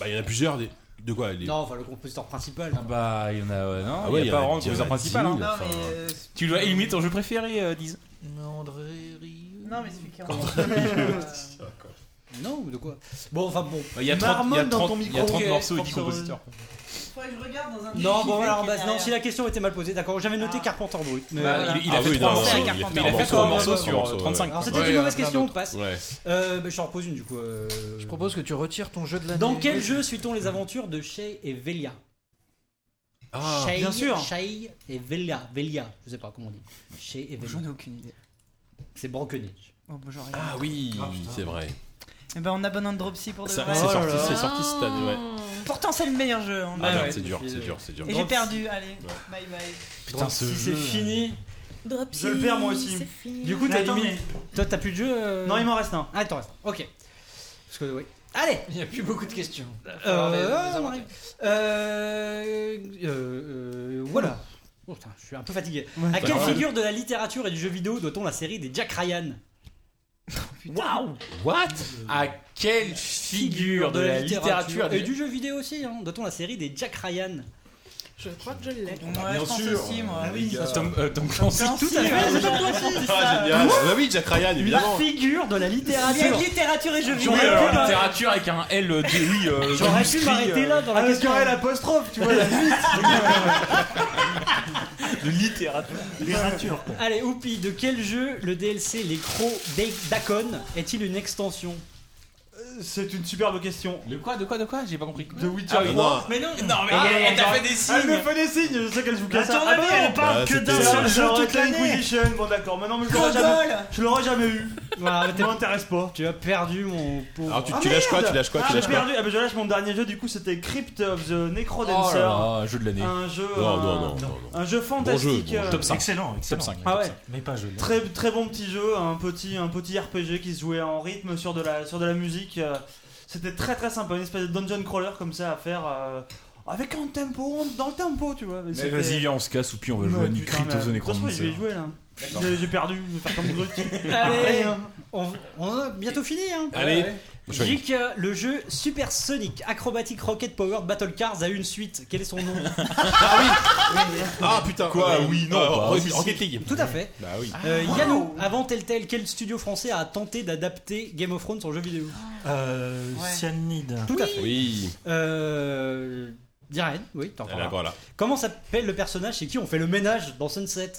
B: Bah il y en a plusieurs. Des... De quoi les...
D: Non, enfin le compositeur principal. hein.
C: Ah Bah, il y en a. euh, Non,
B: Ah ouais,
C: il
B: il
C: n'y
B: y
C: a pas
B: en a
C: vraiment de
B: dix-
C: compositeur principal.
B: dix
C: hein.
B: mille.
L: Non,
B: Enfin,
L: mais. euh,
C: Tu dois éliminer ton jeu préféré, euh, Diz.
J: André Rieu.
L: Non, mais c'est qui
D: Non, ou de quoi Bon, enfin bon.
C: Il y a 30,
F: Marmonne
C: il y a
F: dans
C: 30
F: ton
C: il y a 30
F: micro.
C: morceaux et 10
F: Force heureuse.
C: compositeurs.
L: faudrait que je regarde dans un.
D: Non, bon,
L: voilà
D: alors, bah, non, si la question était mal posée, d'accord, j'avais
L: Ah.
D: noté Carpenter brut. mais
C: Bah,
D: voilà.
C: il- il a Ah fait oui, trois non, morceaux, il a fait mais il a fait trois morceaux morceaux sur, euh, 35.
D: Alors, c'était
J: Ouais,
D: une
J: il y en a
D: mauvaise
J: plein
D: question, on
J: d'autres.
D: passe.
J: Ouais.
D: Euh, bah, je t'en repose une du coup. Je
J: ben, propose que tu retires ton jeu de l'année.
D: Dans quel jeu suit-on les aventures de Shay et Velia
J: Ah,
D: Shay,
J: bien sûr.
D: Shay et Velia. Velia, je sais pas comment on dit. Shay et Velia. J'en
L: ai aucune idée.
D: C'est Brockenage.
L: Oh, bah, j'en ai
B: Ah
L: rien.
B: oui,
L: Ah, putain.
B: c'est vrai.
L: Eh ben, on abonne un Dropsy pour de
B: Ça-
L: vrai.
B: c'est Oh sorti- là là. c'est sorti cette année, ouais.
L: Pourtant, c'est le meilleur jeu. on
B: Ah
L: a-
B: merde, c'est dur, c'est dur, c'est dur.
L: Et j'ai perdu, allez, bye bye.
D: si c'est
I: euh,
D: fini.
L: Dropsy, Je le perds, moi aussi. c'est fini.
D: Du coup, t'as
L: Mais attends,
D: éliminé. Toi, t'as plus de jeu euh
L: Non, il m'en reste un.
D: Ah, il t'en reste un. Ok. Parce que, oui. Allez
J: Il n'y a plus beaucoup de questions.
D: Euh, on arrive. Euh, euh, euh, voilà. Oh, putain, je suis un peu fatigué.
J: Ouais.
D: À quelle
J: Ouais.
D: figure de la littérature et du jeu vidéo doit-on la série des Jack Ryan Waouh
C: What À quelle figure de la littérature
D: et du jeu vidéo aussi hein, Doit-on la série des Jack Ryan
I: Je crois que je
C: Ah,
I: l'ai.
L: Ouais, je pense aussi, moi.
C: Tom, euh, Tom
D: Tom
C: Clancy.
D: Clancy,
C: Tout à fait. Ah,
D: ouais,
C: Tom
D: Tom
C: Clancy,
D: Clancy,
C: ça.
D: ça.
B: génial. Bah oui, Jack Ryan, évidemment.
D: La figure de la littérature.
L: littérature et jeux
C: J'aurais pu alors, littérature avec un L de oui. euh,
D: J'aurais pu
C: manuscrit,
D: m'arrêter
C: euh,
D: là dans la
L: Avec
D: question.
L: un L apostrophe, tu vois, la suite.
C: de littérature.
E: Littérature.
D: Allez, Oupi, de quel jeu le DLC Les Crocs d'Acon est-il une extension
F: Euh, C'est une superbe question.
C: De quoi, de quoi, de quoi J'ai pas compris.
F: De Witcher
C: Ah oui,
F: 3.
C: Mais non. Non, mais elle- elle t'a fait des signes.
F: Eh, Elle me fait des signes, je sais qu'elle joue comme Attends, ça. mais bah, elle non. parle
D: Bah,
F: que
D: c'était-
F: d'un seul
D: c'est
F: jeu
D: un
F: toute
D: jeu toute
F: l'année.
D: l'année.
F: Bon d'accord, maintenant mais je l'aurais
D: Gogol.
F: jamais. Je l'aurais jamais eu.
D: Voilà, mais t'es-
F: Ça m'intéresse pas.
D: Tu as perdu mon pauvre.
B: Alors, tu- tu lâches quoi, tu lâches quoi,
F: Ah,
B: tu lâches
F: j'ai
B: quoi
F: perdu. Ah, bah, je lâche mon dernier jeu, du coup, c'était Crypt of the
C: Oh
F: Necrodancer.
C: là là, jeu de l'année.
F: Un jeu.
B: Non,
F: un-
B: non, non, non,
F: Un jeu
B: Bon
F: fantastique.
B: jeu, bon jeu.
F: euh,
B: Top cinq.
E: Excellent, excellent.
C: Top cinq,
F: Ah ouais.
E: Mais pas hein. joli.
F: Très, très bon petit jeu, un petit, un petit RPG qui se jouait en rythme sur de la, sur de la musique. euh, C'était très très sympa, une espèce de dungeon crawler comme ça à faire euh, avec un tempo, on- dans le tempo, tu vois. Mais
C: Mais
F: c'était-
C: vas-y, viens, on se casse ou puis on va
F: Non,
C: jouer à du
F: putain,
C: Crypt
F: mais,
C: of the
F: de toute façon, Je
C: Necromancer.
F: vais y jouer là.
C: D'accord.
F: J'ai j'ai perdu, je vais faire comme Brutti.
D: Allez,
E: hein.
F: Après,
D: on, on a bientôt fini. Hein.
B: Allez. Prochaine.
D: Geek, euh, le jeu Super Sonic Acrobatic Rocket Powered Battle Cars a eu une suite. Quel est son nom
B: Ah putain.
C: Quoi,
B: Euh,
C: oui, non,
B: euh,
C: bah,
B: Rocket-
C: oui, si.
B: Rocket League.
D: Tout à fait.
B: Bah oui.
D: Euh,
E: Ah.
D: Yannou, avant Telltale, quel studio français a tenté d'adapter Game of Thrones en jeu vidéo
E: Euh,
D: Ouais.
E: Cyanide.
D: Tout à fait.
B: Oui. Eh ben,
D: Euh. Diren, oui, t'es encore
B: Elle est
D: là.
B: encore là.
D: Comment s'appelle le personnage chez qui on fait le ménage dans Sunset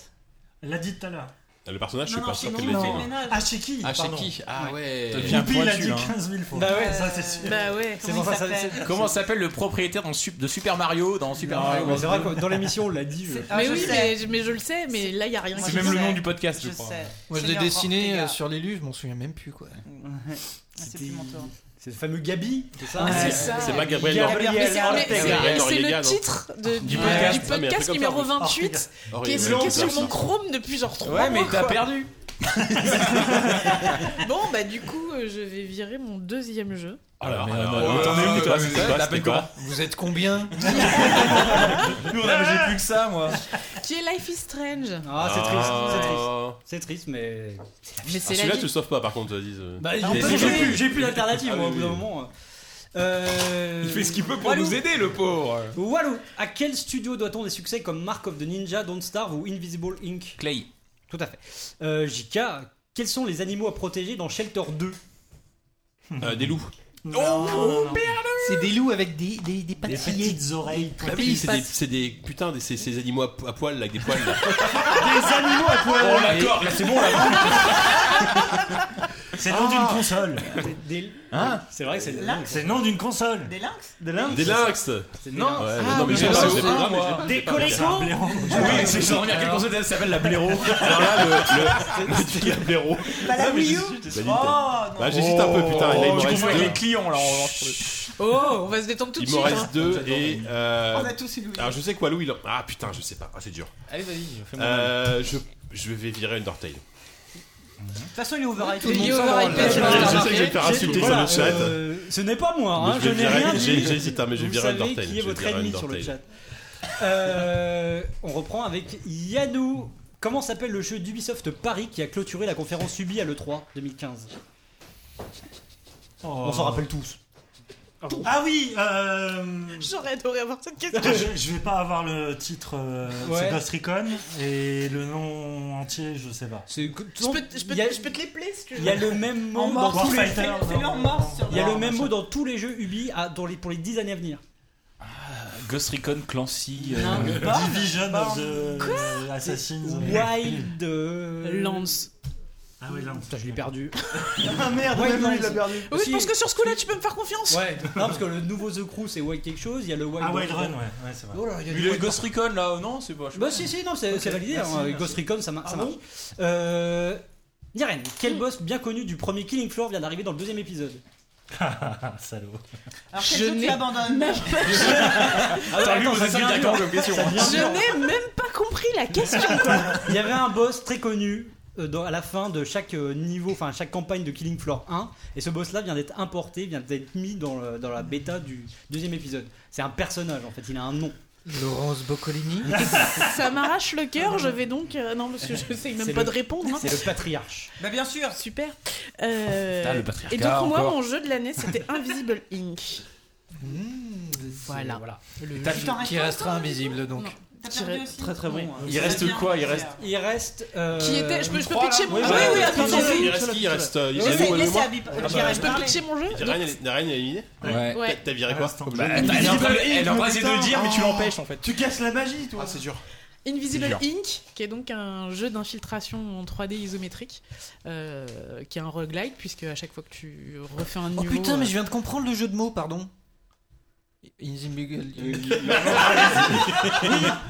E: Elle l'a dit tout à l'heure.
B: Ah, Le personnage, je suis
L: Non,
B: pas
L: non,
B: sûr
L: c'est
B: qu'elle
L: non,
B: l'ait
L: non.
B: fait.
E: Ah, chez qui
B: Ah, chez
E: Pardon.
B: qui Ah ouais.
C: T'as bien
E: Bien il l'a
C: pointu,
E: dit
C: hein.
E: 15 000 fois.
D: Bah ouais.
E: ça c'est sûr.
I: Bah ouais.
D: C'est pour ça, ça- c'est-
C: Comment s'appelle le propriétaire dans Sup- de Super Mario dans Super
D: Ah,
C: Mario
D: mais C'est vrai que dans l'émission on l'a dit. euh.
I: mais
L: je
I: oui,
L: sais.
I: mais, mais Ah, je le sais, mais là, il n'y a rien
L: Moi,
I: qui
C: Ah, C'est même le
L: sais.
C: nom du podcast, je
L: Je
C: crois.
L: sais.
J: Moi, je l'ai
L: Seigneur
J: dessiné
L: Ortega.
J: euh, sur l'élu, je m'en souviens même plus quoi.
L: C'est plus mon tour.
D: C'est le fameux Gabi, c'est ça
L: Ah,
D: Ouais.
L: c'est
I: ça.
B: C'est pas Gabriel
D: Gabriel
B: Gabriel
I: Mais c'est- mais c'est-
B: Ortega.
I: mais c'est
B: Ortega,
I: le
B: non.
I: titre de- du
B: Ouais.
I: podcast,
B: Ah, mais un truc
I: podcast
B: comme ça,
I: numéro
B: oui.
I: 28 qui est,
B: Ortega.
I: qui est sur mon Chrome depuis genre 3
C: Ouais, mais
I: mois.
C: t'as
I: quoi.
C: perdu.
I: Bon, bah du coup, euh, je vais virer mon deuxième jeu.
J: Oh Ah,
B: Alors,
C: Mais,
B: alors,
C: euh,
B: alors,
C: t'en es où,
B: euh,
C: toi,
B: bah,
C: c'est
B: c'est
C: ça,
B: quoi,
C: t'as
B: c'était
C: pas
B: quoi
C: comment
J: Vous êtes combien
C: Nous, on avait j'ai plus que ça, moi.
I: Qui est Life is Strange.
D: Ah, c'est triste, c'est triste.
B: Ah.
D: C'est triste, mais.
I: Mais
B: Ah,
I: c'est la
B: Celui-là,
I: vie.
B: tu le sauves pas, par contre, Aziz. euh.
D: Bah,
B: Mais
D: j'ai
B: c'est
D: j'ai
B: vrai.
D: plus, j'ai plus d'alternative,
B: Ah,
D: moi, au
B: oui,
D: bout d'un
B: oui.
D: moment. Euh,
C: Il fait ce qu'il peut pour
D: Walou.
C: nous aider, le pauvre.
D: Walou, à quel studio doit-on des succès comme Mark of the Ninja, Don't Starve ou Invisible Inc
C: Clay.
D: Tout à fait. Euh, JK, quels sont les animaux à protéger dans Shelter 2
B: Euh, Des loups.
F: Oh,
J: C'est des loups avec des, des, des
E: Les
J: pâtillés.
E: petites oreilles.
B: Bah oui, c'est des, c'est des putain, des, ces, ces animaux à, à poil là, avec des poils là.
F: hein,
B: Oh,
F: Des animaux à poil.
C: D'accord, là, c'est bon, là.
E: C'est le nom d'une console.
D: Des- des-
E: Hein
D: C'est vrai que c'est le
L: Là,
E: C'est le nom d'une console.
L: Des lynx
F: Des lynx.
B: Des lynx.
D: c'est-
C: Non.
B: Ouais, mais
J: Ah,
B: non, mais
J: oui,
B: j'ai pas,
J: ça,
B: j'ai
J: ça,
B: pas,
J: moi.
B: mais j'ai pas-
D: Des
E: C'est un
D: colécos
E: blaireau.
C: Oui, c'est que dire quelle console ça s'appelle la blaireau.
B: Alors là, le, le, le truc, la blaireau.
L: Pas la Wii U
B: Bah,
L: Oh
B: dis-
L: non
B: Bah, j'hésite un peu, putain. là, il
C: Oh,
B: m'en
C: je
B: reste
C: confonds avec
B: deux.
C: les clients, là. on lance le-
I: Oh, on va se détendre tout de
B: Il
I: suite.
B: m'en
I: hein.
B: reste deux et. euh,
L: On a tous une Wii U.
B: Alors, je sais quoi, Louis. il en- Ah putain, je sais pas. Ah, c'est dur.
C: Allez, vas-y, fais-moi.
B: Euh, je, je vais virer Undertale.
L: De toute façon, il est overrated.
I: Il est
B: Je
I: overrated,
B: sais
I: je pense.
B: que je vais me faire insulter sur le chat.
D: Euh, ce n'est pas moi, hein,
B: Mais
D: je
B: je vais
D: n'ai
B: virer-
D: rien
B: j'ai-
D: dit.
B: j'hésite, hein, mais je vais
D: Vous
B: virer
D: savez
B: Undertale,
D: qui
B: je
D: est
B: vais
D: votre
B: virer
D: ennemi sur le chat.
B: Undertale.
D: Euh, on reprend avec Yannou. Comment s'appelle le jeu d'Ubisoft Paris qui a clôturé la conférence subie à l'E3 2015 On s'en rappelle tous.
E: Oh. Ah oui, euh,
I: J'aurais adoré avoir cette question.
E: je, je vais pas avoir le titre. euh,
D: Ouais.
E: C'est Ghost Recon et le nom entier, je sais pas.
D: C'est-
I: Je peux, te- je peux
D: Il y a-
I: te- je peux te les placer si tu veux.
D: Il y a le même
L: En
D: mot dans
L: mort,
D: tous les-
E: Warfighter,
L: c'est lui en mort sur
D: il y a
E: Non,
D: le même
E: machin.
D: mot dans tous les jeux Ubi à- dans les- pour les 10 années à venir.
C: Ghost Recon Clancy. euh,
E: Non, mais pas. Division of the-
D: Quoi
E: Assassin's-
D: Wild euh,
E: Lance. Ah oui, Lance.
D: Putain, je l'ai perdu.
F: Ah merde,
D: Wild
F: même lui, il
D: Lance.
F: l'a perdu.
D: Oui, je pense que
L: sur ce coup-là, tu peux me faire confiance.
D: Ouais, non, parce que le nouveau The Crew c'est Wild quelque chose, il y a le Wild
E: Ah,
D: Run.
E: Wild Run, ouais, ouais, c'est vrai.
D: Oh là, il y a
C: Mais
D: du
C: le
D: Wild
C: Ghost Recon là, non, c'est pas. je sais
D: Bah
C: pas.
D: si si non c'est c'est validé
C: merci,
D: hein, avec
C: merci.
D: Ghost Recon ça, mar- ça
C: Ah
D: marche.
C: bon
D: Euh, Yaren, quel boss bien connu du premier Killing Floor vient d'arriver dans le deuxième épisode
E: Salaud.
L: Alors,
H: Je
L: je
H: n'ai-
L: n'ai
D: Ah,
L: abandonné.
D: Attends,
C: lui, vous êtes
D: ça
C: d'accord
D: vient
C: comme question.
I: hein.
D: ça vient
H: Je
D: dur.
H: n'ai même pas compris la question.
D: Il y avait un boss très connu euh, dans- à la fin de chaque euh, niveau, enfin chaque campagne de Killing Floor 1, et ce boss-là vient d'être importé, vient d'être mis dans, le- dans la bêta du deuxième épisode. C'est un personnage en fait, il a un nom.
J: Laurence Boccolini
I: Ça m'arrache le cœur, je vais donc. euh, non, parce que je sais même
D: C'est
I: pas
D: le-
I: de répondre. hein.
D: C'est le patriarche.
L: Bah bien sûr.
I: Super. Euh,
D: Putain, le
I: et
D: patriarcat,
I: donc, moi,
D: encore. Hmm,
I: mon jeu de l'année, c'était Invisible Inc.
L: Mmh,
J: Voilà.
I: Le
J: T'as-
I: jeu
J: qui restera invisible donc.
D: Très très bon.
J: Il reste
C: quoi, il reste-
D: Il reste. euh,
I: Qui était- je peux- je peux
D: trois,
I: pitcher
D: là.
I: mon
D: Ouais,
I: jeu
D: ouais,
I: Ah Oui, oui,
D: ouais,
I: attends,
D: pitcher,
I: j'ai
D: pitcher,
I: vu.
B: Il reste qui Il reste. euh, il y a
I: Laissez-
B: nous,
I: laissez
B: moi.
I: Habib-
B: Ah bah,
I: J'irai- je peux
B: parlez.
I: pitcher mon jeu
B: T'as rien- t'as rien éliminé
C: Ouais.
I: Ouais.
B: T'as- T'as viré quoi Oh.
C: Bah, elle est en train de- elle est en train d'essayer de le dire, mais tu l'empêches en fait.
F: Tu casses la magie, toi.
C: Ah, c'est dur.
I: Invisible
C: Dur.
I: Inc., qui est donc un jeu d'infiltration en 3D isométrique, euh, qui est un roguelite, puisque à chaque fois que tu refais un
J: Oh
I: niveau.
J: putain, mais
I: euh,
J: je viens de comprendre le jeu de mots, pardon. Invisible.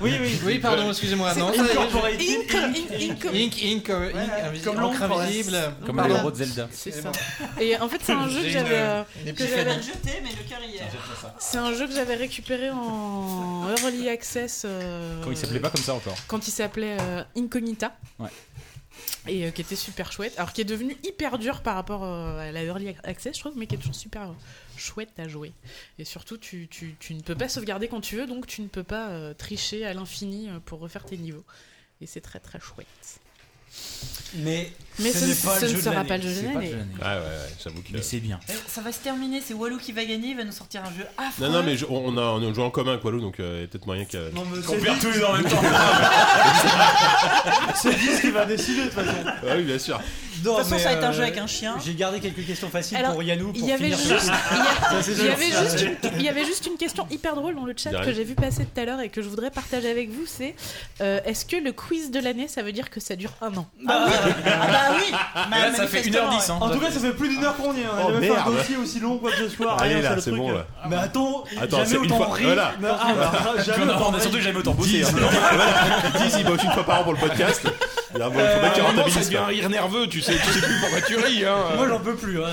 D: Oui, oui.
J: Oui, pardon, excusez-moi.
I: C'est
J: Non, ça-
I: Incorporated,
J: Inc,
I: Inc,
J: Inc, Inc, euh, Inc, invisible,
I: comme
J: encre
I: l'ombre.
J: invisible.
I: Comme
J: Pardon.
I: l'euro de
M: Zelda.
I: C'est ça. euh, Et en fait, c'est un jeu que
J: J'ai
I: j'avais.
J: une-
I: euh,
J: une
I: que j'avais-
J: épiphanie.
L: jeté, mais le cœur y est.
I: C'est un jeu que j'avais récupéré en Early Access. euh,
C: Quand il s'appelait pas comme ça encore.
I: Quand il s'appelait euh, Incognita.
C: Ouais.
I: Et euh, qui était super chouette. Alors qui est devenu hyper dur par rapport euh, à la Early Access, je trouve, mais qui est toujours super euh, chouette à jouer. Et surtout, tu, tu- tu ne peux pas sauvegarder quand tu veux, donc tu ne peux pas euh, tricher à l'infini euh, pour refaire tes niveaux. Et c'est très très chouette.
D: Mais,
I: Mais ce
D: n'est
I: ne-
D: pas
I: ce ne
D: le jeu de
I: sera
D: l'année.
I: pas le jeu de
D: C'est
I: l'année.
B: Ouais, ouais, ouais, j'avoue que.
C: Mais c'est bien.
L: Ça va se terminer, c'est Walou qui va gagner, il va nous sortir un jeu affreux.
B: Non, non, mais je- on, a, on a joué en commun avec Walou, donc euh, il y a peut-être moyen que.
L: Non, mais
C: Qu'on perd tous les deux en même temps.
F: C'est lui qui va décider de toute façon. euh,
B: Ah oui, bien sûr.
D: De toute
L: façon, ça va être un jeu avec un chien.
D: euh, J'ai gardé quelques questions faciles
I: Alors,
D: pour Yannou.
I: Il
D: pour
I: y avait
D: finir ce
I: juste,
D: jeu.
I: il y a-
D: Ça, c'est
I: il y
D: sûr.
I: avait juste une- il y avait juste une question hyper drôle dans le chat
D: Derrière.
I: que j'ai vu passer tout à l'heure et que je voudrais partager avec vous. C'est euh, est-ce que le quiz de l'année, ça veut dire que ça dure un an
L: Ah oui, Ah bah oui.
C: Mais là, ça fait 1h10.
L: hein.
F: En tout cas, ça fait plus d'une heure qu'on y est. On a
B: Oh,
F: jamais fait un
B: merde.
F: dossier aussi long quoi que ce soit.
B: Allez,
F: rien
B: là,
F: sur le
B: c'est
F: truc. euh.
B: bon, là.
F: Mais attends,
B: Attends,
F: jamais
B: c'est une
F: autant
B: fois-
F: ri.
B: voilà.
F: Non, ah, bah, jamais
C: Non,
F: autant
C: on a
F: ri.
C: surtout jamais autant bossé. hein.
B: Dis, il bosse une fois par an pour le podcast. Il y a un bon- faut pas
G: Euh,
B: qu'il
G: à un moment, ça
B: rentabilise,
G: devient un
B: quoi.
G: rire nerveux, tu sais, tu sais plus pourquoi tu ris. Hein.
D: Moi j'en peux plus. hein.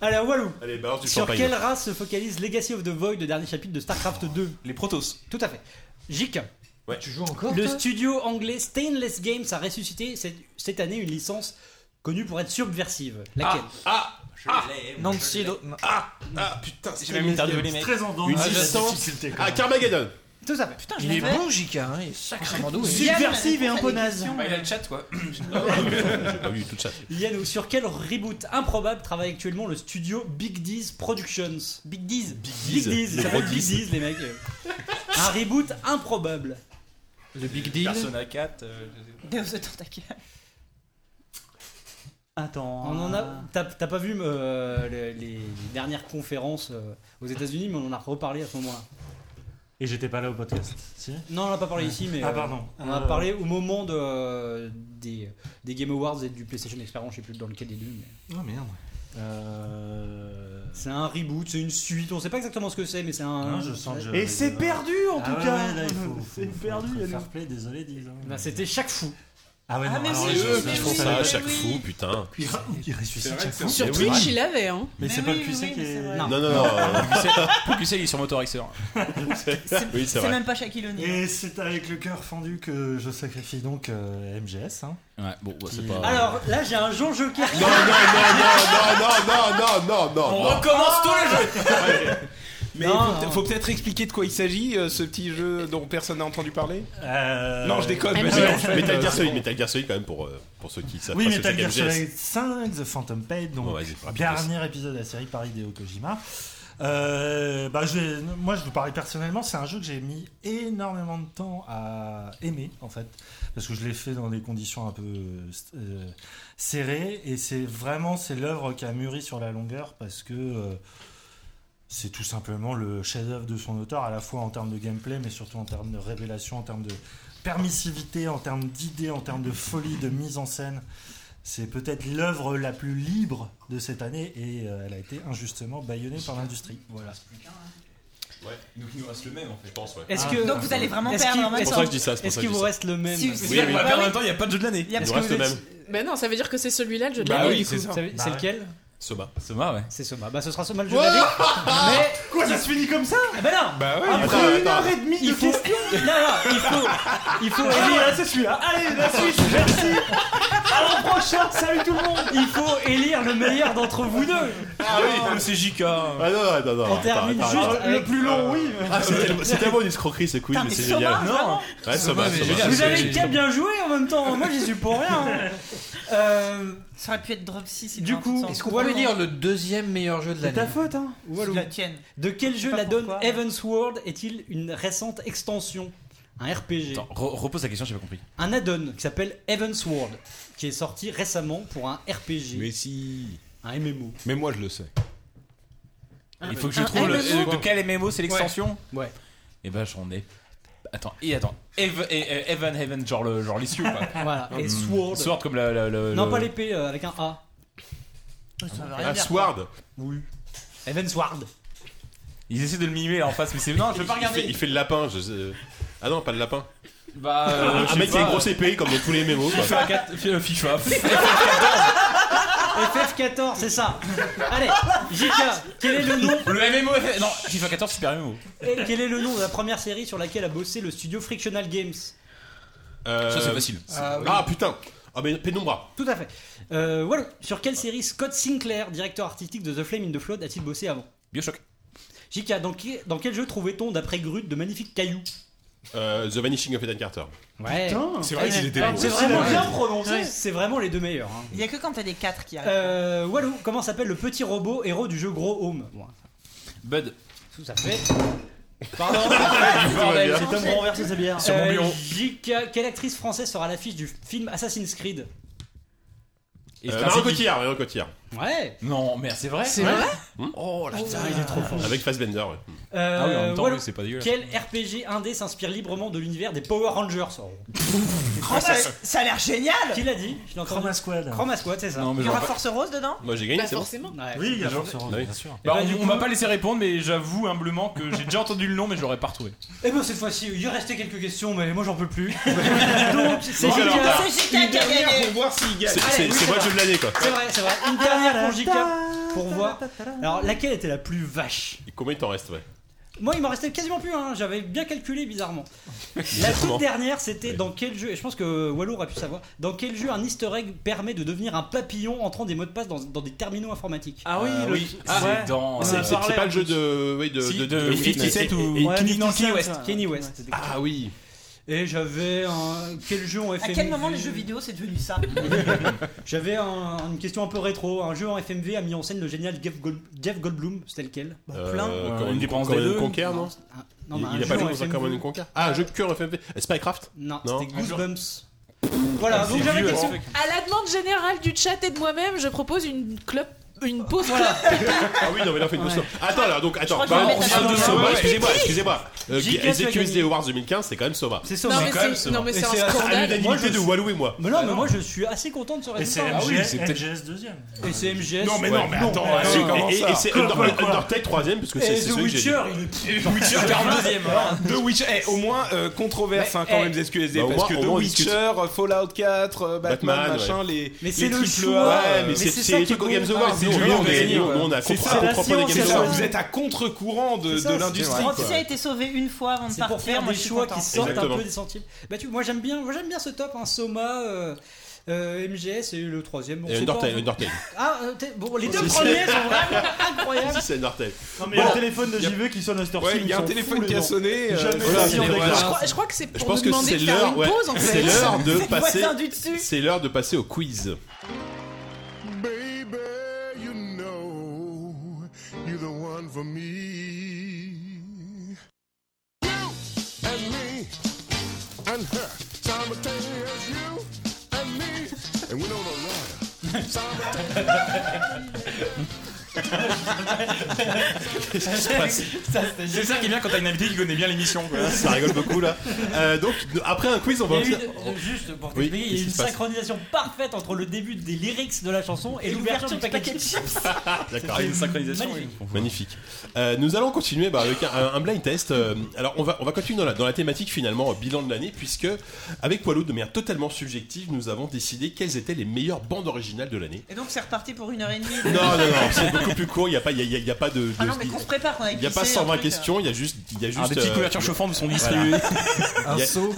D: Allez, Walou.
B: Allez, balance du
D: Sur
B: champagne.
D: quelle race se focalise Legacy of the Void, le dernier chapitre de StarCraft 2
C: Les Protoss.
D: Tout à fait. Jic.
B: Ouais.
J: Tu joues encore
D: Le
J: toi
D: studio anglais Stainless Games a ressuscité cette, cette année une licence connue pour être subversive. Laquelle
G: Ah
C: Ah, Nancy
J: Do-
G: Ah Ah Putain, c'est
C: J'ai même une tarte de les mecs.
E: Très en dents.
B: Une
E: Ah, j'ai la
B: distance.
E: difficulté, quand
B: Ah,
E: même.
B: Carmageddon
D: Tout à fait. Putain,
J: Il est bon, Jika, hein, il est sacrément doué.
F: Subversive et un peu naze.
C: Bah, il a le chat quoi.
B: J'ai pas vu Ah tout ça.
D: Yannou, sur quel reboot improbable travaille actuellement le studio Big D's Productions
L: Big Diz.
D: Big
B: D's,
D: D's,
B: le
D: ça s'appelle
B: gros
D: Big
B: D's.
D: D's, les mecs. Un reboot improbable.
J: Le Big Deal.
C: Persona 4. euh,
L: Deus Ex Tentacle.
F: Attends.
D: On en a. T'as t'as pas vu euh, les, les dernières conférences euh, aux États-Unis, mais on en a reparlé à ce moment-là.
E: Et j'étais pas là au podcast. Si
D: Non, on en a pas parlé ici, mais
E: Ah,
D: euh,
E: pardon.
D: on en a
E: Euh,
D: parlé au moment de, euh, des, des Game Awards et du PlayStation Experience, je sais plus dans lequel des deux. mais
J: Oh merde.
E: Euh...
D: C'est un reboot, c'est une suite. On sait pas exactement ce que c'est, mais c'est un.
E: Non, je sens que je-
F: Hein Et c'est perdu en
E: Ah
F: tout
E: ouais,
F: cas.
E: ouais, là, il faut- faut-
F: C'est
E: faut
F: perdu,
E: être
F: Yannou.
E: fair play, désolé, disons.
D: Bah, c'était chaque fou.
E: Ah ouais,
L: Ah,
E: non,
L: mais
E: alors
L: si,
E: les
L: mais
E: jeux,
L: oui,
B: Ils
E: je
B: font
E: trouve
B: ça
E: ça
B: à
L: mais
B: chaque
L: oui.
B: fou, putain.
E: Il il ressuscite chaque fois.
I: Sur
B: Mais
I: Twitch,
B: oui.
I: il avait. Hein.
E: Mais
L: Mais
E: c'est pas
L: oui,
E: le QC
L: oui,
E: qui
L: mais c'est
E: est.
L: vrai.
D: Non.
B: Non, non, non.
C: QCL, il est sur Motor Racer.
B: Oui, c'est
L: C'est
B: vrai.
L: même pas Shaquille O'Neal.
E: Et c'est avec le cœur fendu que je sacrifie donc euh, MGS. Hein.
C: Ouais, bon, bah, c'est
E: Qui-
C: pas.
D: Alors là, j'ai un Jean Joker.
B: Non, non, non, non, non, non, non, non,
C: On
B: non.
C: recommence tous les jeux
G: Ah, Mais
D: Non,
G: faut, peut-
D: non.
G: faut peut-être expliquer de quoi il s'agit, euh, ce petit jeu dont personne n'a entendu parler
E: Euh,
G: Non, je déconne.
I: MGS.
G: mais
B: Mais
G: en fait,
B: Metal Gear
G: euh,
B: Solid, Metal Gear Solid quand même pour, euh, pour ceux qui savent
E: Oui,
B: pas
E: Metal
B: ce
E: Gear
B: que c'est MGS.
E: Solid 5, The Phantom Pain, donc
B: Bon, vas-y, faut raconter
E: dernier épisode de la série par Hideo Kojima. Euh, bah, je vais- moi, je vous parlais personnellement, c'est un jeu que j'ai mis énormément de temps à aimer, en fait, parce que je l'ai fait dans des conditions un peu euh, serrées, et c'est vraiment c'est l'œuvre qui a mûri sur la longueur, parce que euh, c'est tout simplement le chef-d'œuvre de son auteur, à la fois en termes de gameplay, mais surtout en termes de révélation, en termes de permissivité, en termes d'idées, en termes de folie, de mise en scène. C'est peut-être l'œuvre la plus libre de cette année et euh, elle a été injustement baillonnée par l'industrie. Voilà.
C: Ouais, donc il nous reste le même en fait, je pense. Ouais. Ah,
L: Est-ce que- Donc vous allez vraiment
C: Est-ce
L: perdre
C: qu'il-
L: en même
C: est-ce
L: temps
C: que- est-ce
L: qu'il vous reste
D: le même
L: Si,
C: Oui,
L: si,
C: oui,
L: oui.
C: on va perdre
L: Bah
C: en
L: oui.
C: même temps, il n'y a pas de jeu de l'année.
L: Il y a-
C: Il
L: parce
C: nous
L: que
C: reste
L: vous
C: le même.
L: êtes-
I: Bah non, ça veut dire que c'est celui-là le jeu de
C: Bah
I: l'année.
C: oui,
I: du
C: c'est
I: coup.
C: ça.
D: C'est c'est lequel
C: Soma. Soma, ouais.
D: C'est Soma. Bah ce sera Soma le jeu de
F: Wouah
D: l'année. Mais
F: Ah, Quoi, ça se finit comme ça
D: Ah bah non
F: Bah
D: ouais,
F: Après
D: attends,
F: une
D: attends.
F: heure et demie de
D: Il faut-
F: questions
D: Non, non, il faut... Il faut...
F: Ah, voilà, c'est celui-là Allez, la suite, merci À l'an prochain, salut tout le monde
D: Il faut élire le meilleur d'entre vous deux
C: Ah oui, le CJK.
B: Ah non, attends, non.
D: On termine juste avec-
B: Ah, c'est tellement- c'est tellement une escroquerie ce quiz,
D: Putain,
B: mais
D: mais
B: c'est
D: Soma,
B: génial.
D: vraiment
B: Ouais, Soma,
D: Soma, mais
B: Soma.
D: Vous avez qu'à bien joué en même temps, moi j'y suis pour rien. hein. Euh,
L: Ça aurait pu être Drop 6.
D: Du coup,
O: Est-ce qu'on peut dire le deuxième meilleur jeu de l'année
D: faute, hein
L: C'est la tienne.
D: De quel
L: Je sais
D: jeu
L: pas
D: la donne
L: pourquoi.
D: Heaven's World est-il une récente extension Un RPG
C: Repose la question, j'ai pas compris.
D: Un add-on qui s'appelle Heaven's World, qui est sorti récemment pour un RPG.
G: Mais si.
D: Un MMO.
G: Mais moi, je le sais.
C: Il faut que je trouve le, de quel MMO c'est l'extension
D: Ouais.
C: Et bah j'en ai. Attends, et attends. Eve- et- et- Evan Heaven, genre le genre l'issue quoi.
D: Voilà, et
C: Hmm.
D: Sword.
C: Sword comme la. la- la-
D: Non,
C: le-
D: pas l'épée, euh, avec un A.
L: Ça veut
C: rien Ah, dire, Sword. quoi.
D: Oui. Heaven's Ward.
C: Ils essaient de le mimer là en face, mais c'est. Non, je veux pas
B: Il fait-
C: regarder.
B: Il fait le lapin, je sais- Ah non, pas le lapin.
C: Bah, euh, je
B: un
C: sais
B: mec qui
C: pas.
B: a une grosse épée comme dans tous les mémos. quoi.
C: FIFA 4, euh, FIFA.
D: FF14, c'est ça. Allez, JK, quel est le nom
C: Le MMO. Non, FIFA 14 Super MMO.
D: Et quel est le nom de la première série sur laquelle a bossé le studio Frictional Games
B: Euh,
C: Ça, c'est facile.
D: Ah, oui.
B: Ah putain. Ah mais Penumbra.
D: Tout à fait. Euh, voilà. Sur quelle série Scott Sinclair, directeur artistique de The Flame in the Flood, a-t-il bossé avant
C: Bioshock.
D: JK, dans, qui- dans quel jeu trouvait-on, d'après Grut, de magnifiques cailloux
B: Euh, The Vanishing of Ethan Carter.
D: Ouais.
B: Putain. C'est vrai
D: Ouais.
B: qu'il était
D: Ouais,
B: beau.
D: C'est
B: Il
D: vraiment
B: a
D: bien
B: bien
L: prononcé.
D: prononcé. C'est vraiment les deux meilleurs. hein.
L: Il y a que quand t'as des 4 qui arrivent.
D: Euh, Walou, comment s'appelle le petit robot héros du jeu Gros Home Bon,
C: Bud.
D: Tout à fait. Pardon,
F: Tout va
D: bordel.
F: bien. Cet homme renverse sa bière. Sur mon
D: Euh,
F: bureau.
D: JK, quelle actrice française sera à l'affiche du film Assassin's Creed
B: Euh, Marion Cotillard, Marion Cotillard.
D: Ouais.
C: Non, merde, c'est vrai.
D: C'est Ouais. vrai
B: Hmm
C: Oh la
D: putain, il est trop fort.
B: Avec Fassbender, ouais. Hmm.
D: Euh,
C: Ah oui, en même temps,
D: Walou,
C: oui, c'est pas dégueulasse.
D: Quel RPG indé s'inspire librement de l'univers des Power Rangers oh.
L: Chroma- ça a l'air génial
D: Qui l'a dit Je l'ai entendu.
E: Chroma Squad.
D: Chroma Squad, c'est ça.
C: Non, mais
L: Il y aura
C: j'aurais pas-
L: Force Rose dedans
B: Moi j'ai
C: gagné,
L: Bah,
C: c'est bon.
L: forcément.
E: Oui, il y a
C: Genre-
E: Force Rose,
C: Ah oui.
E: bien sûr.
C: Bah,
D: Et bah, du
C: on on
D: coup-
C: m'a pas laissé répondre, mais j'avoue humblement que j'ai déjà entendu le nom, mais je l'aurais pas retrouvé.
D: Et ben cette fois-ci, il restait quelques questions, mais moi j'en peux plus. Donc, c'est
C: Bon,
D: JK.
C: alors,
B: c'est JK qui a
D: Une dernière
B: gagné.
D: pour voir s'il gagne.
B: C'est-
D: Allez,
B: c'est-
D: oui,
B: c'est moi le jeu de l'année, quoi.
D: C'est vrai, c'est vrai. Une dernière pour JK pour voir. Alors, laquelle était la plus vache
B: Et combien il t'en reste, ouais
D: Moi, il m'en restait quasiment plus, hein. j'avais bien calculé bizarrement. La toute dernière, c'était dans quel jeu, et je pense que Walou aurait pu savoir, dans quel jeu un easter egg permet de devenir un papillon entrant des mots de passe dans, dans des terminaux informatiques
F: Ah
C: oui, Euh, le- oui, ah, c'est ouais. dans-
B: C'est
C: On en
B: c'est-
C: parlait,
B: c'est pas
C: en
B: le jeu
C: plus.
B: de. Oui, de.
C: Si,
B: de-
C: de
B: de-
C: 57
B: et-
C: ou-
B: et- et
D: Ouais,
B: Kenny-
D: 57,
B: Kenny West.
D: ouais. Kenny West. c'était exactement.
B: Ah oui.
D: Et j'avais un. Quel jeu en
L: À
D: FMV
L: quel moment les jeux vidéo c'est devenu ça
D: J'avais un- une question un peu rétro. Un jeu en FMV a mis en scène le génial Jeff, Gold- Jeff Goldblum, c'était lequel
B: Euh,
D: Plein.
B: Command
C: Bah, une dépendance
B: Command
C: des deux.
B: Conquer, non
D: Ah,
B: Il il
D: non, mais un
B: a pas
D: jeu en
B: joué dans un
D: FMV.
B: Command Conquer Ah, un jeu pur FMV. Euh, Spycraft
D: Non, c'était
B: Ah,
D: Goosebumps. Voilà,
B: Voilà,
D: donc j'avais une question.
B: hein.
I: À la demande générale du chat et de moi-même, je propose une club, une pause club.
B: Ah oui, non, mais là, on fait une pause.
I: Ouais.
B: Attends, là, donc, attends.
I: crois que je vais
B: Bah,
I: mettre
B: on
I: la
B: parle de
I: main.
B: Soma,
I: Ouais,
B: excusez-moi,
I: ouais.
B: excusez-moi. Euh,
D: JK, tu as
B: SDQSD
D: gagné.
B: Awards 2015, c'est quand même Soma.
D: C'est Soma. Non, mais
B: quand même
D: c'est-
B: Soma.
D: non, mais c'est un scandale.
B: À
D: Moi, je
B: l'unanimité de
D: suis-
B: Walou et moi. Bah,
D: Mais
C: Ah
D: non, mais moi je suis assez content de ce
E: Et c'est
D: résultat.
E: MGS, MGS deuxième.
D: Et c'est MGS.
B: Non, mais non, mais attends,
D: Ouais,
B: attends,
D: non,
B: et-
D: non,
B: et-
D: ça.
B: et c'est
D: Quoi,
B: Under-
D: quoi, quoi.
B: Undertale troisième, parce que c'est-
D: Et
B: c'est
D: The
B: celui que j'ai
D: Witcher,
B: dit.
D: il est.
G: Witcher 42e. The Witcher, eh, au moins euh, controverse
B: Mais,
G: hein, quand
B: eh.
G: même des SQSD
B: Bah, au
G: parce
B: moins-
G: que
B: au
G: The
B: moins, on
G: Witcher,
B: discute.
G: euh, Fallout 4, euh, Batman,
B: Batman, ouais.
G: machin, les
B: Mais
G: les
B: c'est le
G: triple
B: choix.
G: A,
B: Ouais, mais
G: euh,
B: c'est- c'est les trucs aux Games Awards,
G: Ouais, c'est
B: nous,
G: du
B: on
G: bien,
B: est-
G: on est-
B: nous,
G: ouais.
B: on a
G: C'est
B: contre-
G: ça,
B: contre-
G: la
B: contre les
G: science,
B: Games
G: c'est ça.
B: Awards.
G: Vous êtes à contre-courant de
L: C'est ça,
G: de l'industrie.
L: Quand
G: quoi.
L: tu as été sauvé une fois avant de
D: C'est
L: partir,
D: pour faire
L: moi,
D: des
L: je suis
D: choix
L: content.
D: qui sortent un
B: Exactement.
D: peu des sentiers. Bah tu, moi j'aime bien, moi j'aime bien ce top, hein, Soma, euh, euh, MGS et le troisième. Bon,
B: Et
D: c'est pas-
B: Undertale, Undertale.
D: Ah, euh, t'es- bon, les deux
B: Si, si.
D: premiers sont vraiment incroyables.
B: Si, c'est Undertale.
F: Non, mais
B: Bon.
F: le téléphone de JV qui sonne à cette heure-ci.
B: Ouais, il y a
F: ils
B: un
F: s'en
B: téléphone
F: foutent,
B: qui
F: les
B: a
F: gens.
B: sonné, euh,
F: Jamais
B: voilà,
F: si
B: mais
F: on
B: voilà.
F: déclare.
B: Je crois-
I: je crois que c'est
B: Je
I: pour
B: pense
I: nous
B: que
I: demander
B: c'est
I: de faire
B: l'heure
I: une
B: ouais,
I: pause en fait.
B: c'est l'heure de
I: Cette
B: passer
I: voisin du dessus.
B: c'est l'heure de passer au quiz.
P: Baby, you know you're the one for me. You and me and her simultaneous. You and me and we don't know why. Simultaneous.
B: Qu'est-ce qui se passe
C: C'est ça qui est bien quand t'as une invitée qui connaît bien l'émission. quoi.
B: Ça rigole beaucoup là. Euh, donc après un quiz, on
D: Il y
B: va.
D: a eu une- juste pour
B: Oui,
D: t'expliquer, il
B: qu'est-ce
D: y a eu
B: qui
D: une
B: se passe
D: synchronisation parfaite entre le début des lyrics de la chanson et l'ouverture du paquet de chips.
B: D'accord.
D: C'est une synchronisation, Magnifique.
B: Magnifique. Euh, nous allons continuer bah, avec un, un blind test. Euh, alors on va on va continuer dans la, dans la thématique finalement euh, bilan de l'année puisque avec Poilou de manière totalement subjective, nous avons décidé quelles étaient les meilleures bandes originales de l'année.
L: Et donc c'est reparti pour une heure et demie.
B: Non non non, c'est beaucoup plus court. Il n'y a pas il y a- il y a, il y a pas de. de-
L: Ah non, mais qu'on se prépare, qu'on a
B: il n'y a pas
L: glissé un
B: 120
L: truc. euh.
B: questions, il y a juste. Il y a juste
C: Ah,
B: euh,
C: des petites couvertures chauffantes
B: sont
C: distribuées.
B: Un saut.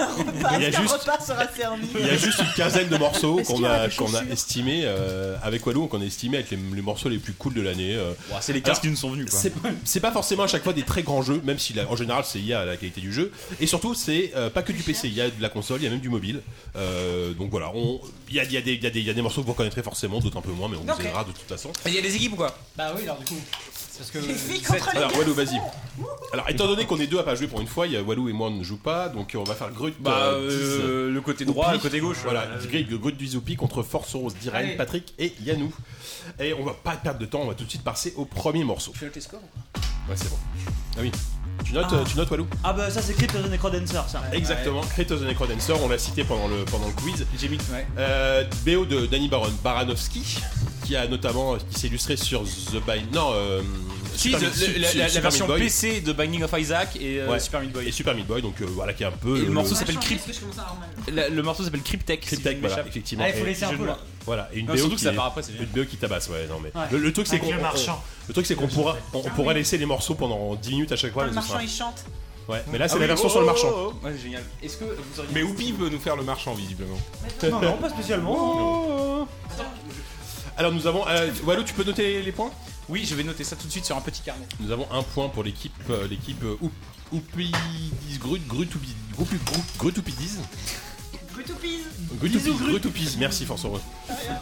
B: Il y a
L: Parce qu'un
B: juste
L: repas sera servi.
B: Il y a juste une quinzaine de morceaux
L: Est-ce
B: qu'on
L: qu'il y aura
B: a,
L: des
B: qu'on a
L: chaussures
B: estimé euh, avec Walou, qu'on a estimé être les, les morceaux les plus cool de l'année. euh.
C: Ouah, c'est les
B: Alors,
C: quinze qui nous sont venus, quoi.
B: C'est, c'est pas forcément à chaque fois des très grands jeux, même si la- en général c'est lié à la qualité du jeu. Et surtout, c'est euh, pas que du PC, il y a de la console, il y a même du mobile. Euh, donc voilà, on- il y a, il y a des- il y a des- il y a des morceaux que vous reconnaîtrez forcément, d'autres un peu moins, mais on
D: Ok.
B: vous aidera de toute façon.
M: Il y a des équipes ou quoi
D: Bah oui, alors du coup. c'est Parce que
M: Les filles
D: vous êtes-
B: Alors Walou, vas-y. Alors étant donné qu'on est deux à pas jouer pour une fois, il y a Walou et moi on ne joue pas, donc on va faire Grut.
C: Bah, euh, le côté droit, le côté gauche.
B: Voilà,
C: Euh,
B: Grut, le Grut du Zoupi contre Force Rose,
C: Allez.
B: Diren, Patrick et Yanou. Et on va pas perdre de temps, on va tout de suite passer au premier morceau.
M: Tu notes tes scores
B: Ouais, c'est bon. Ah oui. Tu notes,
F: Ah.
B: euh, tu notes Walou
F: Ah bah ça c'est Crypt of the Necrodancer ça.
C: Ah.
B: Exactement, Kratos the Necrodancer, on l'a cité pendant le, pendant le quiz.
C: J'ai mis, ouais.
B: Euh, BO de Danny Baron, Baranowski, qui a notamment, qui s'est illustré sur The Bind. Non, euh,
C: Si,
B: Super
C: le-
B: Meat-
C: le- la-
B: Su-
C: la- la
B: Super
C: version
B: Meat Boy.
C: PC de Binding of Isaac et euh,
B: Ouais.
C: Super Meat Boy.
B: Et Super Meat Boy, donc euh, voilà, qui est un peu.
C: Et le
B: euh,
C: morceau
B: le-
C: s'appelle
L: Machin,
C: Crypt.
L: parce que je commence à avoir mal.
C: La- le morceau s'appelle Cryptech.
B: Cryptech, voilà, effectivement. Et- Voilà, et une BO,
C: surtout
B: qui
C: que ça
B: est-
C: part après, c'est bien.
B: une BO qui tabasse, ouais, non mais.
C: Ouais.
B: Le, le truc, c'est
C: Avec
B: qu'on.
C: le
B: on-
C: marchand.
B: Le truc, c'est qu'on pourra, on, on pourra laisser les morceaux pendant 10 minutes à chaque fois.
L: Le
B: mais ce sera-
L: marchand il chante.
B: Ouais, mais là, c'est
G: Ah
B: la
G: oui,
B: version
G: oh,
B: sur le
G: oh,
B: marchand.
G: oh,
C: oh. Ouais, génial. Est-ce que vous auriez.
G: Mais Oupi veut nous faire le marchand, visiblement.
F: Non, non, pas spécialement.
B: Oh. Alors, nous avons. euh, Walou, tu peux noter les points
C: Oui, je vais noter ça tout de suite sur un petit carnet.
B: Nous avons un point pour l'équipe euh, l'équipe euh, Oup- Oupi Grut Grutupidiz Grutupidiz
L: Grutoupise.
B: Grutupidiz Grutupidiz merci force heureux.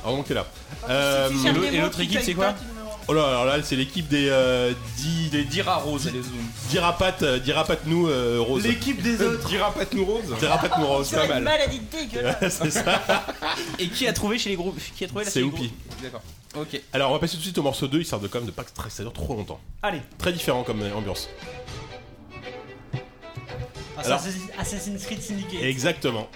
B: Alors donc t'es là. Euh,
L: Ah, Si j'ai un démo qui taille pas, tu me-
B: Oh là là, là c'est l'équipe des euh, dix- des
C: Dira Rose, allez zoom.
B: Dirapat euh, Dirapat nous euh, Rose.
F: L'équipe des autres.
B: Dirapat nous Rose. Dirapat nous Rose,
L: C'est
B: pas
L: une
B: mal.
L: maladie dégueulasse.
B: c'est ça.
C: Et qui a trouvé chez les groupes Qui a trouvé la
B: C'est
C: chez les
B: Oupi.
C: groupes D'accord. Ok.
B: Alors on va passer tout de suite au morceau 2, histoire de quand même de pas que ça dure trop longtemps.
F: Allez.
B: Très différent comme euh, ambiance.
D: Ah, c'est
B: Alors-
D: Assassin's- Assassin's Creed Syndicate.
B: Exactement.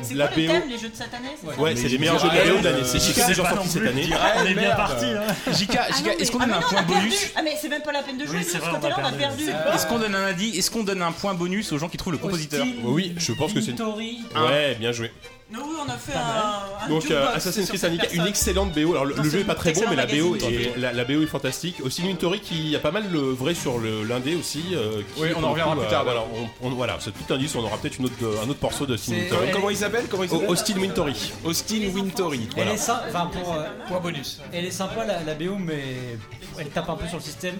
L: C'est
B: La
L: quoi le
B: BO.
L: thème, les jeux de Satanais c'est ça
B: Ouais, c'est les meilleurs jeux de la BO
D: Euh,
B: de
F: euh,
B: l'année. C'est JK qui en sorti cette année. Ah,
F: On est bien parti. hein.
C: JK, JK, est-ce qu'on
L: Ah,
C: donne
L: mais
C: un
L: non,
C: point
L: on a perdu.
C: bonus
L: Ah, mais c'est même pas la peine de jouer,
F: Oui,
L: nous,
F: c'est
L: de ce
F: vrai, on a
L: côté-là, on a
F: perdu.
L: perdu.
C: Euh, Est-ce qu'on donne un indice Est-ce qu'on donne un point bonus aux gens qui trouvent le compositeur
D: Austin,
B: Oui, je pense que c'est une.
D: Tori.
B: Ouais, bien joué.
L: Nous, Ah, oui, on a fait un. un
B: Donc euh,
L: jukebox
B: Assassin's
L: bah, sur
B: Creed
L: cette
B: Syndicate, une
L: personne.
B: excellente BO. Alors le,
L: Dans
B: le
L: ce
B: jeu est pas très bon, mais la
L: excellent
B: BO est la, la BO est fantastique. Aussi Nintori qui a pas mal le vrai sur le l'indé aussi. euh, qui,
C: Oui, on en
B: pour le
C: reviendra
B: coup,
C: plus
B: euh,
C: tard.
B: Voilà, on- on- voilà, c'est tout indice. On aura peut-être une autre un autre morceau de Austin
G: C'est-
B: Wintory.
G: Comment il s'appelle Comment il
B: Oh,
G: s'appelle
B: Austin Wintory.
G: Austin Wintory.
D: Elle
G: Voilà.
D: est sympa, enfin pour euh,
J: Point bonus.
D: elle est sympa la, la BO, mais elle tape un peu sur le système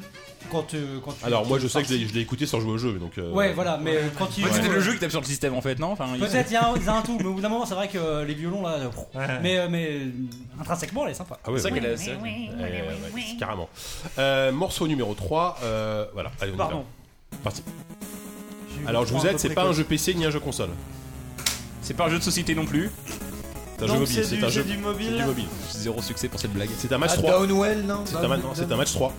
D: quand euh, quand tu.
B: Alors moi je sais que je l'ai- je l'ai écouté sans jouer au jeu, donc. euh,
D: Ouais, voilà, mais euh, quand il
C: Ouais, C'était
D: joue,
C: le
D: euh,
C: jeu qui tape sur le système en fait, non
B: hein,
C: Enfin, il-
D: Peut-être il y, a un- il y a un tout, mais au bout d'un moment c'est vrai que euh, les violons là. euh, Mais euh, mais euh, intrinsèquement elle est sympa.
B: Ah ouais,
C: C'est vrai
B: ouais.
C: qu'elle a- c'est vrai
B: Ouais, ouais, ouais, c'est carrément. Euh, morceau numéro 3, euh, voilà, allez on y va.
F: Pardon.
B: Parti.
F: eu
B: Alors
F: le
B: je vous
F: point un
B: aide,
F: peu
B: c'est pas un
F: précoce.
B: jeu PC ni un jeu console.
C: C'est pas un jeu de société non plus.
B: C'est un jeu
F: Donc
B: mobile,
F: c'est
B: c'est
F: du-
B: un
F: c'est
B: jeu
F: du mobile.
B: c'est du mobile.
C: Zéro succès pour cette blague.
B: C'est un match
J: Ah,
B: 3.
J: Downwell, non
B: C'est un, ma- non, c'est un match 3.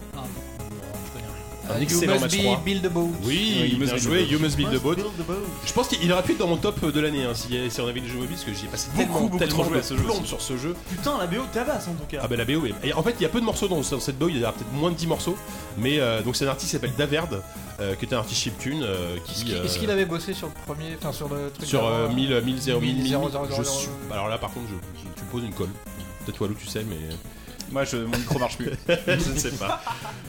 J: Ah,
B: Un
J: you
B: excellent
J: must
B: match
J: be
B: 3.
J: build a boat.
B: Oui,
C: You must
B: bien
C: build
B: joué,
C: the boat.
B: You Must Build the Boat.
F: Build the boat.
B: Je pense qu'il aurait pu être dans mon top de l'année hein, si, si on avait le jeu mobile, parce que j'y ai passé tellement,
C: beaucoup
B: tellement
C: trop joué
B: de
C: à ce jeu
B: plombes
C: aussi.
B: sur ce jeu.
F: Putain, la BO tabasse en tout cas.
B: Ah bah la BO, est- et en fait il y a peu de morceaux dans, dans cette BO, il y a peut-être moins de 10 morceaux, mais euh, donc c'est un artiste qui s'appelle Daverd, euh, qui est un artiste chiptune euh,
J: Est-ce
B: qui...
J: qu'il-
B: euh,
J: est-ce qu'il avait bossé sur le premier, enfin sur le truc
B: Sur euh,
J: d'avant,
B: 1000, 1000, 000, 1000,
J: 1000, 000, 000,
B: je
J: 000.
B: suis- Alors là, par contre, je, je- tu me poses une colle. Peut-être Walou, tu sais, mais
C: Moi, je, mon micro marche plus.
B: je ne sais pas.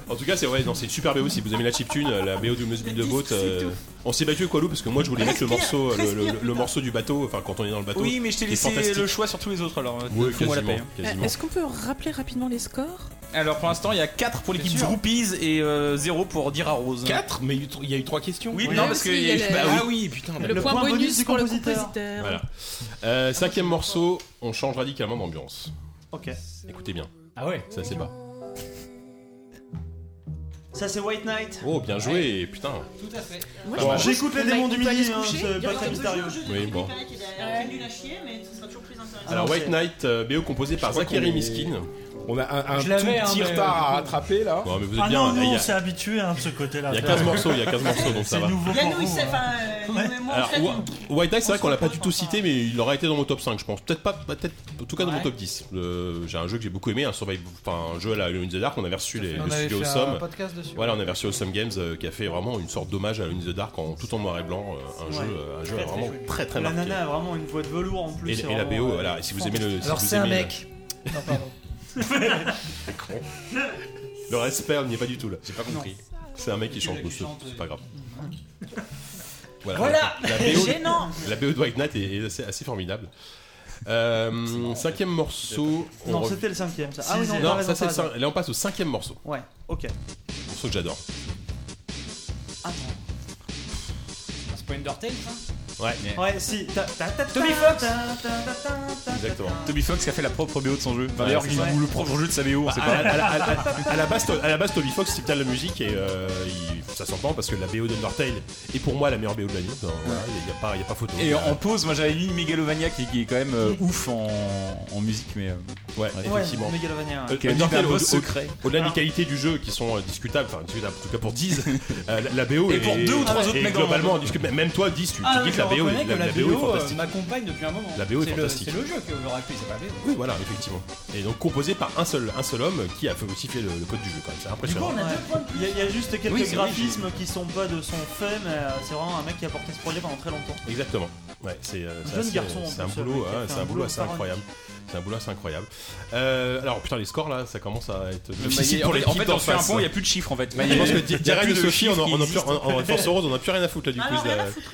B: En tout cas, c'est vrai, non, c'est une super BO. Si vous aimez la chiptune, euh, la BO du Must Build the Boat, euh, on s'est battu avec Walou parce que moi, je voulais mettre le morceau, euh, le- le, le morceau du bateau, enfin quand on est dans le bateau.
C: Oui, mais je t'ai
B: qui est
C: laissé
B: fantastique.
C: le choix sur tous les autres alors.
B: Ouais,
C: Fous-moi la paix.
B: quasiment, quasiment.
I: Est-ce qu'on peut rappeler rapidement les scores
C: Alors pour l'instant, il y a 4 pour l'équipe
I: sûr.
C: Groupies et 0 pour Dira Rose.
G: 4 Mais il y a eu tr- il y a eu 3 questions.
C: Oui,
I: Oui,
C: non,
I: mais
C: parce
I: si,
C: que.
I: il y a le-
C: bah
G: Ah
C: oui.
G: oui, putain.
I: Le, point, bonus, pour le compositeur.
B: Voilà. Euh, cinquième morceau, on change radicalement d'ambiance.
F: Ok.
B: Écoutez bien,
D: Ah ouais.
B: ça c'est bas.
F: Ça, c'est White Knight.
B: Oh, bien joué, putain.
F: Tout à fait.
B: Moi, je pense
F: J'écoute les
B: qu'on va-
F: démons du
B: on peut aller
F: midi,
B: se
F: hein,
B: coucher.
F: c'est pas très
B: Il y a
F: mystérieux.
B: toujours le jeu de Oui, bon.
L: euh, Qui est nul à chier, mais ce sera toujours plus intéressant.
B: Alors, White Knight, euh, BO composé par
G: crois qu'on
B: Zachary
G: est-
B: Miskin.
G: On a un, un
B: Je
G: tout
B: l'avais, hein,
G: petit
B: mais-
G: retard à rattraper là.
B: Non, mais vous êtes
E: Ah
B: bien.
E: non,
B: eh, il y
E: non,
B: a-
E: c'est habitué hein, de ce côté-là.
B: Il y a 15 morceaux, il y a 15 morceaux, donc ça
E: C'est
B: va.
E: nouveau
L: La
E: pour
L: nouille,
E: vous.
L: c'est. Enfin, euh, nous, moi,
B: Alors,
L: en fait,
B: Wh- White Knight, c'est vrai
L: on
B: qu'on l'a
L: se
B: pas du tout cité, mais il aurait été dans mon top 5, je pense. Peut-être pas, bah, peut-être, en tout cas dans mon
L: Ouais.
B: top 10. Euh, j'ai un jeu que j'ai beaucoup aimé, un, survival, enfin, un jeu à la Alone in the Dark, on avait reçu les,
J: On
B: le
J: avait
B: studio
J: fait un
B: Awesome.
J: podcast dessus.
B: Voilà, on avait reçu Awesome Games euh, qui a fait vraiment une sorte d'hommage à Alone in the Dark en tout en noir et blanc. euh, un
F: Ouais.
B: jeu, euh, un jeu
F: Très, très
B: vraiment
F: joli.
B: très très
F: La
B: marqué.
F: nana a vraiment une voix de velours en plus.
B: Et-
F: c'est
B: et la
F: vraiment,
B: BO,
F: euh,
B: voilà, et si vous aimez le- si
J: Alors
B: vous
J: c'est un
B: aimez,
J: mec. Non, pardon.
B: Le respect, on n'y est pas du tout là. J'ai
C: pas compris.
B: C'est un mec qui
C: Qui
B: chante,
C: qui
B: bon, c'est
C: chante,
B: c'est pas grave.
L: Voilà. Gênant.
B: La BO de White Knight est, est assez, assez formidable. Euh, cinquième morceau. on
F: Non,
B: rev-
F: c'était le cinquième, ça. Ah oui, non,
B: Sixième.
F: t'as
B: non,
F: raison,
B: ça
F: t'as
B: c'est le
F: raison.
B: cin- Là, on passe au cinquième morceau.
F: Ouais, ok.
B: Morceau que j'adore.
D: C'est pas Undertale, ça
B: Ouais.
F: Ouais, si. ta- ta- ta-
L: Toby
F: ta-
L: Fox.
F: ta- ta- ta- ta-
B: Exactement.
C: Toby Fox qui a fait la propre BO de son jeu. Enfin,
B: Ouais,
C: D'ailleurs,
B: c'est
C: il
B: ça.
C: ou le propre jeu de sa BO, on sait
B: Bah,
C: pas.
B: à, à- à- à- à la base, to- à la base, Toby Fox, c'est bien de la musique et euh, il- ça s'entend parce que la BO d'Undertale est pour moi la meilleure BO de l'année. Enfin, voilà, Il n'y a, pas- il y a pas photo.
C: Et
B: Euh,
C: en pause, moi j'avais mis Megalovania qui, qui est quand même euh, ouf en, en musique, mais euh,
B: Ouais, effectivement.
C: Megalovania.
B: Euh, Undertale,
C: Undertale,
B: au-
C: boss
B: au-
C: secret.
B: Au-delà des qualités du jeu qui sont euh, discutables, enfin discutables, en tout cas pour 10, euh, la, la BO
C: Et
B: est-
C: pour deux ou trois
B: est
C: autres mecs dans le
B: globalement
C: monde.
B: indiscutable. Même toi, 10, tu, tu
D: Ah,
B: dis que
D: je
B: la BO,
D: reconnais
B: est-
D: que
B: la, la
D: BO,
B: BO est
D: euh,
B: fantastique.
D: m'accompagne depuis un moment.
B: La BO est
D: C'est le-
B: fantastique.
D: C'est le jeu que j'aurais appelé, c'est pas la BO.
B: Oui, voilà, effectivement. Et donc composé par un seul, un seul homme qui a fait aussi fait le, le code du jeu quand même. C'est impressionnant.
F: Il y a- il y, a juste quelques
B: Oui, c'est vrai,
F: graphismes qui sont pas de son fait, mais euh, c'est vraiment un mec qui a porté ce projet pendant très longtemps.
B: Exactement. Ouais, c'est euh, c'est
F: Jeune
B: assez-
F: garçon, en
B: C'est un
F: plus, le
B: boulot,
F: mec qui a
B: hein,
F: fait
B: c'est
F: un
B: un boulot
F: boulot
B: assez
F: parodique.
B: incroyable. C'est un boulot assez incroyable. Euh, alors putain les scores là, ça commence à être
C: Le
B: difficile
C: Maillet-
B: pour
C: en fait-
B: l'équipe
C: en fait,
B: d'en
C: on se fait un
B: face.
C: pont, il y a plus de chiffres, en fait.
B: Je pense que di-
C: Il y a
B: direct
C: plus
B: de
C: de
B: Sophie, on
C: chiffres
B: en- on en
C: qui
B: plus-
C: existent.
B: en en Force Rose, on n'a plus rien à foutre là du
I: Ah
B: quiz.
I: non, rien
B: là.
I: à foutre.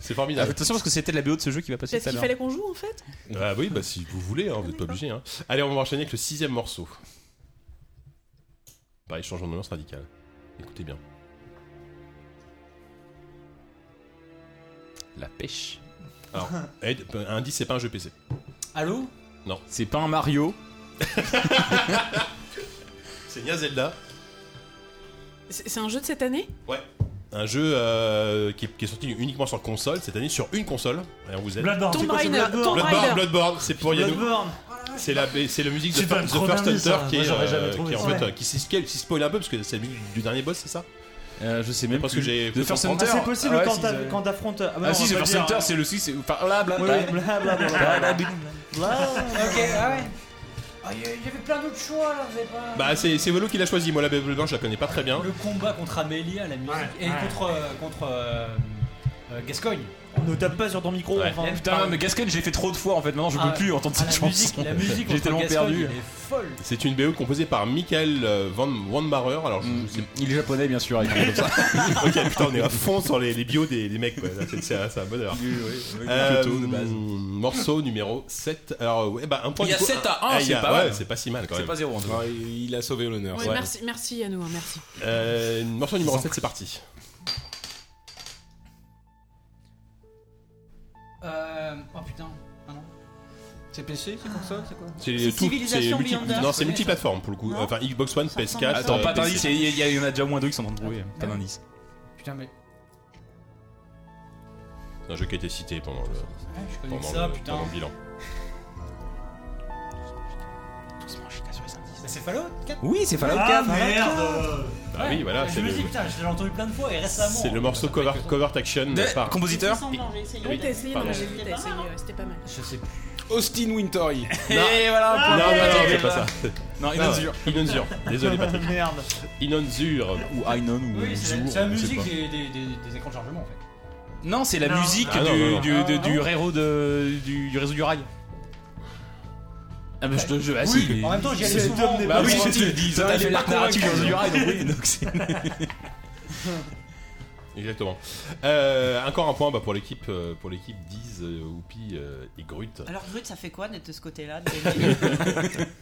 B: C'est formidable.
C: Attention parce que c'était la BO de ce jeu qui va passer
I: C'est
C: tout
I: ce
C: à
I: qu'il fallait
C: l'heure.
I: qu'on joue en fait
B: Ah oui, bah si vous voulez, hein, vous n'êtes pas obligé. Hein. Allez, on va enchaîner avec le sixième morceau. Pareil, changement de nuance radicale. Écoutez bien.
C: La pêche.
B: Alors, Ed, euh, indice, c'est pas un jeu PC.
D: Allô
B: Non.
C: C'est pas un Mario.
B: C'est bien Zelda.
I: C'est c'est un jeu de cette année
B: Ouais. Un jeu euh, qui, est, qui est sorti uniquement sur console, cette année sur une console. Et on vous aide.
E: Bloodborne.
I: Tomb Raider, Tomb
B: Bloodborne,
I: Raider.
B: Bloodborne, c'est pour Yannou.
F: Bloodborne.
B: C'est la, c'est la musique de
E: C'est
B: Fir-
E: pas
B: The
E: trop
B: First
E: dingue, ça.
B: Hunter qui,
E: Moi,
B: est,
E: j'aurais
B: euh,
E: jamais trouvé
B: qui est en
E: ça.
B: fait,
E: Ouais.
B: euh, qui, s'y- qui s'y spoil un peu parce que c'est la musique du dernier boss, c'est ça
C: Euh, je sais même
B: Parce que j'ai.
C: The First Hunter.
F: Ah, c'est possible
C: Ah ouais,
F: quand
C: si,
F: t'as-
C: euh,
F: quand t'affrontes. bah non,
C: Ah si,
F: on va
C: The
F: pas
C: First
F: dire,
C: Hunter,
F: hein.
C: c'est le si, c'est. Enfin, là, bla,
F: Oui,
C: bla.
F: oui, bla, bla, bla, bla, bla. Bla.
D: Ok, ah ouais. Ah, Il y a- il y avait plein d'autres choix là, vous avez pas.
B: Bah, c'est c'est Volo qui l'a choisi. Moi, la Bible Blanche, je la connais pas très bien.
D: Le combat contre Amélia, la musique. Et contre. euh, contre. euh, euh, Gascogne.
F: Ne tape pas sur ton micro.
D: Ouais.
F: enfin.
C: Putain, mais Gascogne, j'ai fait trop de fois en fait. Maintenant, je
D: Ah,
C: peux plus entendre
D: ah,
C: cette
D: la musique-
C: chanson.
D: la musique
C: J'ai
D: entre
C: tellement
D: Gascogne,
C: perdu.
D: elle est folle.
B: C'est une BO composée par Michael euh, Van Wanmarer. Alors, je, je sais
C: Il est japonais, bien sûr. avec un nom comme ça.
B: ok, putain, on est à fond sur les, les bios des, des mecs, quoi. Là, C'est c'est un, c'est un bonheur.
C: oui.
B: Euh,
C: Kyoto, de base.
B: morceau numéro 7. Alors, ouais, bah, un point
C: Il y
B: du
C: a
B: coup,
C: 7 à 1,
B: un- ah, il y a-
C: c'est pas mal.
B: ouais, c'est pas si mal quand
C: C'est
B: même.
C: pas zéro, en tout cas.
G: Ouais, il a sauvé l'honneur.
I: Ouais,
B: Ouais.
I: Merci, merci Yannou, hein, merci.
B: Euh, morceau numéro 7, c'est parti.
D: Euh. Oh putain. Ah non. C'est PC, c'est console, c'est quoi
B: C'est tout. C'est
D: Civilization
B: multi,
D: Beyond
B: non,
D: Earth.
B: c'est multiplateforme pour le coup.
D: Non.
B: Enfin, Xbox One,
D: Ça
B: PS4.
D: ressemble à ça.
C: Attends,
B: euh,
C: pas d'indice,
B: PC.
C: il y, il y en a déjà au moins deux qui sont en train de trouver. Pas
D: Ouais.
C: d'indice.
D: Putain, mais.
B: C'est un jeu qui a été cité pendant le,
D: je connais
B: pendant
D: ça,
B: le-
D: putain.
B: pendant le bilan.
D: C'est Fallout 4
C: Oui, c'est Fallout
F: Ah,
C: 4.
F: merde.
B: Ah oui, voilà,
D: Je
B: c'est
D: me
B: le-
D: dis, putain, je l'ai entendu plein de fois et récemment.
B: C'est le morceau cover, cover action
C: De-
B: par.
C: compositeur
I: Oui, t'as essayé, non,
B: Pardon.
I: j'ai vu, t'as essayé, ouais, c'était pas mal.
D: Je sais plus. Ah,
G: Austin Wintory.
C: Et voilà,
B: Non,
C: point.
B: non, non, c'est pas
C: Voilà.
B: ça.
C: Non,
B: Ah,
C: Inonzur.
B: Inonzur. Désolé, Patrick.
F: Merde.
B: Inonzur.
C: Ou Ainon ou
D: Oui, c'est
C: Inonzur,
D: la- c'est la
C: je sais
D: musique
C: pas.
D: des, des, des, des écrans de chargement en fait.
C: Non, c'est la
D: Non.
C: musique
B: Ah, non,
C: du,
B: non, non.
C: du,
D: Ah,
C: de-
D: non.
C: du réseau de- du, du réseau du rail. Ah bah je te je ah, si, mais-
D: En même temps, j'y allais
C: C'est-
D: souvent.
C: bah oui,
D: mais-
C: c'est il dit
D: Putain,
C: t'as
D: il est
C: fait l'arc
D: pas
C: narratif du
D: convaincu.
C: réseau du rail donc oui, donc c'est
B: Exactement. Euh, encore un point bah, pour l'équipe euh, pour l'équipe 10 euh, Whoopi euh, et Grut.
L: Alors, Grut, ça fait quoi d'être de ce côté-là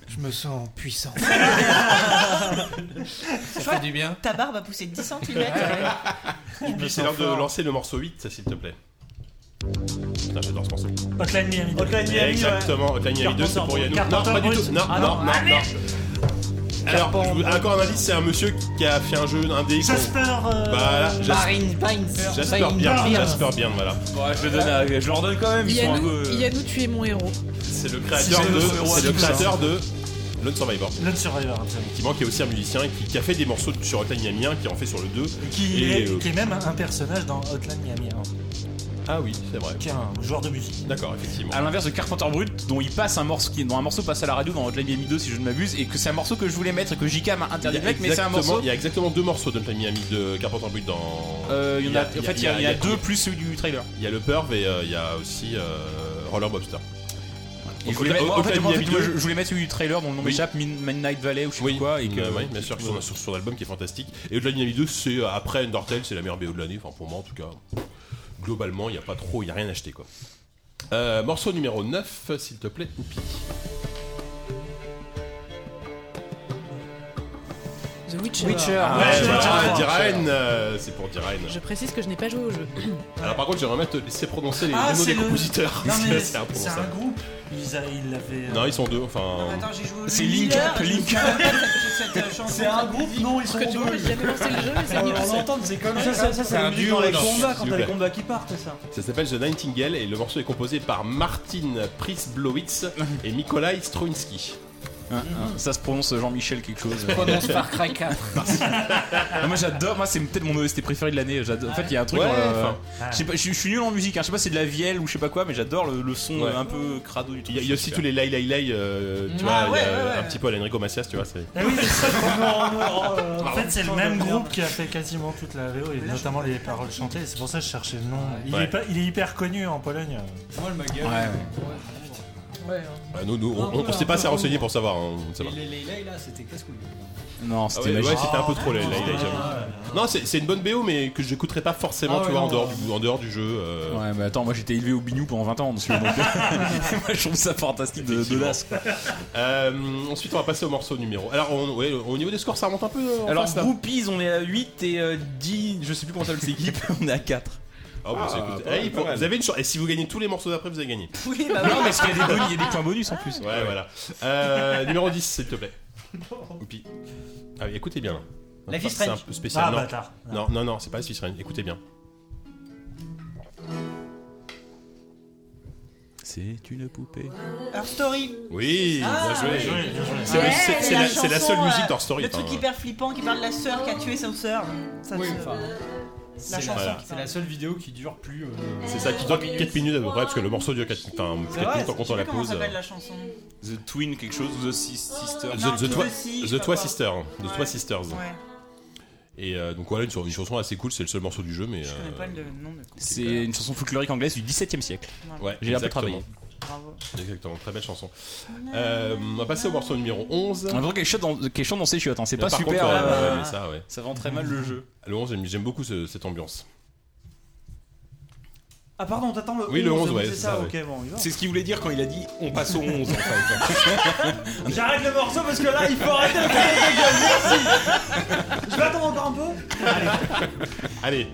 J: Je me sens puissant.
L: Ça
J: fait du bien.
L: Ta barbe a poussé de 10 cm.
D: euh,
B: Whoopi, c'est l'heure de lancer le morceau 8 s'il te plaît. Putain, j'adore ce morceau.
E: Hotline Miami.
F: Hotline Miami, ouais.
B: Exactement, Hotline Miami 2 c'est pour Yannou. Non,
C: Ah
F: Ah
E: Carpenter
B: pas du
E: Brut.
B: tout. Non, non, non, non. Alors, je vous- encore un indice, c'est un monsieur qui, qui a fait un jeu, un dé. qu'on-
E: Jasper, euh,
B: Voilà, Jas-
E: Marine Pines.
B: Bah, Jasper
E: Pines.
B: bien,
E: Pines.
B: Jasper bien, voilà.
C: je, le donne à- je leur donne quand même. Ils sont un
I: Yannou,
B: euh,
C: peu.
I: Yannou, tu es mon héros.
B: C'est le créateur
C: Si j'ai
B: de.
C: le numéro
B: C'est le
C: à tout ça.
B: créateur de. Lone Survivor.
E: Lone Survivor, absolument.
B: Qui manque, qui est aussi un musicien et qui, qui a fait des morceaux de- sur Hotline Miami 1, qui en fait sur le 2.
E: Qui,
B: et,
E: est,
B: euh,
E: qui est même un personnage dans Hotline Miami. hein.
B: Ah oui, c'est vrai.
E: Qui est un joueur de musique.
B: D'accord, effectivement.
C: À l'inverse de Carpenter Brut, dont il passe un morceau, qui, dont un morceau passe à la radio dans Hotline Miami 2, si je ne m'abuse, et que c'est un morceau que je voulais mettre et que JK m'a
B: Il y,
C: interdit
B: a
C: de mettre, mais c'est un
B: exactement-
C: morceau.
B: il y a exactement deux morceaux de Hotline Miami de Carpenter Brut dans.
C: Euh, il y en a- en fait, il y a- il y a deux
B: plus
C: celui du trailer.
B: Il y a le Perv et euh, il y a aussi euh, Roller Bobster.
C: Et je
B: Donc,
C: voulais
B: Hotline-
C: mettre- moi, en fait,
B: Hotline
C: moi, en fait,
B: Miami
C: moi,
B: 2,
C: je je voulais mettre celui du trailer dont le nom
B: Oui.
C: échappe, Min- Midnight Valley ou je sais pas quoi. Et que,
B: Euh, ouais, bien sûr, sur, sur son album qui est fantastique. Et au-delà de Miami 2, c'est euh, après Undertale, c'est la meilleure BO de l'année. Enfin, pour moi, en tout cas, globalement, il n'y a pas trop, il n'y a rien acheté quoi. Euh, morceau numéro 9, s'il te plaît, Oupi.
I: The Witcher.
B: Ah, ouais, voilà, Diraen, euh, c'est Ah. pour Diraen.
I: Je précise que je n'ai pas joué au jeu.
B: Alors, par contre, j'aimerais bien te laisser prononcer les
I: Ah,
B: noms
I: c'est
B: des
I: le-
B: compositeurs.
I: Non, mais
B: c'est imprononçable.
E: groupe. Ils, a- ils l'avaient. euh,
B: Non, ils sont deux, enfin.
L: Attends, j'ai joué au
B: C'est
L: jeu
B: Link
L: hier,
B: Up,
L: je
B: Link
L: me
B: Up.
L: souviens pas de cette chanson.
F: C'est un groupe, non, ils sont deux. On l'entend, c'est comme ça, ça, ça, c'est la musique dans les combats, quand t'as les combats qui partent, c'est ça.
B: Ça s'appelle The Nightingale et le morceau est composé par Martin Prisblowitz et Nikolai Stroinsky.
C: Ah, ça se prononce Jean-Michel quelque chose.
K: Prononce Far Cry 4.
C: Ah, moi j'adore, moi c'est peut-être mon OST préféré de l'année. j'adore En fait, il y a un truc.
B: Ouais,
C: dans le-
B: enfin.
C: je, sais pas, je suis- je suis nul en musique, hein. je sais pas, c'est de la vielle ou je sais pas quoi, mais j'adore le, le son euh,
B: Ouais.
C: un peu crado du truc.
B: Il y a aussi tous les lay lay lay, euh, tu
C: Ah,
B: vois,
C: ouais,
B: il y a
C: ouais, ouais.
B: un petit peu à l'Enrico Macias, tu vois. c'est-
E: Ah oui, c'est ça. Non, non, euh, en
B: Pardon.
E: fait, c'est le même groupe qui a fait quasiment toute la VO et notamment les paroles chantées. C'est pour ça que je cherchais le nom. Il,
B: Ouais.
E: est, pas- il est hyper connu en Pologne.
K: Moi, le
B: Ouais,
K: Ouais.
B: Bah, nous, nous,
K: Un
B: on,
K: peu,
B: on
K: un
B: s'est pas
K: peu
B: assez
K: comme
B: renseigné
K: moi.
B: pour savoir. hein, on ne sait pas.
K: Les les- les- là, c'était casse-couille.
C: Non,
B: Ah ouais,
C: magique.
B: ouais, c'était un peu trop les
K: Ah,
B: lay lay,
K: ouais.
B: j'avoue. Non, c'est c'est une bonne BO, mais que j'écouterai pas forcément,
C: Ah
B: tu
C: ouais,
B: vois, en
C: non,
B: dehors,
C: non.
B: du, en dehors du jeu. euh,
C: Ouais, mais attends, moi j'étais élevé au bignou pendant 20 ans, donc donc- moi je trouve ça fantastique de, de l'as.
B: Euh, ensuite, on va passer au morceau numéro. Alors, on- ouais, au niveau des scores, ça remonte un peu. euh, en
C: Alors,
B: face, là.
C: Groupies, on est à 8 et euh, 10, je sais plus comment s'appelle cette équipe, on est à 4.
B: Ah, bon, c'est- écoutez, eh, pour- vous avez une chance. Et si vous gagnez tous les morceaux d'après, vous avez gagné.
L: Oui,
C: bah oui. Non, mais parce qu'il y a des bonus- il y a des points bonus en plus.
B: Ouais, voilà. Euh, numéro 10, s'il te plaît. Oupi. Ah oui, écoutez bien. là.
E: La
B: Enfin,
E: Vie
B: C'est un
E: Strange.
B: peu spécial.
E: Ah,
B: non.
E: bâtard.
B: non, non, non, c'est pas la Suisse Reine. Écoutez bien.
C: C'est une poupée.
L: Our Story.
B: Oui,
L: Ah,
B: bien joué.
L: oui.
B: C'est
L: Ouais,
B: le- c'est- c'est la, c'est la
L: chanson,
B: seule
L: euh,
B: musique d'Hor Story.
L: Le truc
B: enfin,
L: hyper flippant qui parle de la sœur qui a tué son sœur. Ça
K: Oui,
L: se-
K: enfin,
L: La
K: C'est
L: chanson.
B: Voilà.
K: la, c'est la seule vidéo qui dure plus. euh,
B: C'est ça qui dure 4 minutes à peu près, parce que le morceau dure 4 minutes. Enfin,
L: C'est
B: 4
L: vrai,
B: minutes
L: je
B: en
L: sais
B: comptant
L: plus
B: la
L: comment
B: pause.
L: s'appelle la chanson.
C: The Twin, quelque chose, The Sis- Sister.
B: The,
L: Non,
B: the,
L: tout
B: Twa-
L: aussi,
B: The
L: je sais
B: Twa
L: pas.
B: Sister. The
L: Ouais.
B: Twa Sisters.
L: Ouais.
B: Et euh, donc voilà, une, une chanson assez cool, c'est le seul morceau du jeu, mais.
L: Je connais
B: euh,
L: pas le nom de.
C: C'est une chanson folklorique anglaise du 17 e siècle.
B: Ouais,
C: j'ai un peu
B: exactement.
C: travaillé.
L: Bravo.
B: Exactement, très belle chanson. Euh, on va passer au morceau numéro 11.
C: En même temps, qu'elle chante dans, qu'elle chante dans ses chiottes, hein, c'est
B: Là,
C: pas
B: par
C: super.
B: contre, ouais,
C: euh,
B: ouais, mais ça, ouais.
C: vend très mal le jeu.
B: Le 11, j'aime- j'aime beaucoup ce- cette ambiance.
F: Ah, pardon, t'attends le 11.
B: Oui, le 11, ouais,
F: C'est
B: c'est
F: ça,
B: ça,
F: ok,
B: ouais.
F: bon, il va.
G: C'est ce qu'il voulait dire quand il a dit on passe au 11 en fait.
F: J'arrête le morceau parce que là, il faut arrêter le cahier de gueule, merci Je vais attendre encore un peu
B: Allez,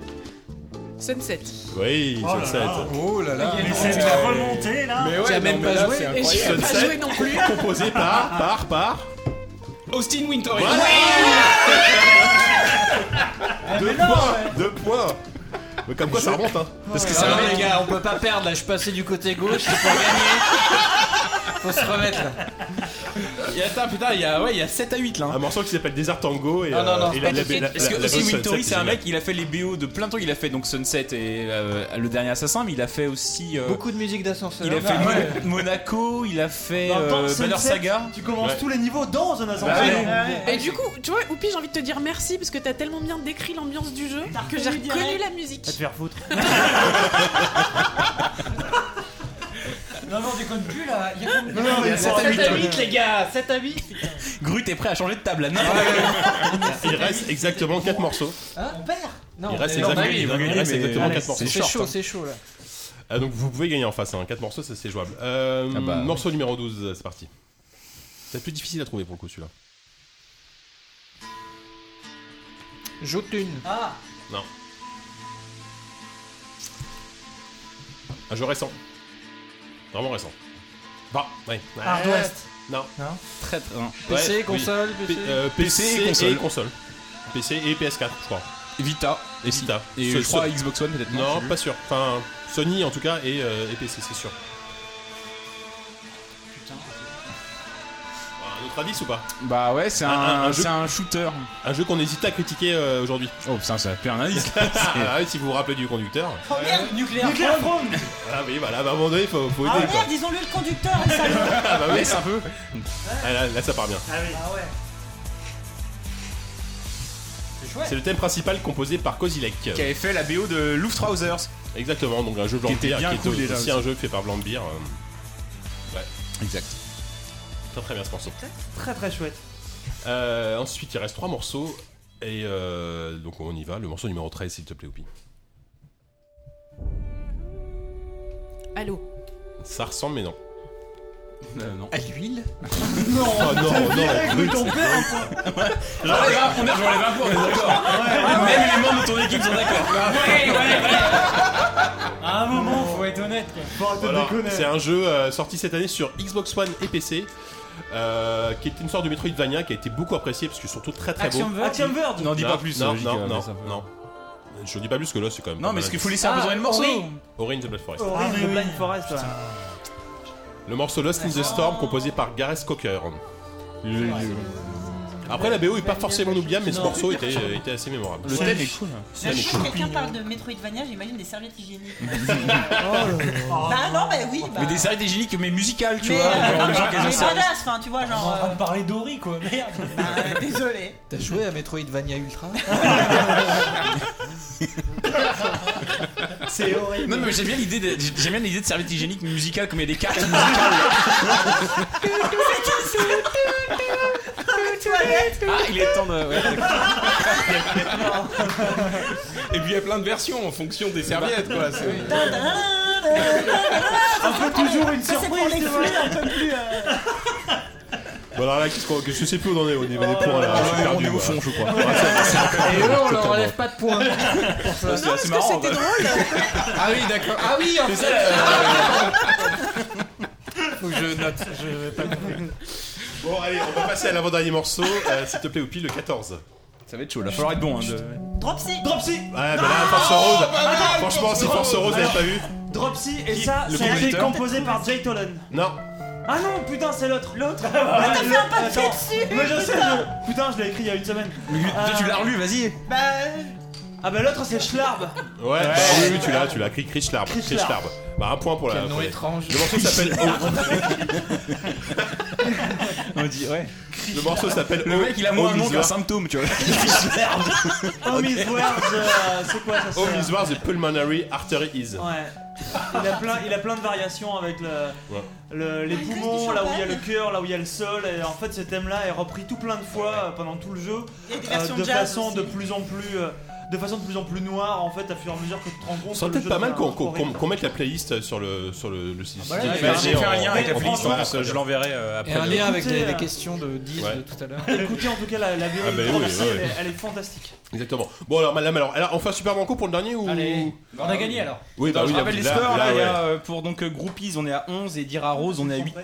I: Sunset.
B: oui,
I: Oh là
B: Sunset.
I: là.
J: Oh là là.
E: Mais c'est la remontée là.
J: Mais ouais, Tu as même non, mais pas là, joué. c'est
I: Et j'y ai pas
B: Sunset,
I: joué non plus.
B: composé par, par, par.
G: Austin Winter.
J: Eh,
B: Deux points, deux points. Mais comme quoi, ça remonte, hein.
K: Parce que
B: Ouais.
K: ça
B: Ah,
K: va,
B: ouais.
K: les gars, on peut pas perdre là. Je suis passé du côté gauche, c'est pour gagner. Faut se remettre là.
C: Il y a, attends, putain, il y a, ouais, il y a 7 à 8 là.
B: Un morceau qui s'appelle Desert Tango et.
C: Ah non,
B: euh,
C: non,
B: et
C: c'est
B: la-
C: pas tout
B: la-
C: de suite.
B: la-
C: Parce que
B: la- la
C: aussi,
B: bonne
C: Will
B: Sunset,
C: Torrey, c'est un
B: génial.
C: mec, il a fait les BO de plein de trucs. Il a fait donc Sunset et euh, Le Dernier Assassin, mais il a fait aussi. euh,
J: Beaucoup de musique d'ascenseur.
C: Il a fait Mon- Monaco, il a fait euh, Banner Saga.
F: Tu commences tous les niveaux dans un ascenseur.
C: Bah ouais.
I: Et du coup, tu vois, Oupi, j'ai envie de te dire merci parce que t'as tellement bien décrit l'ambiance du jeu que j'ai
F: reconnu
I: reconnu
F: direct.
I: la musique.
F: Va te faire foutre. non, non, déconne plus là. Il raconte-
C: Non, non, mais
F: il raconte-
C: c'est à huit,
F: les gars, 7 à 8.
C: Grut est prêt à changer de table là. Non,
B: Il reste exactement 4 morceaux.
K: Hein Père
B: Il reste
K: mais non,
B: exactement
K: bah oui,
B: il
K: bah oui,
B: reste
K: mais-
B: exactement
K: allez,
B: 4 morceaux.
K: C'est chaud, c'est chaud là.
B: Ah, donc vous pouvez gagner en face, hein. 4 morceaux, ça, c'est jouable. Euh,
C: Ah bah,
B: morceau numéro 12, c'est parti. C'est plus difficile à trouver pour le coup celui-là.
J: Jotun.
F: Ah
B: Non. Un jeu récent. Vraiment récent. Bah, ouais.
F: Hard West.
B: Non.
C: Très très.
B: PC,
K: console, PC.
B: euh, PC,
C: PC
B: et
C: et
B: console.
C: console.
B: PC et PS4, je crois.
C: Vita.
B: Et Vita.
C: Et
B: Ce-
C: je crois
B: ce-
C: Xbox One peut-être.
B: Non,
C: je sais
B: pas sûr. Enfin, Sony en tout cas et, euh, et PC, c'est sûr. Putain. Un autre indice ou pas
C: Bah ouais, c'est un, c'est un shooter.
B: Un jeu qu'on hésite à critiquer euh, aujourd'hui.
C: Oh putain, ça a fait un indice.
B: ah, ouais, si vous vous rappelez du conducteur.
L: Oh merde
D: Nuclear
L: Throne
B: Ah oui, voilà, bah, à un moment donné, faut, faut
L: Ah
B: aider. quoi.
L: merde, ils ont lu le conducteur, les salauds
B: Ah bah oui.
L: Laisse
C: peu.
B: Ah, là, là, ça part bien.
L: Ah ouais.
D: C'est chouette.
B: C'est le thème principal composé par Kozilek. Qui
C: avait fait la BO de Luftrausers.
B: Exactement, donc un jeu
C: Qui était
B: Blambeer qui
C: bien
B: est
C: cool, déjà,
B: aussi
C: aussi.
B: un jeu fait par Blambeer. euh, Ouais.
C: Exact.
B: Très très bien ce morceau.
F: Très très chouette.
B: Euh, ensuite, il reste trois morceaux. Et euh, donc on y va. Le morceau numéro 13, s'il te plaît, Oupi.
I: Allô
B: Ça ressemble, mais non.
C: Euh, non.
J: À l'huile
B: Non, non, non.
F: hein,
C: Genre, les vingt- on est genre les 20 points, on est d'accord. Même les membres de ton équipe sont d'accord. Ouais, ouais, ouais.
D: À un moment, faut être honnête. Quoi.
B: Voilà. C'est un jeu euh, sorti cette année sur Xbox One et PC. euh, qui était une sorte de Metroidvania qui a été beaucoup apprécié parce que surtout très très
D: Axiom
B: beau.
D: Verge Axiom Verge
B: Non, dis pas
D: Non,
B: plus.
D: non,
B: euh, J.K.,
D: non,
B: mais
D: non,
B: ça peut- non. Je dis pas plus que là c'est quand même.
C: Non,
B: pas
C: mais
B: mal.
C: est-ce qu'il faut laisser imposer le morceau
B: Ori in the Blood Forest.
F: Orange the Blind Forest. ouais.
B: Le morceau Lost in the Storm composé par Gareth Cocker. Après la BO est pas forcément oubliable mais ce
C: Non.
B: morceau était, euh, était assez mémorable.
C: Le thème est cool.
B: Le
L: Chaque
B: thème est
L: fois que
B: cool.
L: quelqu'un parle de Metroidvania, j'imagine des serviettes hygiéniques. Oh Bah non, bah oui, bah.
C: Mais des séries hygiéniques, mais musicales, tu
L: Mais,
C: vois.
L: euh,
C: genre, les gens qui
L: mais
C: les ont
L: badass, enfin, tu vois,
D: On est en
L: genre.
D: train de parler d'Ori quoi, merde.
L: euh, Désolé.
J: T'as joué à Metroidvania Ultra
L: Ah,
D: C'est horrible.
C: Non, mais j'aime bien l'idée de, j'aime bien l'idée de serviette hygiénique musicale, comme il y a des cartes musicales. ah, il est temps de. ouais,
G: Et puis il y a plein de versions en fonction des serviettes, quoi. c'est-
L: Un
F: peu toujours une
L: Ça, c'est pour les
F: surprise.
L: fous, un peu plus. euh,
B: Bon alors là qu'est-ce qu'on- je sais plus où on en est au niveau des points là. je suis perdu, moi.
C: je crois.
K: Et eux, on leur
B: Totalement.
K: enlève pas de points. Pour ça.
C: c'est assez marrant. quoi.
K: Ah oui, d'accord. Ah oui, en
C: C'est
K: fait.
C: ça, euh,
J: Faut que je note. Je vais pas
B: Bon allez on va passer à l'avant-dernier morceau euh, s'il te plaît Oupi le 14.
C: Ça va être chaud, là. Faudra être bon. Hein, de...
L: Dropsy
F: Dropsy
B: Ouais, mais bah là, Force Rose.
F: mal,
B: Franchement, si
F: Oh, bah Force
B: Force Rose, vous avez
F: Alors-
B: pas vu
F: Dropsy, et ça,
B: Le
F: ça a été
B: compositeur
F: composé par Jay Tolan.
B: Non.
F: Ah non, putain, c'est l'autre, l'autre.
L: bah, t'as fait un papier
F: Attends,
L: dessus,
F: Mais je sais,
L: putain.
F: je- putain, je l'ai écrit il y a une semaine.
C: Toi, tu l'as relu, vas-y.
L: Bah.
F: Ah bah l'autre, c'est Schlarb.
B: Ouais, bah oui, oui, tu l'as, tu l'as. Cri, cri, schlarb.
F: Cri,
B: Cri,
F: schlarb.
B: schlarb. Bah, un point pour la.
K: Quel nom
B: pour les-
K: étrange.
B: Le morceau s'appelle.
C: On dit, ouais.
B: Le morceau s'appelle.
C: Le mec, il a moins un nom qu'un
B: Omiswar-
C: symptôme, tu vois.
F: Oh, Miss Words, euh, c'est
B: Oh,
F: quoi ça c'est- Oh,
B: Omiswar the Pulmonary Artery Is.
F: Ouais. Il a, plein, il a plein de variations avec le,
B: Ouais.
F: le- les
L: crise
F: poumons,
L: Ah, du
F: là où il y a
L: champagne.
F: le cœur, là où il y a le sol. Et en fait, ce thème-là est repris tout plein de fois euh, pendant tout le jeu,
L: Il y a des
F: euh,
L: versions
F: de
L: jazz
F: façon
L: aussi.
F: de plus en plus, euh, de façon de plus en plus noire. En fait, à fur et à mesure que tu te rends compte.
B: Ce serait
F: que le
B: peut-être
F: jeu
B: pas mal
F: devient
B: qu'on qu'on-
F: horrible.
B: qu'on mette la playlist sur le, sur le, le site.
J: voilà,
B: site
J: mais
B: imagé
C: J'ai fait
B: en-
C: un lien avec la
B: en- hein.
C: playlist,
B: voilà.
C: je je l'enverrai euh, après.
J: Et un
C: le-
J: lien avec
F: Écoutez,
J: les, les
F: euh,
J: questions de 10
B: Ouais.
J: de tout à l'heure.
F: Écoutez en tout cas la, la BO
B: Ah
F: de
B: bah oui,
F: Dropsy,
B: oui,
F: Elle,
B: oui.
F: est, elle est fantastique.
B: Exactement. Bon, alors, madame, alors, alors, on fait un super banco pour le dernier ou.
D: Allez, on a gagné alors.
B: Oui, bah
C: je
B: oui,
C: rappelle les
B: là,
C: scores, là,
B: là,
C: il y
B: ouais.
C: a, euh, pour donc euh, Groupies, on est à 11 et Dira Rose, on est à 8.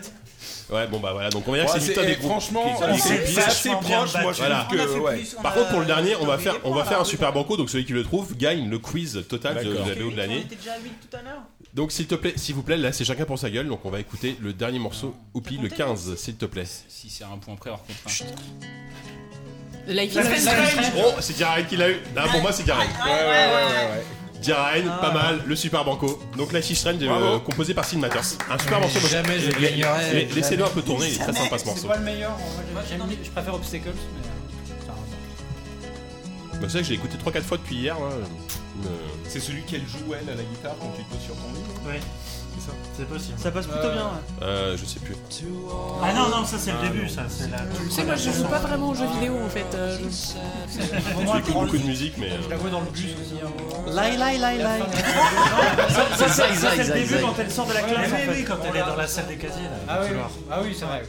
B: Ouais, bon, bah voilà, donc on va dire
G: Ouais,
B: que c'est
G: c'est-
B: l'histoire
G: eh,
B: des groupes.
G: franchement,
B: qui- qui-
G: c'est c'est assez proche, moi je
B: Voilà.
G: trouve
L: On a
G: que.
L: fait
G: ouais.
L: plus. on
B: Par
L: a-
B: contre, pour le dernier, on
L: on
B: va
L: a
B: faire,
L: oublié les
B: on va
L: points,
B: faire un
L: là.
B: super banco. Donc celui qui le trouve gagne le quiz total Ah, de
G: D'accord.
B: la BO de l'année.
L: On était déjà à 8 tout à l'heure.
B: Donc s'il te plaît, s'il vous plaît, là c'est chacun pour sa gueule. Donc on va écouter le dernier morceau,
C: Euh,
B: Oupi, le
L: compté
B: 15, s'il te plaît.
C: Si c'est un point près, hors contre. un.
I: Life is
F: Life is
I: Strange.
B: Oh, c'est Diarraine qui l'a eu. Non, pour moi c'est Diarraine.
L: Ouais, ouais, ouais.
B: Diarraine,
F: Ah.
B: pas mal, le super banco. Donc la Strange Strange
G: Bravo.
B: euh, composé par Sid Matters. Un super morceau. parce que-
J: Jamais je
B: la- la-
J: gagnerai,
B: la- Laissez-le un peu tourner, il est
L: Jamais.
B: très sympa ce
D: C'est
B: morceau.
D: pas le meilleur. en vrai,
L: Moi,
D: j'aime-
L: non.
D: j'aime- Je préfère Obstacles, mais. ça revient.
B: Bah, C'est vrai que j'ai écouté 3-4 fois depuis hier. hein. Euh,
G: C'est celui qu'elle joue elle à la guitare quand tu te poses sur ton lit.
F: Ouais,
G: C'est ça.
E: c'est possible.
F: ça passe plutôt
J: Euh,
F: bien. ouais.
B: Euh, je sais plus.
E: Ah non, non, ça c'est le
B: Ah,
E: début,
B: non.
E: ça. C'est la.
I: Tu sais, moi je joue pas vraiment aux jeux vidéo en fait. euh, je-
D: Vraiment,
B: J'écoute
D: dans le-
B: beaucoup de musique, mais.
D: Je
B: euh,
D: la vois dans le bus aussi. hein.
F: Laï, laï, laï, laï.
K: Ça, ça,
F: Ça,
K: ça,
F: c'est
K: ça,
F: le début
K: ça.
F: quand elle sort de la classe. en fait.
E: quand elle est dans la salle des casiers, là.
D: Ah oui, ah oui, c'est vrai.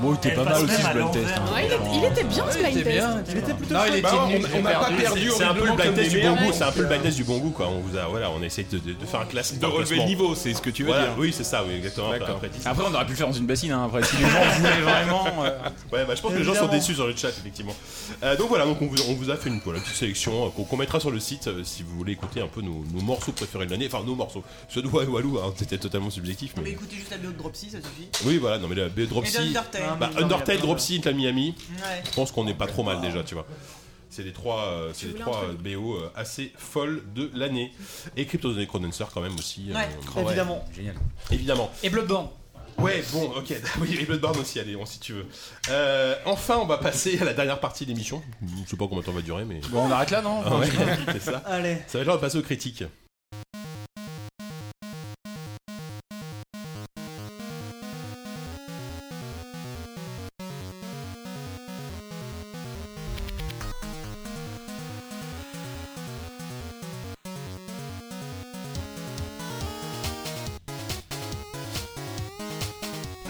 Q: Bon, il était
F: Eh,
E: Elle
Q: pas
E: passe
Q: mal aussi
E: même
Q: ce
E: à
Q: blind test.
E: l'envers.
Q: hein.
I: Ouais, il, est- il était bien ce blind test.
B: Ah,
Q: Bah, on- on n'a pas perdu.
B: C'est un peu le
Q: horriblement
B: blind
Q: comme
B: test
Q: des
B: du bon
Q: merdes.
B: goût. C'est un peu le blind test du bon goût, quoi. On vous a, voilà, on essaie de, de- de faire un classement.
G: De relever le niveau, c'est ce que tu veux
B: Voilà,
G: dire.
B: Oui, c'est ça, oui, exactement. Après, après, dix.
C: Après, on aurait pu le faire dans une bassine. Hein, après, si les gens voulaient vraiment.
B: Ouais, bah, je pense que les gens sont déçus sur le chat, effectivement. Euh, donc voilà, donc on, vous, on vous a fait une, voilà, petite sélection euh, qu'on qu'on mettra sur le site euh, si vous voulez écouter un peu nos, nos morceaux préférés de l'année. Enfin, nos morceaux. Ceux de Walou, Walou, hein, c'était totalement subjectif.
L: Mais
B: Mais...
L: écoutez juste la biodropsie, ça suffit.
B: Oui, voilà, non mais la B- Dropsy.
L: Et d'Undertale.
B: Bah,
L: Non, mais
B: Undertale,
L: attends,
B: Dropsy, la Miami.
L: Ouais.
B: Je pense qu'on n'est pas trop mal déjà, tu vois. C'est les trois, euh, c'est les
L: voulais
B: trois
L: un
B: euh, BO euh, assez folles de l'année. Et Crypto the Necrodancer quand même aussi.
L: Ouais, évidemment.
B: Génial. Évidemment.
D: Et Bloodborne.
B: Ouais, bon, ok. Oui, et Bloodborne aussi, allez, on, si tu veux. Euh, enfin, on va passer à la dernière partie de l'émission. Je sais pas combien de temps va durer, mais.
C: Bon, on arrête là, non
B: Ah ouais, c'est ça.
F: Allez.
B: Ça va être l'heure de passer aux critiques.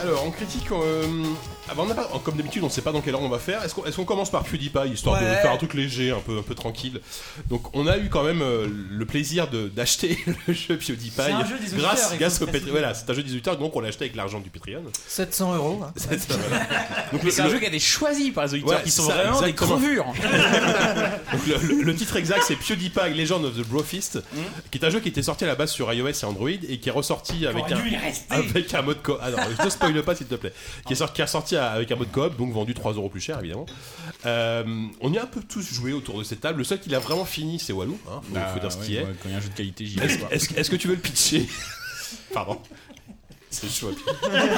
B: Alors, en critique, euh, ah bah on a pas- comme d'habitude, on sait pas dans quelle heure on va faire. Est-ce qu'on est-ce qu'on commence par PewDiePie, histoire de
Q: Ouais.
B: faire un truc léger, un peu, un peu tranquille Donc, on a eu quand même euh, le plaisir de- d'acheter le jeu PewDiePie
J: C'est un jeu des auditeurs,
B: grâce,
J: il faut le
B: grâce au Patreon.
J: préciser.
B: Voilà, c'est un jeu des auditeurs, donc on l'a acheté avec l'argent du Patreon.
J: 700 euros. hein.
B: C'est ça, voilà.
C: Mais c'est un
B: le-
C: jeu qui a été choisi par les auditeurs
B: Ouais,
C: qui sont
B: ça,
C: vraiment des
B: exactement.
C: crevures.
B: Donc, le, le- le titre exact c'est PewDiePie Legend of the Brofist,
C: Mm.
B: qui est un jeu qui était sorti à la base sur iOS et Android et qui est ressorti avec
Q: T'aurais
B: un,
Q: dû y rester.
B: avec un mode coop. Ah non, je te spoil pas s'il te plaît. Qui est sorti, qui est ressorti à- avec un mode coop, donc vendu 3 euros plus cher évidemment. Euh, on y a un peu tous joué autour de cette table. Le seul qui l'a vraiment fini c'est Walou, hein, faut,
C: Bah,
B: faut dire ce
C: ouais,
B: qui est.
C: moi, quand il y a un jeu de qualité, j'y vais,
B: Est-ce
C: quoi.
B: est-ce- est-ce que tu veux le pitcher Pardon. C'est chaud à pitcher.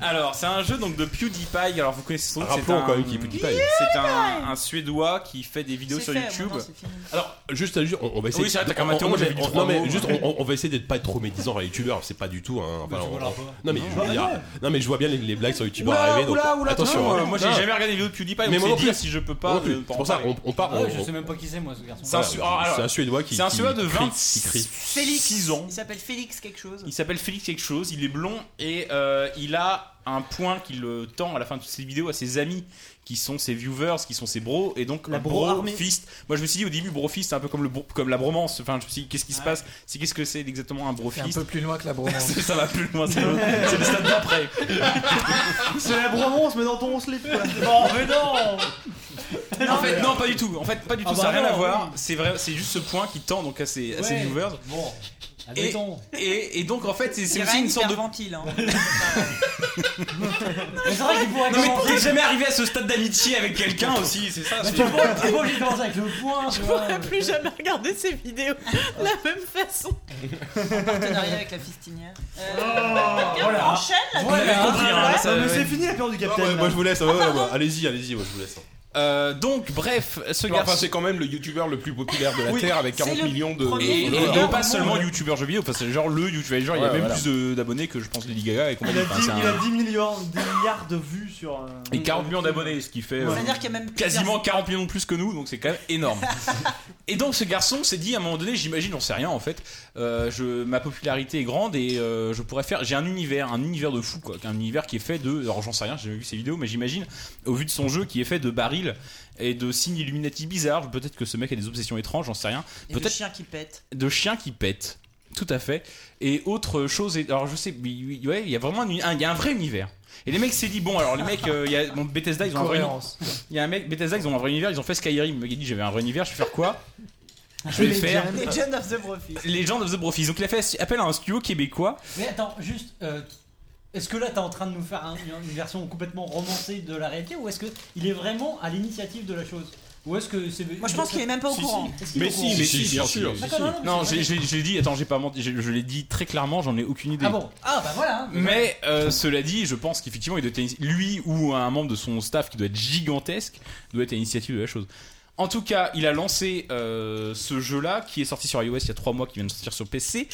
C: Alors, c'est un jeu donc de PewDiePie. Alors, vous connaissez son nom
B: Rappelons quand même qui est PewDiePie.
C: C'est un, un Suédois qui fait des vidéos sur
B: fait,
C: YouTube.
B: maintenant, Alors, juste, juste, on, on va essayer.
C: Oui, c'est vrai, t'as
B: on-
C: quand même
B: on-
C: été
B: on-
C: moi, j'avais dit
B: on-
C: trois
B: Non, mais
C: mots.
B: juste, on, on va essayer d'être pas être trop médisant à youtubeur, c'est pas du tout. Hein. Enfin,
C: je vois
B: on-
C: le rapport.
B: non, mais je veux
C: Non.
B: dire,
C: Ouais.
B: non, mais je vois bien les, les blagues sur youtubeur
C: Oula,
B: arriver. donc-
C: oula, oula,
B: attention.
C: non,
B: hein.
C: moi, j'ai
B: Non.
C: jamais regardé les vidéos de PewDiePie, donc
B: Mais moi
C: c'est
B: non plus.
C: dire si je peux pas,
B: Moi non plus.
C: euh, pour
B: C'est
C: en
B: pour ça,
C: parler.
B: on, on part.
C: Ah ouais,
B: on-
C: je
B: on-
C: sais
D: même pas qui c'est, moi, ce garçon.
C: C'est un
B: Voilà,
C: Su- alors, alors,
B: c'est un Suédois qui-
C: C'est un
B: qui
C: Suédois de
B: crie, qui
C: 26
B: crie.
L: Félix.
C: 6 ans.
L: Il s'appelle Félix quelque chose.
C: Il s'appelle Félix quelque chose, il est blond et euh, il a un point qu'il euh, tend à la fin de toutes ses vidéos à ses amis qui sont ses viewers, qui sont ses bros et donc
F: La
C: un
F: bro army.
C: fist. Moi je me suis dit au début bro fist c'est un peu comme le bro- comme la bromance. Enfin je me suis dit qu'est-ce qui se passe C'est qu'est-ce que c'est exactement un bro
J: C'est un
C: fist
J: peu plus loin que la bromance.
C: C'est- Ça va plus loin, c'est le c'est le stade d'après.
F: C'est la bromance, mais dans ton slip. quoi.
C: Non, mais non en fait, non, pas du tout. En fait, pas du tout.
F: Ah
C: ça n'a
F: bah
C: rien à
F: non,
C: voir.
F: oui.
C: C'est vrai, c'est juste ce point qui tend donc à ses, à ses
F: Ouais,
C: viewers.
D: Bon.
C: Et,
D: Admettons.
C: et, et donc en fait, c'est- c'est
L: Il
C: aussi
L: règne
C: une sorte de
L: hyperventile, hein.
D: Mais c'est vrai qu'il pourrait
C: Non, mais
D: commencer-
C: t'es jamais arrivé à ce stade d'amitié avec quelqu'un aussi, c'est ça.
D: Mais
C: c'est-
D: tu vois, t'es pas obligé de commencer avec le point.
C: Je
D: tu vois.
H: pourrais plus jamais regarder ces vidéos de la même façon.
L: En partenariat avec la fistinière. Euh,
H: Oh,
L: on
H: voilà.
L: enchaîne là.
C: Voilà.
L: tu vois.
C: compris, hein, là, ça-
F: Non, mais c'est fini la peur du
B: Ah
F: capitaine.
B: ouais, moi je vous laisse, ouais, ouais, ouais,
L: pardon.
B: allez-y, allez-y, moi je vous laisse.
C: Euh, donc, bref, ce
G: Enfin,
C: garçon.
G: c'est quand même le youtubeur le plus populaire de la
C: Oui,
G: Terre avec
C: c'est
G: 40
C: le
G: millions de.
C: Et, et- et pas seulement youtubeur jeu vidéo, enfin c'est genre le youtubeur jeu, il y a
G: Ouais,
C: même
G: voilà.
C: plus de- d'abonnés que je pense Lady Gaga et
F: Il
C: compagnie.
F: a
C: Enfin,
F: 10,
C: c'est un-
F: il a 10 milliards, 10 milliards de vues sur. euh,
C: Et 40 millions d'abonnés, ce qui fait euh,
L: C'est-à-dire qu'il y a même plusieurs-
C: quasiment 40 millions de plus que nous, donc c'est quand même énorme. et donc ce garçon s'est dit à un moment donné, j'imagine, on sait rien en fait, euh, je, ma popularité est grande et euh, je pourrais faire, j'ai un univers, un univers de fou, quoi, un univers qui est fait de, alors j'en sais rien, j'ai jamais vu ses vidéos, mais j'imagine, au vu de son jeu, qui est fait de barils et de signes illuminati bizarres, peut-être que ce mec a des obsessions étranges, j'en sais rien,
L: Et le
C: peut-être
L: chien qui pète.
C: de chiens qui pètent. Tout à fait. Et autre chose, et- alors je sais, oui, oui, ouais, il y a vraiment un, uni- un- il y a un vrai univers. Et les mecs s'est dit bon alors les mecs euh, il y a bon, Bethesda ils ont un vrai univers.
J: Cohérence.
C: Il y a un mec Bethesda ils ont un vrai univers, ils ont fait Skyrim, le mec il dit j'avais un vrai univers, je vais faire quoi Je vais faire
L: Legend of the Brophy.
C: Legend of the Brofist. Donc il a fait appel à un studio québécois.
D: Mais attends, juste. euh, Est-ce que là t'es en train de nous faire un- une version complètement romancée de la réalité ou est-ce que il est vraiment à l'initiative de la chose Ou est-ce que c'est
L: Moi, je pense qu'il est même pas au courant.
D: Est-ce qu'il est
C: Mais
D: au
C: si,
D: courant
C: mais si, bien sûr.
D: D'accord, non, non, mais
C: Non,
D: c'est
C: j'ai-
D: vrai.
C: j'ai j'ai dit, attends, j'ai pas menti, je, je l'ai dit très clairement, j'en ai aucune idée.
D: Ah bon Ah bah voilà.
C: Mais euh, cela dit, je pense qu'effectivement, il doit être- lui ou un membre de son staff qui doit être gigantesque doit être à l'initiative de la chose. En tout cas, il a lancé euh, ce jeu-là qui est sorti sur iOS il y a trois mois, qui vient de sortir sur PC,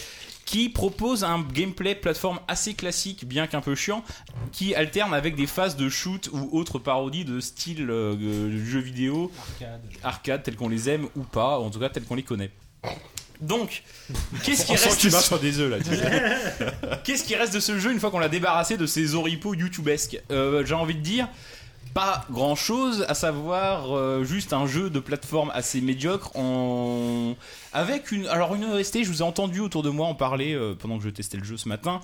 C: qui propose un gameplay plateforme assez classique, bien qu'un peu chiant, qui alterne avec des phases de shoot ou autres parodies de style euh, de jeu vidéo
D: Arcade.
C: arcade tels qu'on les aime ou pas, ou en tout cas tels qu'on les connaît. Donc, qu'est-ce qui
B: On sent
C: reste
B: que tu marches sur des œufs, là, tu
C: Qu'est-ce qui reste de ce jeu une fois qu'on l'a débarrassé de ses oripeaux youtubesques Euh, J'ai envie de dire pas grand chose, à savoir euh, juste un jeu de plateforme assez médiocre en avec une alors une OST. Je vous ai entendu autour de moi en parler euh, pendant que je testais le jeu ce matin.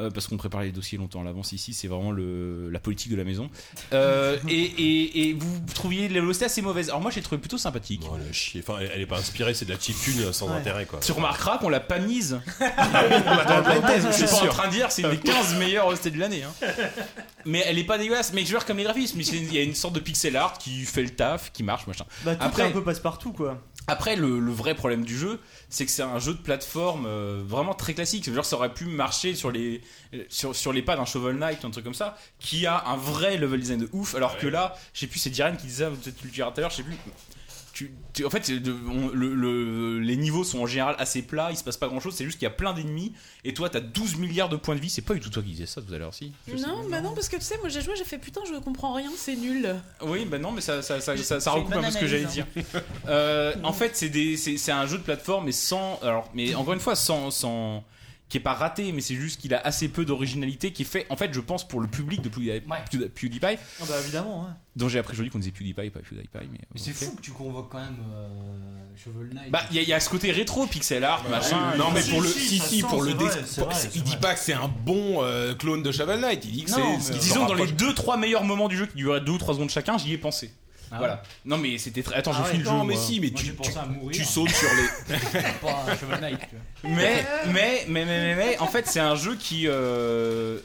C: euh, parce qu'on prépare les dossiers longtemps à l'avance ici, c'est vraiment le, la politique de la maison. Euh, et, et- et vous trouviez l'OST assez mauvaise. Alors moi, j'ai trouvé plutôt sympathique.
B: Enfin, elle, elle est pas inspirée, c'est de la chiptune euh, sans
C: Ouais.
B: intérêt quoi.
C: Tu remarqueras qu'on l'a pas mise.
B: dans la thèse,
C: je suis
B: c'est
C: pas en
B: sûr.
C: train de dire c'est une des 15 meilleures OST de l'année. hein. Mais elle est pas dégueulasse. Mais je veux dire, comme les graphismes, c'est- il y a une sorte de pixel art qui fait le taf, qui marche, machin.
F: Bah, tout est
C: Après,
F: un peu passe-partout, quoi.
C: après, le, le vrai problème du jeu, c'est que c'est un jeu de plateforme euh, vraiment très classique. Genre, ça aurait pu marcher sur les, euh, sur, sur les pas d'un Shovel Knight ou un truc comme ça, qui a un vrai level design de ouf. Alors que là, je sais plus, c'est Diren qui disait, peut-être tu le diras tout à l'heure, je sais plus. Tu, tu- en fait, c'est de- on- le- le- les niveaux sont en général assez plats, il se passe pas grand chose, c'est juste qu'il y a plein d'ennemis, et toi t'as 12 milliards de points de vie, c'est pas du tout toi qui disais ça tout à l'heure, si Je sais.
I: Non, bah non, parce que tu sais, moi j'ai joué, j'ai fait putain, je comprends rien, c'est nul.
C: Oui, bah non, mais ça, ça, ça, ça, ça
I: C'est une
C: recoupe un peu
I: bonne
C: ce que j'allais
I: analyse,
C: dire.
I: hein.
C: Euh, en fait, c'est des- c'est c'est un jeu de plateforme, mais sans. Alors, mais encore une fois, sans. sans qui est pas raté, mais c'est juste qu'il a assez peu d'originalité, qui est fait, en fait, je pense, pour le public de Pewdie- Pewdie- PewDiePie,
F: Ah, bah, évidemment, ouais.
C: dont j'ai appris aujourd'hui qu'on disait PewDiePie, pas PewDiePie, mais...
K: Mais c'est
C: ok.
K: fou que tu convoques quand même euh, Shovel Knight.
C: Bah, il y, a- il y a ce côté rétro, pixel art,
G: Ouais,
C: machin...
G: ouais, non mais pour le si si, pour le
C: déc-
G: dé- pour- il dit pas que c'est un bon euh, clone de Shovel Knight il dit que
C: Non,
G: c'est euh,
C: mais
G: il
C: disons
G: s'en
C: dans les
G: rapproche.
C: 2-3 meilleurs moments du jeu qui duraient 2 ou 3 secondes chacun, j'y ai pensé.
K: Ah
C: voilà.
K: ouais.
C: Non mais c'était très... Attends,
K: Ah
C: je
K: ouais,
C: finis le jeu.
K: non, mais
C: moi.
K: si, mais Moi, tu- j'ai pensé tu- à mourir. tu sautes sur les- Pas un Shovel Knight, tu vois.
C: Mais, mais, mais, mais, mais, mais, en fait, c'est un jeu qui. euh,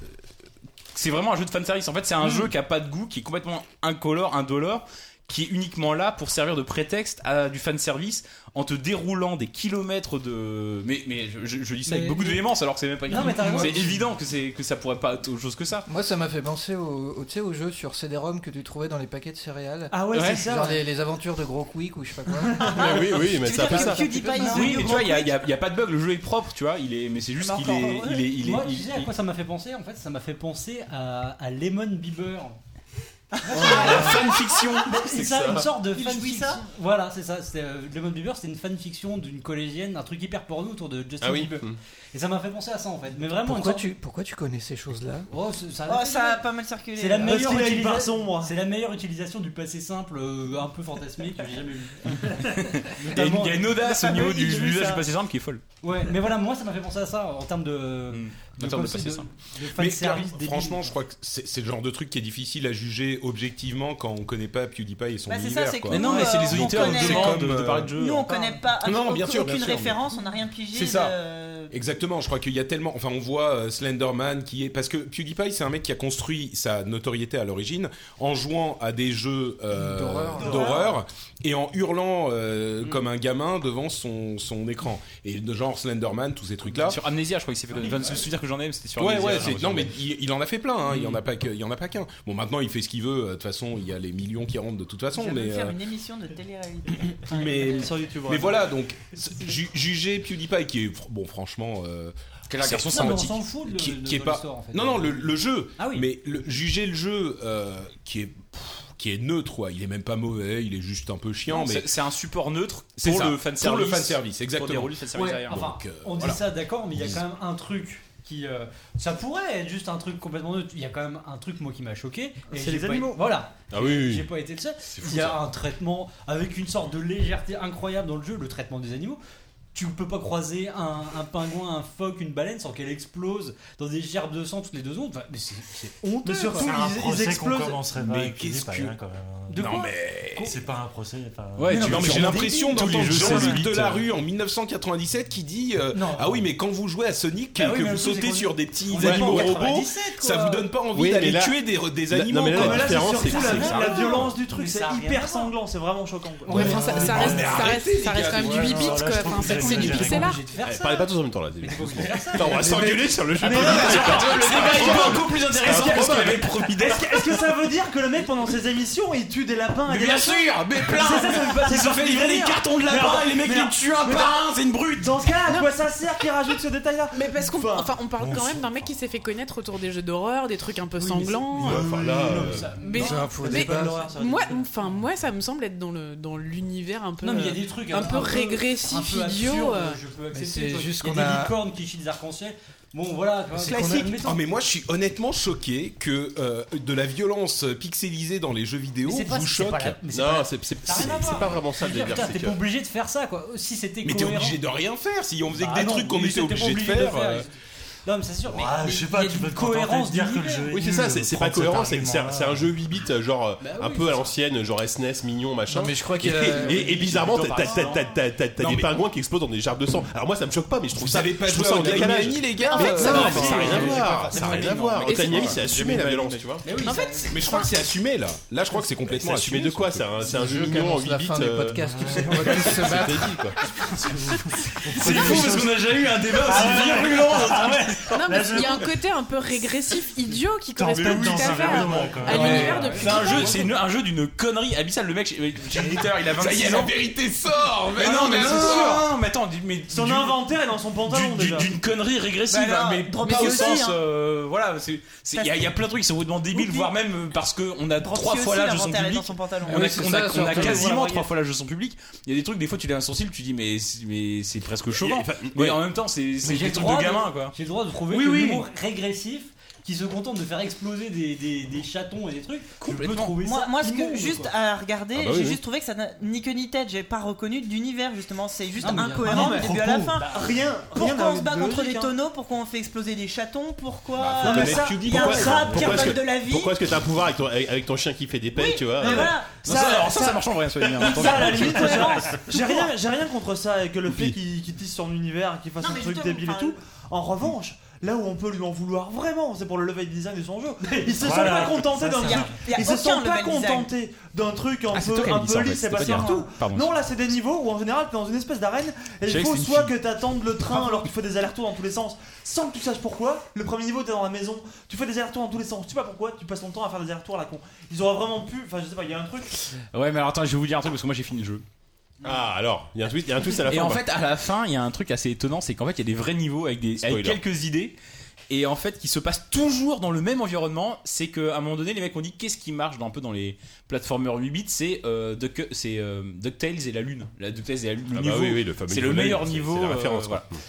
C: c'est vraiment un jeu de fanservice. En fait, c'est un jeu qui a pas de goût, qui est complètement incolore, indolore, qui est uniquement là pour servir de prétexte à du fanservice en te déroulant des kilomètres de. Mais, mais je, je- je dis ça
J: Mais-
C: avec beaucoup de véhémence alors que c'est même pas.
J: Non, mais t'as raison.
C: c'est évident que, c'est- que ça pourrait pas être autre chose que ça.
J: Moi, ça m'a fait penser au, au, tu sais, au jeu sur CD-ROM que tu trouvais dans les paquets de céréales.
C: Ah ouais, Ouais. c'est ça,
J: Genre les,
C: ouais.
J: les aventures de Gros Quick ou je sais pas quoi. Ah
C: Mais
J: Tu veux dire que PewDiePie, ils ont eu
C: Oui, mais
J: Gros
C: tu vois, il y a,
J: Quick
C: il y a- il y a pas de bug, le jeu est propre, tu vois, il est, mais c'est juste qu'il est,
D: Encore, ouais.
C: il est, il est,
D: Moi, tu
C: il-
D: sais à quoi ça m'a fait penser En fait, ça m'a fait penser à, à Lemon Bieber.
C: la fanfiction.
D: Mais
C: C'est
D: C'est ça,
C: ça.
D: une sorte de
C: Il jouit
D: fanfiction.
C: ça
D: Voilà, c'est ça. c'était, euh, Lemon Bieber, c'était une fanfiction d'une collégienne, un truc hyper porno autour de Justin
J: Ah oui.
D: Bieber.
C: Hmm.
J: Mm.
D: Et ça m'a fait penser à ça en fait. Mais vraiment, une
J: pourquoi,
D: sorte-
J: tu, pourquoi tu connais ces choses-là
D: Oh, c'est- ça,
L: Oh, ça a pas mal circulé.
D: C'est la
L: Parce
D: meilleure
L: qu'il a eu
D: utilisa-
L: par
D: C'est la meilleure utilisation du passé simple, euh, un peu fantasmé que j'ai jamais vu.
C: il y a une- il y a une audace au niveau du
D: J'ai vu
C: usage
D: ça.
C: du passé simple qui est folle. Hmm.
D: Ouais, mais voilà, moi ça m'a fait penser à ça en termes de.
C: En termes de
D: comme
C: passé
D: ça,
C: simple.
D: de
G: Mais
D: fanservice
G: clairement,
D: débile.
G: franchement, je crois que c'est c'est le genre de truc qui est difficile à juger objectivement quand on connaît pas PewDiePie et son
L: Bah, c'est
G: univers.
L: ça, c'est que
G: quoi.
L: nous, euh, on connaît-
G: C'est comme, euh,
L: Nous,
C: hein.
L: on connaît pas
G: Non, bien
L: aucune-
G: sûr, bien
L: aucune
G: sûr, mais-
L: référence, on n'a rien pigé.
G: C'est ça.
L: de-
G: Exactement, je crois qu'il y a tellement. Enfin, on voit euh, Slenderman qui est. Parce que PewDiePie, c'est un mec qui a construit sa notoriété à l'origine en jouant à des jeux euh,
J: D'horreur.
G: d'horreur et en hurlant
C: Mm.
G: euh, comme un gamin devant son, son écran. Et de genre Slenderman, tous ces trucs-là.
C: Sur Amnesia, je crois qu'il
L: Ah,
C: s'est fait. Enfin, le souvenir que j'en ai, c'était sur Mm.
G: Ouais,
C: Amnesia, hein, j'ai
G: ouais, c'est-
C: l'impression.
G: non, mais il, il en a fait plein, hein, il y en a pas que- il y en a pas qu'un. Bon, maintenant, il fait ce qu'il veut, euh, de toute façon, il y a les millions qui rentrent de toute façon,
L: Je vais
G: mais.
L: faire
G: euh,
L: une émission de télé-réalité.
G: mais
F: sur YouTube,
G: mais
F: ouais.
G: voilà, donc, ju- juger PewDiePie, qui est, fr- bon, franchement, euh,
C: Quel est la
G: c'est-
C: garçon
G: c'est
C: sympathique.
G: sympathique.
C: Non, mais on s'en fout de-
G: qui,
C: de-
G: qui est
C: de
G: pas.
C: l'histoire, en fait.
G: Non, non, le, le jeu.
C: Ah oui.
G: Mais le, juger le jeu euh, qui est. pff, qui est neutre, quoi. il est même pas mauvais, il est juste un peu chiant.
C: Non,
G: mais
C: c'est- c'est un support neutre
G: C'est
C: pour
G: ça,
C: le fanservice.
G: Pour le fanservice, exactement.
C: Pour dérouler le fanservice
D: Ouais,
F: hein.
C: derrière.
D: enfin,
G: Donc, euh,
D: on dit
G: voilà.
D: ça d'accord, mais il y a quand même un truc qui. euh, ça pourrait être juste un truc complètement neutre. Il y a quand même un truc, moi, qui m'a choqué. et
F: C'est
D: j'ai
F: les
D: pas-
F: animaux.
D: Voilà.
F: Ah oui, oui, oui.
D: J'ai pas été le seul.
F: fou,
D: Il y a
F: ça.
D: un traitement avec une sorte de légèreté incroyable dans le jeu, le traitement des animaux. Tu peux pas croiser un, un pingouin, un phoque, une baleine sans qu'elle explose dans des gerbes de sang toutes les deux secondes. Enfin, mais c'est c'est honteux.
F: Mais surtout,
D: quoi.
F: ils- ils explosent. Mais qu'est-ce que-
D: De
G: Non,
D: quoi
G: mais.
F: C'est pas un procès. enfin,
G: Ouais, tu-
F: non, mais
G: j'ai
F: on
G: l'impression
F: dit- tous les
G: d'entendre
F: jeux, c'est
G: Jean-Luc
F: limite,
G: Delarue en 1997 qui dit euh,
F: Non.
G: Ah oui, mais quand vous jouez à Sonic,
F: Ah oui,
G: que
F: mais
G: vous
F: le truc, c'est
G: sautez
F: qu'on-
G: sur des
F: on
G: petits
F: est pas en
G: animaux robots,
F: 97, quoi.
G: ça vous donne pas envie
F: Oui, mais
G: d'aller
F: là-
G: tuer des, re- des
B: là-
G: animaux.
B: non, mais là, la
G: quoi.
B: différence,
F: C'est
B: c'est
F: surtout
B: que
F: la,
B: c'est-
F: la
B: ça-
F: violence du truc,
B: Mais
F: c'est
B: ça a rien
F: hyper sanglant, c'est vraiment choquant. quoi.
I: Ouais, enfin, ça- ça reste- ça reste- ça reste quand même du 8 bits, quoi. Enfin, c'est- c'est du pixel art.
B: Eh, Parlez pas tous en même temps là. Attends, on va
F: Mais-
B: s'engueuler sur le jeu.
F: Mais non, mais attends,
C: le débat est
F: attends,
C: beaucoup plus intéressant
F: est-ce que-
C: que ce
F: est-ce que-
C: qu'il avait promis
F: Est-ce que, est-ce que ça veut dire que le mec pendant ses émissions il tue des lapins
C: Mais
F: et des
C: bien
F: lapins
C: sûr, mais plein.
F: C'est ça, ça veut pas-
C: Ils
F: c'est
C: ont
F: pas
C: fait
F: ce que je
C: livrer
F: veux
C: des
F: dire.
C: cartons de lapins
F: Mais
C: et les mecs
F: mais
C: les
F: non,
C: tuent un
F: mais
C: par
F: non.
C: un, c'est une brute.
F: Dans ce cas, à quoi ça sert qu'il rajoute ce détail là
I: Mais parce qu'on enfin, on parle
F: on
I: quand
F: s'en
I: même d'un mec qui s'est fait connaître autour des jeux d'horreur, des trucs un peu sanglants.
D: Ah
B: Ouais, enfin, là,
I: euh,
B: euh,
I: mais-
B: ça, faut
I: mais-
B: des bases.
I: moi, enfin moi ça me semble être dans le dans l'univers un peu
D: Non, mais il y a
I: euh,
D: des trucs hein,
I: un peu régressif
D: un peu
I: idiot vidéo. euh,
D: je peux
I: mais
D: accepter.
I: c'est
D: tu vois.
I: juste
D: Il y
I: qu'on
D: a des
I: a-
D: licornes qui chient des arcs-en-ciel. Bon, voilà. tu vois, mettons-
G: Ah, mais moi je suis honnêtement choqué que euh, de la violence pixelisée dans les jeux vidéo
D: Mais c'est pas-
G: vous
D: c'est
G: choque.
D: pas la- mais c'est
G: non,
D: pas-
G: c'est c'est-
D: Ça a rien à
G: c'est-
D: voir.
G: c'est pas vraiment ça
D: Je
G: le
D: veux dire,
G: délire.
D: putain,
G: c'est
D: T'es
G: que-
D: pas obligé de faire ça, quoi. Si c'était
G: Mais t'es
D: cohérent-
G: obligé de rien faire. Si on faisait que
D: Ah
G: des
D: non,
G: trucs qu'on
D: mais
G: était
D: c'était pas
G: obligé de
D: obligé de
G: faire.
D: faire,
G: euh,
D: Non, mais c'est sûr. mais-
E: Ah,
D: mais
E: je sais
D: il
E: pas,
D: y a
E: tu
D: une
E: peux te
D: cohérence
E: contenter de dire
D: d'univers.
E: que le jeu
G: Oui, c'est ça, c'est c'est pas cohérent, c'est que c'est un, c'est un jeu 8 bits, euh, genre
D: Bah
G: un
D: oui,
G: peu
D: c'est
G: à
D: ça.
G: l'ancienne, genre SNES, mignon, machin.
D: Non, mais je crois qu'il y a-
G: Et, et- et bizarrement, t'as
D: Plutôt
G: t'as-
D: par
G: t'as- t'as- t'as- t'as des pingouins qui explosent dans des jarres de sang. Alors moi, ça me choque pas, mais je trouve ça.
B: avez pas
G: je trouve
B: joué
G: ça
B: à
G: en
B: Otaniami,
G: décalage.
B: les gars,
G: Mais
B: euh,
G: ça
B: non,
G: non, mais ça
B: mais
G: n'a rien à
B: j'ai pas
G: voir,
B: fait
G: ça n'a
B: ça.
G: rien à
B: Mais
G: voir.
B: non, mais-
G: Otaniami,
B: Et c'est
G: c'est
B: quoi
G: assumé la violence, tu vois.
B: Mais oui,
G: En
B: ça-
G: fait, mais je crois que c'est assumé là. Là, je crois que c'est complètement
B: C'est assumé
G: assumé.
B: de quoi C'est un- c'est un
G: C'est
B: jeu
G: le jeu
B: mignon en
G: qu'annonce la
B: 8
G: fin
B: bits,
G: des
B: euh,
G: podcasts, tu sais,
B: on va tous se battre.
C: C'est fou parce qu'on a déjà eu un débat aussi
I: Ah ouais.
C: virulent.
I: Ah ouais. Non, mais
C: Là, je-
I: il y a un côté un peu régressif, idiot qui
C: Tant
I: correspond
C: mieux,
I: tout à
C: oui,
I: fait
C: c'est
I: à-
C: vraiment, quand
I: à
C: même.
I: l'univers de
C: C'est un jeu, c'est une- un jeu d'une connerie abyssale. Le mec, j'ai j'ai une éditeur, il a 26
G: Ça y est,
C: ans.
G: la vérité sort, mais
C: Ah
G: non, mais
C: c'est
G: non.
C: sûr. Non, mais attends, du- mais
F: Son
C: du-
F: inventaire est dans son pantalon
C: du-
F: déjà.
C: D'une connerie régressive,
F: Bah, là,
C: hein, mais
F: Drop
C: pas au
F: Theory
C: sens.
F: aussi, hein.
C: euh, voilà, c'est- c'est- il y, a- il y a plein de trucs qui sont complètement débiles, voire même euh, parce qu'on a trois
L: Theory
C: fois
L: aussi,
C: l'âge de son
L: l'inventaire est
C: public.
L: dans son pantalon.
C: On a,
L: Oui, c'est
C: on
L: ça,
C: a-
L: surtout,
C: on a
L: voilà,
C: quasiment
L: voyez.
C: trois fois l'âge de son public. Il y a des trucs, des fois, tu lèves un sourcil, tu dis, mais c'est- mais c'est presque
D: Et-
C: choquant.
D: enfin,
C: Mais
D: ouais.
C: en même temps, c'est c'est
D: Mais j'ai
C: des
D: le
C: trucs
D: droit
C: de
D: de-
C: gamin, quoi.
D: J'ai le droit de trouver
C: Oui,
D: que
C: oui.
D: l'humour régressif qui se contente de faire exploser des, des, des chatons et des trucs. Je peux trouver
L: Moi,
D: ça
L: moi ce
D: immonde,
L: que, juste
D: quoi.
L: à regarder,
D: Ah bah oui,
L: j'ai
D: oui.
L: juste trouvé que ça n'a ni queue ni tête. J'ai pas reconnu d'univers, justement. C'est juste
D: Non, mais y a-
L: incohérent
D: non, mais
L: du début à la
D: propos.
L: fin.
D: Bah,
F: rien- rien
L: Pourquoi
F: n'a
L: on se bat
F: de
L: contre
F: logique,
L: des
F: hein.
L: tonneaux Pourquoi on fait exploser des chatons Pourquoi
G: Faut
B: Bah,
L: Mais
G: connaître
L: ça,
G: Cubic.
L: Il y a un
G: Pourquoi-
L: crabe qui
G: pourquoi est-ce
L: appelle
G: que-
L: de la vie.
G: Pourquoi est-ce que t'as un pouvoir avec ton, avec, avec ton chien qui fait des pelles, tu vois
L: mais
G: euh,
L: voilà.
G: non,
L: Ça,
G: ça, alors ça,
L: ça-
G: ça marche en vrai, soyez bien.
F: Ça, à la
G: Attends.
F: limite, j'ai j'ai rien, j'ai rien contre ça et que le fait qu'il qu'il tisse son univers, qu'il fasse
L: Non,
F: un
L: mais
F: truc
L: justement,
F: débile et tout. En revanche, là où on peut lui en vouloir vraiment, c'est pour le level design de son jeu. Ils se
E: Voilà.
F: sont pas contentés
E: Ça,
F: d'un
E: c'est
F: truc.
E: vrai. Y a- y a
F: Ils se
E: aucun
F: sont pas
E: level design.
F: contentés d'un truc un
E: Ah, c'est toi
F: peu
E: qui avais
F: un
E: dit ça,
F: peu
E: en fait,
F: lisse et
E: c'était
F: pas
E: pas moi.
F: partout.
E: Pardon.
F: Non, là, c'est des niveaux où en général, t'es dans une espèce d'arène et
E: Je sais
F: il
E: que
F: faut
E: c'est une
F: soit que t'attendes le train alors que tu fais des allers-retours dans tous les sens sans que tu saches pourquoi. Le premier niveau, t'es dans la maison, tu fais des allers-retours dans tous les sens. Tu sais pas pourquoi, tu passes ton temps à faire des allers-retours à la con. Ils auraient vraiment pu. Enfin, je sais pas, il y a un truc.
C: Ouais, mais alors attends, je vais vous dire un truc parce que moi j'ai fini le jeu.
G: Ah, alors, il y a un twist, il y a un twist à la
C: Et
G: fin,
C: en
G: quoi.
C: fait, à la fin, il y a un truc assez étonnant, c'est qu'en fait, il y a des vrais niveaux avec, des, avec
G: Spoiler.
C: quelques idées. Et en fait, qui se passent toujours dans le même environnement, c'est qu'à un moment donné, les mecs ont dit qu'est-ce qui marche dans, un peu dans les plateformers 8 bits, c'est euh, Duck- c'est, euh, DuckTales et la Lune. La DuckTales et la Lune,
G: Ah
C: le
G: bah
C: niveau,
G: oui, oui, le fameux
C: c'est le
G: niveau
C: meilleur
G: Lune, c'est-
C: niveau.
G: c'est la
C: euh,
G: référence, quoi.
C: voilà.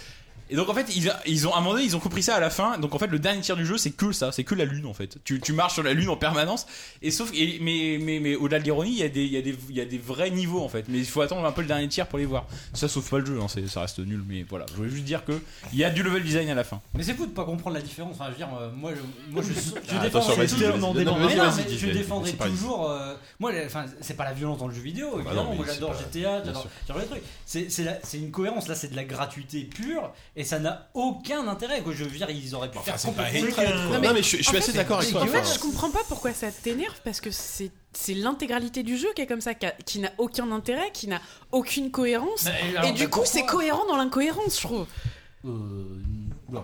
C: Et donc en fait, ils, ils ont à un moment donné, ils ont compris ça à la fin. Donc en fait, le dernier tiers du jeu, c'est que ça, c'est que la lune en fait. Tu, tu marches sur la lune en permanence. Et sauf, et- mais mais mais au-delà de l'ironie, il y a des il y a des il y a des vrais niveaux en fait. Mais il faut attendre un peu le dernier tiers pour les voir. Ça sauve pas le jeu, hein, c'est- ça reste nul. Mais voilà, je voulais juste dire que il y a du level design à la fin.
D: Mais c'est fou de pas comprendre la différence. Enfin, je veux dire, euh, moi, je, moi, je, je
C: Ah, attention,
D: défendrai
C: vas-y,
D: toujours.
C: vas-y,
D: non,
C: vas-y,
D: mais non,
C: vas-y,
D: mais
C: vas-y, dis,
D: je
C: vas-y,
D: défendrai
C: c'est pas Ah bah
D: toujours. euh, moi, la- enfin, c'est pas la violence dans le jeu vidéo.
C: non,
D: Évidemment,
C: mais
D: moi,
C: c'est
D: j'adore
C: pas-
D: GTA,
C: bien
D: j'adore
C: sûr.
D: j'adore les trucs. C'est c'est la- c'est une cohérence. Là, c'est de la gratuité pure, et ça n'a aucun intérêt. Quoi, je veux dire, ils auraient pu faire
G: c'est pas
D: complètement.
G: une traite, quoi. Non, mais je- je suis
I: en
G: assez
I: fait,
G: d'accord avec toi,
I: En fait,
G: enfin.
I: je comprends pas pourquoi ça t'énerve parce que c'est c'est l'intégralité du jeu qui est comme ça, qui a- qui n'a aucun intérêt, qui n'a aucune cohérence.
D: Mais alors,
I: Et du
D: mais
I: coup, c'est cohérent dans l'incohérence, je trouve.
D: Euh, non.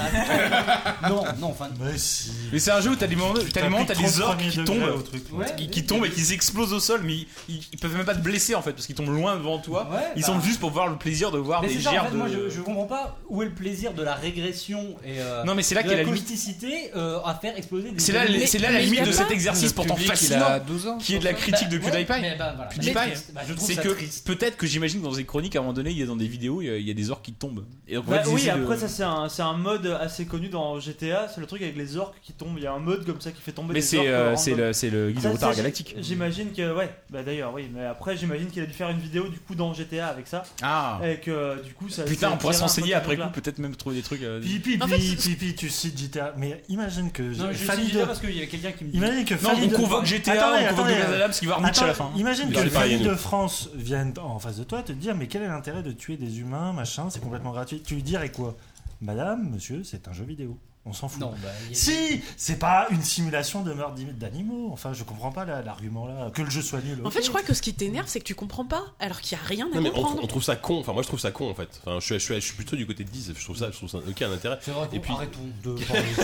D: Voilà, non, non, enfin.
E: Mais si.
C: Mais c'est un jeu où t'as des moments, t'as des moments, t'as
E: t'appliques
C: des orques
E: 30
C: qui
E: degrés
C: tombent,
E: au truc.
D: Ouais.
C: qui, qui tombent et qui s'explosent au sol, mais ils, ils- ils peuvent même pas te blesser en fait parce qu'ils tombent loin devant toi.
D: Ouais,
C: ils
D: bah.
C: sont juste pour voir le plaisir de voir
D: Mais
C: des
D: c'est ça, en
C: gerbes.
D: fait, moi,
C: de-
D: je, je comprends pas où est le plaisir de la régression et euh,
C: Non, mais c'est là
D: de
C: qu'est
D: la
C: la limite.
D: causticité euh, à faire exploser des.
C: C'est là,
D: des-
C: c'est là la
D: Mais-
C: limite
D: mais
C: de
D: y a
C: cet
D: pas.
C: exercice pourtant fascinant, qui est de la critique de
D: Bah, ouais,
C: PewDiePie.
D: mais bah, voilà.
C: PewDiePie,
D: Mais triste. Bah, je trouve
C: c'est
D: ça
C: que
D: triste.
C: peut-être que j'imagine que dans des chroniques, à un moment donné, il y a dans des vidéos, il y a, il y a des orques qui tombent. Et donc,
F: Bah
C: ils
F: oui,
C: essaient de-
F: après ça c'est un, c'est un mode assez connu dans GTA, c'est le truc avec les orques qui tombent, il y a un mode comme ça qui fait tomber
C: Mais
F: des
C: c'est,
F: orques.
C: euh,
F: random.
C: c'est le- c'est le Guide
F: Ça,
C: au retard
F: ça,
C: galactique.
F: J'imagine que, ouais, bah d'ailleurs oui, mais après j'imagine qu'il a dû faire une vidéo du coup dans GTA avec ça.
C: Ah.
F: Et que euh, du coup ça...
C: Putain,
F: ça
C: on pourrait
F: tire un peu
C: s'enseigner
F: ce
C: après
F: truc-là.
C: coup, peut-être même trouver des trucs. euh,
E: Puis, puis,
F: En
E: puis,
F: fait,
E: puis, puis, tu cites GTA. Mais imagine que.
D: Non, mais je
E: Famille
D: suis
E: de-
D: GTA parce qu'il y a quelqu'un qui me dit.
E: Imagine que
C: Non,
E: famille
C: on
E: de-
C: convoque GTA, on convoque Douglas Adams qui va remettre à la fin.
E: Imagine
C: Il
E: que
C: est
E: les
C: pas
E: familles
C: rien,
E: de
C: nous.
E: France viennent en face de toi te dire mais quel est l'intérêt de tuer des humains, machin, c'est complètement gratuit. Tu lui dirais quoi Madame, monsieur, c'est un jeu vidéo. On s'en fout.
D: Non, bah, il y a-
E: Si, c'est pas une simulation de meurtre d'im- d'animaux. Enfin, je comprends pas là, l'argument là. Que le jeu soit nul.
I: En fait, je crois que ce qui t'énerve, c'est que tu comprends pas, alors qu'il y a rien à
G: Non, mais on,
I: comprendre.
G: on trouve ça con, enfin moi je trouve ça con en fait. Enfin, je, suis, je, suis, je suis plutôt du côté de 10, je trouve ça, je trouve ça aucun intérêt. Et puis...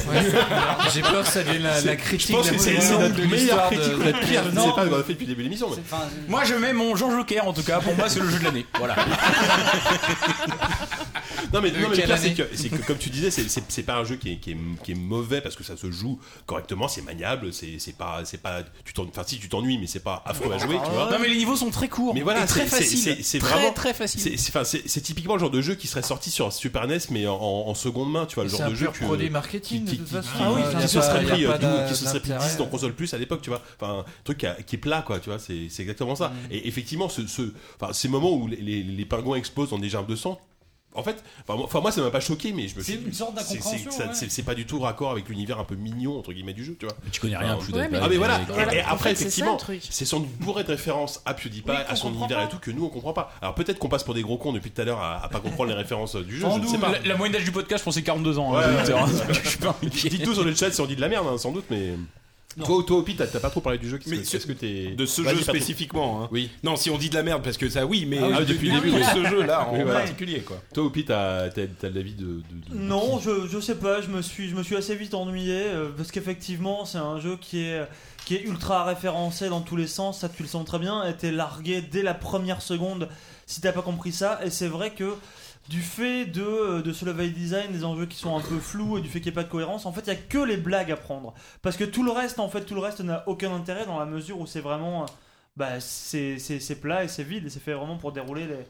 J: J'ai peur que ça devienne la- la critique
G: Je pense
J: la
G: que
J: plus
G: c'est c'est
J: grande
G: notre
J: de
G: meilleure
J: l'histoire de-
G: critique ou la pire, je ne
J: Non,
G: sais pas,
J: mais-
G: qu'on a fait depuis le début de l'émission. mais-
C: Moi je mets mon Jean Joker en tout cas, pour moi c'est le jeu de l'année. Voilà.
B: Non mais,
M: De
B: non, mais le
M: quelle
B: pire c'est
M: année
B: que, c'est que, comme tu disais c'est, c'est- c'est pas un jeu qui est, qui est- qui est mauvais parce que ça se joue correctement, c'est maniable, c'est, c'est pas c'est pas tu t'en- enfin si tu t'ennuies mais c'est pas affreux à jouer, tu vois.
C: Non, mais les niveaux sont très courts.
B: Mais voilà,
C: et très
B: c'est- c'est-
C: faciles.
B: c'est- C'est
C: Très,
B: vraiment
C: très facile.
B: c'est- C'est enfin, c'est- c'est typiquement le genre de jeu qui serait sorti sur Super NES mais en, en- en seconde main, tu vois, le
J: C'est
B: genre
J: un
B: de jeu
J: pur
B: que-
J: produit marketing, de toute façon.
B: qui-
J: Ah oui,
B: qui-
J: il y a
B: qui se
J: pas-
B: serait
J: il y a
B: pris euh,
J: pas
B: du-
J: d'a-
B: qui se serait pris
J: d'intérêt.
B: 10 dans console plus à l'époque, tu vois. Enfin, un truc qui, a- qui est plat quoi, tu vois, c'est c'est exactement
J: Mm.
B: ça. Et effectivement ce, ce- enfin, ces moments où les, les- les pingouins explosent dans des gerbes de sang en fait, enfin, moi- enfin, moi ça m'a pas choqué, mais je me suis
D: une sorte
B: c'est- c'est-
D: d'incompréhension,
B: ça-
D: ouais.
B: c'est- C'est pas du tout raccord avec l'univers un peu mignon entre guillemets du jeu, tu vois.
R: Tu connais rien,
B: Enfin,
R: Puddle Ouais, Pie, mais-
B: Ah mais voilà.
R: mais-
B: Et-
R: voilà.
B: Et,
R: En
B: après
R: fait, c'est ça,
B: effectivement,
R: le truc.
B: c'est sans doute bourré de références à PewDiePie,
R: Oui, qu'on
B: à son
R: comprend
B: univers
R: pas.
B: et tout que nous on comprend pas. Alors peut-être qu'on passe pour des gros cons depuis tout à l'heure à, à pas comprendre les références euh, du jeu.
C: Sans
B: je ne
C: doute.
B: sais pas.
C: La, la moyenne d'âge du podcast, je pense, c'est 42 ans. hein,
B: Ouais,
C: les
B: ouais,
C: auditeurs, hein.
B: ouais.
C: Je suis pas inquiet.
B: Dites tout sur le chat si on dit de la merde, hein, sans doute, mais. Toi ou toi au t'as t'as pas trop parlé du jeu. qu'est-ce que- qu'est-ce que t'es
G: De ce
B: Vas-y,
G: jeu
B: Patrick.
G: spécifiquement. hein.
B: Oui.
G: Non, si on dit de la merde, parce que ça, oui, mais
B: Ah oui, depuis le début,
G: de
B: oui.
G: ce jeu-là en
B: Oui, voilà.
G: particulier, quoi.
B: Toi Opi, t'as t'as- t'as l'avis de. de- de-
F: Non, je, je sais pas, je me suis, je me suis assez vite ennuyé euh, parce qu'effectivement, c'est un jeu qui est, qui est ultra référencé dans tous les sens, ça tu le sens très bien, et t'es largué dès la première seconde si t'as pas compris ça, et c'est vrai que. Du fait de, euh, de ce level design, des enjeux qui sont un peu flous et du fait qu'il n'y ait pas de cohérence, en fait, il n'y a que les blagues à prendre. Parce que tout le reste, en fait, tout le reste n'a aucun intérêt dans la mesure où c'est vraiment. euh, Bah, c'est c'est- c'est plat et c'est vide et c'est fait vraiment pour dérouler les-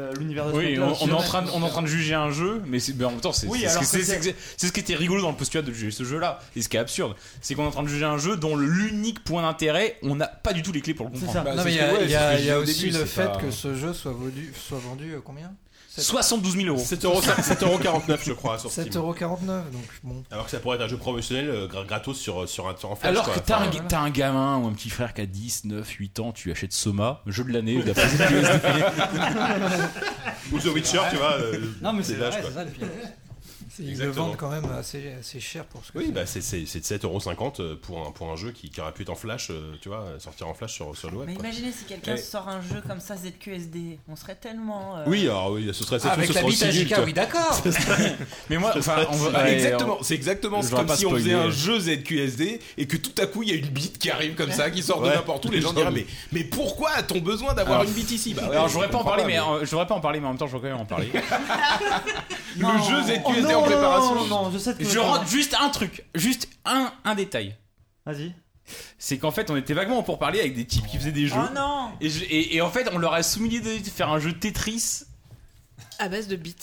F: le- l'univers de
C: Oui,
F: Splinter.
C: on, on est en train, de- on est en train de juger un jeu, mais, c'est- mais en même temps, c'est
F: Oui,
C: c'est ce,
F: alors
C: que- c'est-
F: que c'est-
C: c'est- c'est ce qui était rigolo dans le postulat de juger ce jeu-là, et ce qui est absurde, c'est qu'on est en train de juger un jeu dont l'unique point d'intérêt, on n'a pas du tout les clés pour le comprendre.
B: Bah,
J: Non, mais il y a, il y a- il y a aussi le fait que ce jeu soit, volu- soit vendu euh, combien
C: 72 000 euros.
B: 7,49€, je crois, sur Steam.
J: 7,49€, donc bon.
B: Alors que ça pourrait être un jeu promotionnel euh, gra- gratos sur, sur un sur un flash.
C: Alors
B: quoi.
C: que t'as
B: Enfin,
C: un, ga- t'as un gamin ou un petit frère qui a 10, 9, 8 ans, tu achètes Soma, jeu de l'année, d'après ce que
B: Ou The Witcher, tu vois. euh,
J: Non, mais c'est
B: l'âge,
J: vrai,
B: quoi.
J: c'est ça le pire. C'est- Ils le
B: Exactement.
J: vendent quand même assez, assez cher pour ce que
B: Oui,
J: c'est.
B: bah c'est c'est- c'est de 7,50€ euh, pour un, pour un jeu qui, qui aurait pu être en flash, euh, tu vois, sortir en flash sur, sur le web.
L: Mais
B: quoi.
L: imaginez si quelqu'un
B: Et-
L: sort un jeu comme ça, ZQSD, on serait tellement. euh,
B: Oui, alors oui, ce serait
L: Ah, avec
B: ce
L: la
B: serait
L: bite à
B: aussi nul,
L: JK,
B: toi.
L: oui, d'accord.
B: Ce serait-
C: Mais moi,
B: ce
C: enfin,
B: serait-
C: on va-
B: Ouais,
G: exactement,
B: on-
G: c'est exactement
B: Je
G: c'est
B: vais
G: comme
B: pas
G: si on faisait
B: spoiler.
G: un jeu ZQSD et que tout à coup il y a une bite qui arrive comme ça, qui sort
C: Ouais.
G: de n'importe où. Les gens diraient mais, mais pourquoi a-t-on besoin d'avoir une bite ici Bah ouais,
C: Alors,
G: je
C: j'aurais pas en
G: comprends
C: parler,
G: pas,
B: hein,
C: mais euh, j'aurais pas en parler, mais en même temps, je vais quand même en parler.
G: Le jeu
C: Oh
G: ZQSD en préparation.
C: Je rentre juste un truc, juste un, un détail.
F: Vas-y.
C: C'est qu'en fait, on était vaguement pour parler avec des types qui faisaient des jeux.
L: Oh non
C: et, je- et- et en fait, on leur a soumis l'idée de faire un jeu Tetris.
I: À base de bits.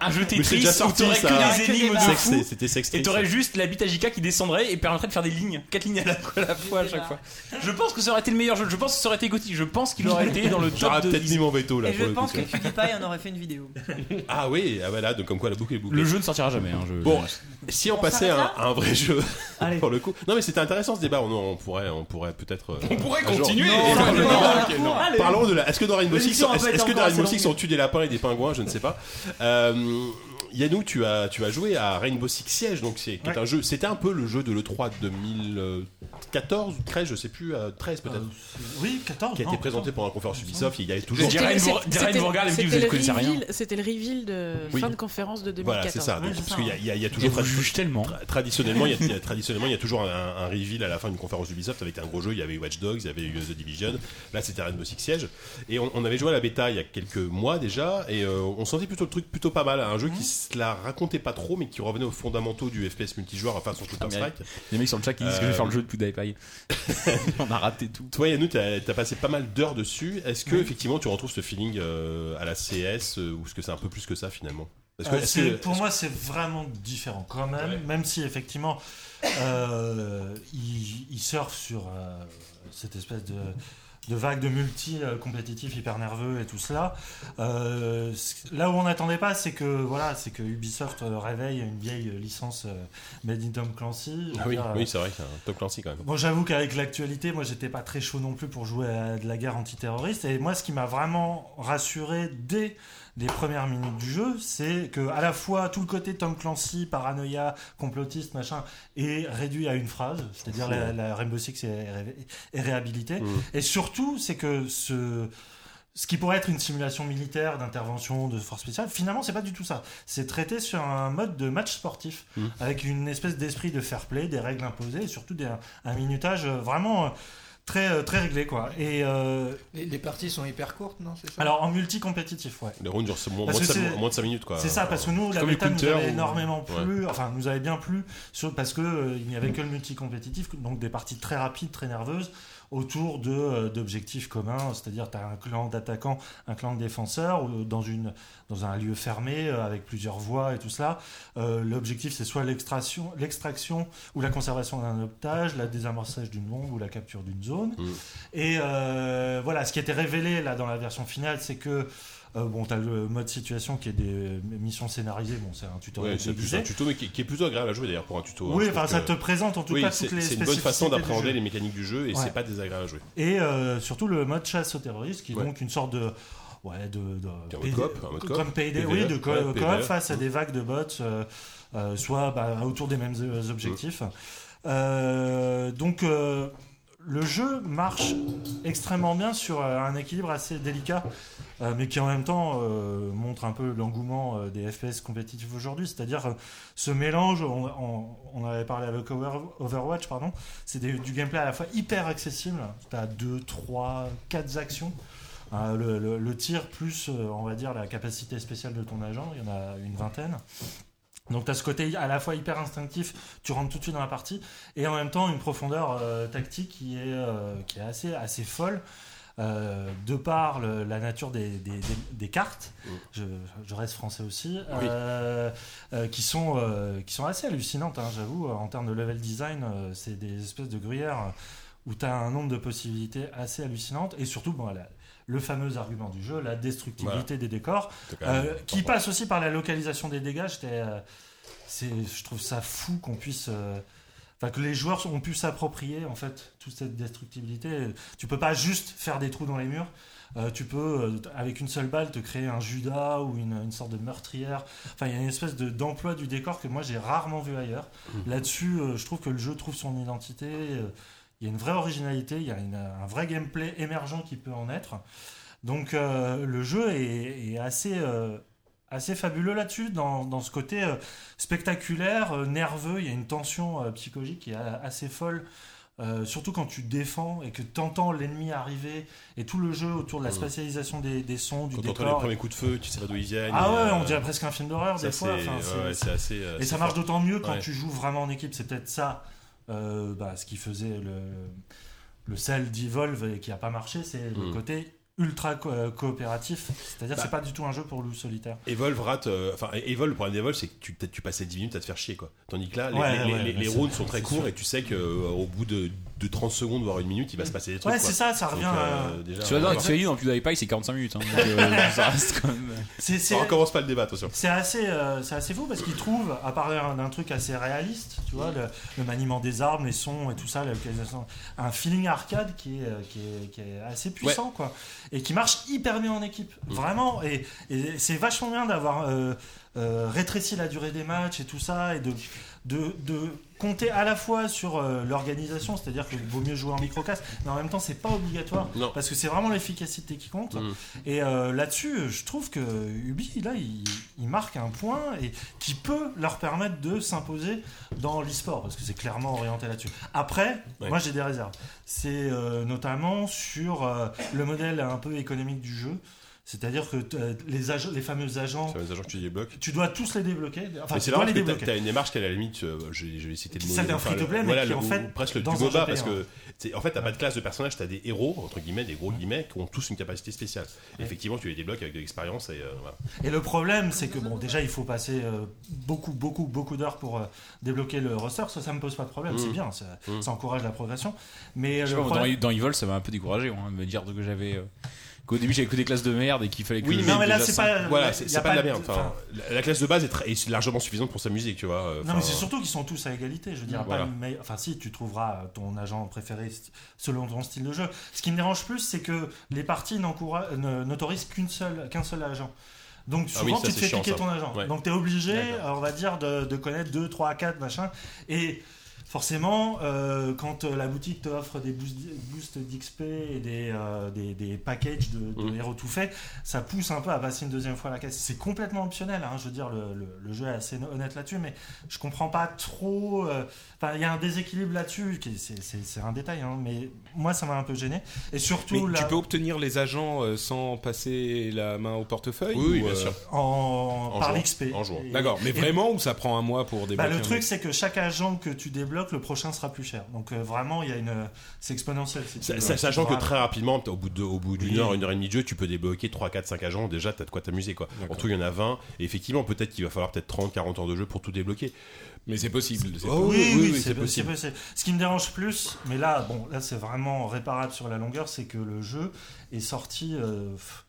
C: Un jeu
B: Mais c'est
C: Tetris
B: déjà
C: où
B: sorti,
C: t'aurais
B: ça.
C: Ah, que des énigmes
B: C'est
C: de
B: que c'est-
C: fou.
B: c'était sextiste.
C: Et t'aurais juste la bite à JK qui descendrait et permettrait de faire des lignes, 4 lignes à la, à la fois à chaque fois. Je pense que ça aurait été le meilleur jeu, je pense que ça aurait été gothique, je pense qu'il aurait été dans le
B: J'aurais
C: top de
B: peut-être mis mon veto là.
L: Et
B: pour
L: je
B: le coup,
L: pense que
B: tu vois.
L: PewDiePie en aurait fait une vidéo.
B: Ah oui, ah voilà, donc comme quoi la boucle est bouclée.
C: Le jeu ne sortira jamais. hein, je-
B: Bon, si on,
L: On
B: passait à un,
L: s'arrête
B: à un vrai jeu, pour le coup. Non mais c'était intéressant ce débat. On, on pourrait, on pourrait peut-être. euh,
G: On pourrait continuer.
B: Non,
G: Non,
B: non,
G: non,
B: non,
G: ok,
B: non.
G: non. Allez.
B: Parlons de la. Est-ce que dans Rainbow Six,
G: L'émission va
B: est-ce
G: pas être
B: est-ce que dans
G: encore assez
B: Rainbow Six,
G: longue.
B: on tue des lapins et des pingouins Je ne sais pas. Euh, Yannou, tu as, tu as joué à Rainbow Six Siege, donc c'est qui est un jeu. C'était un peu le jeu de l'E3 2014 ou 13, je sais plus, euh, 13 peut-être.
F: oui, 14.
B: Qui a été
F: non,
B: présenté pendant la conférence Ubisoft. Il y avait toujours.
I: C'était- c'était- c'était
B: êtes
I: le reveal- C'était le reveal de
B: Oui.
I: fin de conférence de 2014.
B: Voilà, c'est ça. Donc, parce qu'il y a-
I: hein.
B: il y, a- il y a toujours.
C: Et vous jugez tellement.
B: tra- traditionnellement, il y a- il y a, traditionnellement, il y a toujours un, un reveal à la fin d'une conférence Ubisoft avec un gros jeu. Il y avait eu Watch Dogs, il y avait eu The Division. Là, c'était Rainbow Six Siege. Et on, on avait joué à la bêta il y a quelques mois déjà. Et euh, on sentait plutôt le truc plutôt pas mal. Un jeu qui se la racontait pas trop, mais qui revenait aux fondamentaux du FPS multijoueur, enfin, son Counter Strike.
C: Les mecs sur le chat qui disent que je vais
B: Euh,
C: faire le jeu de Poudaï Paille. On a raté tout.
B: Toi, Yannou, t'as as passé pas mal d'heures dessus. Est-ce que, effectivement, tu retrouves ce feeling euh, à la CS euh, ou est-ce que c'est un peu plus que ça finalement Parce que-
E: Euh,
B: est-ce
E: c'est-
B: que-
E: pour moi, c'est vraiment différent quand même, même si effectivement euh, ils, ils surfent sur euh, cette espèce de, de vague de multi euh, compétitif hyper nerveux et tout cela. Euh, c- là où on n'attendait pas, c'est que voilà, c'est que Ubisoft euh, réveille une vieille licence euh, Made in Tom Clancy. Je veux
B: Ah oui,
E: dire, euh,
B: oui c'est vrai, c'est un top Clancy quand même.
E: Bon, j'avoue qu'avec l'actualité, moi, j'étais pas très chaud non plus pour jouer à de la guerre antiterroriste. Et moi, ce qui m'a vraiment rassuré dès les premières minutes du jeu, c'est que à la fois tout le côté Tom Clancy, paranoïa, complotiste, machin, est réduit à une phrase, c'est-à-dire la, la Rainbow Six est, ré- est réhabilitée. Et surtout, c'est que ce ce qui pourrait être une simulation militaire d'intervention de force spéciale, finalement, c'est pas du tout ça. C'est traité sur un mode de match sportif,
B: Mm.
F: Mmh.
E: avec une espèce d'esprit de fair play, des règles imposées, et surtout des- un minutage euh, vraiment euh, très euh, très réglé quoi. Et euh,
J: Les, les parties sont hyper courtes, non c'est ça
E: alors en multi compétitif, ouais.
B: Le round dure moins,
E: Parce
B: moins de
E: que
B: cinq-
E: c'est-
B: moins de 5 minutes quoi.
E: C'est ça, parce que nous, la
B: Comme les
E: méta nous
B: counters
E: avait
B: ou-
E: énormément
B: Ouais.
E: plu, enfin nous avait bien plu, sur- parce que euh, il n'y avait que le multi-compétitif, donc des parties très rapides, très nerveuses, autour de euh, d'objectifs communs, c'est-à-dire tu as un clan d'attaquants, un clan de défenseurs, ou euh, dans une dans un lieu fermé euh, avec plusieurs voies et tout cela. Euh, L'objectif c'est soit l'extraction, l'extraction ou la conservation d'un otage, la désamorçage d'une bombe ou la capture d'une zone.
B: Mm.
E: Et euh, voilà, ce qui était révélé là dans la version finale, c'est que euh, bon, t'as le mode situation qui est des missions scénarisées. Bon, c'est un tutoriel
B: Ouais, c'est plus
E: déguisé.
B: un tuto, mais qui, qui est plutôt agréable à jouer d'ailleurs pour un tuto.
E: Oui,
B: je trouve
E: enfin, ça
B: que-
E: te présente, en tout
B: Oui,
E: cas,
B: c'est-
E: toutes les
B: C'est une bonne façon
E: spécificités du
B: d'appréhender
E: jeu.
B: les mécaniques du jeu et
E: Ouais.
B: c'est pas désagréable à jouer.
E: Et euh, surtout le mode chasse aux terroristes, qui est
B: Ouais.
E: donc une sorte de ouais de, de- PD
B: coop, un mode coop.
E: comme PD,
B: PVE,
E: oui, de co-
B: E, ouais,
E: coop
B: PVE.
E: face à des vagues de bots, euh, euh, soit bah, autour des mêmes euh, objectifs. Euh, donc euh, le jeu marche extrêmement bien sur euh, un équilibre assez délicat, euh, mais qui en même temps euh, montre un peu l'engouement euh, des FPS compétitifs aujourd'hui. C'est-à-dire euh, ce mélange, on, on- on avait parlé avec Over- Overwatch, pardon, c'est des- du gameplay à la fois hyper accessible. T'as deux, trois, quatre actions. Hein, le, le- le tir plus, euh, on va dire, la capacité spéciale de ton agent, il y en a une vingtaine. Donc tu as ce côté à la fois hyper instinctif, tu rentres tout de suite dans la partie, et en même temps une profondeur euh, tactique qui est, euh, qui est assez, assez folle. euh, de par le- la nature des, des- des- des cartes, je, je reste français aussi, euh, euh, qui, sont, euh, qui sont assez hallucinantes, hein, j'avoue, en termes de level design, euh, c'est des espèces de gruyères euh, où tu as un nombre de possibilités assez hallucinantes, et surtout bon, la- le fameux argument du jeu, la destructibilité
B: Voilà.
E: des décors,
B: C'est quand même-
E: euh, qui passe aussi par la localisation des dégâts. J'étais, euh, c'est, je trouve ça fou qu'on puisse, euh, enfin que les joueurs ont pu s'approprier en fait toute cette destructibilité. Tu peux pas juste faire des trous dans les murs. Euh, tu peux euh, t- avec une seule balle te créer un Judas ou une, une sorte de meurtrière. Enfin, il y a une espèce de, d'emploi du décor que moi j'ai rarement vu ailleurs.
B: Mm.
E: Là-dessus, euh, je trouve que le jeu trouve son identité. euh, Il y a une vraie originalité, il y a une- un vrai gameplay émergent qui peut en être. Donc euh, le jeu est, est assez, euh, assez fabuleux là-dessus, dans, dans ce côté euh, spectaculaire, euh, nerveux. Il y a une tension euh, psychologique qui est a- assez folle. euh, surtout quand tu défends et que tu entends l'ennemi arriver et tout le jeu autour de la
B: Mhm.
E: spatialisation des, des sons, du
B: Quand on entend les
E: décor.
B: premiers coups de feu, tu sais pas d'où ils viennent.
E: Ah
B: et,
E: ouais,
B: euh,
E: on dirait presque un film d'horreur
B: ça,
E: des fois.
B: c'est-
E: Enfin, c'est-
B: ouais, c'est assez. euh,
E: et
B: c'est
E: ça marche
B: fort.
E: d'autant mieux quand
B: Ouais.
E: tu joues vraiment en équipe. C'est peut-être ça, euh, bah, ce qui faisait le, le sel d'Evolve et qui n'a pas marché, c'est le
B: Mm.
E: côté ultra co- euh, coopératif. C'est-à-dire
B: Bah.
E: c'est pas du tout un jeu pour loup solitaire.
B: Evolve rate. euh, Enfin, Evolve, le problème d'Evolve, c'est que tu, peut-être tu passais 10 minutes à te faire chier, quoi. Tandis que là, les,
E: Ouais,
B: les-
E: ouais, ouais,
B: les- les
E: c'est-
B: rounds sont très
E: c'est
B: courts
E: sûr.
B: et tu sais qu'au bout de, de 30 secondes, voire une minute, il va se passer des trucs.
E: Ouais,
B: quoi.
E: c'est ça, ça
B: Donc,
E: revient
B: euh,
E: à-
B: déjà,
C: Tu vas
B: on va
C: dans,
B: voir.
C: tu as dit dans Plus Pie, c'est 45 minutes. hein, donc, euh, ça reste quand même.
E: C'est- c'est-
B: On recommence pas le débat, attention.
E: C'est assez, euh, c'est assez fou parce qu'il trouve, à part un, un truc assez réaliste, tu vois, le, le maniement des armes, les sons et tout ça, la localisation, un feeling arcade qui est, euh, qui est, qui est assez puissant, quoi, et qui marche hyper bien en équipe,
B: Mm.
E: vraiment. Et, et c'est vachement bien d'avoir euh, euh, rétréci la durée des matchs et tout ça, et de, de, de compter à la fois sur euh, l'organisation, c'est-à-dire qu'il vaut mieux jouer en micro-casse, mais en même temps, c'est pas obligatoire,
B: Non.
E: parce que c'est vraiment l'efficacité qui compte.
B: Mm.
E: Et euh, là-dessus, je trouve que Ubi, là, il, il marque un point et qui peut leur permettre de s'imposer dans l'e-sport, parce que c'est clairement orienté là-dessus. Après,
B: Ouais.
E: moi j'ai des réserves. C'est euh, notamment sur euh, le modèle un peu économique du jeu. C'est-à-dire que euh, les, ag- les fameux agents,
B: Ça va les agents que tu débloques.
E: tu dois tous les débloquer. Enfin,
B: Mais
E: tu
B: c'est
E: dois
B: marrant
E: les
B: parce que
E: débloquer.
B: t'as- t'as une démarche qui, à la limite, euh, je, je vais citer le
E: Qui
B: mot.
E: s'appelle un free-to-play, mais
B: voilà,
E: qui,
B: le-
E: en fait,
B: ou presque le du
E: dans un
B: MOBA,
E: JPR.
B: parce que c'est- en fait, t'as pas de classe de personnage, t'as des héros, entre guillemets, des gros guillemets, qui ont tous une capacité spéciale. Et Effectivement, tu les débloques avec de l'expérience et euh, voilà.
E: Et le problème, c'est que bon, déjà, il faut passer euh, beaucoup, beaucoup, beaucoup d'heures pour euh, débloquer le roster. Ça, ça me pose pas de problème.
C: Mm.
B: Mmh.
E: C'est bien, ça,
C: Mm.
E: ça encourage la progression. Mais euh,
C: Je sais
E: le
C: pas, moi,
E: problème-
C: dans, dans Evil, ça m'a un peu découragé. hein, de me dire que j'avais. euh, Qu'au début, j'avais que des classes de merde et qu'il fallait que.
E: Oui,
C: je
E: non,
C: joue
E: mais là,
C: déjà
E: c'est
C: cinq.
E: pas-
B: Voilà,
E: y
B: c'est
E: a
B: c'est pas
E: pas
B: de la
E: de-
B: merde. enfin, la, la classe de base est, très- est largement suffisante pour s'amuser, tu vois. euh,
E: Non, mais c'est
B: enfin,
E: surtout qu'ils sont tous à égalité. Je veux dire,
B: Voilà.
E: pas le meilleur- Enfin, si, tu trouveras euh, ton agent préféré st- selon ton style de jeu. Ce qui me dérange plus, c'est que les parties n'encoura- ne- n'autorisent qu'une seule- qu'un seul agent. Donc
B: Ah
E: souvent
B: oui,
E: tu
B: ça,
E: te
B: c'est
E: fais
B: chiant,
E: piquer
B: ça.
E: ton agent.
B: Ouais.
E: Donc t'es obligé, euh, on va dire, de, de connaître 2, 3, 4, machin. Et Forcément, euh, quand euh, la boutique t'offre des boosts boosts d'XP et des, euh, des, des packages de, de
G: Mm.
E: héros tout faits, ça pousse un peu à passer une deuxième fois à la caisse. C'est complètement optionnel, hein, je veux dire, le, le- le jeu est assez honnête là-dessus, mais je comprends pas trop. euh, Enfin, il y a un déséquilibre là-dessus, qui- c'est- c'est c'est un détail, hein, mais moi ça m'a un peu gêné. Et surtout.
G: Mais
E: la-
G: tu peux obtenir les agents euh, sans passer la main au portefeuille
E: Oui, oui,
G: ou,
E: bien
G: euh,
E: sûr. En- par
G: jouant.
E: l'XP.
G: En jouant.
E: Et-
G: D'accord, mais
E: et-
G: vraiment ou ça prend un mois pour débloquer
E: Bah, le
G: un
E: truc,
G: autre
E: c'est que chaque agent que tu débloques, le prochain sera plus cher. Donc euh, vraiment, il y a une, c'est exponentiel. si tu
B: Sa-
E: veux.
B: sa- Sachant que
E: Vraiment.
B: très rapidement, t- au bout de- au bout d'une
E: Oui.
B: heure, une heure et demie de jeu, tu peux débloquer 3, 4, 5 agents. Déjà, t'as de quoi t'amuser. quoi. En tout, il y en a 20. Et effectivement, peut-être qu'il va falloir peut-être 30, 40 heures de jeu pour tout débloquer.
G: Mais c'est possible.
B: c'est possible.
E: Oh oui,
B: Oui,
E: oui,
B: oui,
E: c'est
B: c'est
E: possible.
B: possible.
E: c'est possible. Ce qui me dérange plus, mais là, bon, là, c'est vraiment réparable sur la longueur, c'est que le jeu est sorti euh, pff,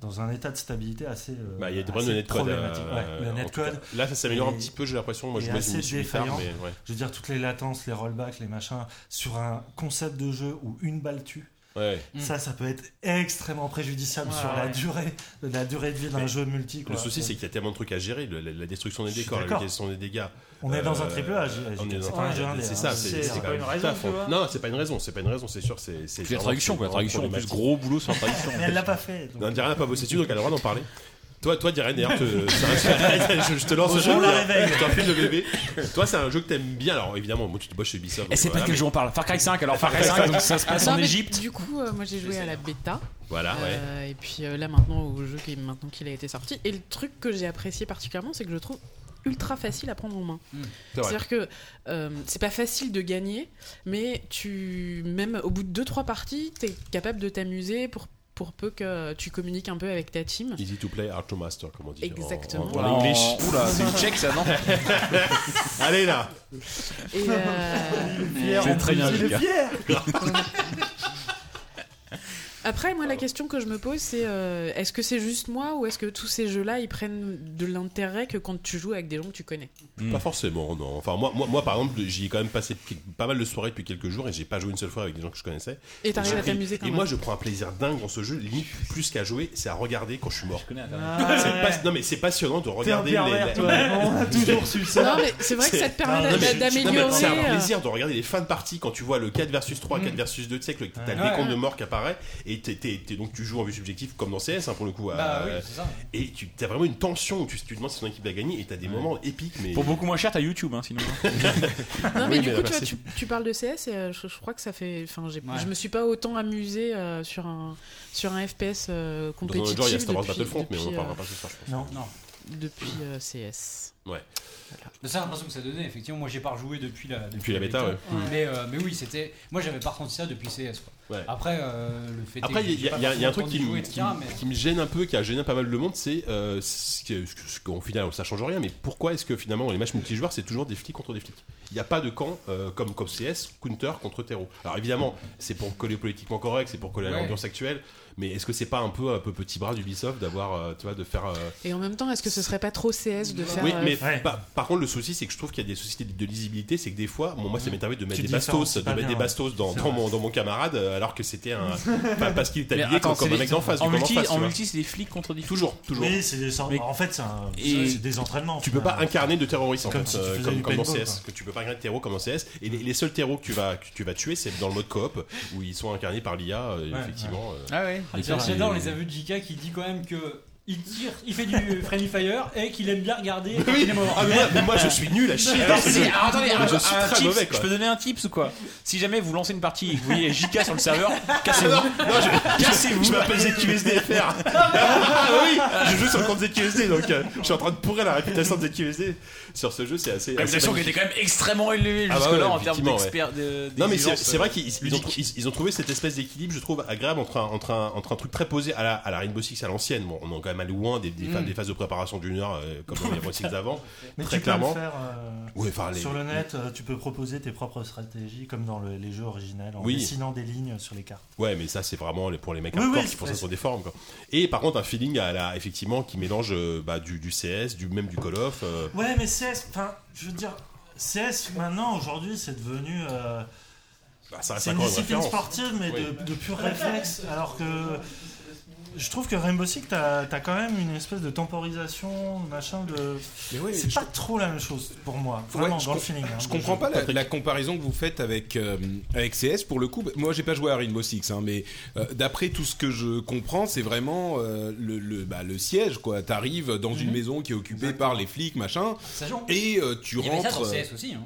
E: dans un état de stabilité assez. euh,
B: Bah, il y a des
E: assez
B: bonnes netcodes.
E: problématique.
B: euh,
E: Ouais, le
B: en
E: netcode
B: tout cas. Là, ça s'améliore un
E: est-
B: petit peu, j'ai l'impression. Moi,
E: est
B: je me je
E: assez
B: me suis mis tard,
E: défaillant.
B: mais ouais.
E: Je veux dire, toutes les latences, les rollbacks, les machins, sur un concept de jeu où une balle tue.
B: Ouais.
E: Ça, ça peut être extrêmement préjudiciable
B: Ouais,
E: sur la
B: ouais.
E: durée, la durée de vie d'un
B: Mais
E: jeu multi. quoi. Euh,
B: Le souci, c'est qu'il y a tellement de trucs à gérer le- la, la destruction des
E: Je suis
B: décors, la
E: d'accord.
B: question des dégâts.
E: On est dans un
B: Euh,
E: triple A, je-
B: on est dans
E: c'est
B: un
E: pas un jeu indé,
B: C'est
E: hein.
B: ça, c'est
E: C'est-
B: c'est
E: c'est
B: quand
E: pas
B: même
E: une raison,
B: taf,
E: tu
B: on-
E: vois.
B: Non, c'est pas une raison, c'est pas une raison, c'est sûr. C'est c'est
M: la
B: vraiment-
M: traduction, quoi, la
B: c'est
M: traduction, en plus,
B: problématique.
M: gros boulot sur la traduction.
E: Mais elle l'a pas fait, donc.
B: Non, Diarra n'a pas bossé dessus, donc elle a le droit d'en parler. Toi, toi Diarra, d'ailleurs, te- c'est un- je, je te lance le jeu.
M: Bonjour, la
B: Diarra.
M: réveille.
B: Je t'enfile le bébé. Toi, c'est un jeu que t'aimes bien. Alors, évidemment, moi, tu te bosses chez Ubisoft.
M: Et c'est
B: donc
M: pas
B: voilà,
M: quel
B: mais-
M: jeu on parle Far Cry 5, alors Far Cry 5, donc ça se passe
I: Non,
M: en
I: mais
M: Égypte.
I: Du coup, euh, moi j'ai joué à la bêta.
B: Voilà, ouais.
I: Euh, Et puis euh, là maintenant au jeu qui maintenant qu'il a été sorti. Et le truc que j'ai apprécié particulièrement, c'est que je le trouve ultra facile à prendre en main.
H: c'est vrai.
I: C'est-à-dire que euh, c'est pas facile de gagner, mais tu même au bout de 2-3 parties, t'es capable de t'amuser pour pour peu que tu communiques un peu avec ta team.
B: Easy to play, hard to master, comme on dit. en-
I: Exactement.
B: En, en English.
I: Oh, oula, c'est une tchèque, ça, non
B: Allez, là.
I: Et, euh,
B: Il est fier, C'est en très plus, bien, il le est gars. fier.
I: Après, moi, la question que je me pose, c'est euh, est-ce que c'est juste moi ou est-ce que tous ces jeux-là, ils prennent de l'intérêt que quand tu joues avec des gens que tu connais
B: Pas forcément, non. Enfin, moi, moi, moi par exemple, j'y ai quand même passé quel- pas mal de soirées depuis quelques jours et j'ai pas joué une seule fois avec des gens que je connaissais.
I: Et t'arrives
B: j'ai
I: à
B: pris-
I: t'amuser quand
B: Et
I: même.
B: moi, je prends un plaisir dingue dans ce jeu, limite plus qu'à jouer, c'est à regarder quand je suis mort.
I: Ah
B: C'est
I: ouais.
B: pas- non, mais c'est passionnant de regarder
F: pervers,
B: les.
F: toi. On a toujours su ça. Non, mais
I: c'est vrai que ça te permet
B: Non,
I: d'a-
B: mais je- je- non, mais C'est
I: d'améliorer,
B: un
I: euh.
B: plaisir de regarder les fins de partie quand tu vois le 4 versus 3, 4 versus 2, tu sais que le- t'as le
M: Ouais.
B: décompte de mort qui apparaît et t'es- t'es- t'es- donc tu joues en vue subjective comme dans CS hein, pour le coup.
M: Bah
B: à-
M: oui, c'est ça.
B: Et tu as vraiment une tension, tu, tu te demandes si ton équipe va gagner et t'as des moments épiques. Mais...
M: Pour beaucoup moins cher, t'as YouTube, hein, sinon.
I: Non, mais
B: Oui,
I: du
B: mais
I: coup, tu, vois,
B: la partie-
I: tu, tu parles de CS et euh, je, je crois que ça fait. Enfin, j'ai-
B: Ouais.
I: je me suis pas autant amusé euh, sur, un, sur un FPS euh,
B: Dans un
I: compétitif.
B: autre genre, il y a Star Wars
I: depuis-
B: Battlefront, mais on en
I: depuis,
B: parlera
I: euh,
B: pas ce soir, je
E: pense.
B: Non.
I: Depuis euh, CS.
B: Ouais.
D: Mais ça, j'ai l'impression que ça donnait. Effectivement, moi, j'ai pas rejoué depuis la,
B: Depuis la bêta, ouais.
D: Mais, euh, mais oui, c'était. Moi, j'avais pas ressenti ça depuis CS. quoi.
B: Ouais.
D: Après, euh, le fait.
B: Après,
D: est que
B: il y,
D: j'ai
B: a-
D: pas
B: il y a- il y a un truc
D: forcément
B: qui, me-
D: entendu jouer,
B: qui
D: etc.,
B: me-
D: mais-
B: qui me gêne un peu, qui a gêné pas mal de monde, c'est euh, ce que- ce qu'au final ça change rien, mais pourquoi est-ce que finalement dans les matchs multijoueurs c'est toujours des flics contre des flics Il n'y a pas de camp euh, comme, comme CS, counter contre terreau. Alors évidemment, c'est pour coller politiquement correct, c'est pour coller à
I: Ouais.
B: l'ambiance actuelle, mais est-ce que c'est pas un peu un peu petit bras d'Ubisoft d'avoir, euh, tu vois, de faire. euh,
I: Et en même temps, est-ce que ce serait pas trop CS de faire.
B: oui,
I: euh,
B: mais par, par contre, le souci, c'est que je trouve qu'il y a des soucis de, de lisibilité. C'est que des fois, bon, moi, ça m'est arrivé de mettre
M: Tu
B: des
M: différences,
B: bastos,
M: c'est
B: de
M: pas
B: mettre
M: bien,
E: hein.
B: des bastos dans,
M: c'est
B: dans
M: vrai.
B: mon, dans mon camarade, euh, alors que c'était un. pas parce qu'il était
M: Mais
B: habillé
M: attends,
B: comme- comme
M: c'est
B: un
M: des-
B: mec d'en face.
M: En
B: du
M: multi,
B: camp d'en face,
M: en
B: tu vois.
M: multi, c'est des flics contre des flics.
B: Toujours, toujours.
E: Oui, c'est des sortes- en fait, c'est un- c'est des entraînements,
B: Tu
E: enfin.
B: peux pas incarner de terroriste en
E: Comme
B: fait,
E: si tu
B: euh,
E: faisais
B: comme,
E: du
B: comme dans
E: paintball,
B: CS.
E: quoi.
B: Que tu peux pas incarner de terreau comme dans CS. Et les, les seuls terreaux que tu vas que tu vas tuer, c'est dans le mode coop où ils sont incarnés par l'IA, euh,
D: Ouais,
B: effectivement.
D: ouais.
B: euh,
D: Ah ouais.
B: et
D: J'adore
B: c'est-
D: j'adore les aveux de JK qui dit quand même que il tire, il fait du friendly fire et qu'il aime bien regarder. quand
B: Oui.
D: il est mort.
B: Ah, mais moi- mais moi, je suis nul à chier.
M: Alors, si- alors, attendez,
B: Mais
M: alors,
B: je suis
M: un
B: très
M: tips,
B: mauvais, quoi.
M: je peux donner un tips ou quoi Si jamais vous lancez une partie et que vous voyez JK sur le serveur, cassez-vous.
B: Non, non, je-
M: cassez-vous.
B: je m'appelle ZQSDFR. Ah oui, je joue sur le compte ZQSD, donc euh, je suis en train de pourrir la réputation de ZQSD sur ce jeu, Ah, c'est assez. assez
M: Réputation qui
B: magnifique.
M: était quand même extrêmement élevée
B: Ah bah
M: jusque-là
B: ouais,
M: en termes
B: effectivement,
M: d'experts.
B: ouais.
M: de-
B: Non, mais c'est
M: d'exigence,
B: c'est
M: euh,
B: vrai qu'ils ils- ils ont,
M: ludique.
B: ils- ils ont trouvé cette espèce d'équilibre, je trouve, agréable entre un, entre un, entre un truc très posé à la, à la Rainbow Six à l'ancienne. Bon, on est quand même allé loin des, des,
E: Mm.
B: des phases de préparation d'une heure, euh, comme dans les Rainbow Six d'avant.
E: Mais
B: Très
E: tu
B: clairement.
E: peux le faire euh,
B: Ouais, enfin, les-
E: sur le net, euh, tu peux proposer tes propres stratégies comme dans le- les jeux originels en
B: Oui.
E: dessinant des lignes sur les cartes.
B: Ouais, mais ça, c'est vraiment les- pour les mecs
E: Oui,
B: hardcore
E: oui,
B: qui font ça
E: ouais.
B: sur des formes. Quoi. Et par contre, un feeling à la, effectivement, qui mélange euh, bah, du, du CS, du même du Call of. euh,
E: Ouais, mais CS, enfin, je veux dire, CS maintenant, aujourd'hui, c'est devenu. euh,
B: ça reste
G: Bah,
E: c'est une
B: encore une
E: discipline
B: référence.
E: sportive, mais
B: Oui.
E: de, de pur réflexe. Alors que Je trouve que Rainbow Six, t'as as quand même une espèce de temporisation, machin de.
G: ouais,
E: c'est pas trop la même chose pour moi, vraiment,
G: Ouais, je
E: dans le
G: com-
E: feeling. hein,
G: Je
E: des
G: comprends
E: jeux.
G: pas la, la comparaison que vous faites avec euh, avec CS pour le coup. bah, Moi, j'ai pas joué à Rainbow Six, hein, mais euh, d'après tout ce que je comprends, c'est vraiment euh, le le, bah, le siège quoi. T'arrives dans une maison qui est occupée par les flics, machin,
K: Ça joue.
G: et euh, tu
K: Il y avait ça
G: rentres.
K: dans
G: euh,
K: CS aussi. hein.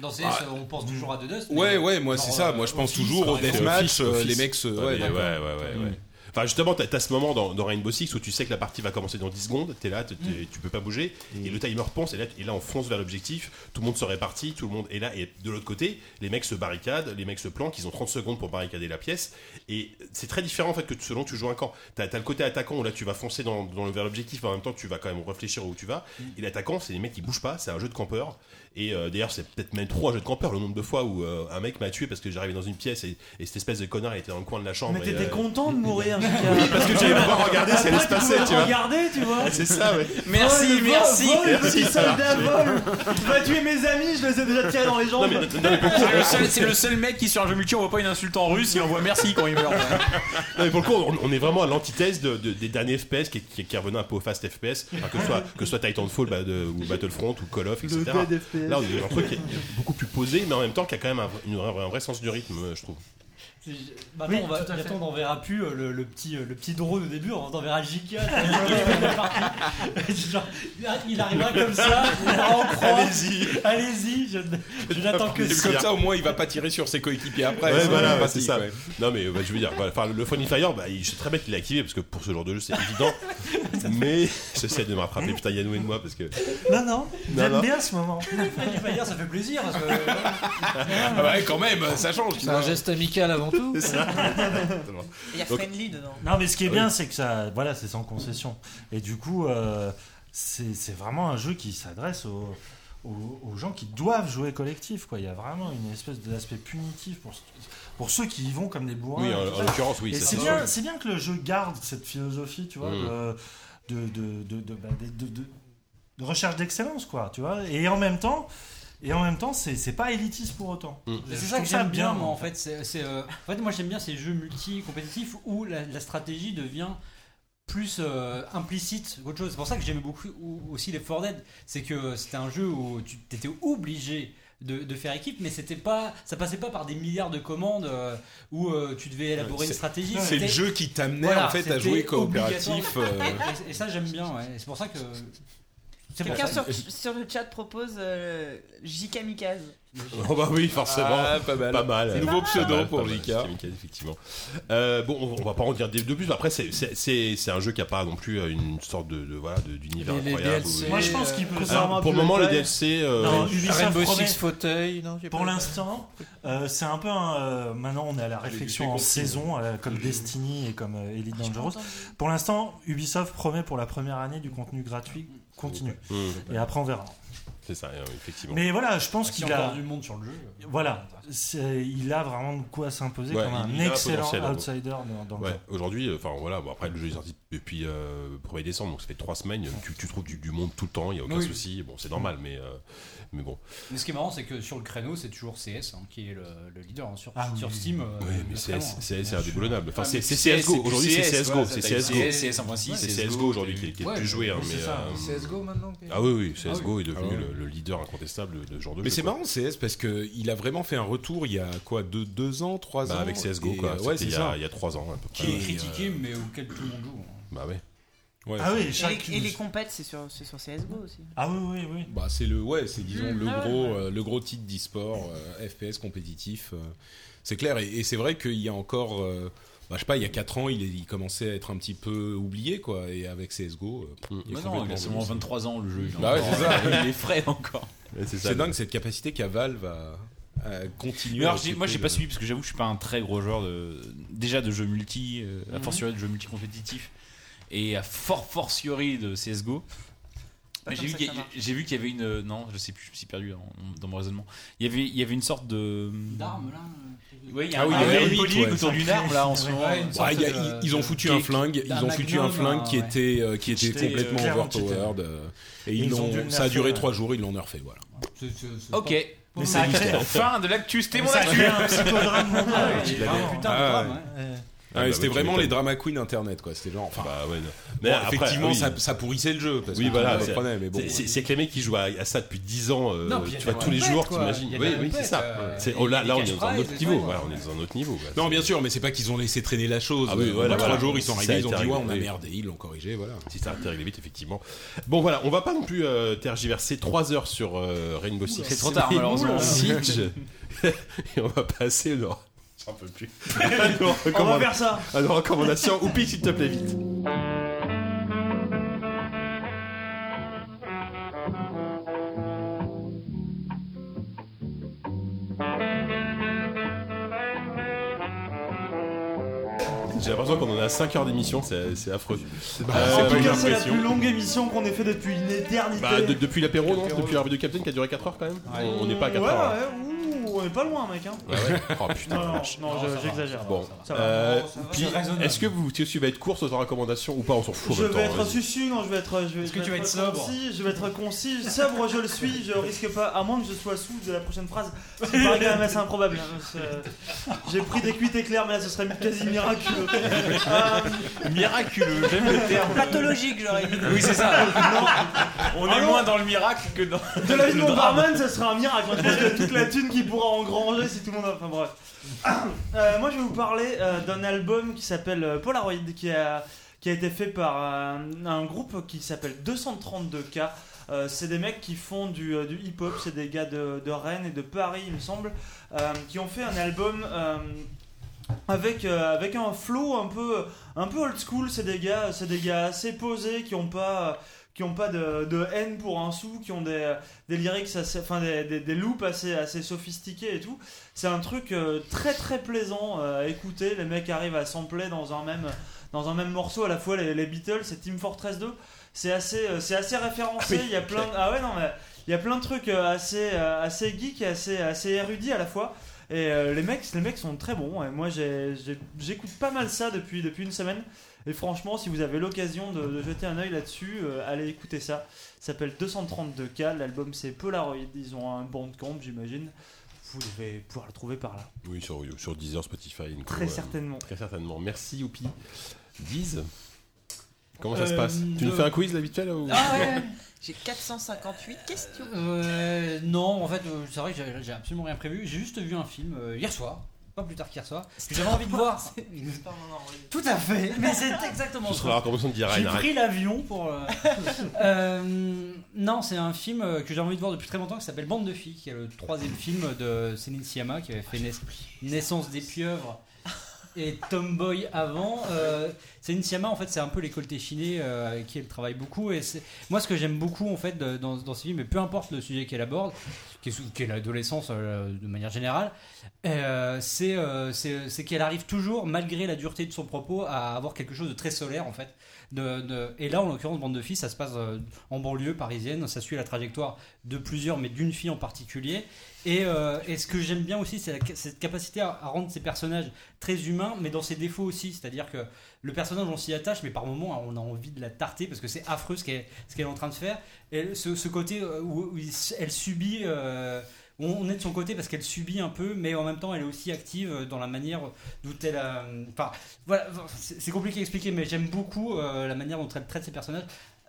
K: Dans CS,
G: Ah.
K: euh, on pense toujours à The Dust.
G: Ouais,
K: mais-
G: ouais, moi c'est
K: Genre,
G: ça.
K: euh,
G: Moi, je pense
K: Office,
G: toujours
K: par
G: au
K: exemple.
G: deathmatch.
B: Office,
G: euh, les
B: Office.
G: mecs, se-
B: Ouais, ouais, ouais,
G: d'accord.
B: ouais, ouais. Enfin, justement, t'as t'as ce moment dans, dans Rainbow Six où tu sais que la partie va commencer dans 10 secondes, t'es là, t'es- t'es- tu peux pas bouger, et le timer ponce, et là, et là on fonce vers l'objectif, tout le monde se répartit, tout le monde est là, et de l'autre côté, les mecs se barricadent, les mecs se planquent, ils ont 30 secondes pour barricader la pièce, et c'est très différent en fait que selon que tu joues un camp. T'as t'as le côté attaquant où là tu vas foncer dans, dans le, vers l'objectif, mais en même temps tu vas quand même réfléchir où tu vas, et l'attaquant, c'est les mecs qui bougent pas, c'est un jeu de campeur, et euh, d'ailleurs, c'est peut-être même trop un jeu de campeur le nombre de fois où euh, un mec m'a tué parce que j'arrivais dans une pièce et, et cette espèce de connard était dans le coin de la chambre.
F: Mais
B: et,
F: t'étais
B: euh,
F: content de mourir,
B: Oui, parce que j'allais pouvoir regarder si elle se passait, tu vois.
F: Regarder, tu vois.
B: C'est ça, ouais.
F: Merci, merci.
B: Merci,
F: petit
B: ça
F: soldat,
B: marche.
F: vol. Tu vas tuer mes amis, je les ai déjà tirés dans les jambes.
C: C'est le seul- c'est le seul mec qui sur un jeu multi on voit pas une insulte en russe, il envoie merci quand il meurt.
B: Non, mais pour le coup, on, on est vraiment à l'antithèse de- de- des derniers FPS qui, qui, qui revenaient un peu au fast FPS, enfin, que ce soit, que ce soit Titanfall bah, de- ou Battlefront ou Call of, etc.
F: dead FPS.
B: Là, on est dans un truc qui est beaucoup plus posé, mais en même temps qui a quand même un, vrai- une- un vrai- un vrai sens du rythme, euh, je trouve.
D: C'est- Maintenant,
F: Oui,
D: Bah, on va,
F: tout à
D: bientôt,
F: fait.
D: on n'en verra plus euh, le, le petit, euh, le petit drone au début, on en verra Jika. Genre, il arrivera comme ça, en croix.
G: Allez-y. Ah,
D: Allez-y, je, n- je n'attends que ça.
G: Comme ça, au moins, il va pas tirer sur ses coéquipiers après.
B: Ouais, voilà, ouais, c'est
G: pratique,
B: ça.
G: ouais.
B: Non, mais bah, je veux dire, voilà, enfin, le Funny Fire, bah, il- c'est très bête qu'il l'a activé parce que pour ce genre de jeu, c'est évident. mais j'essaie de me rattraper, putain, Yannou et moi, parce que.
E: Non, non,
B: Non,
E: j'aime
B: non.
E: bien ce moment.
D: Pas dire, ça fait plaisir. Parce que,
G: Ah bah ouais, quand même, ça
B: Oh,
G: change.
J: C'est un geste amical avant tout.
G: C'est ça.
L: Il y a
E: Donc-
L: Friendly dedans.
E: Non, mais ce qui est
L: Ah
E: bien,
L: oui.
E: c'est que ça, voilà, c'est sans concession. Et du coup, euh, c'est c'est vraiment un jeu qui s'adresse aux, aux- aux gens qui doivent jouer collectif. Quoi. Il y a vraiment une espèce d'aspect punitif pour, pour ceux qui y vont comme des bourrins.
B: Oui,
E: et
B: en-
E: tout
B: en
E: ça.
B: l'occurrence, oui,
E: Et
B: ça,
E: C'est
B: c'est
E: bien,
B: sûr.
E: c'est bien que le jeu garde cette philosophie, tu vois,
B: Mm.
E: de, de, de- de- de- bah, de- de- de- de recherche d'excellence, quoi, tu vois. Et en même temps. Et en même temps, c'est c'est pas élitiste pour autant.
B: Mm. Mmh.
E: Je
D: Mais C'est ça
E: trouve
D: que j'aime bien, moi,
E: moi.
D: en fait. c'est- c'est, euh, en fait, moi, j'aime bien ces jeux multi-compétitifs où la, la stratégie devient plus euh, implicite qu'autre chose. C'est pour ça que j'aimais beaucoup ou- aussi les 4 Dead. C'est que c'était un jeu où tu étais obligé de, de faire équipe, mais c'était pas, ça passait pas par des milliards de commandes euh, où euh, tu devais élaborer une stratégie.
G: C'est
D: C'était-
G: le jeu qui t'amenait, en fait, à
D: c'était
G: jouer coopératif, euh.
B: euh.
D: obligatoire. Et, et ça, j'aime bien, ouais. Et C'est pour ça que. c'est pour
L: Quelqu'un
D: ça
L: sur,
D: que-
L: sur le chat propose euh, J. Kamikaze.
B: Oh bah oui, forcément.
G: Ah, pas mal. C'est
B: Nouveau
G: pas mal.
B: pseudo
G: Pas mal,
B: pour
G: pas mal,
B: Jika.
G: c'est
B: Effectivement. Euh, bon, on- on va pas en dire de de plus. Après, c'est- c'est- c'est c'est un jeu qui a pas non plus euh, une sorte de, de- voilà de- d'univers
J: Les- les
B: incroyable.
J: DLC,
B: ou-
J: Moi, je pense
B: euh,
J: qu'il peut
B: Alors,
J: vraiment
B: Pour le
J: plus
B: moment,
J: le
B: les
J: faire.
B: DLC. euh,
E: Non,
B: je-
E: Ubisoft
J: Rainbow
E: promet.
J: Six fauteuil, non, j'ai
E: Pour
J: pas-
E: l'instant, euh, c'est un peu un, euh, maintenant on est à la réflexion en
J: compris.
E: saison, euh, comme
B: Mm.
E: Destiny et comme euh, Elite
D: Ah,
E: Dangerous.
J: entendu.
E: Pour l'instant, Ubisoft promet pour la première année du contenu gratuit continu.
B: Mmh.
E: Et après on verra.
B: C'est ça, euh, effectivement.
E: Mais voilà, je pense
D: Ah, Si
E: qu'il
D: on
E: a
D: parle du monde sur le jeu. euh,
E: Voilà, c'est- il a vraiment de quoi s'imposer
B: Ouais,
E: comme
B: il-
E: un
B: il a un
E: excellent
B: potentiel, hein, donc.
E: outsider dans, dans le
B: Ouais,
E: jeu.
B: Aujourd'hui, euh, enfin voilà, bon, après le jeu est sorti depuis euh, le 1er décembre, donc ça fait 3 semaines. Tu, tu trouves du, du monde tout le temps, il n'y a aucun
D: Oui.
B: souci. Bon, c'est normal, mais, euh, mais bon.
D: Mais ce qui est marrant, c'est que sur le créneau, c'est toujours CS hein, qui est le, le leader hein, sur,
B: Ah,
D: sur
B: oui.
D: Steam. euh,
B: Oui, mais CS
D: vraiment, hein.
B: c'est indéboulonnable. Enfin,
D: Ah,
B: c'est
D: mais
B: c'est
D: CS,
B: CSGO.
D: c'est plus
B: Aujourd'hui, c'est
D: CS,
B: CSGO.
D: voilà,
B: C'est
D: t'as eu
B: CSGO.
D: CS, 1.6,
B: C'est
D: CSGO,
B: CSGO aujourd'hui qui est qui est le
J: Ouais,
B: plus joué. hein,
J: mais c'est
B: mais,
J: ça,
B: euh,
J: CSGO maintenant qui est-
B: Ah oui, oui,
J: Ah
B: CSGO est devenu
G: Ah ouais.
B: le, le leader incontestable de ce genre de jeu.
G: Mais c'est
B: quoi.
G: marrant CS parce que il a vraiment fait un retour il y a quoi deux, deux ans trois
B: Bah,
G: ans
B: avec CS:GO,
G: et,
B: quoi.
G: euh,
B: C'était
G: ouais c'est
B: il y a-
G: ça
B: il y a trois ans, à peu
D: Qui est
G: Et,
D: critiqué, mais auquel tout le monde joue. hein.
B: Bah ouais.
G: euh, ouais,
E: Ah oui,
G: c'est-
L: Et les, et les compètes, c'est sur, c'est sur CSGO aussi.
E: Ah oui oui oui.
G: Bah c'est le ouais c'est disons
L: Mm,
G: le
L: ouais,
G: gros
L: ouais.
G: euh, le gros titre d'e-sport euh, FPS compétitif. euh, c'est clair et, et c'est vrai qu'il y a encore euh, bah, je sais pas il y a quatre ans il, est- il commençait à être un petit peu oublié quoi et avec CS:GO. euh, il est
C: Bah non,
G: complètement
C: il a seulement
G: oublié.
C: 23 ans, le jeu, il est
G: Bah ouais,
C: encore- euh,
G: c'est ça.
C: il est frais encore.
G: Ouais, C'est
C: C'est
G: ça,
C: dingue,
G: dingue cette capacité qu'a Valve à, à continuer.
C: Mais alors,
G: à euh,
C: j'ai- moi j'ai
G: occuper
C: pas
G: le-
C: suivi parce que j'avoue que je suis pas un très gros joueur de déjà de jeux multi, euh, a
L: Mhm.
C: fortiori de jeux multi compétitifs et à for fortiori de CS:GO.
L: pas
C: Mais
L: comme
C: J'ai vu,
L: ça
C: qu'il y
L: que
C: a-
L: ça marche.
C: j'ai vu qu'il y avait une euh, non, je sais plus, je me suis perdu dans, dans mon raisonnement. Il y avait il y avait une sorte de
D: D'armes là
L: euh,
C: Oui, il y a
G: Ah oui,
C: un-
G: il y a
C: un
G: Elite,
C: polygonie
G: ouais.
C: autour d'une arme là en ce moment.
G: Ouais, une sorte
C: il y a-
G: de- ils ont foutu
C: de-
G: un flingue,
C: d'un
G: ils ont foutu un
C: magnum,
G: flingue qui
C: ouais.
G: était euh, qui était
C: C'était, euh,
G: complètement
C: clairement
G: overpowered
C: cheaté.
G: euh, et ils, l'ont-
C: dû le
G: ça a
C: nerfer,
G: duré
C: ouais.
G: trois jours, ils l'ont nerfé voilà.
D: C'est- c'est- c'est
C: Ok.
D: pas-
G: Mais c'est l'histoire.
C: Fin de l'actu, c'était
D: Mais
C: mon
D: ça a
C: actu.
D: créé un psychodrame mondial.
C: Ah ouais,
D: Putain, le
C: ah
D: drame,
C: ouais.
D: ouais.
G: Ah,
B: Ah,
G: et
B: bah,
G: c'était
B: oui, tu
G: vraiment les
B: m'étonnes.
G: drama queen internet quoi. C'était genre. Enfin,
B: Mais
G: bon,
B: après,
G: effectivement,
B: oui.
G: ça, ça pourrissait le jeu. Parce
B: oui,
G: que
B: voilà.
G: tout le monde
B: c'est-
G: comprenait, mais bon.
B: c'est- C'est c'est que les mecs qui jouent à, à ça depuis 10 ans, euh,
G: Non, puis il y a
B: tu
G: des
B: vois, tous les
G: répètes,
B: jours,
G: quoi.
B: t'imagines.
G: Il y a des
B: Oui, oui, c'est
G: répètes,
B: ça.
G: euh,
B: C'est-
G: il y a
B: oh, là,
G: des
B: là, on est
G: cash
B: dans un
G: prizes,
B: autre
G: des
B: niveau.
G: fois,
B: voilà, on
G: ouais.
B: est dans un autre niveau. quoi.
G: Non, bien sûr, mais c'est pas qu'ils ont laissé traîner la chose.
B: Ah oui,
G: Euh,
B: voilà,
G: trois
B: voilà.
G: jours, ils sont
B: Ça
G: arrivés,
B: a
G: ils ont
B: été
G: dit ouais,
B: réglé.
G: on a merdé, ils l'ont corrigé, voilà.
B: Si ça a été réglé vite, effectivement. Bon, voilà, on va pas non plus euh, tergiverser 3 heures sur euh, Rainbow Six.
C: c'est trop tard,
B: Siege.
C: malheureusement.
B: Siege. Et on va passer au. J'en peux plus.
F: On va faire ça.
B: À nos recommandations. Oupi, s'il te plaît, vite. J'ai l'impression qu'on en a 5 heures d'émission, c'est c'est affreux. Euh,
F: En tout
B: j'ai
F: cas, c'est la
B: l'impression.
F: plus longue émission qu'on ait fait depuis une éternité.
B: Bah, de- depuis l'apéro, non Depuis l'arrivée de Captain qui a duré 4 heures quand même On- On n'est pas à 4
F: ouais,
B: heures. hein.
F: ouais, ouh, on est pas loin, mec. Hein.
B: Ouais, ouais. Oh putain.
F: Non, non,
B: la vache.
F: non, je- j'exagère.
B: Bon,
F: Ça va.
B: Euh,
F: Ça va.
B: puis,
F: C'est raisonnable.
B: est-ce que vous, tu tu vas être court sur ta recommandation ou pas On s'en fout. en
F: Je
B: même
F: vais
B: temps,
F: être
B: vas-y.
F: susu, non, je vais être. Je vais, Est-ce
D: que tu vas être sobre
F: concis, Je vais être concis, sobre, je le suis, je risque pas, à moins que je sois sous de la prochaine phrase. C'est paraît quand même assez improbable. hein, c'est- J'ai pris des cuites éclairs, mais là ce serait quasi miraculeux. Euh,
C: Miraculeux, j'aime le terme.
F: Pathologique, j'aurais dit.
C: Oui, c'est ça. On est
F: Ah non.
C: moins dans le miracle que dans.
F: De la vie de
C: le
F: mon
C: drame.
F: barman, ça serait un miracle. Je pense que toute la thune qu'il pourra engranger si tout le monde. a- Enfin bref. Euh, moi, je vais vous parler euh, d'un album qui s'appelle euh, Polaroid, qui a, qui a été fait par euh, un groupe qui s'appelle 232K. Euh, c'est des mecs qui font du, euh, du hip-hop, c'est des gars de, de Rennes et de Paris, il me semble, euh, qui ont fait un album. euh, avec, euh, avec un flow un peu, un peu old school, c'est des gars, c'est des gars assez posés qui ont pas, qui ont pas de, de haine pour un sou, qui ont des, des lyrics assez, enfin des, des, des loops assez, assez sophistiqués et tout. C'est un truc euh, très très plaisant euh, à écouter. Les mecs arrivent à sampler dans un même, dans un même morceau à la fois les, les Beatles et Team Fortress 2. C'est assez, euh, c'est assez référencé.
M: Ah oui,
F: il y a plein,
M: ok.
F: ah ouais non mais il y a plein de trucs euh, assez, euh, assez geek et assez, assez érudits à la fois. Et euh, les mecs, les mecs sont très bons. Et moi, j'ai- j'ai- j'écoute pas mal ça depuis, depuis une semaine. Et franchement, si vous avez l'occasion de, de jeter un œil là-dessus, euh, allez écouter ça. Ça s'appelle 232K. L'album, c'est Polaroid. Ils ont un bandcamp, j'imagine. Vous devez pouvoir le trouver par là.
B: Oui, sur, sur Deezer, Spotify. une
F: Très
B: euh,
F: certainement.
B: Très certainement. Merci, Oupi. Diz, comment ça se
D: Euh,
B: passe Tu nous
D: euh,
B: fais un quiz l'habituel
C: oh.
F: Ah,
B: ou...
L: Ah J'ai 458 questions.
D: Euh, non, en fait, euh, c'est vrai que j'ai- j'ai absolument rien prévu. J'ai juste vu un film euh, hier soir, pas plus tard qu'hier soir, que j'avais envie de voir. Tout à fait, mais c'est exactement
B: Ce
D: ça.
B: sera la recommandation de Guy
D: J'ai
B: Ryan,
D: pris
B: arrête.
D: l'avion pour. euh, euh, non, c'est un film euh, que j'ai envie de voir depuis très longtemps qui s'appelle Bande de filles, qui est le troisième film de Céline Sciamma qui avait fait Nais- Naissance des pieuvres et Tomboy avant. Euh, Céline Sciamma, en fait, c'est un peu l'école téchinée euh, avec qui elle travaille beaucoup. Et c'est- moi, ce que j'aime beaucoup, en fait, de- dans, dans ce film, et peu importe le sujet qu'elle aborde, qui est, sou- qui est l'adolescence euh, de manière générale, euh, c'est euh, c'est- c'est qu'elle arrive toujours, malgré la dureté de son propos, à avoir quelque chose de très solaire, en fait. De, de- et là, en l'occurrence, Bande de filles, ça se passe euh, en banlieue parisienne. Ça suit la trajectoire de plusieurs, mais d'une fille en particulier. Et, euh, et ce que j'aime bien aussi, c'est la ca- cette capacité à, à rendre ces personnages très humains, mais dans ses défauts aussi. C'est-à-dire que le personnage, on s'y attache, mais par moments, on a envie de la tarter parce que c'est affreux ce qu'elle ce qu'elle est en train de faire. Et ce, ce côté euh, où, où il s- elle subit. euh, on on est de son côté parce qu'elle subit un peu, mais en même temps, elle est aussi active euh, dans la manière dont elle. euh, Enfin, voilà, c'est c'est compliqué à expliquer, mais j'aime beaucoup euh, la manière dont elle traite ses personnages.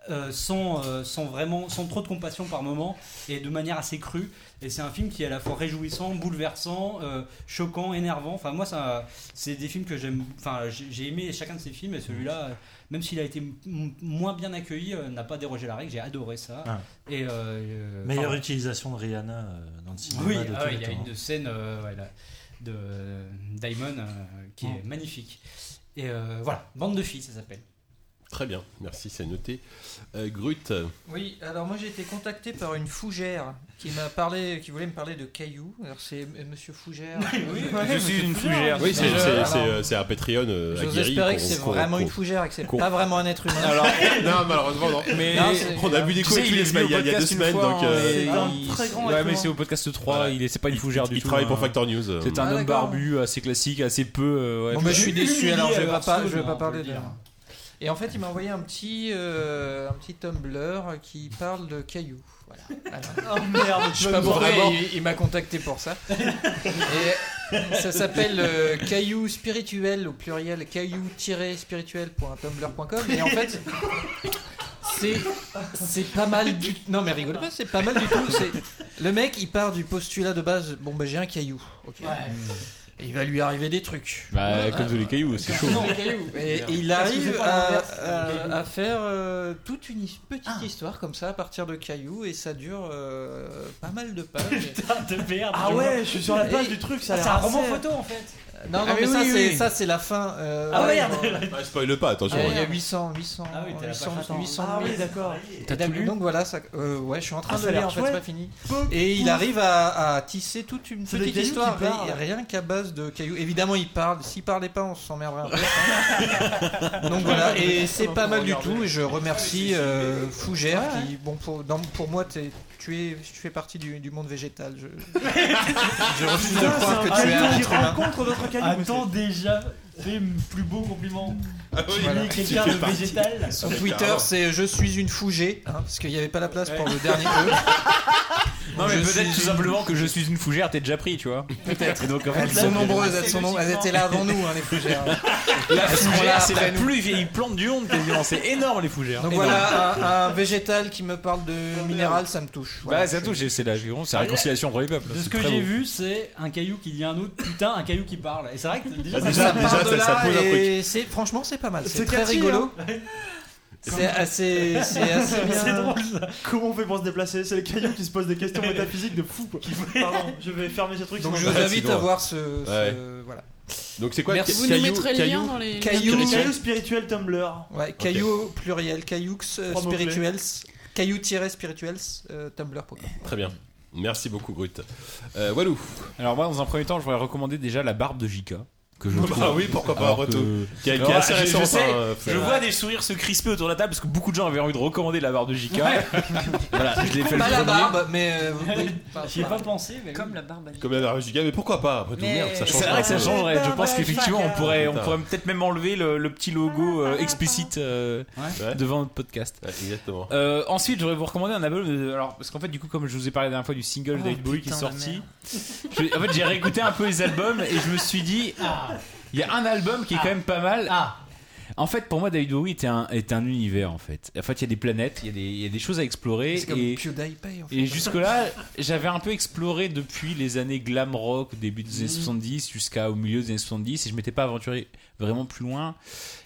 D: euh, sans, euh, sans vraiment sans trop de compassion par moment et de manière assez crue et c'est un film qui est à la fois réjouissant bouleversant euh, choquant énervant enfin moi ça c'est des films que j'aime enfin j'ai j'ai aimé chacun de ces films et celui-là euh, même s'il a été m- m- moins bien accueilli euh, n'a pas dérogé la règle j'ai adoré ça
E: Ah.
D: et euh, euh,
E: Meilleure
D: enfin,
E: utilisation de Rihanna euh, dans le cinéma
D: oui,
E: de tous
D: ah ouais,
E: les
D: il y a
E: temps, hein.
D: une scène euh, ouais, là, de euh, Diamond euh, qui
C: Oh.
D: est magnifique. Et euh, voilà, bande de filles, ça s'appelle.
B: Très bien, merci, c'est noté. Euh, Grut,
J: Oui, alors moi j'ai été contacté par une fougère qui m'a parlé, qui voulait me parler de cailloux. Alors c'est euh, Monsieur Fougère.
D: oui,
J: Monsieur
B: Oui, c'est-
J: Je-
B: c'est- c'est
J: alors,
B: euh, c'est un Patreon euh,
J: J'ose
B: aguerri.
J: espérer que
B: qu'on-
J: c'est
B: qu'on-
J: vraiment
B: qu'on-
J: une fougère et que c'est
B: qu'on-
J: pas vraiment un être humain.
B: Alors, non, malheureusement, non.
J: Mais
B: Non, c'est- on a bu des coups avec
J: il
B: lui
J: est
B: les
J: venu
B: semaines,
J: au
B: il y a- il y a
J: podcast
B: deux
J: une
B: semaines,
J: fois,
B: donc,
J: hein,
B: euh,
J: et
B: C'est un
J: il-
F: très grand
M: Ouais,
F: être
M: mais
F: humain.
M: c'est au podcast 3,
B: Voilà.
M: il est- c'est pas une fougère
B: Il-
M: du
B: il
M: tout.
B: travaille pour
M: hein.
B: Factor News, euh.
M: C'est
B: Ah,
M: un homme
B: d'accord.
M: barbu, assez classique, assez peu. euh, ouais,
J: Bon, bah, je suis déçu, alors je vais pas,
M: Hearthstone,
J: je vais
M: hein,
J: pas
M: on
J: parler
M: peut
J: de.
M: le dire.
J: Et en fait, il m'a envoyé un petit, euh, un petit Tumblr qui parle de cailloux. Voilà. Alors,
F: Oh merde,
J: je sais pas
F: Tumblr.
J: pourquoi
F: Vraiment.
J: il, il m'a contacté pour ça. Et Ça s'appelle euh, Caillou Spirituel au pluriel, caillou-spirituel.tumblr.com. Et en fait, c'est c'est pas mal du non mais rigole pas c'est pas mal du tout c'est le mec il part du postulat de base bon bah j'ai un caillou ok Et il va lui arriver des trucs
C: Bah,
J: Ouais.
C: comme tous les cailloux, c'est
J: Comme
C: chaud.
J: tous les cailloux. et, et il
C: Parce que c'est
J: arrive
C: pas
J: à,
C: l'inverse,
J: à-
C: les cailloux.
J: à faire euh, toute une his- petite histoire comme ça à partir de cailloux et ça dure euh, pas mal de pages
F: Ah ouais, je suis sur la page
J: Et-
F: du truc, ça a
J: c'est
F: l'air
J: un
F: assez-
J: roman photo en fait Euh, non, non,
F: Ah,
J: mais,
F: mais
J: ça,
F: oui,
J: c'est,
F: oui.
J: ça, c'est la fin. euh,
F: Ah,
J: ouais,
F: merde.
J: bon.
B: Ouais, spoil pas, attention.
J: Ah, Il y a 800, 800.
F: Ah oui, t'as la
J: 800,
F: page attends.
J: 800.
F: Ah oui, d'accord.
J: Et
F: T'as tout
J: donc,
F: lu
J: Donc voilà, ça, euh, ouais, je suis en train
F: Ah,
J: de
F: ça a
J: lire,
F: l'air
J: en fait, c'est
F: chouette.
J: pas fini.
F: Peu-
J: Et il
F: pouf.
J: arrive à, à tisser toute une
F: C'est
J: petite
F: des cailloux
J: histoire,
F: qui parlent.
J: et rien qu'à base de cailloux. Évidemment, il parle. S'il parlait pas, on s'emmerderait un peu. donc voilà, et c'est pas mal du tout. Et je remercie euh, Fougère,
F: Ouais, ouais.
J: qui, bon, pour, dans- pour moi, t'es- tu es, tu fais partie du, du monde végétal. Je, je refuse de
F: Putain,
J: croire
F: c'est
J: que
F: un
J: tu es un
F: caillou qui
J: être humain.
F: rencontre d'autres cailloux,
R: Attends déjà, fais mon plus beau compliment.
J: Ah oui,
R: Tu
J: voilà.
R: es quelqu'un
J: Tu
R: de
J: fais partie. Ah
R: végétal.
J: Son Twitter, c'est je suis une fougée, hein, parce qu'il n'y avait pas la place pour
C: Ouais.
J: le dernier E.
C: Non, mais
J: Je
C: peut-être
J: suis
C: tout
J: une-
C: simplement que je suis une fougère, t'es déjà pris, tu vois. Peut-être. Donc, en fait,
J: Elles sont nombreuses, elles sont nombreuses, elles étaient là avant nous, hein, les fougères.
C: La
J: Elles seront là
C: fougère, c'est la
J: après nous.
C: plus vieille plante du monde, quasiment. C'est énorme, les fougères.
J: Donc
C: Énorme.
J: voilà, un, un végétal qui me parle de minéral, Ah, ça me touche.
C: Bah, ça touche, c'est la, c'est la réconciliation entre les peuples.
D: Ah, De ce
C: C'est
D: que
C: très
D: j'ai
C: beau.
D: vu, c'est un caillou qui dit à un autre putain, un caillou qui parle. Et c'est vrai que déjà,
C: Bah, déjà,
D: ça part
C: déjà,
D: de
C: ça-
D: là.
C: ça pose un
J: Et c'est franchement c'est pas mal, c'est très rigolo. C'est assez, c'est assez bien.
F: C'est drôle ça. Comment on fait pour se déplacer C'est le caillou qui se pose des questions métaphysiques de fou quoi. Pardon, je vais fermer ce truc.
J: Donc je
F: sinon-
J: vous
F: Ouais,
J: invite
F: sinon-
J: à voir ce, ce-
B: Ouais.
J: voilà.
B: Donc c'est quoi
J: Merci.
B: ca-
J: Vous nous
B: caillou,
J: mettrez le lien
B: caillou
J: dans les-
B: Caillou-
J: Caillou-
F: Caillou spirituel Tumblr.
J: Ouais, caillou au pluriel, cailloux euh,
F: Trois mots-clés.
J: spirituels, caillou-spirituels, euh, tumblr.com.
B: Très bien. Merci beaucoup, Grut. Euh, Walou.
C: Alors, moi, dans un premier temps, je voudrais recommander déjà la barbe de Jika. Que je
B: Bah
C: trouve-
B: oui, pourquoi pas,
C: alors
B: après
C: que-
B: tout. Qui est- qui est
C: Alors,
B: assez
C: Ah, je-
B: récente,
C: Je, sais,
B: hein, euh,
C: je
B: faut-
C: vois des sourires se crisper autour de la table parce que beaucoup de gens avaient envie de recommander la barbe de Jika.
D: Ouais.
C: voilà, je l'ai fait
J: Pas
C: le
J: la
C: premier.
J: barbe, mais euh, oui, pas-
D: J'y ai
J: pas-
D: pas pensé, mais.
L: Comme la barbe à
B: Comme la barbe du gars, mais pourquoi pas Après tout,
C: Mais-
B: merde, ça change.
C: C'est vrai que ça changerait. Je pense qu'effectivement, on pourrait, on
B: Putain.
C: pourrait peut-être même enlever le, le petit logo euh, explicite euh, devant notre podcast.
B: exactement.
C: Euh, ensuite, j'aurais vous recommander un album. de- alors, parce qu'en fait, du coup, comme je vous ai parlé la dernière fois du single
M: Oh,
C: de David Bowie qui est
M: putain, la
C: sorti,
M: merde.
C: j'ai- en fait, j'ai réécouté un peu les albums et je me suis dit, ah, il y a un album
M: Ah.
C: qui est quand même pas mal. En fait, pour moi, David Bowie était un, est un univers en fait. En fait, il y a des planètes, il y a des, il y a des choses à explorer.
J: C'est comme
C: et...
J: PewDiePie, en fait.
C: Et jusque-là, j'avais un peu exploré depuis les années glam rock, début des
J: Mhm.
C: années 70 jusqu'au milieu des années 70, et je m'étais pas aventuré vraiment plus loin.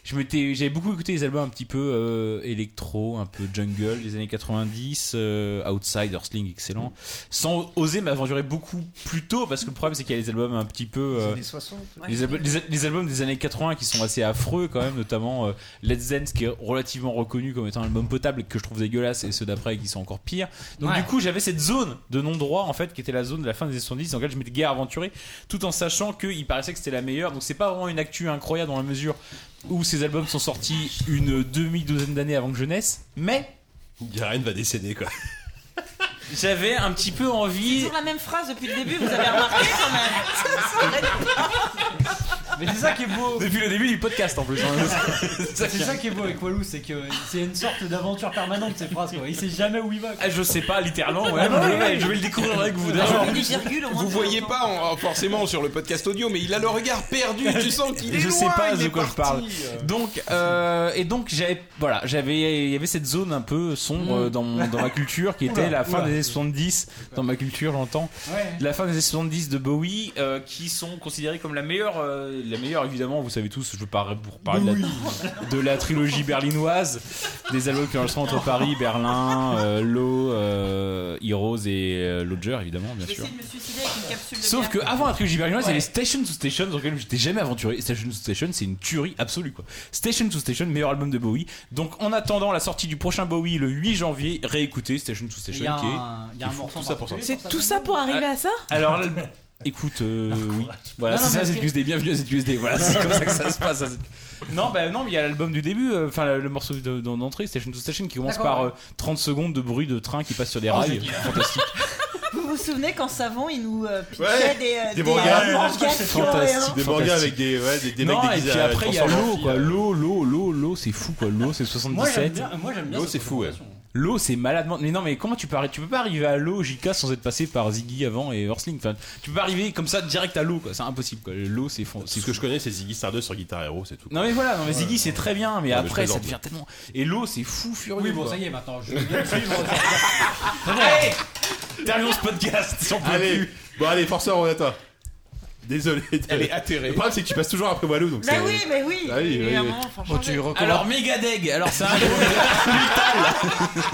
C: Je m'étais, j'avais beaucoup écouté des albums un petit peu euh, électro, un peu jungle des années 90, euh, Outside, Earthling, excellent,
J: Mhm.
C: sans oser m'aventurer beaucoup plus tôt, parce que le problème c'est qu'il y a des albums un petit peu. euh,
J: années 60.
C: les, al- les al- les albums des années 80 qui sont assez affreux quand même, notamment euh, Let's Dance qui est relativement reconnu comme étant un album potable que je trouve dégueulasse et ceux d'après qui sont encore pires. Donc
M: Ouais.
C: du coup j'avais cette zone de non-droit en fait qui était la zone de la fin des années 70 dans laquelle je m'étais guère aventuré tout en sachant qu'il paraissait que c'était la meilleure. Donc c'est pas vraiment une actu incroyable dans la mesure où ces albums sont sortis une demi-douzaine d'années avant que je naisse, mais...
B: Garen va décéder quoi.
C: J'avais un petit peu envie...
L: Toujours la même phrase depuis le début, vous avez remarqué quand même. Ça s'arrête
D: Mais c'est ça qui est beau.
C: Depuis le début du podcast en plus. hein.
D: C'est ça qui est beau avec Walou, c'est que c'est une sorte d'aventure permanente ces phrases quoi. Il sait jamais où il va.
C: Ah, je sais pas, littéralement, ouais,
G: Ah bah
C: mais-
G: ouais.
C: je vais le découvrir avec vous.
G: D'ailleurs,
C: d'ailleurs.
G: vous voyez pas en- forcément sur le podcast audio, mais il a le regard perdu. Tu sens qu'il est
C: je
G: loin,
C: sais pas
G: il
C: de
G: est
C: quoi je parle.
G: parti.
C: Donc euh, et donc j'avais voilà, j'avais il y avait cette zone un peu sombre
M: Mm.
C: euh, dans, mon- dans ma culture qui était
M: Oula,
C: la fin
M: oula.
C: des années 70 dans ma culture, j'entends.
M: Ouais.
C: La fin des années 70 de Bowie euh, qui sont considérés comme la meilleure euh, la meilleure évidemment, vous savez tous, je veux pas vous reparler de la- de, la, trilogie berlinoise des albums qui enregistrés entre Paris, Berlin, euh, Low, euh, Heroes et euh, Lodger évidemment, bien sûr.
L: J'essaie de me suicider avec une capsule de
C: Sauf
L: bière.
C: que avant la trilogie berlinoise, il y avait Station to Station dans lequel j'étais jamais aventuré. Station to Station, c'est une tuerie absolue quoi. Station to Station, meilleur album de Bowie. Donc en attendant la sortie du prochain Bowie le 8 janvier, réécoutez Station to
D: Il y a
C: Station qui
D: un-
C: est
D: il
C: qui
D: y a un
C: fout
D: morceau
C: tout ça pour ça.
H: C'est tout ça pour arriver à ça
C: Alors là, écoute, euh, oui, voilà,
H: Non,
C: c'est
H: non,
C: ça
H: mais
C: cette
H: ok.
C: QSD, bienvenue à cette QSD, voilà, c'est comme ça que ça se passe. à cette- Non, bah non, mais il y a l'album du début, euh, enfin le morceau de- d'en- d'entrée, Station to Station, qui commence
L: D'accord,
C: par
L: ouais.
C: euh, 30 secondes de bruit de train qui passe sur des
L: Oh,
C: rails,
L: génial.
C: fantastique. ah.
L: Vous vous souvenez quand Savon il nous euh, piquait
B: Ouais.
L: des, euh,
B: Des mangas.
L: des mangas
B: Fantastique.
L: coréens.
B: Des mangas avec des- ouais, des- des
C: non,
B: mecs
C: et
B: déguisés
C: puis
B: à
C: après il y a
B: transformants.
C: l'eau quoi l'eau l'eau l'eau l'eau c'est fou quoi l'eau c'est
D: Moi, j'aime
C: 77
D: bien- moi, j'aime bien
C: l'eau
D: cette
C: c'est fou ouais l'eau c'est maladement mais non mais comment tu peux arri- tu peux pas arriver à l'eau JK sans être passé par Ziggy avant et Horsling enfin tu peux pas arriver comme ça direct à l'eau quoi c'est impossible quoi l'eau c'est fond
B: Ce que je connais, c'est Ziggy Stardust sur Guitar Hero, c'est tout.
C: non mais voilà non mais
B: Ouais.
C: Ziggy c'est très bien mais
B: Ouais, mais je
C: après ça
B: plaisante.
C: devient tellement et l'eau c'est fou furieux
D: Oui, bon,
C: quoi.
D: ça y est, maintenant, je veux bien le suivre.
C: Allez terminons ce podcast j'en peux
B: Allez,
C: plus.
B: bon, allez, forceur, on est à toi. Désolé.
G: Elle est atterrée.
B: Le problème, c'est que tu passes toujours après Walou. Donc
L: Bah
B: c'est-
L: oui, mais oui.
B: Ah oui,
L: Il y a
B: oui,
L: un
B: oui.
L: moment, faut changer.
C: alors Megadeg alors c'est un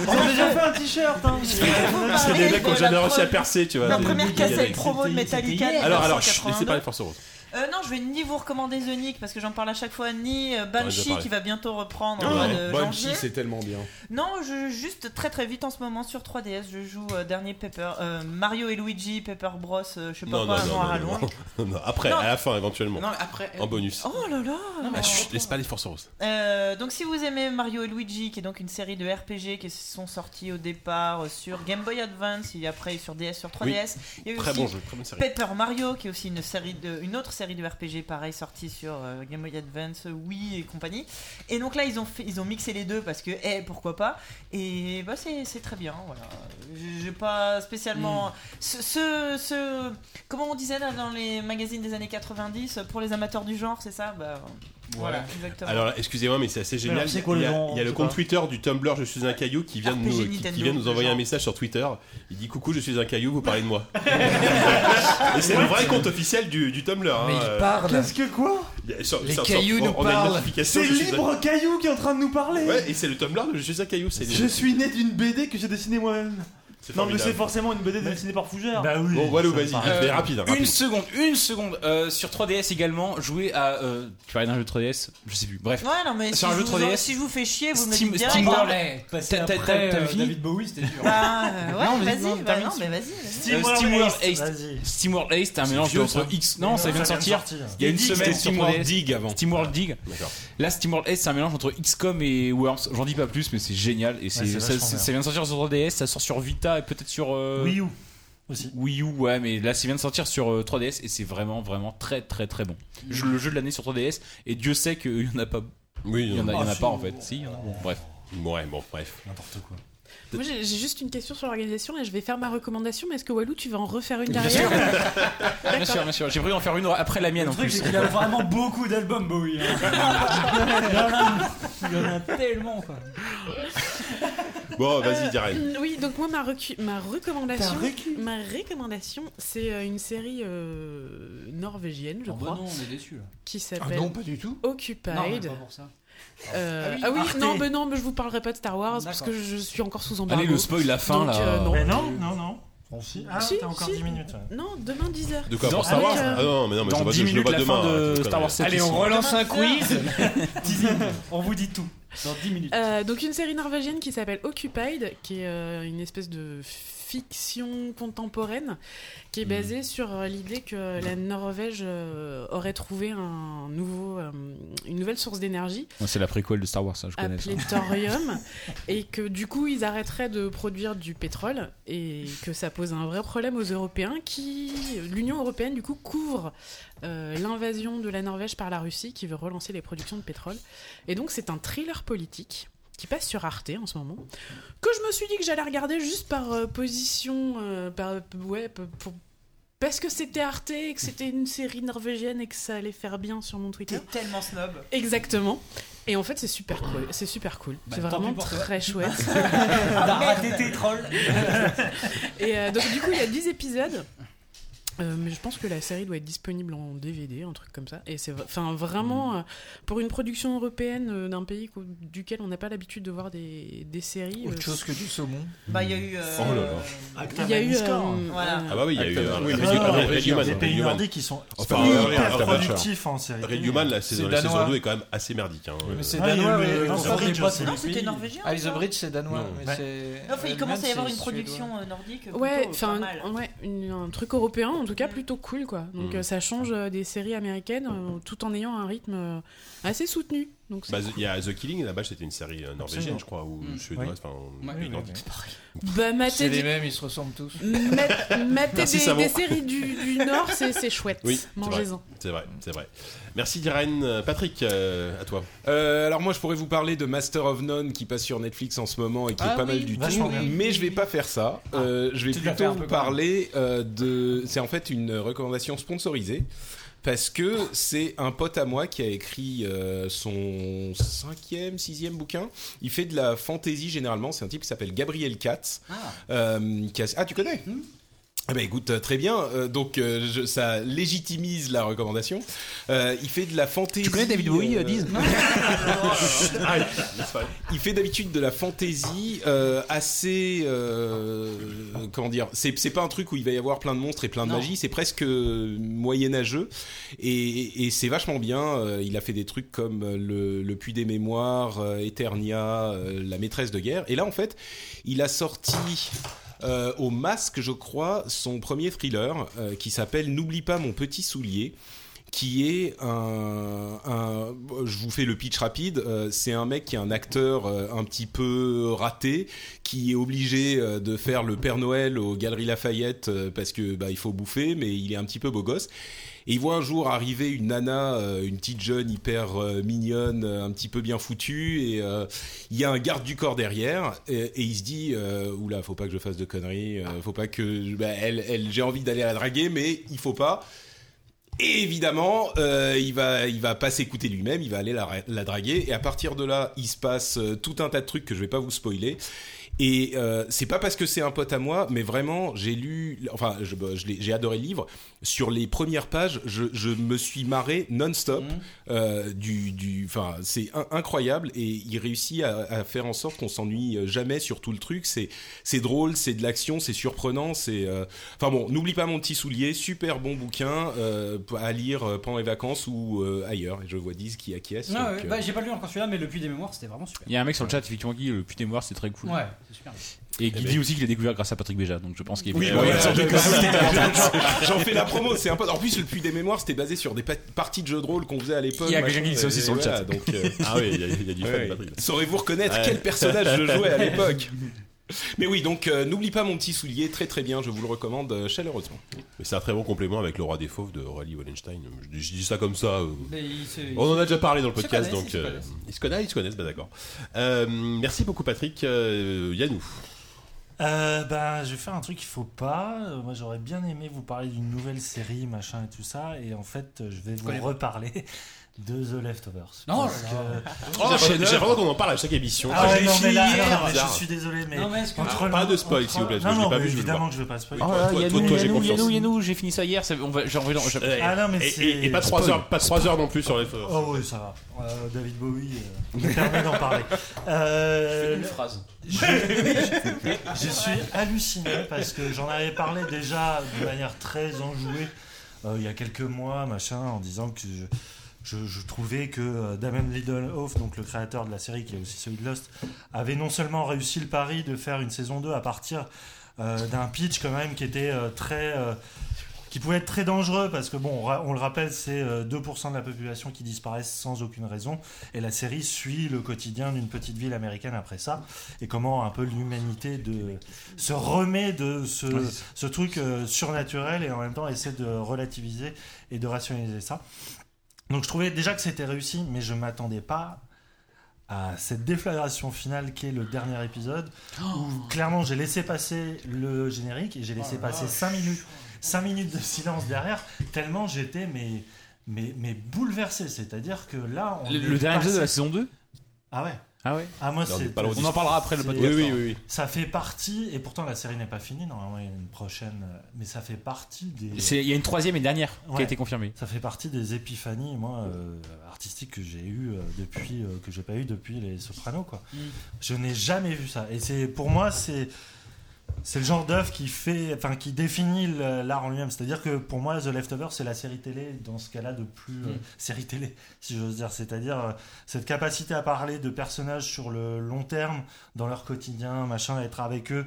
F: On a déjà fait un t-shirt, hein.
B: C'est des mecs qui ont jamais réussi à percer, tu vois.
L: La
B: des-
L: première
B: des-
L: cassette
B: des-
L: promo de Metallica.
B: Alors, alors, chut,
L: 1982.
B: laissez parler Force Rose.
L: Euh, non, je vais ni vous recommander The Nick parce que j'en parle à chaque fois, ni euh,
G: On a déjà
L: Banshee
G: parlé.
L: qui va bientôt reprendre
B: Ah
L: au mois de
G: Banshee,
L: euh, janvier.
G: c'est tellement bien.
L: Non, je juste très très vite en ce moment sur 3DS, je joue euh, dernier Pepper, euh, Mario et Luigi, Pepper Bros, euh, je sais pas
B: Non, non,
L: quoi,
B: non,
L: un noir à
B: non,
L: loin.
B: non, non, non. Après,
L: Non.
B: à la fin, éventuellement.
L: Non, mais après, euh,
B: En bonus.
L: Oh là là
B: Ah, chut, laisse parler Force Rose.
L: Euh, donc si vous aimez Mario et Luigi, qui est donc une série de RPG qui sont sortis au départ euh, sur Game Boy Advance, et après sur DS, sur 3DS.
B: Oui.
L: Il y a eu
B: Très
L: aussi
B: bon jeu, très bonne série.
L: Paper Mario, qui est aussi une, série de, une autre série de RPG, pareil, sortie sur euh, Game Boy Advance, Wii et compagnie. Et donc là, ils ont, fait- ils ont mixé les deux parce que, eh, pourquoi pas Et bah c'est c'est très bien, voilà. J'ai- J'ai pas spécialement...
H: Mm.
L: Ce, ce, ce- Comment on disait là, dans les magazines des années 90, pour les amateurs du genre, c'est ça bah, Voilà, exactement.
B: Alors, excusez-moi, mais c'est assez
L: Mais
B: génial.
L: alors, c'est quoi
B: il y a,
L: le nom,
B: il y
L: je
B: a le
L: sais
B: compte
L: pas.
B: Twitter du Tumblr Je suis un caillou qui vient de
L: RPG
B: nous, qui,
L: Nintendo,
B: qui vient de nous
L: le
B: envoyer
L: genre.
B: un message sur Twitter. Il dit Coucou, je suis un caillou, vous parlez de moi. Et c'est le vrai compte officiel du, du Tumblr. hein, euh,
J: Mais il parle. Qu'est-ce
B: que quoi Les
J: cailloux nous
B: on A une
J: parlent.
B: notification,
F: C'est
B: Je suis un-
F: Libre Caillou qui est en train de nous parler.
B: Ouais, et c'est le Tumblr de Je suis un caillou. c'est-
F: Je suis né d'une BD que j'ai dessinée moi-même.
B: C'est
F: Non, mais
B: formidable.
F: c'est forcément une BD dessinée par Fougère.
C: Bah
L: Bah
B: Bon, Walou, vas-y, mais rapide. hein,
C: Une
B: rapide.
C: seconde, une seconde. Euh, sur 3DS également, jouer à. euh, tu parlais d'un jeu 3DS Je sais plus. Bref.
L: Ouais, non, mais
C: sur
L: si,
C: un
L: je
C: jeu
L: vous en-
C: 3DS.
L: si je vous fais chier, vous me le
C: Steam-
L: dites direct.
C: Steam
L: hein.
C: World. Ouais, passer T'as- t'as- après, t'as euh, fini David
D: Bowie, c'était dur.
L: Bah, euh, ouais,
C: Non, mais
L: vas-y,
C: non,
L: bah
C: termine
L: non,
C: sur-
L: mais vas-y. vas-y.
C: Euh, SteamWorld Ace. SteamWorld Ace, c'était un
G: C'est
C: mélange
G: vieux,
C: de entre
G: ça.
C: X.
G: Mais
C: Non, ça
G: non,
C: vient de
G: ça vient de
C: sortir.
G: sortir.
C: Il y a une
G: Dig,
C: semaine
G: c'était
C: sur
G: SteamWorld
C: 3DS.
G: Dig avant.
C: SteamWorld Dig. Là, SteamWorld Ace, c'est un mélange entre XCOM et Worms. J'en dis pas plus, mais c'est génial. Et c'est-
E: c'est
C: ça
E: vachement
C: ça-
E: bien.
C: ça vient de sortir sur 3DS, ça sort sur Vita et peut-être sur. euh,
E: Wii U aussi.
C: Wii U, ouais, mais là, ça vient de sortir sur euh, 3DS et c'est vraiment, vraiment très, très, très bon. Je- Le jeu de l'année sur 3DS, et Dieu sait qu'il y en a pas.
B: Oui,
C: il y en a, il y en a
B: Ah,
C: pas en
B: si.
C: fait. Si, il y en a. Bon, bref.
B: Ouais, bon, bref.
C: N'importe quoi.
I: Moi, j'ai j'ai juste une question sur l'organisation et je vais faire ma recommandation, mais est-ce que Walou, tu vas en refaire une
C: Bien
I: derrière
C: sûr. Ah, Bien sûr, bien sûr. J'ai voulu en faire une après la mienne
R: Le
C: en
R: truc,
C: plus.
R: c'est qu'il a vraiment beaucoup d'albums, Bowie. hein. Il y en a tellement, quoi.
B: Bon, vas-y,
I: Euh,
B: Diarène.
I: Oui, donc moi, ma, recu- ma recommandation,
B: Ta recu-
I: ma recommandation, c'est euh, une série euh, norvégienne, je
D: Oh bah
I: crois.
D: non, on est déçus, là.
I: Qui
D: Ah
I: s'appelle.
D: non, pas du tout.
I: Occupied.
D: Non, mais pas pour ça.
I: Euh,
D: Ah oui,
I: ah oui,
D: Arte.
I: non, mais non, mais je vous parlerai pas de Star Wars parce
D: D'accord.
I: que je suis encore sous embargo.
C: Allez, le spoil, la fin
I: Donc,
C: là.
I: euh, non.
E: Mais non, non, non. Ah,
I: Si,
E: t'as encore
I: si.
E: 10 minutes. ouais.
I: Non, demain 10h.
B: De quoi, pour Star Wars
I: euh,
B: Ah non, mais non, mais je
C: Dans
B: vois
C: 10
B: je le
C: minutes,
B: vois
C: la
B: demain,
C: fin de
B: tu
C: Star Wars
B: connais.
C: 7 Allez, on ici. relance un quiz.
R: On vous dit tout. Dans 10 minutes.
I: Euh, donc une série norvégienne qui s'appelle Occupied, qui est euh, une espèce de fiction contemporaine,
B: Hmm.
I: qui est basée sur euh, l'idée que la Norvège euh, aurait trouvé un nouveau, euh, une nouvelle source d'énergie
C: Ouais, C'est la préquelle de Star Wars, ça, je connais. ça.
I: appelée thorium, et que du coup ils arrêteraient de produire du pétrole et que ça pose un vrai problème aux Européens qui l'Union européenne du coup couvre euh, l'invasion de la Norvège par la Russie qui veut relancer les productions de pétrole et donc c'est un thriller politique qui passe sur Arte en ce moment que je me suis dit que j'allais regarder juste par euh, position euh, par ouais p- pour parce que c'était Arte et que c'était une série norvégienne et que ça allait faire bien sur mon Twitter.
L: Tellement snob.
I: Exactement. Et en fait, c'est super cool. C'est super cool.
L: Bah,
I: c'est
L: tant
I: vraiment
L: pis pour toi.
I: très chouette.
R: T'as raté tes trolls.
I: Et euh, donc, du coup, il y a 10 épisodes. Euh, mais je pense que la série doit être disponible en DVD, un truc comme ça. Et c'est v- enfin
L: Mm.
I: vraiment euh, pour une production européenne euh, d'un pays qu'au- duquel on n'a pas l'habitude de voir des, des séries.
J: Autre
I: euh,
J: chose que du saumon.
L: Bah, il y a eu. euh,
J: Oh là là.
I: Il y a eu. euh,
L: Voilà.
B: Ah bah oui, il y a eu
G: Acta-
B: un
G: oui,
B: Red
G: mais-
B: Human,
G: Ah,
B: Red
G: les
B: Human,
G: pays
B: Red Human.
G: nordiques, ils sont
B: Enfin, euh,
G: hyper
B: Red Human,
G: productifs
E: en série
B: Red Human, la saison, la
J: C'est
B: saison
J: danois.
B: 2 est quand même assez merdique. Hein.
J: Mais c'est
B: Euh,
J: danois,
B: oui,
J: mais
B: oui,
J: non,
B: oui,
J: ça,
B: oui.
J: c'est pas tous
L: Non,
J: les
L: c'était
J: pays.
L: norvégien,
J: Ah, the
L: ça.
J: Bridge, c'est danois.
B: Non.
J: mais
B: Ouais.
J: c'est- euh,
L: Enfin, il
J: Iron
L: commence à y
J: Man,
L: avoir
J: c'est
L: une production euh, nordique.
I: Ouais,
L: plutôt,
I: enfin,
L: pas mal.
I: ouais, une- un truc européen en tout cas plutôt cool quoi. Donc
L: Mm.
I: euh, ça change euh, des séries américaines euh, tout en ayant un rythme euh, assez soutenu. Donc c'est
B: Bah,
I: cool.
B: Il y a The Killing, là-bas, c'était une série euh, norvégienne,
I: Absolument.
B: je crois, ou
I: Mm.
B: suédoise,
I: Oui.
B: enfin,
I: Ouais,
B: pays
I: oui,
B: nordique.
I: oui. Bah, mater
J: C'est les
I: des-
J: mêmes, ils se ressemblent tous.
I: Mat- Mater
B: Merci,
I: des,
B: Samo.
I: des séries du, du Nord, c'est c'est chouette.
B: Oui, c'est vrai.
I: Mangez-en.
B: C'est vrai, c'est vrai. Merci, Irène. Euh, Patrick, euh, à toi.
G: Euh, alors moi je pourrais vous parler de Master of None qui passe sur Netflix en ce moment et qui
B: Ah
G: est pas
B: oui,
G: mal du tout,
B: vachement bien.
G: mais je vais pas faire ça. Euh, je vais
B: vas
G: plutôt
B: faire un
G: vous
B: peu
G: parler euh, de. C'est en fait une recommandation sponsorisée. Parce que c'est un pote à moi qui a écrit euh, son cinquième, sixième bouquin. Il fait de la fantasy généralement. C'est un type qui s'appelle Gabriel Katz.
Q: Ah.
G: Euh, qui a- Ah, tu connais
B: Hmm.
G: Eh ben écoute, euh, très bien. Euh, donc euh, je- ça légitimise la recommandation. Euh, il fait de la fantaisie. euh, Tu connais David Bowie,
B: euh,
G: disent Ah, Il fait d'habitude de la fantaisie euh, assez euh, comment dire. C'est c'est pas un truc où il va y avoir plein de monstres et plein de
M: Non.
G: magie. C'est presque euh, moyenâgeux et, et c'est vachement bien. Euh, il a fait des trucs comme euh, le, le Puits des Mémoires, euh, Eternia, euh, la Maîtresse de Guerre. Et là en fait, il a sorti euh, au masque, je crois, son premier thriller euh, qui s'appelle N'oublie pas mon petit soulier qui est un, un- je vous fais le pitch rapide euh, c'est un mec qui est un acteur euh, un petit peu raté qui est obligé euh, de faire le Père Noël aux Galeries Lafayette euh, parce que bah il faut bouffer mais il est un petit peu beau gosse et il voit un jour arriver une nana euh, une petite jeune hyper euh, mignonne euh, un petit peu bien foutue et euh, il y a un garde du corps derrière et, et il se dit euh, oula faut pas que je fasse de conneries euh, faut pas que je- bah, elle, elle j'ai envie d'aller la draguer mais il faut pas et évidemment, euh, il va, il va pas s'écouter lui-même, il va aller la, la draguer. Et à partir de là, il se passe euh, tout un tas de trucs que je vais pas vous spoiler. Et euh, c'est pas parce que c'est un pote à moi, mais vraiment, j'ai lu, enfin, je- bah, je l'ai- j'ai adoré le livre. Sur les premières pages, je, je me suis marré non-stop.
D: Mhm.
G: euh, du, du, enfin, c'est in- incroyable et il réussit à, à faire en sorte qu'on s'ennuie euh, jamais sur tout le truc. C'est, c'est drôle, c'est de l'action, c'est surprenant, c'est, euh, enfin bon, n'oublie pas mon petit soulier, super bon bouquin euh, à lire euh, pendant les vacances ou euh, ailleurs. Et je vois 10 qui acquiesce.
D: Non,
G: donc,
D: ouais,
G: euh,
D: bah, j'ai pas lu encore celui-là, mais le puits des mémoires, c'était vraiment super.
C: Il y a un mec sur le chat, effectivement, qui le putain voir, c'est très cool.
D: Ouais, c'est super.
C: Et qui dit aussi qu'il est découvert grâce à Patrick Béja, donc je pense qu'il est
G: Oui,
C: Ouais,
G: bah,
C: ouais,
G: sans
C: ouais,
G: déconner.
C: ouais.
G: J'en fais la promo, c'est un pote. En plus, le puits des mémoires, c'était basé sur des pa- parties de jeux de rôle qu'on faisait à l'époque.
C: Il y a
G: machin,
C: quelqu'un qui dit ça aussi
G: et
C: sur le
G: voilà,
C: chat.
G: donc, euh,
B: Ah oui, il y a- il y a du fan, Patrick.
G: Saurez-vous reconnaître
B: Ouais.
G: quel personnage je jouais à l'époque Mais oui, donc euh, n'oublie pas mon petit soulier, très très bien, je vous le recommande euh, chaleureusement.
B: Mais c'est un très bon complément avec le roi des fauves de Aurélie Wallenstein. Je, dis- je dis ça comme ça. euh.
D: Mais il se- il
B: On en
D: se-
B: a déjà parlé dans le
D: ils se
B: podcast,
D: connaissent,
B: donc
D: ils se
B: euh,
D: connaissent.
B: ils se connaissent, ils se connaissent, bah d'accord. Euh, merci beaucoup, Patrick. Euh, Yannou.
E: Euh, bah, je vais faire un truc qu'il faut pas. Euh, Moi, j'aurais bien aimé vous parler d'une nouvelle série, machin et tout ça. Et en fait, euh, je vais vous
B: connais pas.
E: reparler de The Leftovers.
D: Non,
E: Parce
D: là, là.
E: que-
B: Oh, j'ai- j'ai vraiment qu'on en parle à chaque émission.
E: Ah
B: Je
E: ouais,
B: l'ai
E: non,
B: fini
E: mais là,
B: hier.
E: non, mais je
B: Bizarre.
E: suis désolé, mais.
B: Non, mais est-ce que-
E: entre
B: Pas
E: le-
B: de spoil,
E: entre-
B: s'il vous plaît, parce
E: Non,
B: que je l'ai
E: non,
B: pas
E: mais
B: vu, je veux le
E: évidemment
B: voir.
E: que je vais pas
C: Oh
E: spoiler.
B: Oui, toi, toi, toi, toi, j'ai confiance.
C: j'ai fini ça hier, ça- on va- j'ai envie d'en- j'ai-
B: Eh, et, et- et pas 3 heures, pas trois heures non plus sur les feux.
E: Oh oui, ça va. Euh, David Bowie euh, me permet d'en parler. Euh,
B: Je fais une phrase.
E: Je, je- je suis halluciné parce que j'en avais parlé déjà de manière très enjouée euh, il y a quelques mois, machin, en disant que je, je- je trouvais que euh, Damon Lindelof, donc le créateur de la série qui est aussi celui de Lost, avait non seulement réussi le pari de faire une saison 2 à partir euh, d'un pitch quand même qui était euh, très euh, qui pouvait être très dangereux parce que bon, on, ra- on le rappelle, c'est euh, 2% de la population qui disparaissent sans aucune raison et la série suit le quotidien d'une petite ville américaine après ça et comment un peu l'humanité de se remet de ce,
M: Ouais, c'est ça.
E: ce truc euh, surnaturel et en même temps essaie de relativiser et de rationaliser ça. Donc je trouvais déjà que c'était réussi, mais je m'attendais pas à cette déflagration finale qui est le dernier épisode où clairement j'ai laissé passer le générique et j'ai laissé
M: Oh là
E: passer
M: là.
E: 5 minutes 5 minutes de silence derrière tellement j'étais mais, mais, mais bouleversé c'est-à-dire que là on
C: Le-
E: est
C: le dernier épisode
E: passé-
C: de la saison 2
E: ah ouais
C: Ah ouais
E: ah moi
C: Non,
E: c'est
C: on parle- on en parlera après le
E: c'est-
C: podcast. Oui, oui, oui,
E: ça fait partie et pourtant la série n'est pas finie normalement il y a une prochaine euh, mais ça fait partie des
C: C'est- Il y a une troisième et dernière qui
E: Ouais.
C: a été confirmée.
E: Ça fait partie des épiphanies, moi, euh, artistiques que j'ai eu depuis, euh, que j'ai pas eu depuis les Sopranos, quoi.
M: Mm.
E: Je n'ai jamais vu ça. Et c'est, pour moi, c'est, c'est le genre d'œuvre qui fait, enfin, qui définit le- l'art en lui-même. C'est-à-dire que pour moi, The Leftovers, c'est la série télé dans ce cas-là de plus euh,
M: Mm.
E: série télé, si j'ose dire. C'est-à-dire euh, cette capacité à parler de personnages sur le long terme, dans leur quotidien, machin, à être avec eux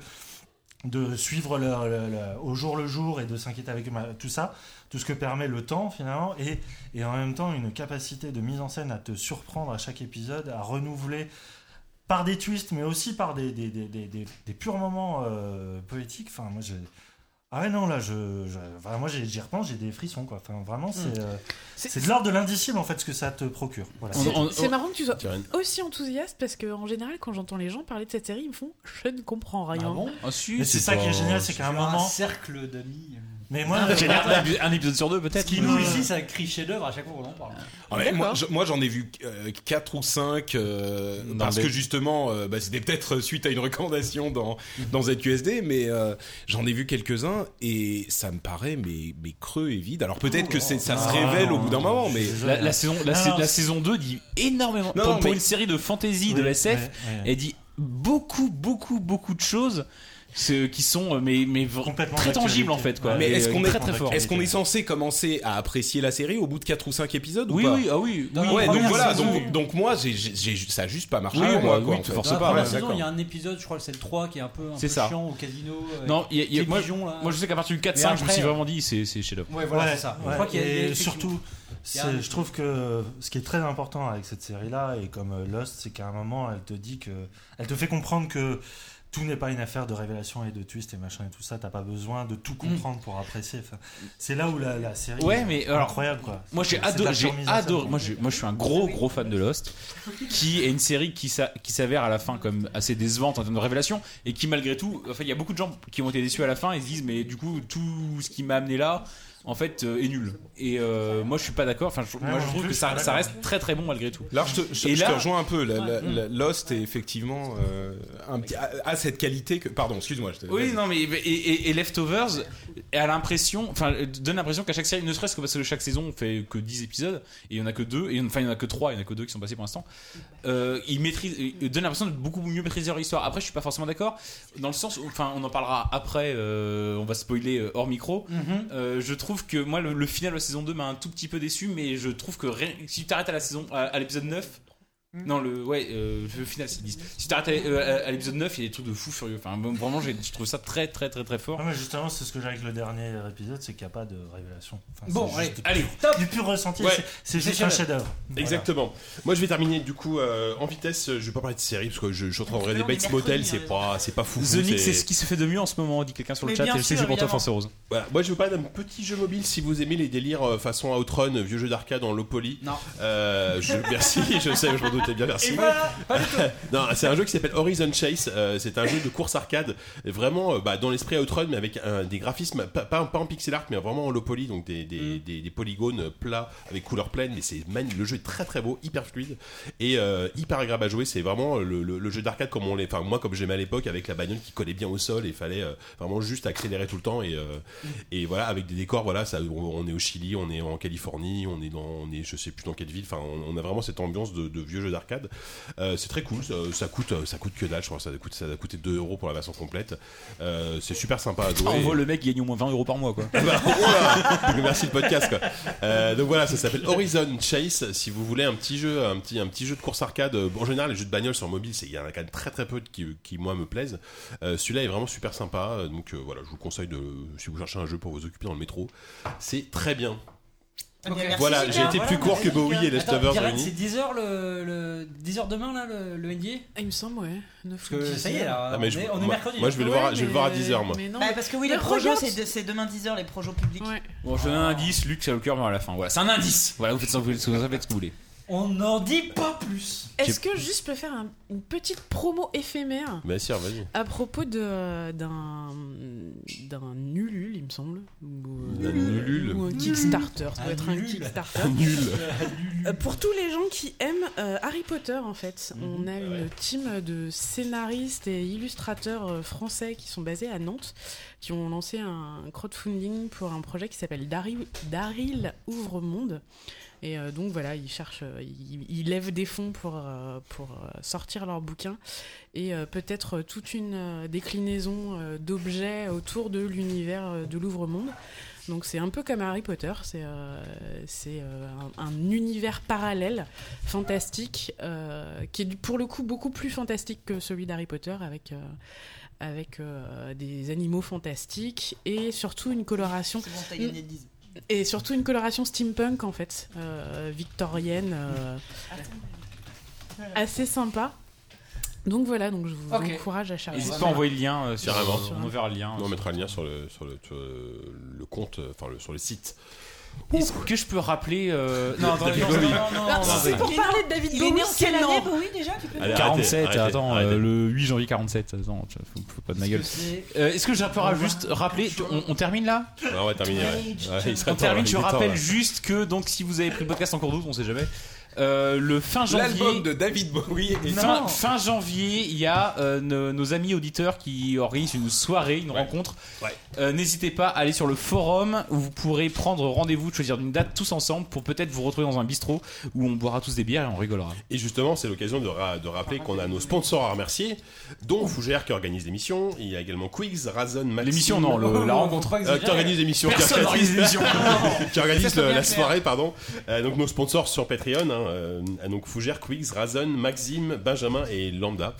E: de suivre leur- leur- leur- au jour le jour et de s'inquiéter avec ma- tout ça, tout ce que permet le temps finalement, et, et en même temps une capacité de mise en scène à te surprendre à chaque épisode, à renouveler par des twists, mais aussi par des, des, des, des, des- des purs moments euh, poétiques. Enfin, moi, j'ai... Ah ouais, non, là, je, je- enfin, moi, j'ai- j'y repense, j'ai des frissons, quoi. Enfin, vraiment, c'est, euh,
I: Hmm. C'est-
E: c'est de l'ordre de l'indicible, en fait, ce que ça te procure. Voilà.
I: C'est- C'est marrant que tu sois aussi enthousiaste parce que en général, quand j'entends les gens parler de cette série, ils me font je ne comprends rien.
L: Ah
E: Mais c'est ça qui est génial, c'est qu'à un moment.
D: cercle d'amis.
E: Mais moi, euh,
C: un épisode sur deux peut-être.
D: Ce qui nous ici, ça crie chef d'œuvre à chaque fois qu'on en parle.
G: Ah ouais, moi, je- moi, j'en ai vu 4 ou 5 parce
C: mais-
G: que justement euh, bah, c'était peut-être suite à une recommandation dans, dans ZQSD mais euh, j'en ai vu quelques-uns et ça me paraît mais, mais creux et vide alors peut-être que c'est, ça se révèle au bout d'un moment mais
C: Oh la, la saison, la, sa- la saison 2 dit énormément.
G: Non,
C: pour,
G: non,
C: pour
G: mais-
C: une série de fantasy de
G: Oui,
C: SF,
G: ouais, ouais.
C: elle dit beaucoup, beaucoup, beaucoup de choses ce- qui sont euh, mais, mais v- très tangibles en fait. Quoi.
G: mais
C: Et,
G: est-ce
C: euh,
G: qu'on est,
C: très, très fort.
G: est-ce qu'on est censé commencer à apprécier la série au bout de 4 ou 5 épisodes
C: Oui,
G: ou pas
C: oui, ah oui,
G: Ouais,
C: oui,
G: donc
C: première
G: voilà
C: saison.
G: donc, donc moi j'ai, j'ai- j'ai- ça a juste pas marché
C: Oui,
G: pour
C: bah
G: moi
C: oui,
G: quoi,
C: tu
G: en fait.
C: forces
D: Dans la
G: Ouais,
D: première
G: d'accord.
D: saison, il y a un épisode, je crois que c'est le 3 qui est un peu, un
C: C'est
D: peu
C: ça.
D: chiant au casino. euh, avec
C: Non, il y a- il y a-
D: les
C: moi,
D: pigeons, là.
C: moi, je sais qu'à partir du 4-5,
D: Mais
C: je me suis
E: euh,
D: après-
C: vraiment dit c'est, c'est chef-d'œuvre.
D: Ouais, voilà, c'est ça. Je crois qu'il y a- il y a
E: et
D: effectivement-
E: surtout, c'est-
D: Il y a un-
E: je trouve que ce qui est très important avec cette série-là, et comme euh, Lost, c'est qu'à un moment, elle te dit que, elle te fait comprendre que tout n'est pas une affaire de révélation et de twist et machin et tout ça. T'as pas besoin de
D: Mm.
E: tout comprendre pour apprécier. Enfin, c'est là où la, la série
C: Ouais, mais
E: est
C: alors,
E: incroyable, quoi.
C: Moi,
E: C'est
C: j'ai
E: de la
C: adoré.
E: pure
C: j'ai
E: mise en scène,
C: adoré
E: quoi.
C: moi, je, moi, je suis un gros, gros fan de Lost, qui est une série qui, s'a- qui s'avère à la fin comme assez décevante en termes de révélation, et qui, malgré tout, enfin, il y a beaucoup de gens qui ont été déçus à la fin et se disent, mais du coup, tout ce qui m'a amené là, en fait, euh, est nul. Et euh, moi, je suis pas d'accord. Enfin, je,
G: Ouais,
C: moi,
G: moi
C: je
G: non
C: trouve
G: plus,
C: que
G: je suis
C: ça,
G: pas
C: ça
G: d'accord.
C: reste très, très bon malgré tout.
G: Là, je te, je-
C: Et
G: je
C: là-
G: te rejoins un peu. La- la-
C: Ouais.
G: la- Lost est effectivement euh, un petit, a, a cette qualité que. Pardon, excuse-moi. je te-
C: Oui, non, mais et, et- et Leftovers a l'impression, enfin, euh, donne l'impression qu'à chaque série, ne serait-ce que parce que chaque saison on fait que 10 épisodes, et il y en a que deux, et enfin, il y en a que trois, il y en a que deux qui sont passés pour l'instant. Euh, il maîtrise, il donne l'impression de beaucoup mieux maîtriser leur histoire. Après, je suis pas forcément d'accord, dans le sens, où- enfin, on en parlera après, euh, on va spoiler euh, hors micro.
F: Mhm.
C: Euh, je trouve que moi, le, le final de la saison 2 m'a un tout petit peu déçu, mais je trouve que rien- si tu t'arrêtes à la saison, à, à l'épisode 9, non, le, ouais, euh, le final c'est 10. Si tu t'arrêtes à, euh, à- à l'épisode 9, il y a des trucs de fou furieux. Enfin, bon, vraiment, j'ai- je trouve ça très, très, très, très fort.
E: Ouais, mais justement, c'est ce que j'ai avec le dernier épisode, c'est qu'il n'y a pas de révélation. Enfin,
B: Bon,
E: c'est
B: allez,
E: juste
B: allez,
E: du pur-
B: top.
E: Du pur ressenti,
B: Ouais.
E: c'est- c'est juste un chef-d'œuvre. Voilà.
B: Exactement. Moi, je vais terminer du coup euh, en vitesse. Je vais pas parler de série parce que je, je suis en train de regarder
C: Mais on est
B: Bates
C: mercredi,
B: Motel.
C: hein,
B: C'est pas, c'est pas fou.
C: The Nick, c'est ce qui se fait de mieux en ce moment, dit quelqu'un sur le chat, et je sais que c'est pour toi, Force Rose.
B: Voilà. Moi, je veux parler d'un petit jeu mobile si vous aimez les délires euh, façon Outrun, vieux jeu d'arcade en low poly.
D: Non.
B: Euh, je, merci, je sais, je m'en doutais bien, merci.
D: Et voilà,
B: non, c'est un jeu qui s'appelle Horizon Chase. euh, c'est un jeu de course arcade, vraiment euh, bah, dans l'esprit Outrun, mais avec un- des graphismes pas, pas en- pas en pixel art, mais vraiment en low poly, donc des, des,
D: Mm.
B: des- des polygones plats avec couleur pleine. Mais c'est man- le jeu est très très beau, hyper fluide et euh, hyper agréable à jouer. C'est vraiment le, le- le jeu d'arcade comme on l'est, enfin moi comme j'aimais à l'époque avec la bagnole qui collait bien au sol et il fallait euh, vraiment juste accélérer tout le temps et euh, et voilà avec des décors voilà ça on, on est au Chili, on est en Californie, on est dans on est je sais plus dans quelle ville. Enfin on, on a vraiment cette ambiance de, de vieux jeu d'arcade. Euh, c'est très cool. Ça, ça coûte ça coûte que dalle. Je crois que ça coûte ça a coûté 2 euros pour la version complète. Euh, c'est super sympa à jouer.
C: on voit le mec gagne au moins 20 euros par mois, quoi.
B: Ah bah. Voilà. Merci le podcast. Quoi. Euh, donc voilà, ça s'appelle Horizon Chase. Si vous voulez un petit jeu, un petit, un petit jeu de course arcade. euh, En général, les jeux de bagnole sur mobile, c'est- il y en a quand même très très peu de- qui, qui, moi me plaisent. Euh, Celui-là est vraiment super sympa. Euh, Donc euh, voilà, je vous conseille de si vous cherchez un jeu pour vous occuper dans le métro, c'est très bien. Voilà, j'ai été plus court que Bowie et
D: Ah, Attends,
B: Leftovers
D: Pirate,
B: réunis.
D: C'est 10h le, le 10h demain là le, le NDA
I: Ah, Il me semble ouais. Parce
D: que ça y est là,
B: Ah, mais
D: on,
B: je-
D: est, on est
B: moi-
D: mercredi.
B: moi, je vais le voir à- je vais le voir à 10h, moi.
L: Bah, parce que oui, les
I: mais
L: projets,
I: regarde.
L: c'est de- c'est demain 10h, les projets publics.
C: Bon, je donne un indice, Luc, c'est le cœur, mais à la fin. Voilà, c'est un indice. Voilà, vous faites ça, vous faites ce que vous voulez.
D: On n'en dit pas plus.
I: Est-ce que juste je peux faire un- une petite promo éphémère
B: Bien sûr, Bah, vas-y.
I: à propos de d'un d'un Ulule, il me semble, ou, euh,
B: D'un Ulule.
I: ou un Kickstarter, ça
R: Un
I: doit être
C: Ah,
I: un
R: Ulule.
I: Kickstarter.
R: Un Ulule.
I: Euh, Pour tous les gens qui aiment euh, Harry Potter, en fait, on a une team de scénaristes et illustrateurs euh, français qui sont basés à Nantes, qui ont lancé un crowdfunding pour un projet qui s'appelle Daryl- Daryl Ouvre Monde. Et euh, donc voilà, ils cherchent, euh, ils, ils lèvent des fonds pour, euh, pour euh, sortir leur bouquin et euh, peut-être euh, toute une euh, déclinaison euh, d'objets autour de l'univers euh, de l'ouvre-monde. Donc c'est un peu comme Harry Potter, c'est euh, c'est, euh, un, un univers parallèle fantastique euh, qui est du- pour le coup beaucoup plus fantastique que celui d'Harry Potter avec euh, avec euh, des animaux fantastiques et surtout une coloration. Mm.
L: Bon, t'as gagné 10.
I: Et surtout une coloration steampunk en fait, euh, victorienne, euh, assez sympa. Donc voilà, donc je vous
C: Ok.
I: encourage à charger.
C: N'hésite
I: ça.
C: pas à envoyer le lien euh, sur,
B: Carrément.
C: sur- on verra le lien. euh,
B: On mettra le lien sur le, sur le, sur le- le compte, euh, enfin le- sur le site.
C: Est-ce que je peux rappeler euh, Non, attendez, non,
B: David
C: non,
B: Bowie.
C: non, non,
B: Non,
C: non,
B: c'est
C: non.
H: Pour parler de David
L: Il est né
H: Bowie,
L: en
H: c'est
L: quelle
H: l'année
L: année Bowie déjà tu peux
B: Allez,
C: 47,
B: arrêtez,
C: attends,
B: arrêtez,
C: euh, le 8 janvier 47, attends, tu- faut, faut pas de ma gueule. Euh, Est-ce que je peux juste rappeler, tu- on, on termine là
B: Ah Ouais, on va terminer. ouais. Ouais, il serait
C: On
B: temps,
C: termine,
B: là,
C: je
B: il est temps,
C: rappelle
B: là.
C: juste que donc si vous avez pris le podcast en cours d'août, on sait jamais. euh, le fin janvier.
G: L'album de David Bowie est
C: Fin, fin janvier, il y a euh, nos, nos amis auditeurs qui organisent une soirée, une rencontre. Euh, N'hésitez pas à aller sur le forum où vous pourrez prendre rendez-vous, choisir une date tous ensemble pour peut-être vous retrouver dans un bistrot où on boira tous des bières et on rigolera.
B: Et justement, c'est l'occasion de, ra- de rappeler qu'on a nos sponsors à remercier, dont Fougère qui organise l'émission. Il y a également Quigs, Razon, Maxime.
C: L'émission, non, le- la rencontre. Faut pas
B: Euh, qui
C: exagérer.
B: organise l'émission. qui
C: Personne organise l'émission.
B: qui organise
C: Ça, ça
B: le-
C: vient
B: la
C: faire.
B: soirée, pardon. Euh, donc nos sponsors sur Patreon, hein, euh, donc Fougère, Quigs, Razon, Maxime, Benjamin et Lambda.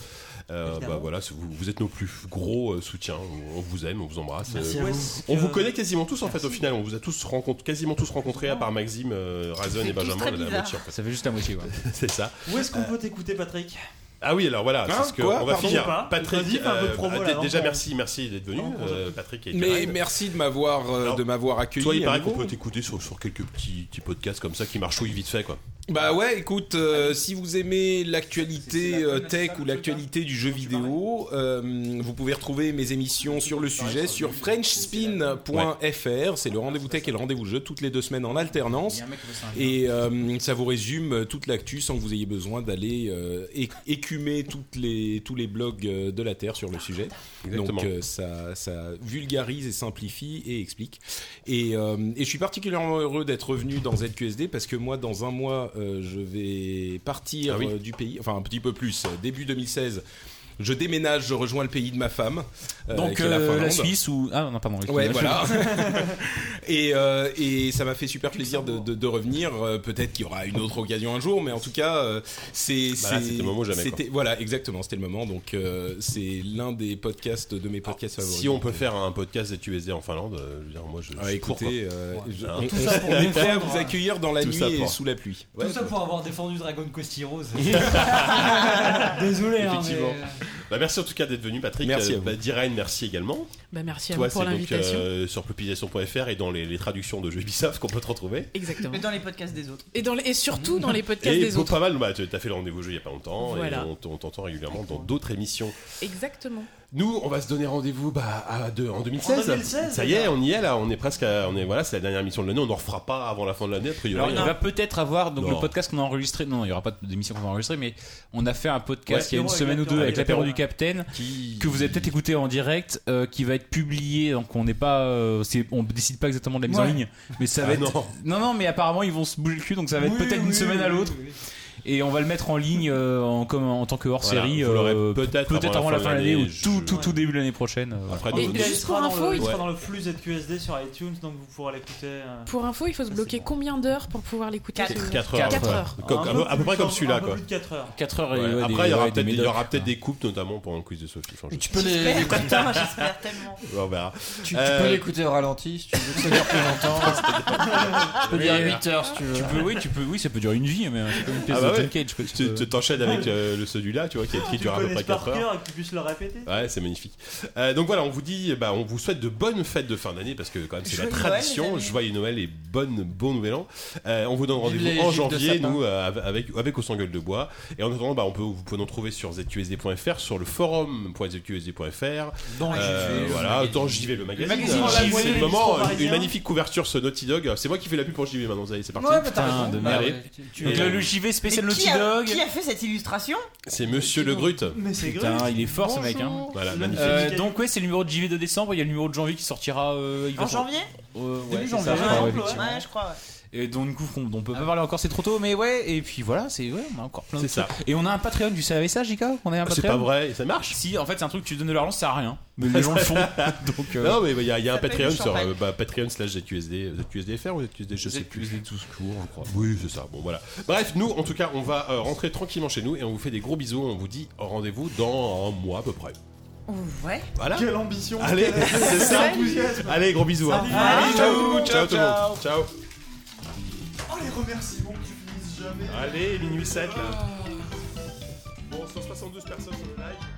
B: Euh, bah voilà, c'est- vous, vous êtes nos plus gros euh, soutiens. On, on vous aime, on vous embrasse.
E: Merci à
B: Euh,
E: vous.
B: On vous connaît quasiment tous en fait. Au final, on vous a tous rencontrés, quasiment tous rencontrés à part Maxime, euh, Razon
F: C'est
B: et
F: tous
B: Benjamin.
F: très
B: on a la
F: bizarres.
B: moitié, en fait.
C: Ça fait juste la moitié. ouais.
B: c'est ça.
F: Où est-ce qu'on peut t'écouter, Patrick
B: Ah oui, alors voilà,
F: Hein,
B: c'est ce que
F: quoi
B: on va
F: Pardon
B: finir.
F: ou pas
B: Patrick,
F: Vas-y, fais un peu de
B: euh,
F: promo,
B: bah,
F: là,
B: d-
F: avant
B: déjà
F: qu'on-
B: merci, merci d'être venu, euh, Patrick. Et
G: Mais
B: Karen.
G: merci de m'avoir euh, de m'avoir accueilli.
B: Toi, il
G: à
B: paraît qu'on
G: nouveau.
B: peut t'écouter sur, sur quelques petits, petits podcasts comme ça qui marchouillent vite fait, quoi.
G: Bah ouais, écoute,
B: Ah,
G: euh, si vous aimez l'actualité euh, tech ou l'actualité du jeu vidéo, euh, vous pouvez retrouver mes émissions sur le sujet sur frenchspin.fr. C'est le rendez-vous tech et le rendez-vous jeu toutes les deux semaines en alternance. Et euh, ça vous résume toute l'actu sans que vous ayez besoin d'aller euh, é- écumer toutes les, tous les blogs euh, de la Terre sur le sujet.
B: Exactement.
G: Donc euh, ça, ça vulgarise et simplifie et explique. Et, euh, et je suis particulièrement heureux d'être revenu dans ZQSD parce que moi, dans un mois, euh, je vais partir
B: Ah oui.
G: euh, du pays, enfin un petit peu plus, euh, début 2016. Je déménage, je rejoins le pays de ma femme. euh,
C: Donc
G: qui est
C: euh, la,
G: Finlande.
C: Suisse ou ah non pardon.
G: Ouais, voilà.
C: excuse-moi.
G: et, euh, et ça m'a fait super plaisir de, de- de revenir. Euh, Peut-être qu'il y aura une autre occasion un jour, mais en tout cas, euh, c'est.
B: Bah là,
G: c'est-
B: c'était le moment ou jamais,
G: c'était-
B: quoi.
G: Voilà, exactement, c'était le moment. Donc, euh, c'est l'un des podcasts de mes podcasts favoris.
B: Ah, Si on peut faire un podcast ZQSD en Finlande, euh, je veux dire, moi je.
G: Ah,
B: je suis pour,
G: écoutez,
B: quoi.
G: euh,
B: Ouais.
G: je-
B: Hein.
G: on- Tout ça pour on est prêt à vous accueillir dans la
B: Tout
G: nuit
B: ça
G: et
B: pour.
G: sous la pluie.
D: euh, Tout ça pour avoir défendu Dragon Quest Heroes. Désolé, hein, mais...
B: Effectivement.
I: euh,
B: Bah, merci en tout cas d'être venu, Patrick.
G: Merci à
B: Euh,
G: vous.
B: bah, Diren, merci également.
I: Bah, merci à
B: Toi,
I: vous pour
B: c'est donc,
I: l'invitation.
B: euh, sur population.fr et dans les, les traductions de jeux Ubisoft qu'on peut te retrouver.
I: Exactement.
L: Mais dans les podcasts des autres.
I: Et, dans les- et surtout dans les podcasts
B: et
I: des
B: pour
I: autres.
B: pas mal, bah, tu as fait le rendez-vous jeu il n'y a pas longtemps
I: Voilà.
B: et on t- on t'entend régulièrement dans d'autres émissions.
I: Exactement.
B: Nous, on va se donner rendez-vous bah, à deux- en 2016.
I: En 2016,
B: ça y est, on y est là, on est presque à- on est voilà, c'est la dernière émission de l'année, on en refera pas avant la fin de l'année a priori.
C: Alors, il va peut-être avoir donc
B: Non.
C: le podcast qu'on a enregistré. Non, il n'y aura pas d'émission qu'on va enregistrer, mais on a fait un podcast
B: Ouais,
C: il y a une
B: l'apéro,
C: semaine ou deux
B: avec
C: avec
B: l'apéro.
C: l'apéro du Capitaine que vous avez peut-être écouté en direct, euh, qui va être publié. Donc on n'est pas, euh, c'est- on décide pas exactement de la mise en
M: Ouais.
C: ligne, mais ça va
M: Ah,
C: être.
M: non.
C: non, non, mais apparemment ils vont se bouger le cul, donc ça va être
M: Oui,
C: peut-être
M: oui,
C: d'une semaine à
M: oui,
C: l'autre. Et on va le mettre en ligne euh, en, comme, en tant que hors série, euh,
B: Voilà, vous l'aurez peut-être
C: peut-être avant
B: avant
C: la fin de l'année ou
B: je-
C: tout, tout, tout début de l'année prochaine. euh, voilà.
F: Et juste pour info, il
C: Ouais.
F: sera dans le flux ZQSD sur iTunes, donc vous pourrez l'écouter. euh.
I: Pour info, il faut se bloquer combien d'heures pour pouvoir l'écouter
F: Quatre.
I: ce-
B: Quatre heures.
I: Quatre
B: ouais.
I: heures.
B: Comme-
F: Un
B: à,
F: peu
B: peu- à peu
F: plus
B: près comme
F: de-
B: celui-là
F: un peu
B: quoi.
F: plus de quatre heures.
C: Quatre heures et-
B: Ouais,
C: ouais,
B: Après,
C: des-
B: il y aura
C: ouais, des hein.
B: peut-être des, il y
C: médocs,
B: aura peut-être
C: quoi.
B: des coupes notamment pour un quiz de Sophie. Enfin, je
J: Tu
B: sais
J: peux
B: pas.
J: les écouter. Tu, tu
B: Euh,
J: peux l'écouter au ralenti si tu veux que ça dure plus longtemps. tu peux dire 8 heures si tu veux.
C: Tu peux, oui, tu peux, oui, ça peut durer une vie, hein, mais c'est comme une pièce
B: Ah bah
C: de
B: ouais.
C: John Cage. quoi, tu
B: Tu
C: peux-
B: tu t'enchaînes avec euh, le celui-là, tu vois, qui, qui
F: Tu
B: dure à peu
F: connais
B: près
F: ce par
B: 4 heures.
F: cœur et que tu puisses le répéter.
B: Ouais, c'est magnifique. Euh, donc voilà, on vous dit, bah, on vous souhaite de bonnes fêtes de fin d'année parce que quand même c'est la
F: Joyeux
B: tradition.
F: Noël, les amis.
B: Joyeux Noël et bonne, bon nouvel an. Euh, on vous donne
J: les
B: rendez-vous en
J: gifs de
B: janvier,
J: sapin.
B: nous, euh, avec avec au sans gueule de bois. Et en attendant, bah, on peut, vous pouvez nous trouver sur zqsd.fr, sur le forum.zqsd.fr.
J: Dans JV, le
B: Euh, voilà,
J: magazine.
B: dans JV le magazine.
J: Le magazine
B: Euh,
J: JV,
B: c'est le
J: le
B: moment.
J: bistrot
B: Une
J: parisien.
B: magnifique couverture sur Naughty Dog. C'est moi qui fais la pub pour JV maintenant. ça y est, C'est parti.
L: Ouais, bah, t'as raison.
B: de
L: Bah,
B: merde.
L: ouais,
C: tu- tu- Donc, le- le JV spécial
L: Mais qui
C: Naughty
L: a-
C: Dog.
L: Qui a fait cette illustration
B: C'est Monsieur le Brut.
F: Mais c'est
C: Putain, il est fort ce mec. Hein.
B: Voilà,
C: Euh,
B: magnifique.
C: donc ouais, c'est le numéro de JV de décembre. Il y a le numéro de janvier qui sortira. euh, il va
L: En
C: sortir-
L: janvier
C: Euh, ouais,
L: Début
C: c'est
L: janvier,
C: ça, je crois, ouais,
L: ouais,
C: effectivement.
L: ouais, je crois. ouais.
C: Et donc du coup, on, on peut pas parler encore, c'est trop tôt. Mais ouais, et puis voilà, c'est ouais, on a encore plein de
B: Ah. C'est ça.
C: trucs. Et on a un Patreon, tu savais ça, Jika On a un
B: Ah, c'est
C: Patreon.
B: pas vrai, ça marche.
C: Si, en fait, c'est un truc que tu donnes de l'argent, ça sert à rien. Mais les gens le font. Donc, euh,
B: Non, mais bah, il y a, il y a un
C: Ça paye
B: Patreon
C: le
B: sur
C: champagne.
B: euh, bah, Patreon slash ZQSD, ZQSDFR ou ZQSD, je sais plus.
C: ZQSD tout court, je crois.
B: Oui, c'est ça. Bon, voilà. Bref, nous, en tout cas, on va euh, rentrer tranquillement chez nous et on vous fait des gros bisous. On vous dit rendez-vous dans un mois à peu près.
L: Ouais.
B: Voilà.
F: Quelle ambition
B: Allez,
F: quel-
B: c'est ça.
F: quel enthousiasme.
B: Allez, gros bisous. hein.
F: Salut. Allez,
B: ciao,
F: ciao,
B: ciao, tout le monde. Ciao.
F: Oh, les remerciements qui finissent jamais.
B: Allez, minuit 7 là. Bon, 172 personnes sur le live.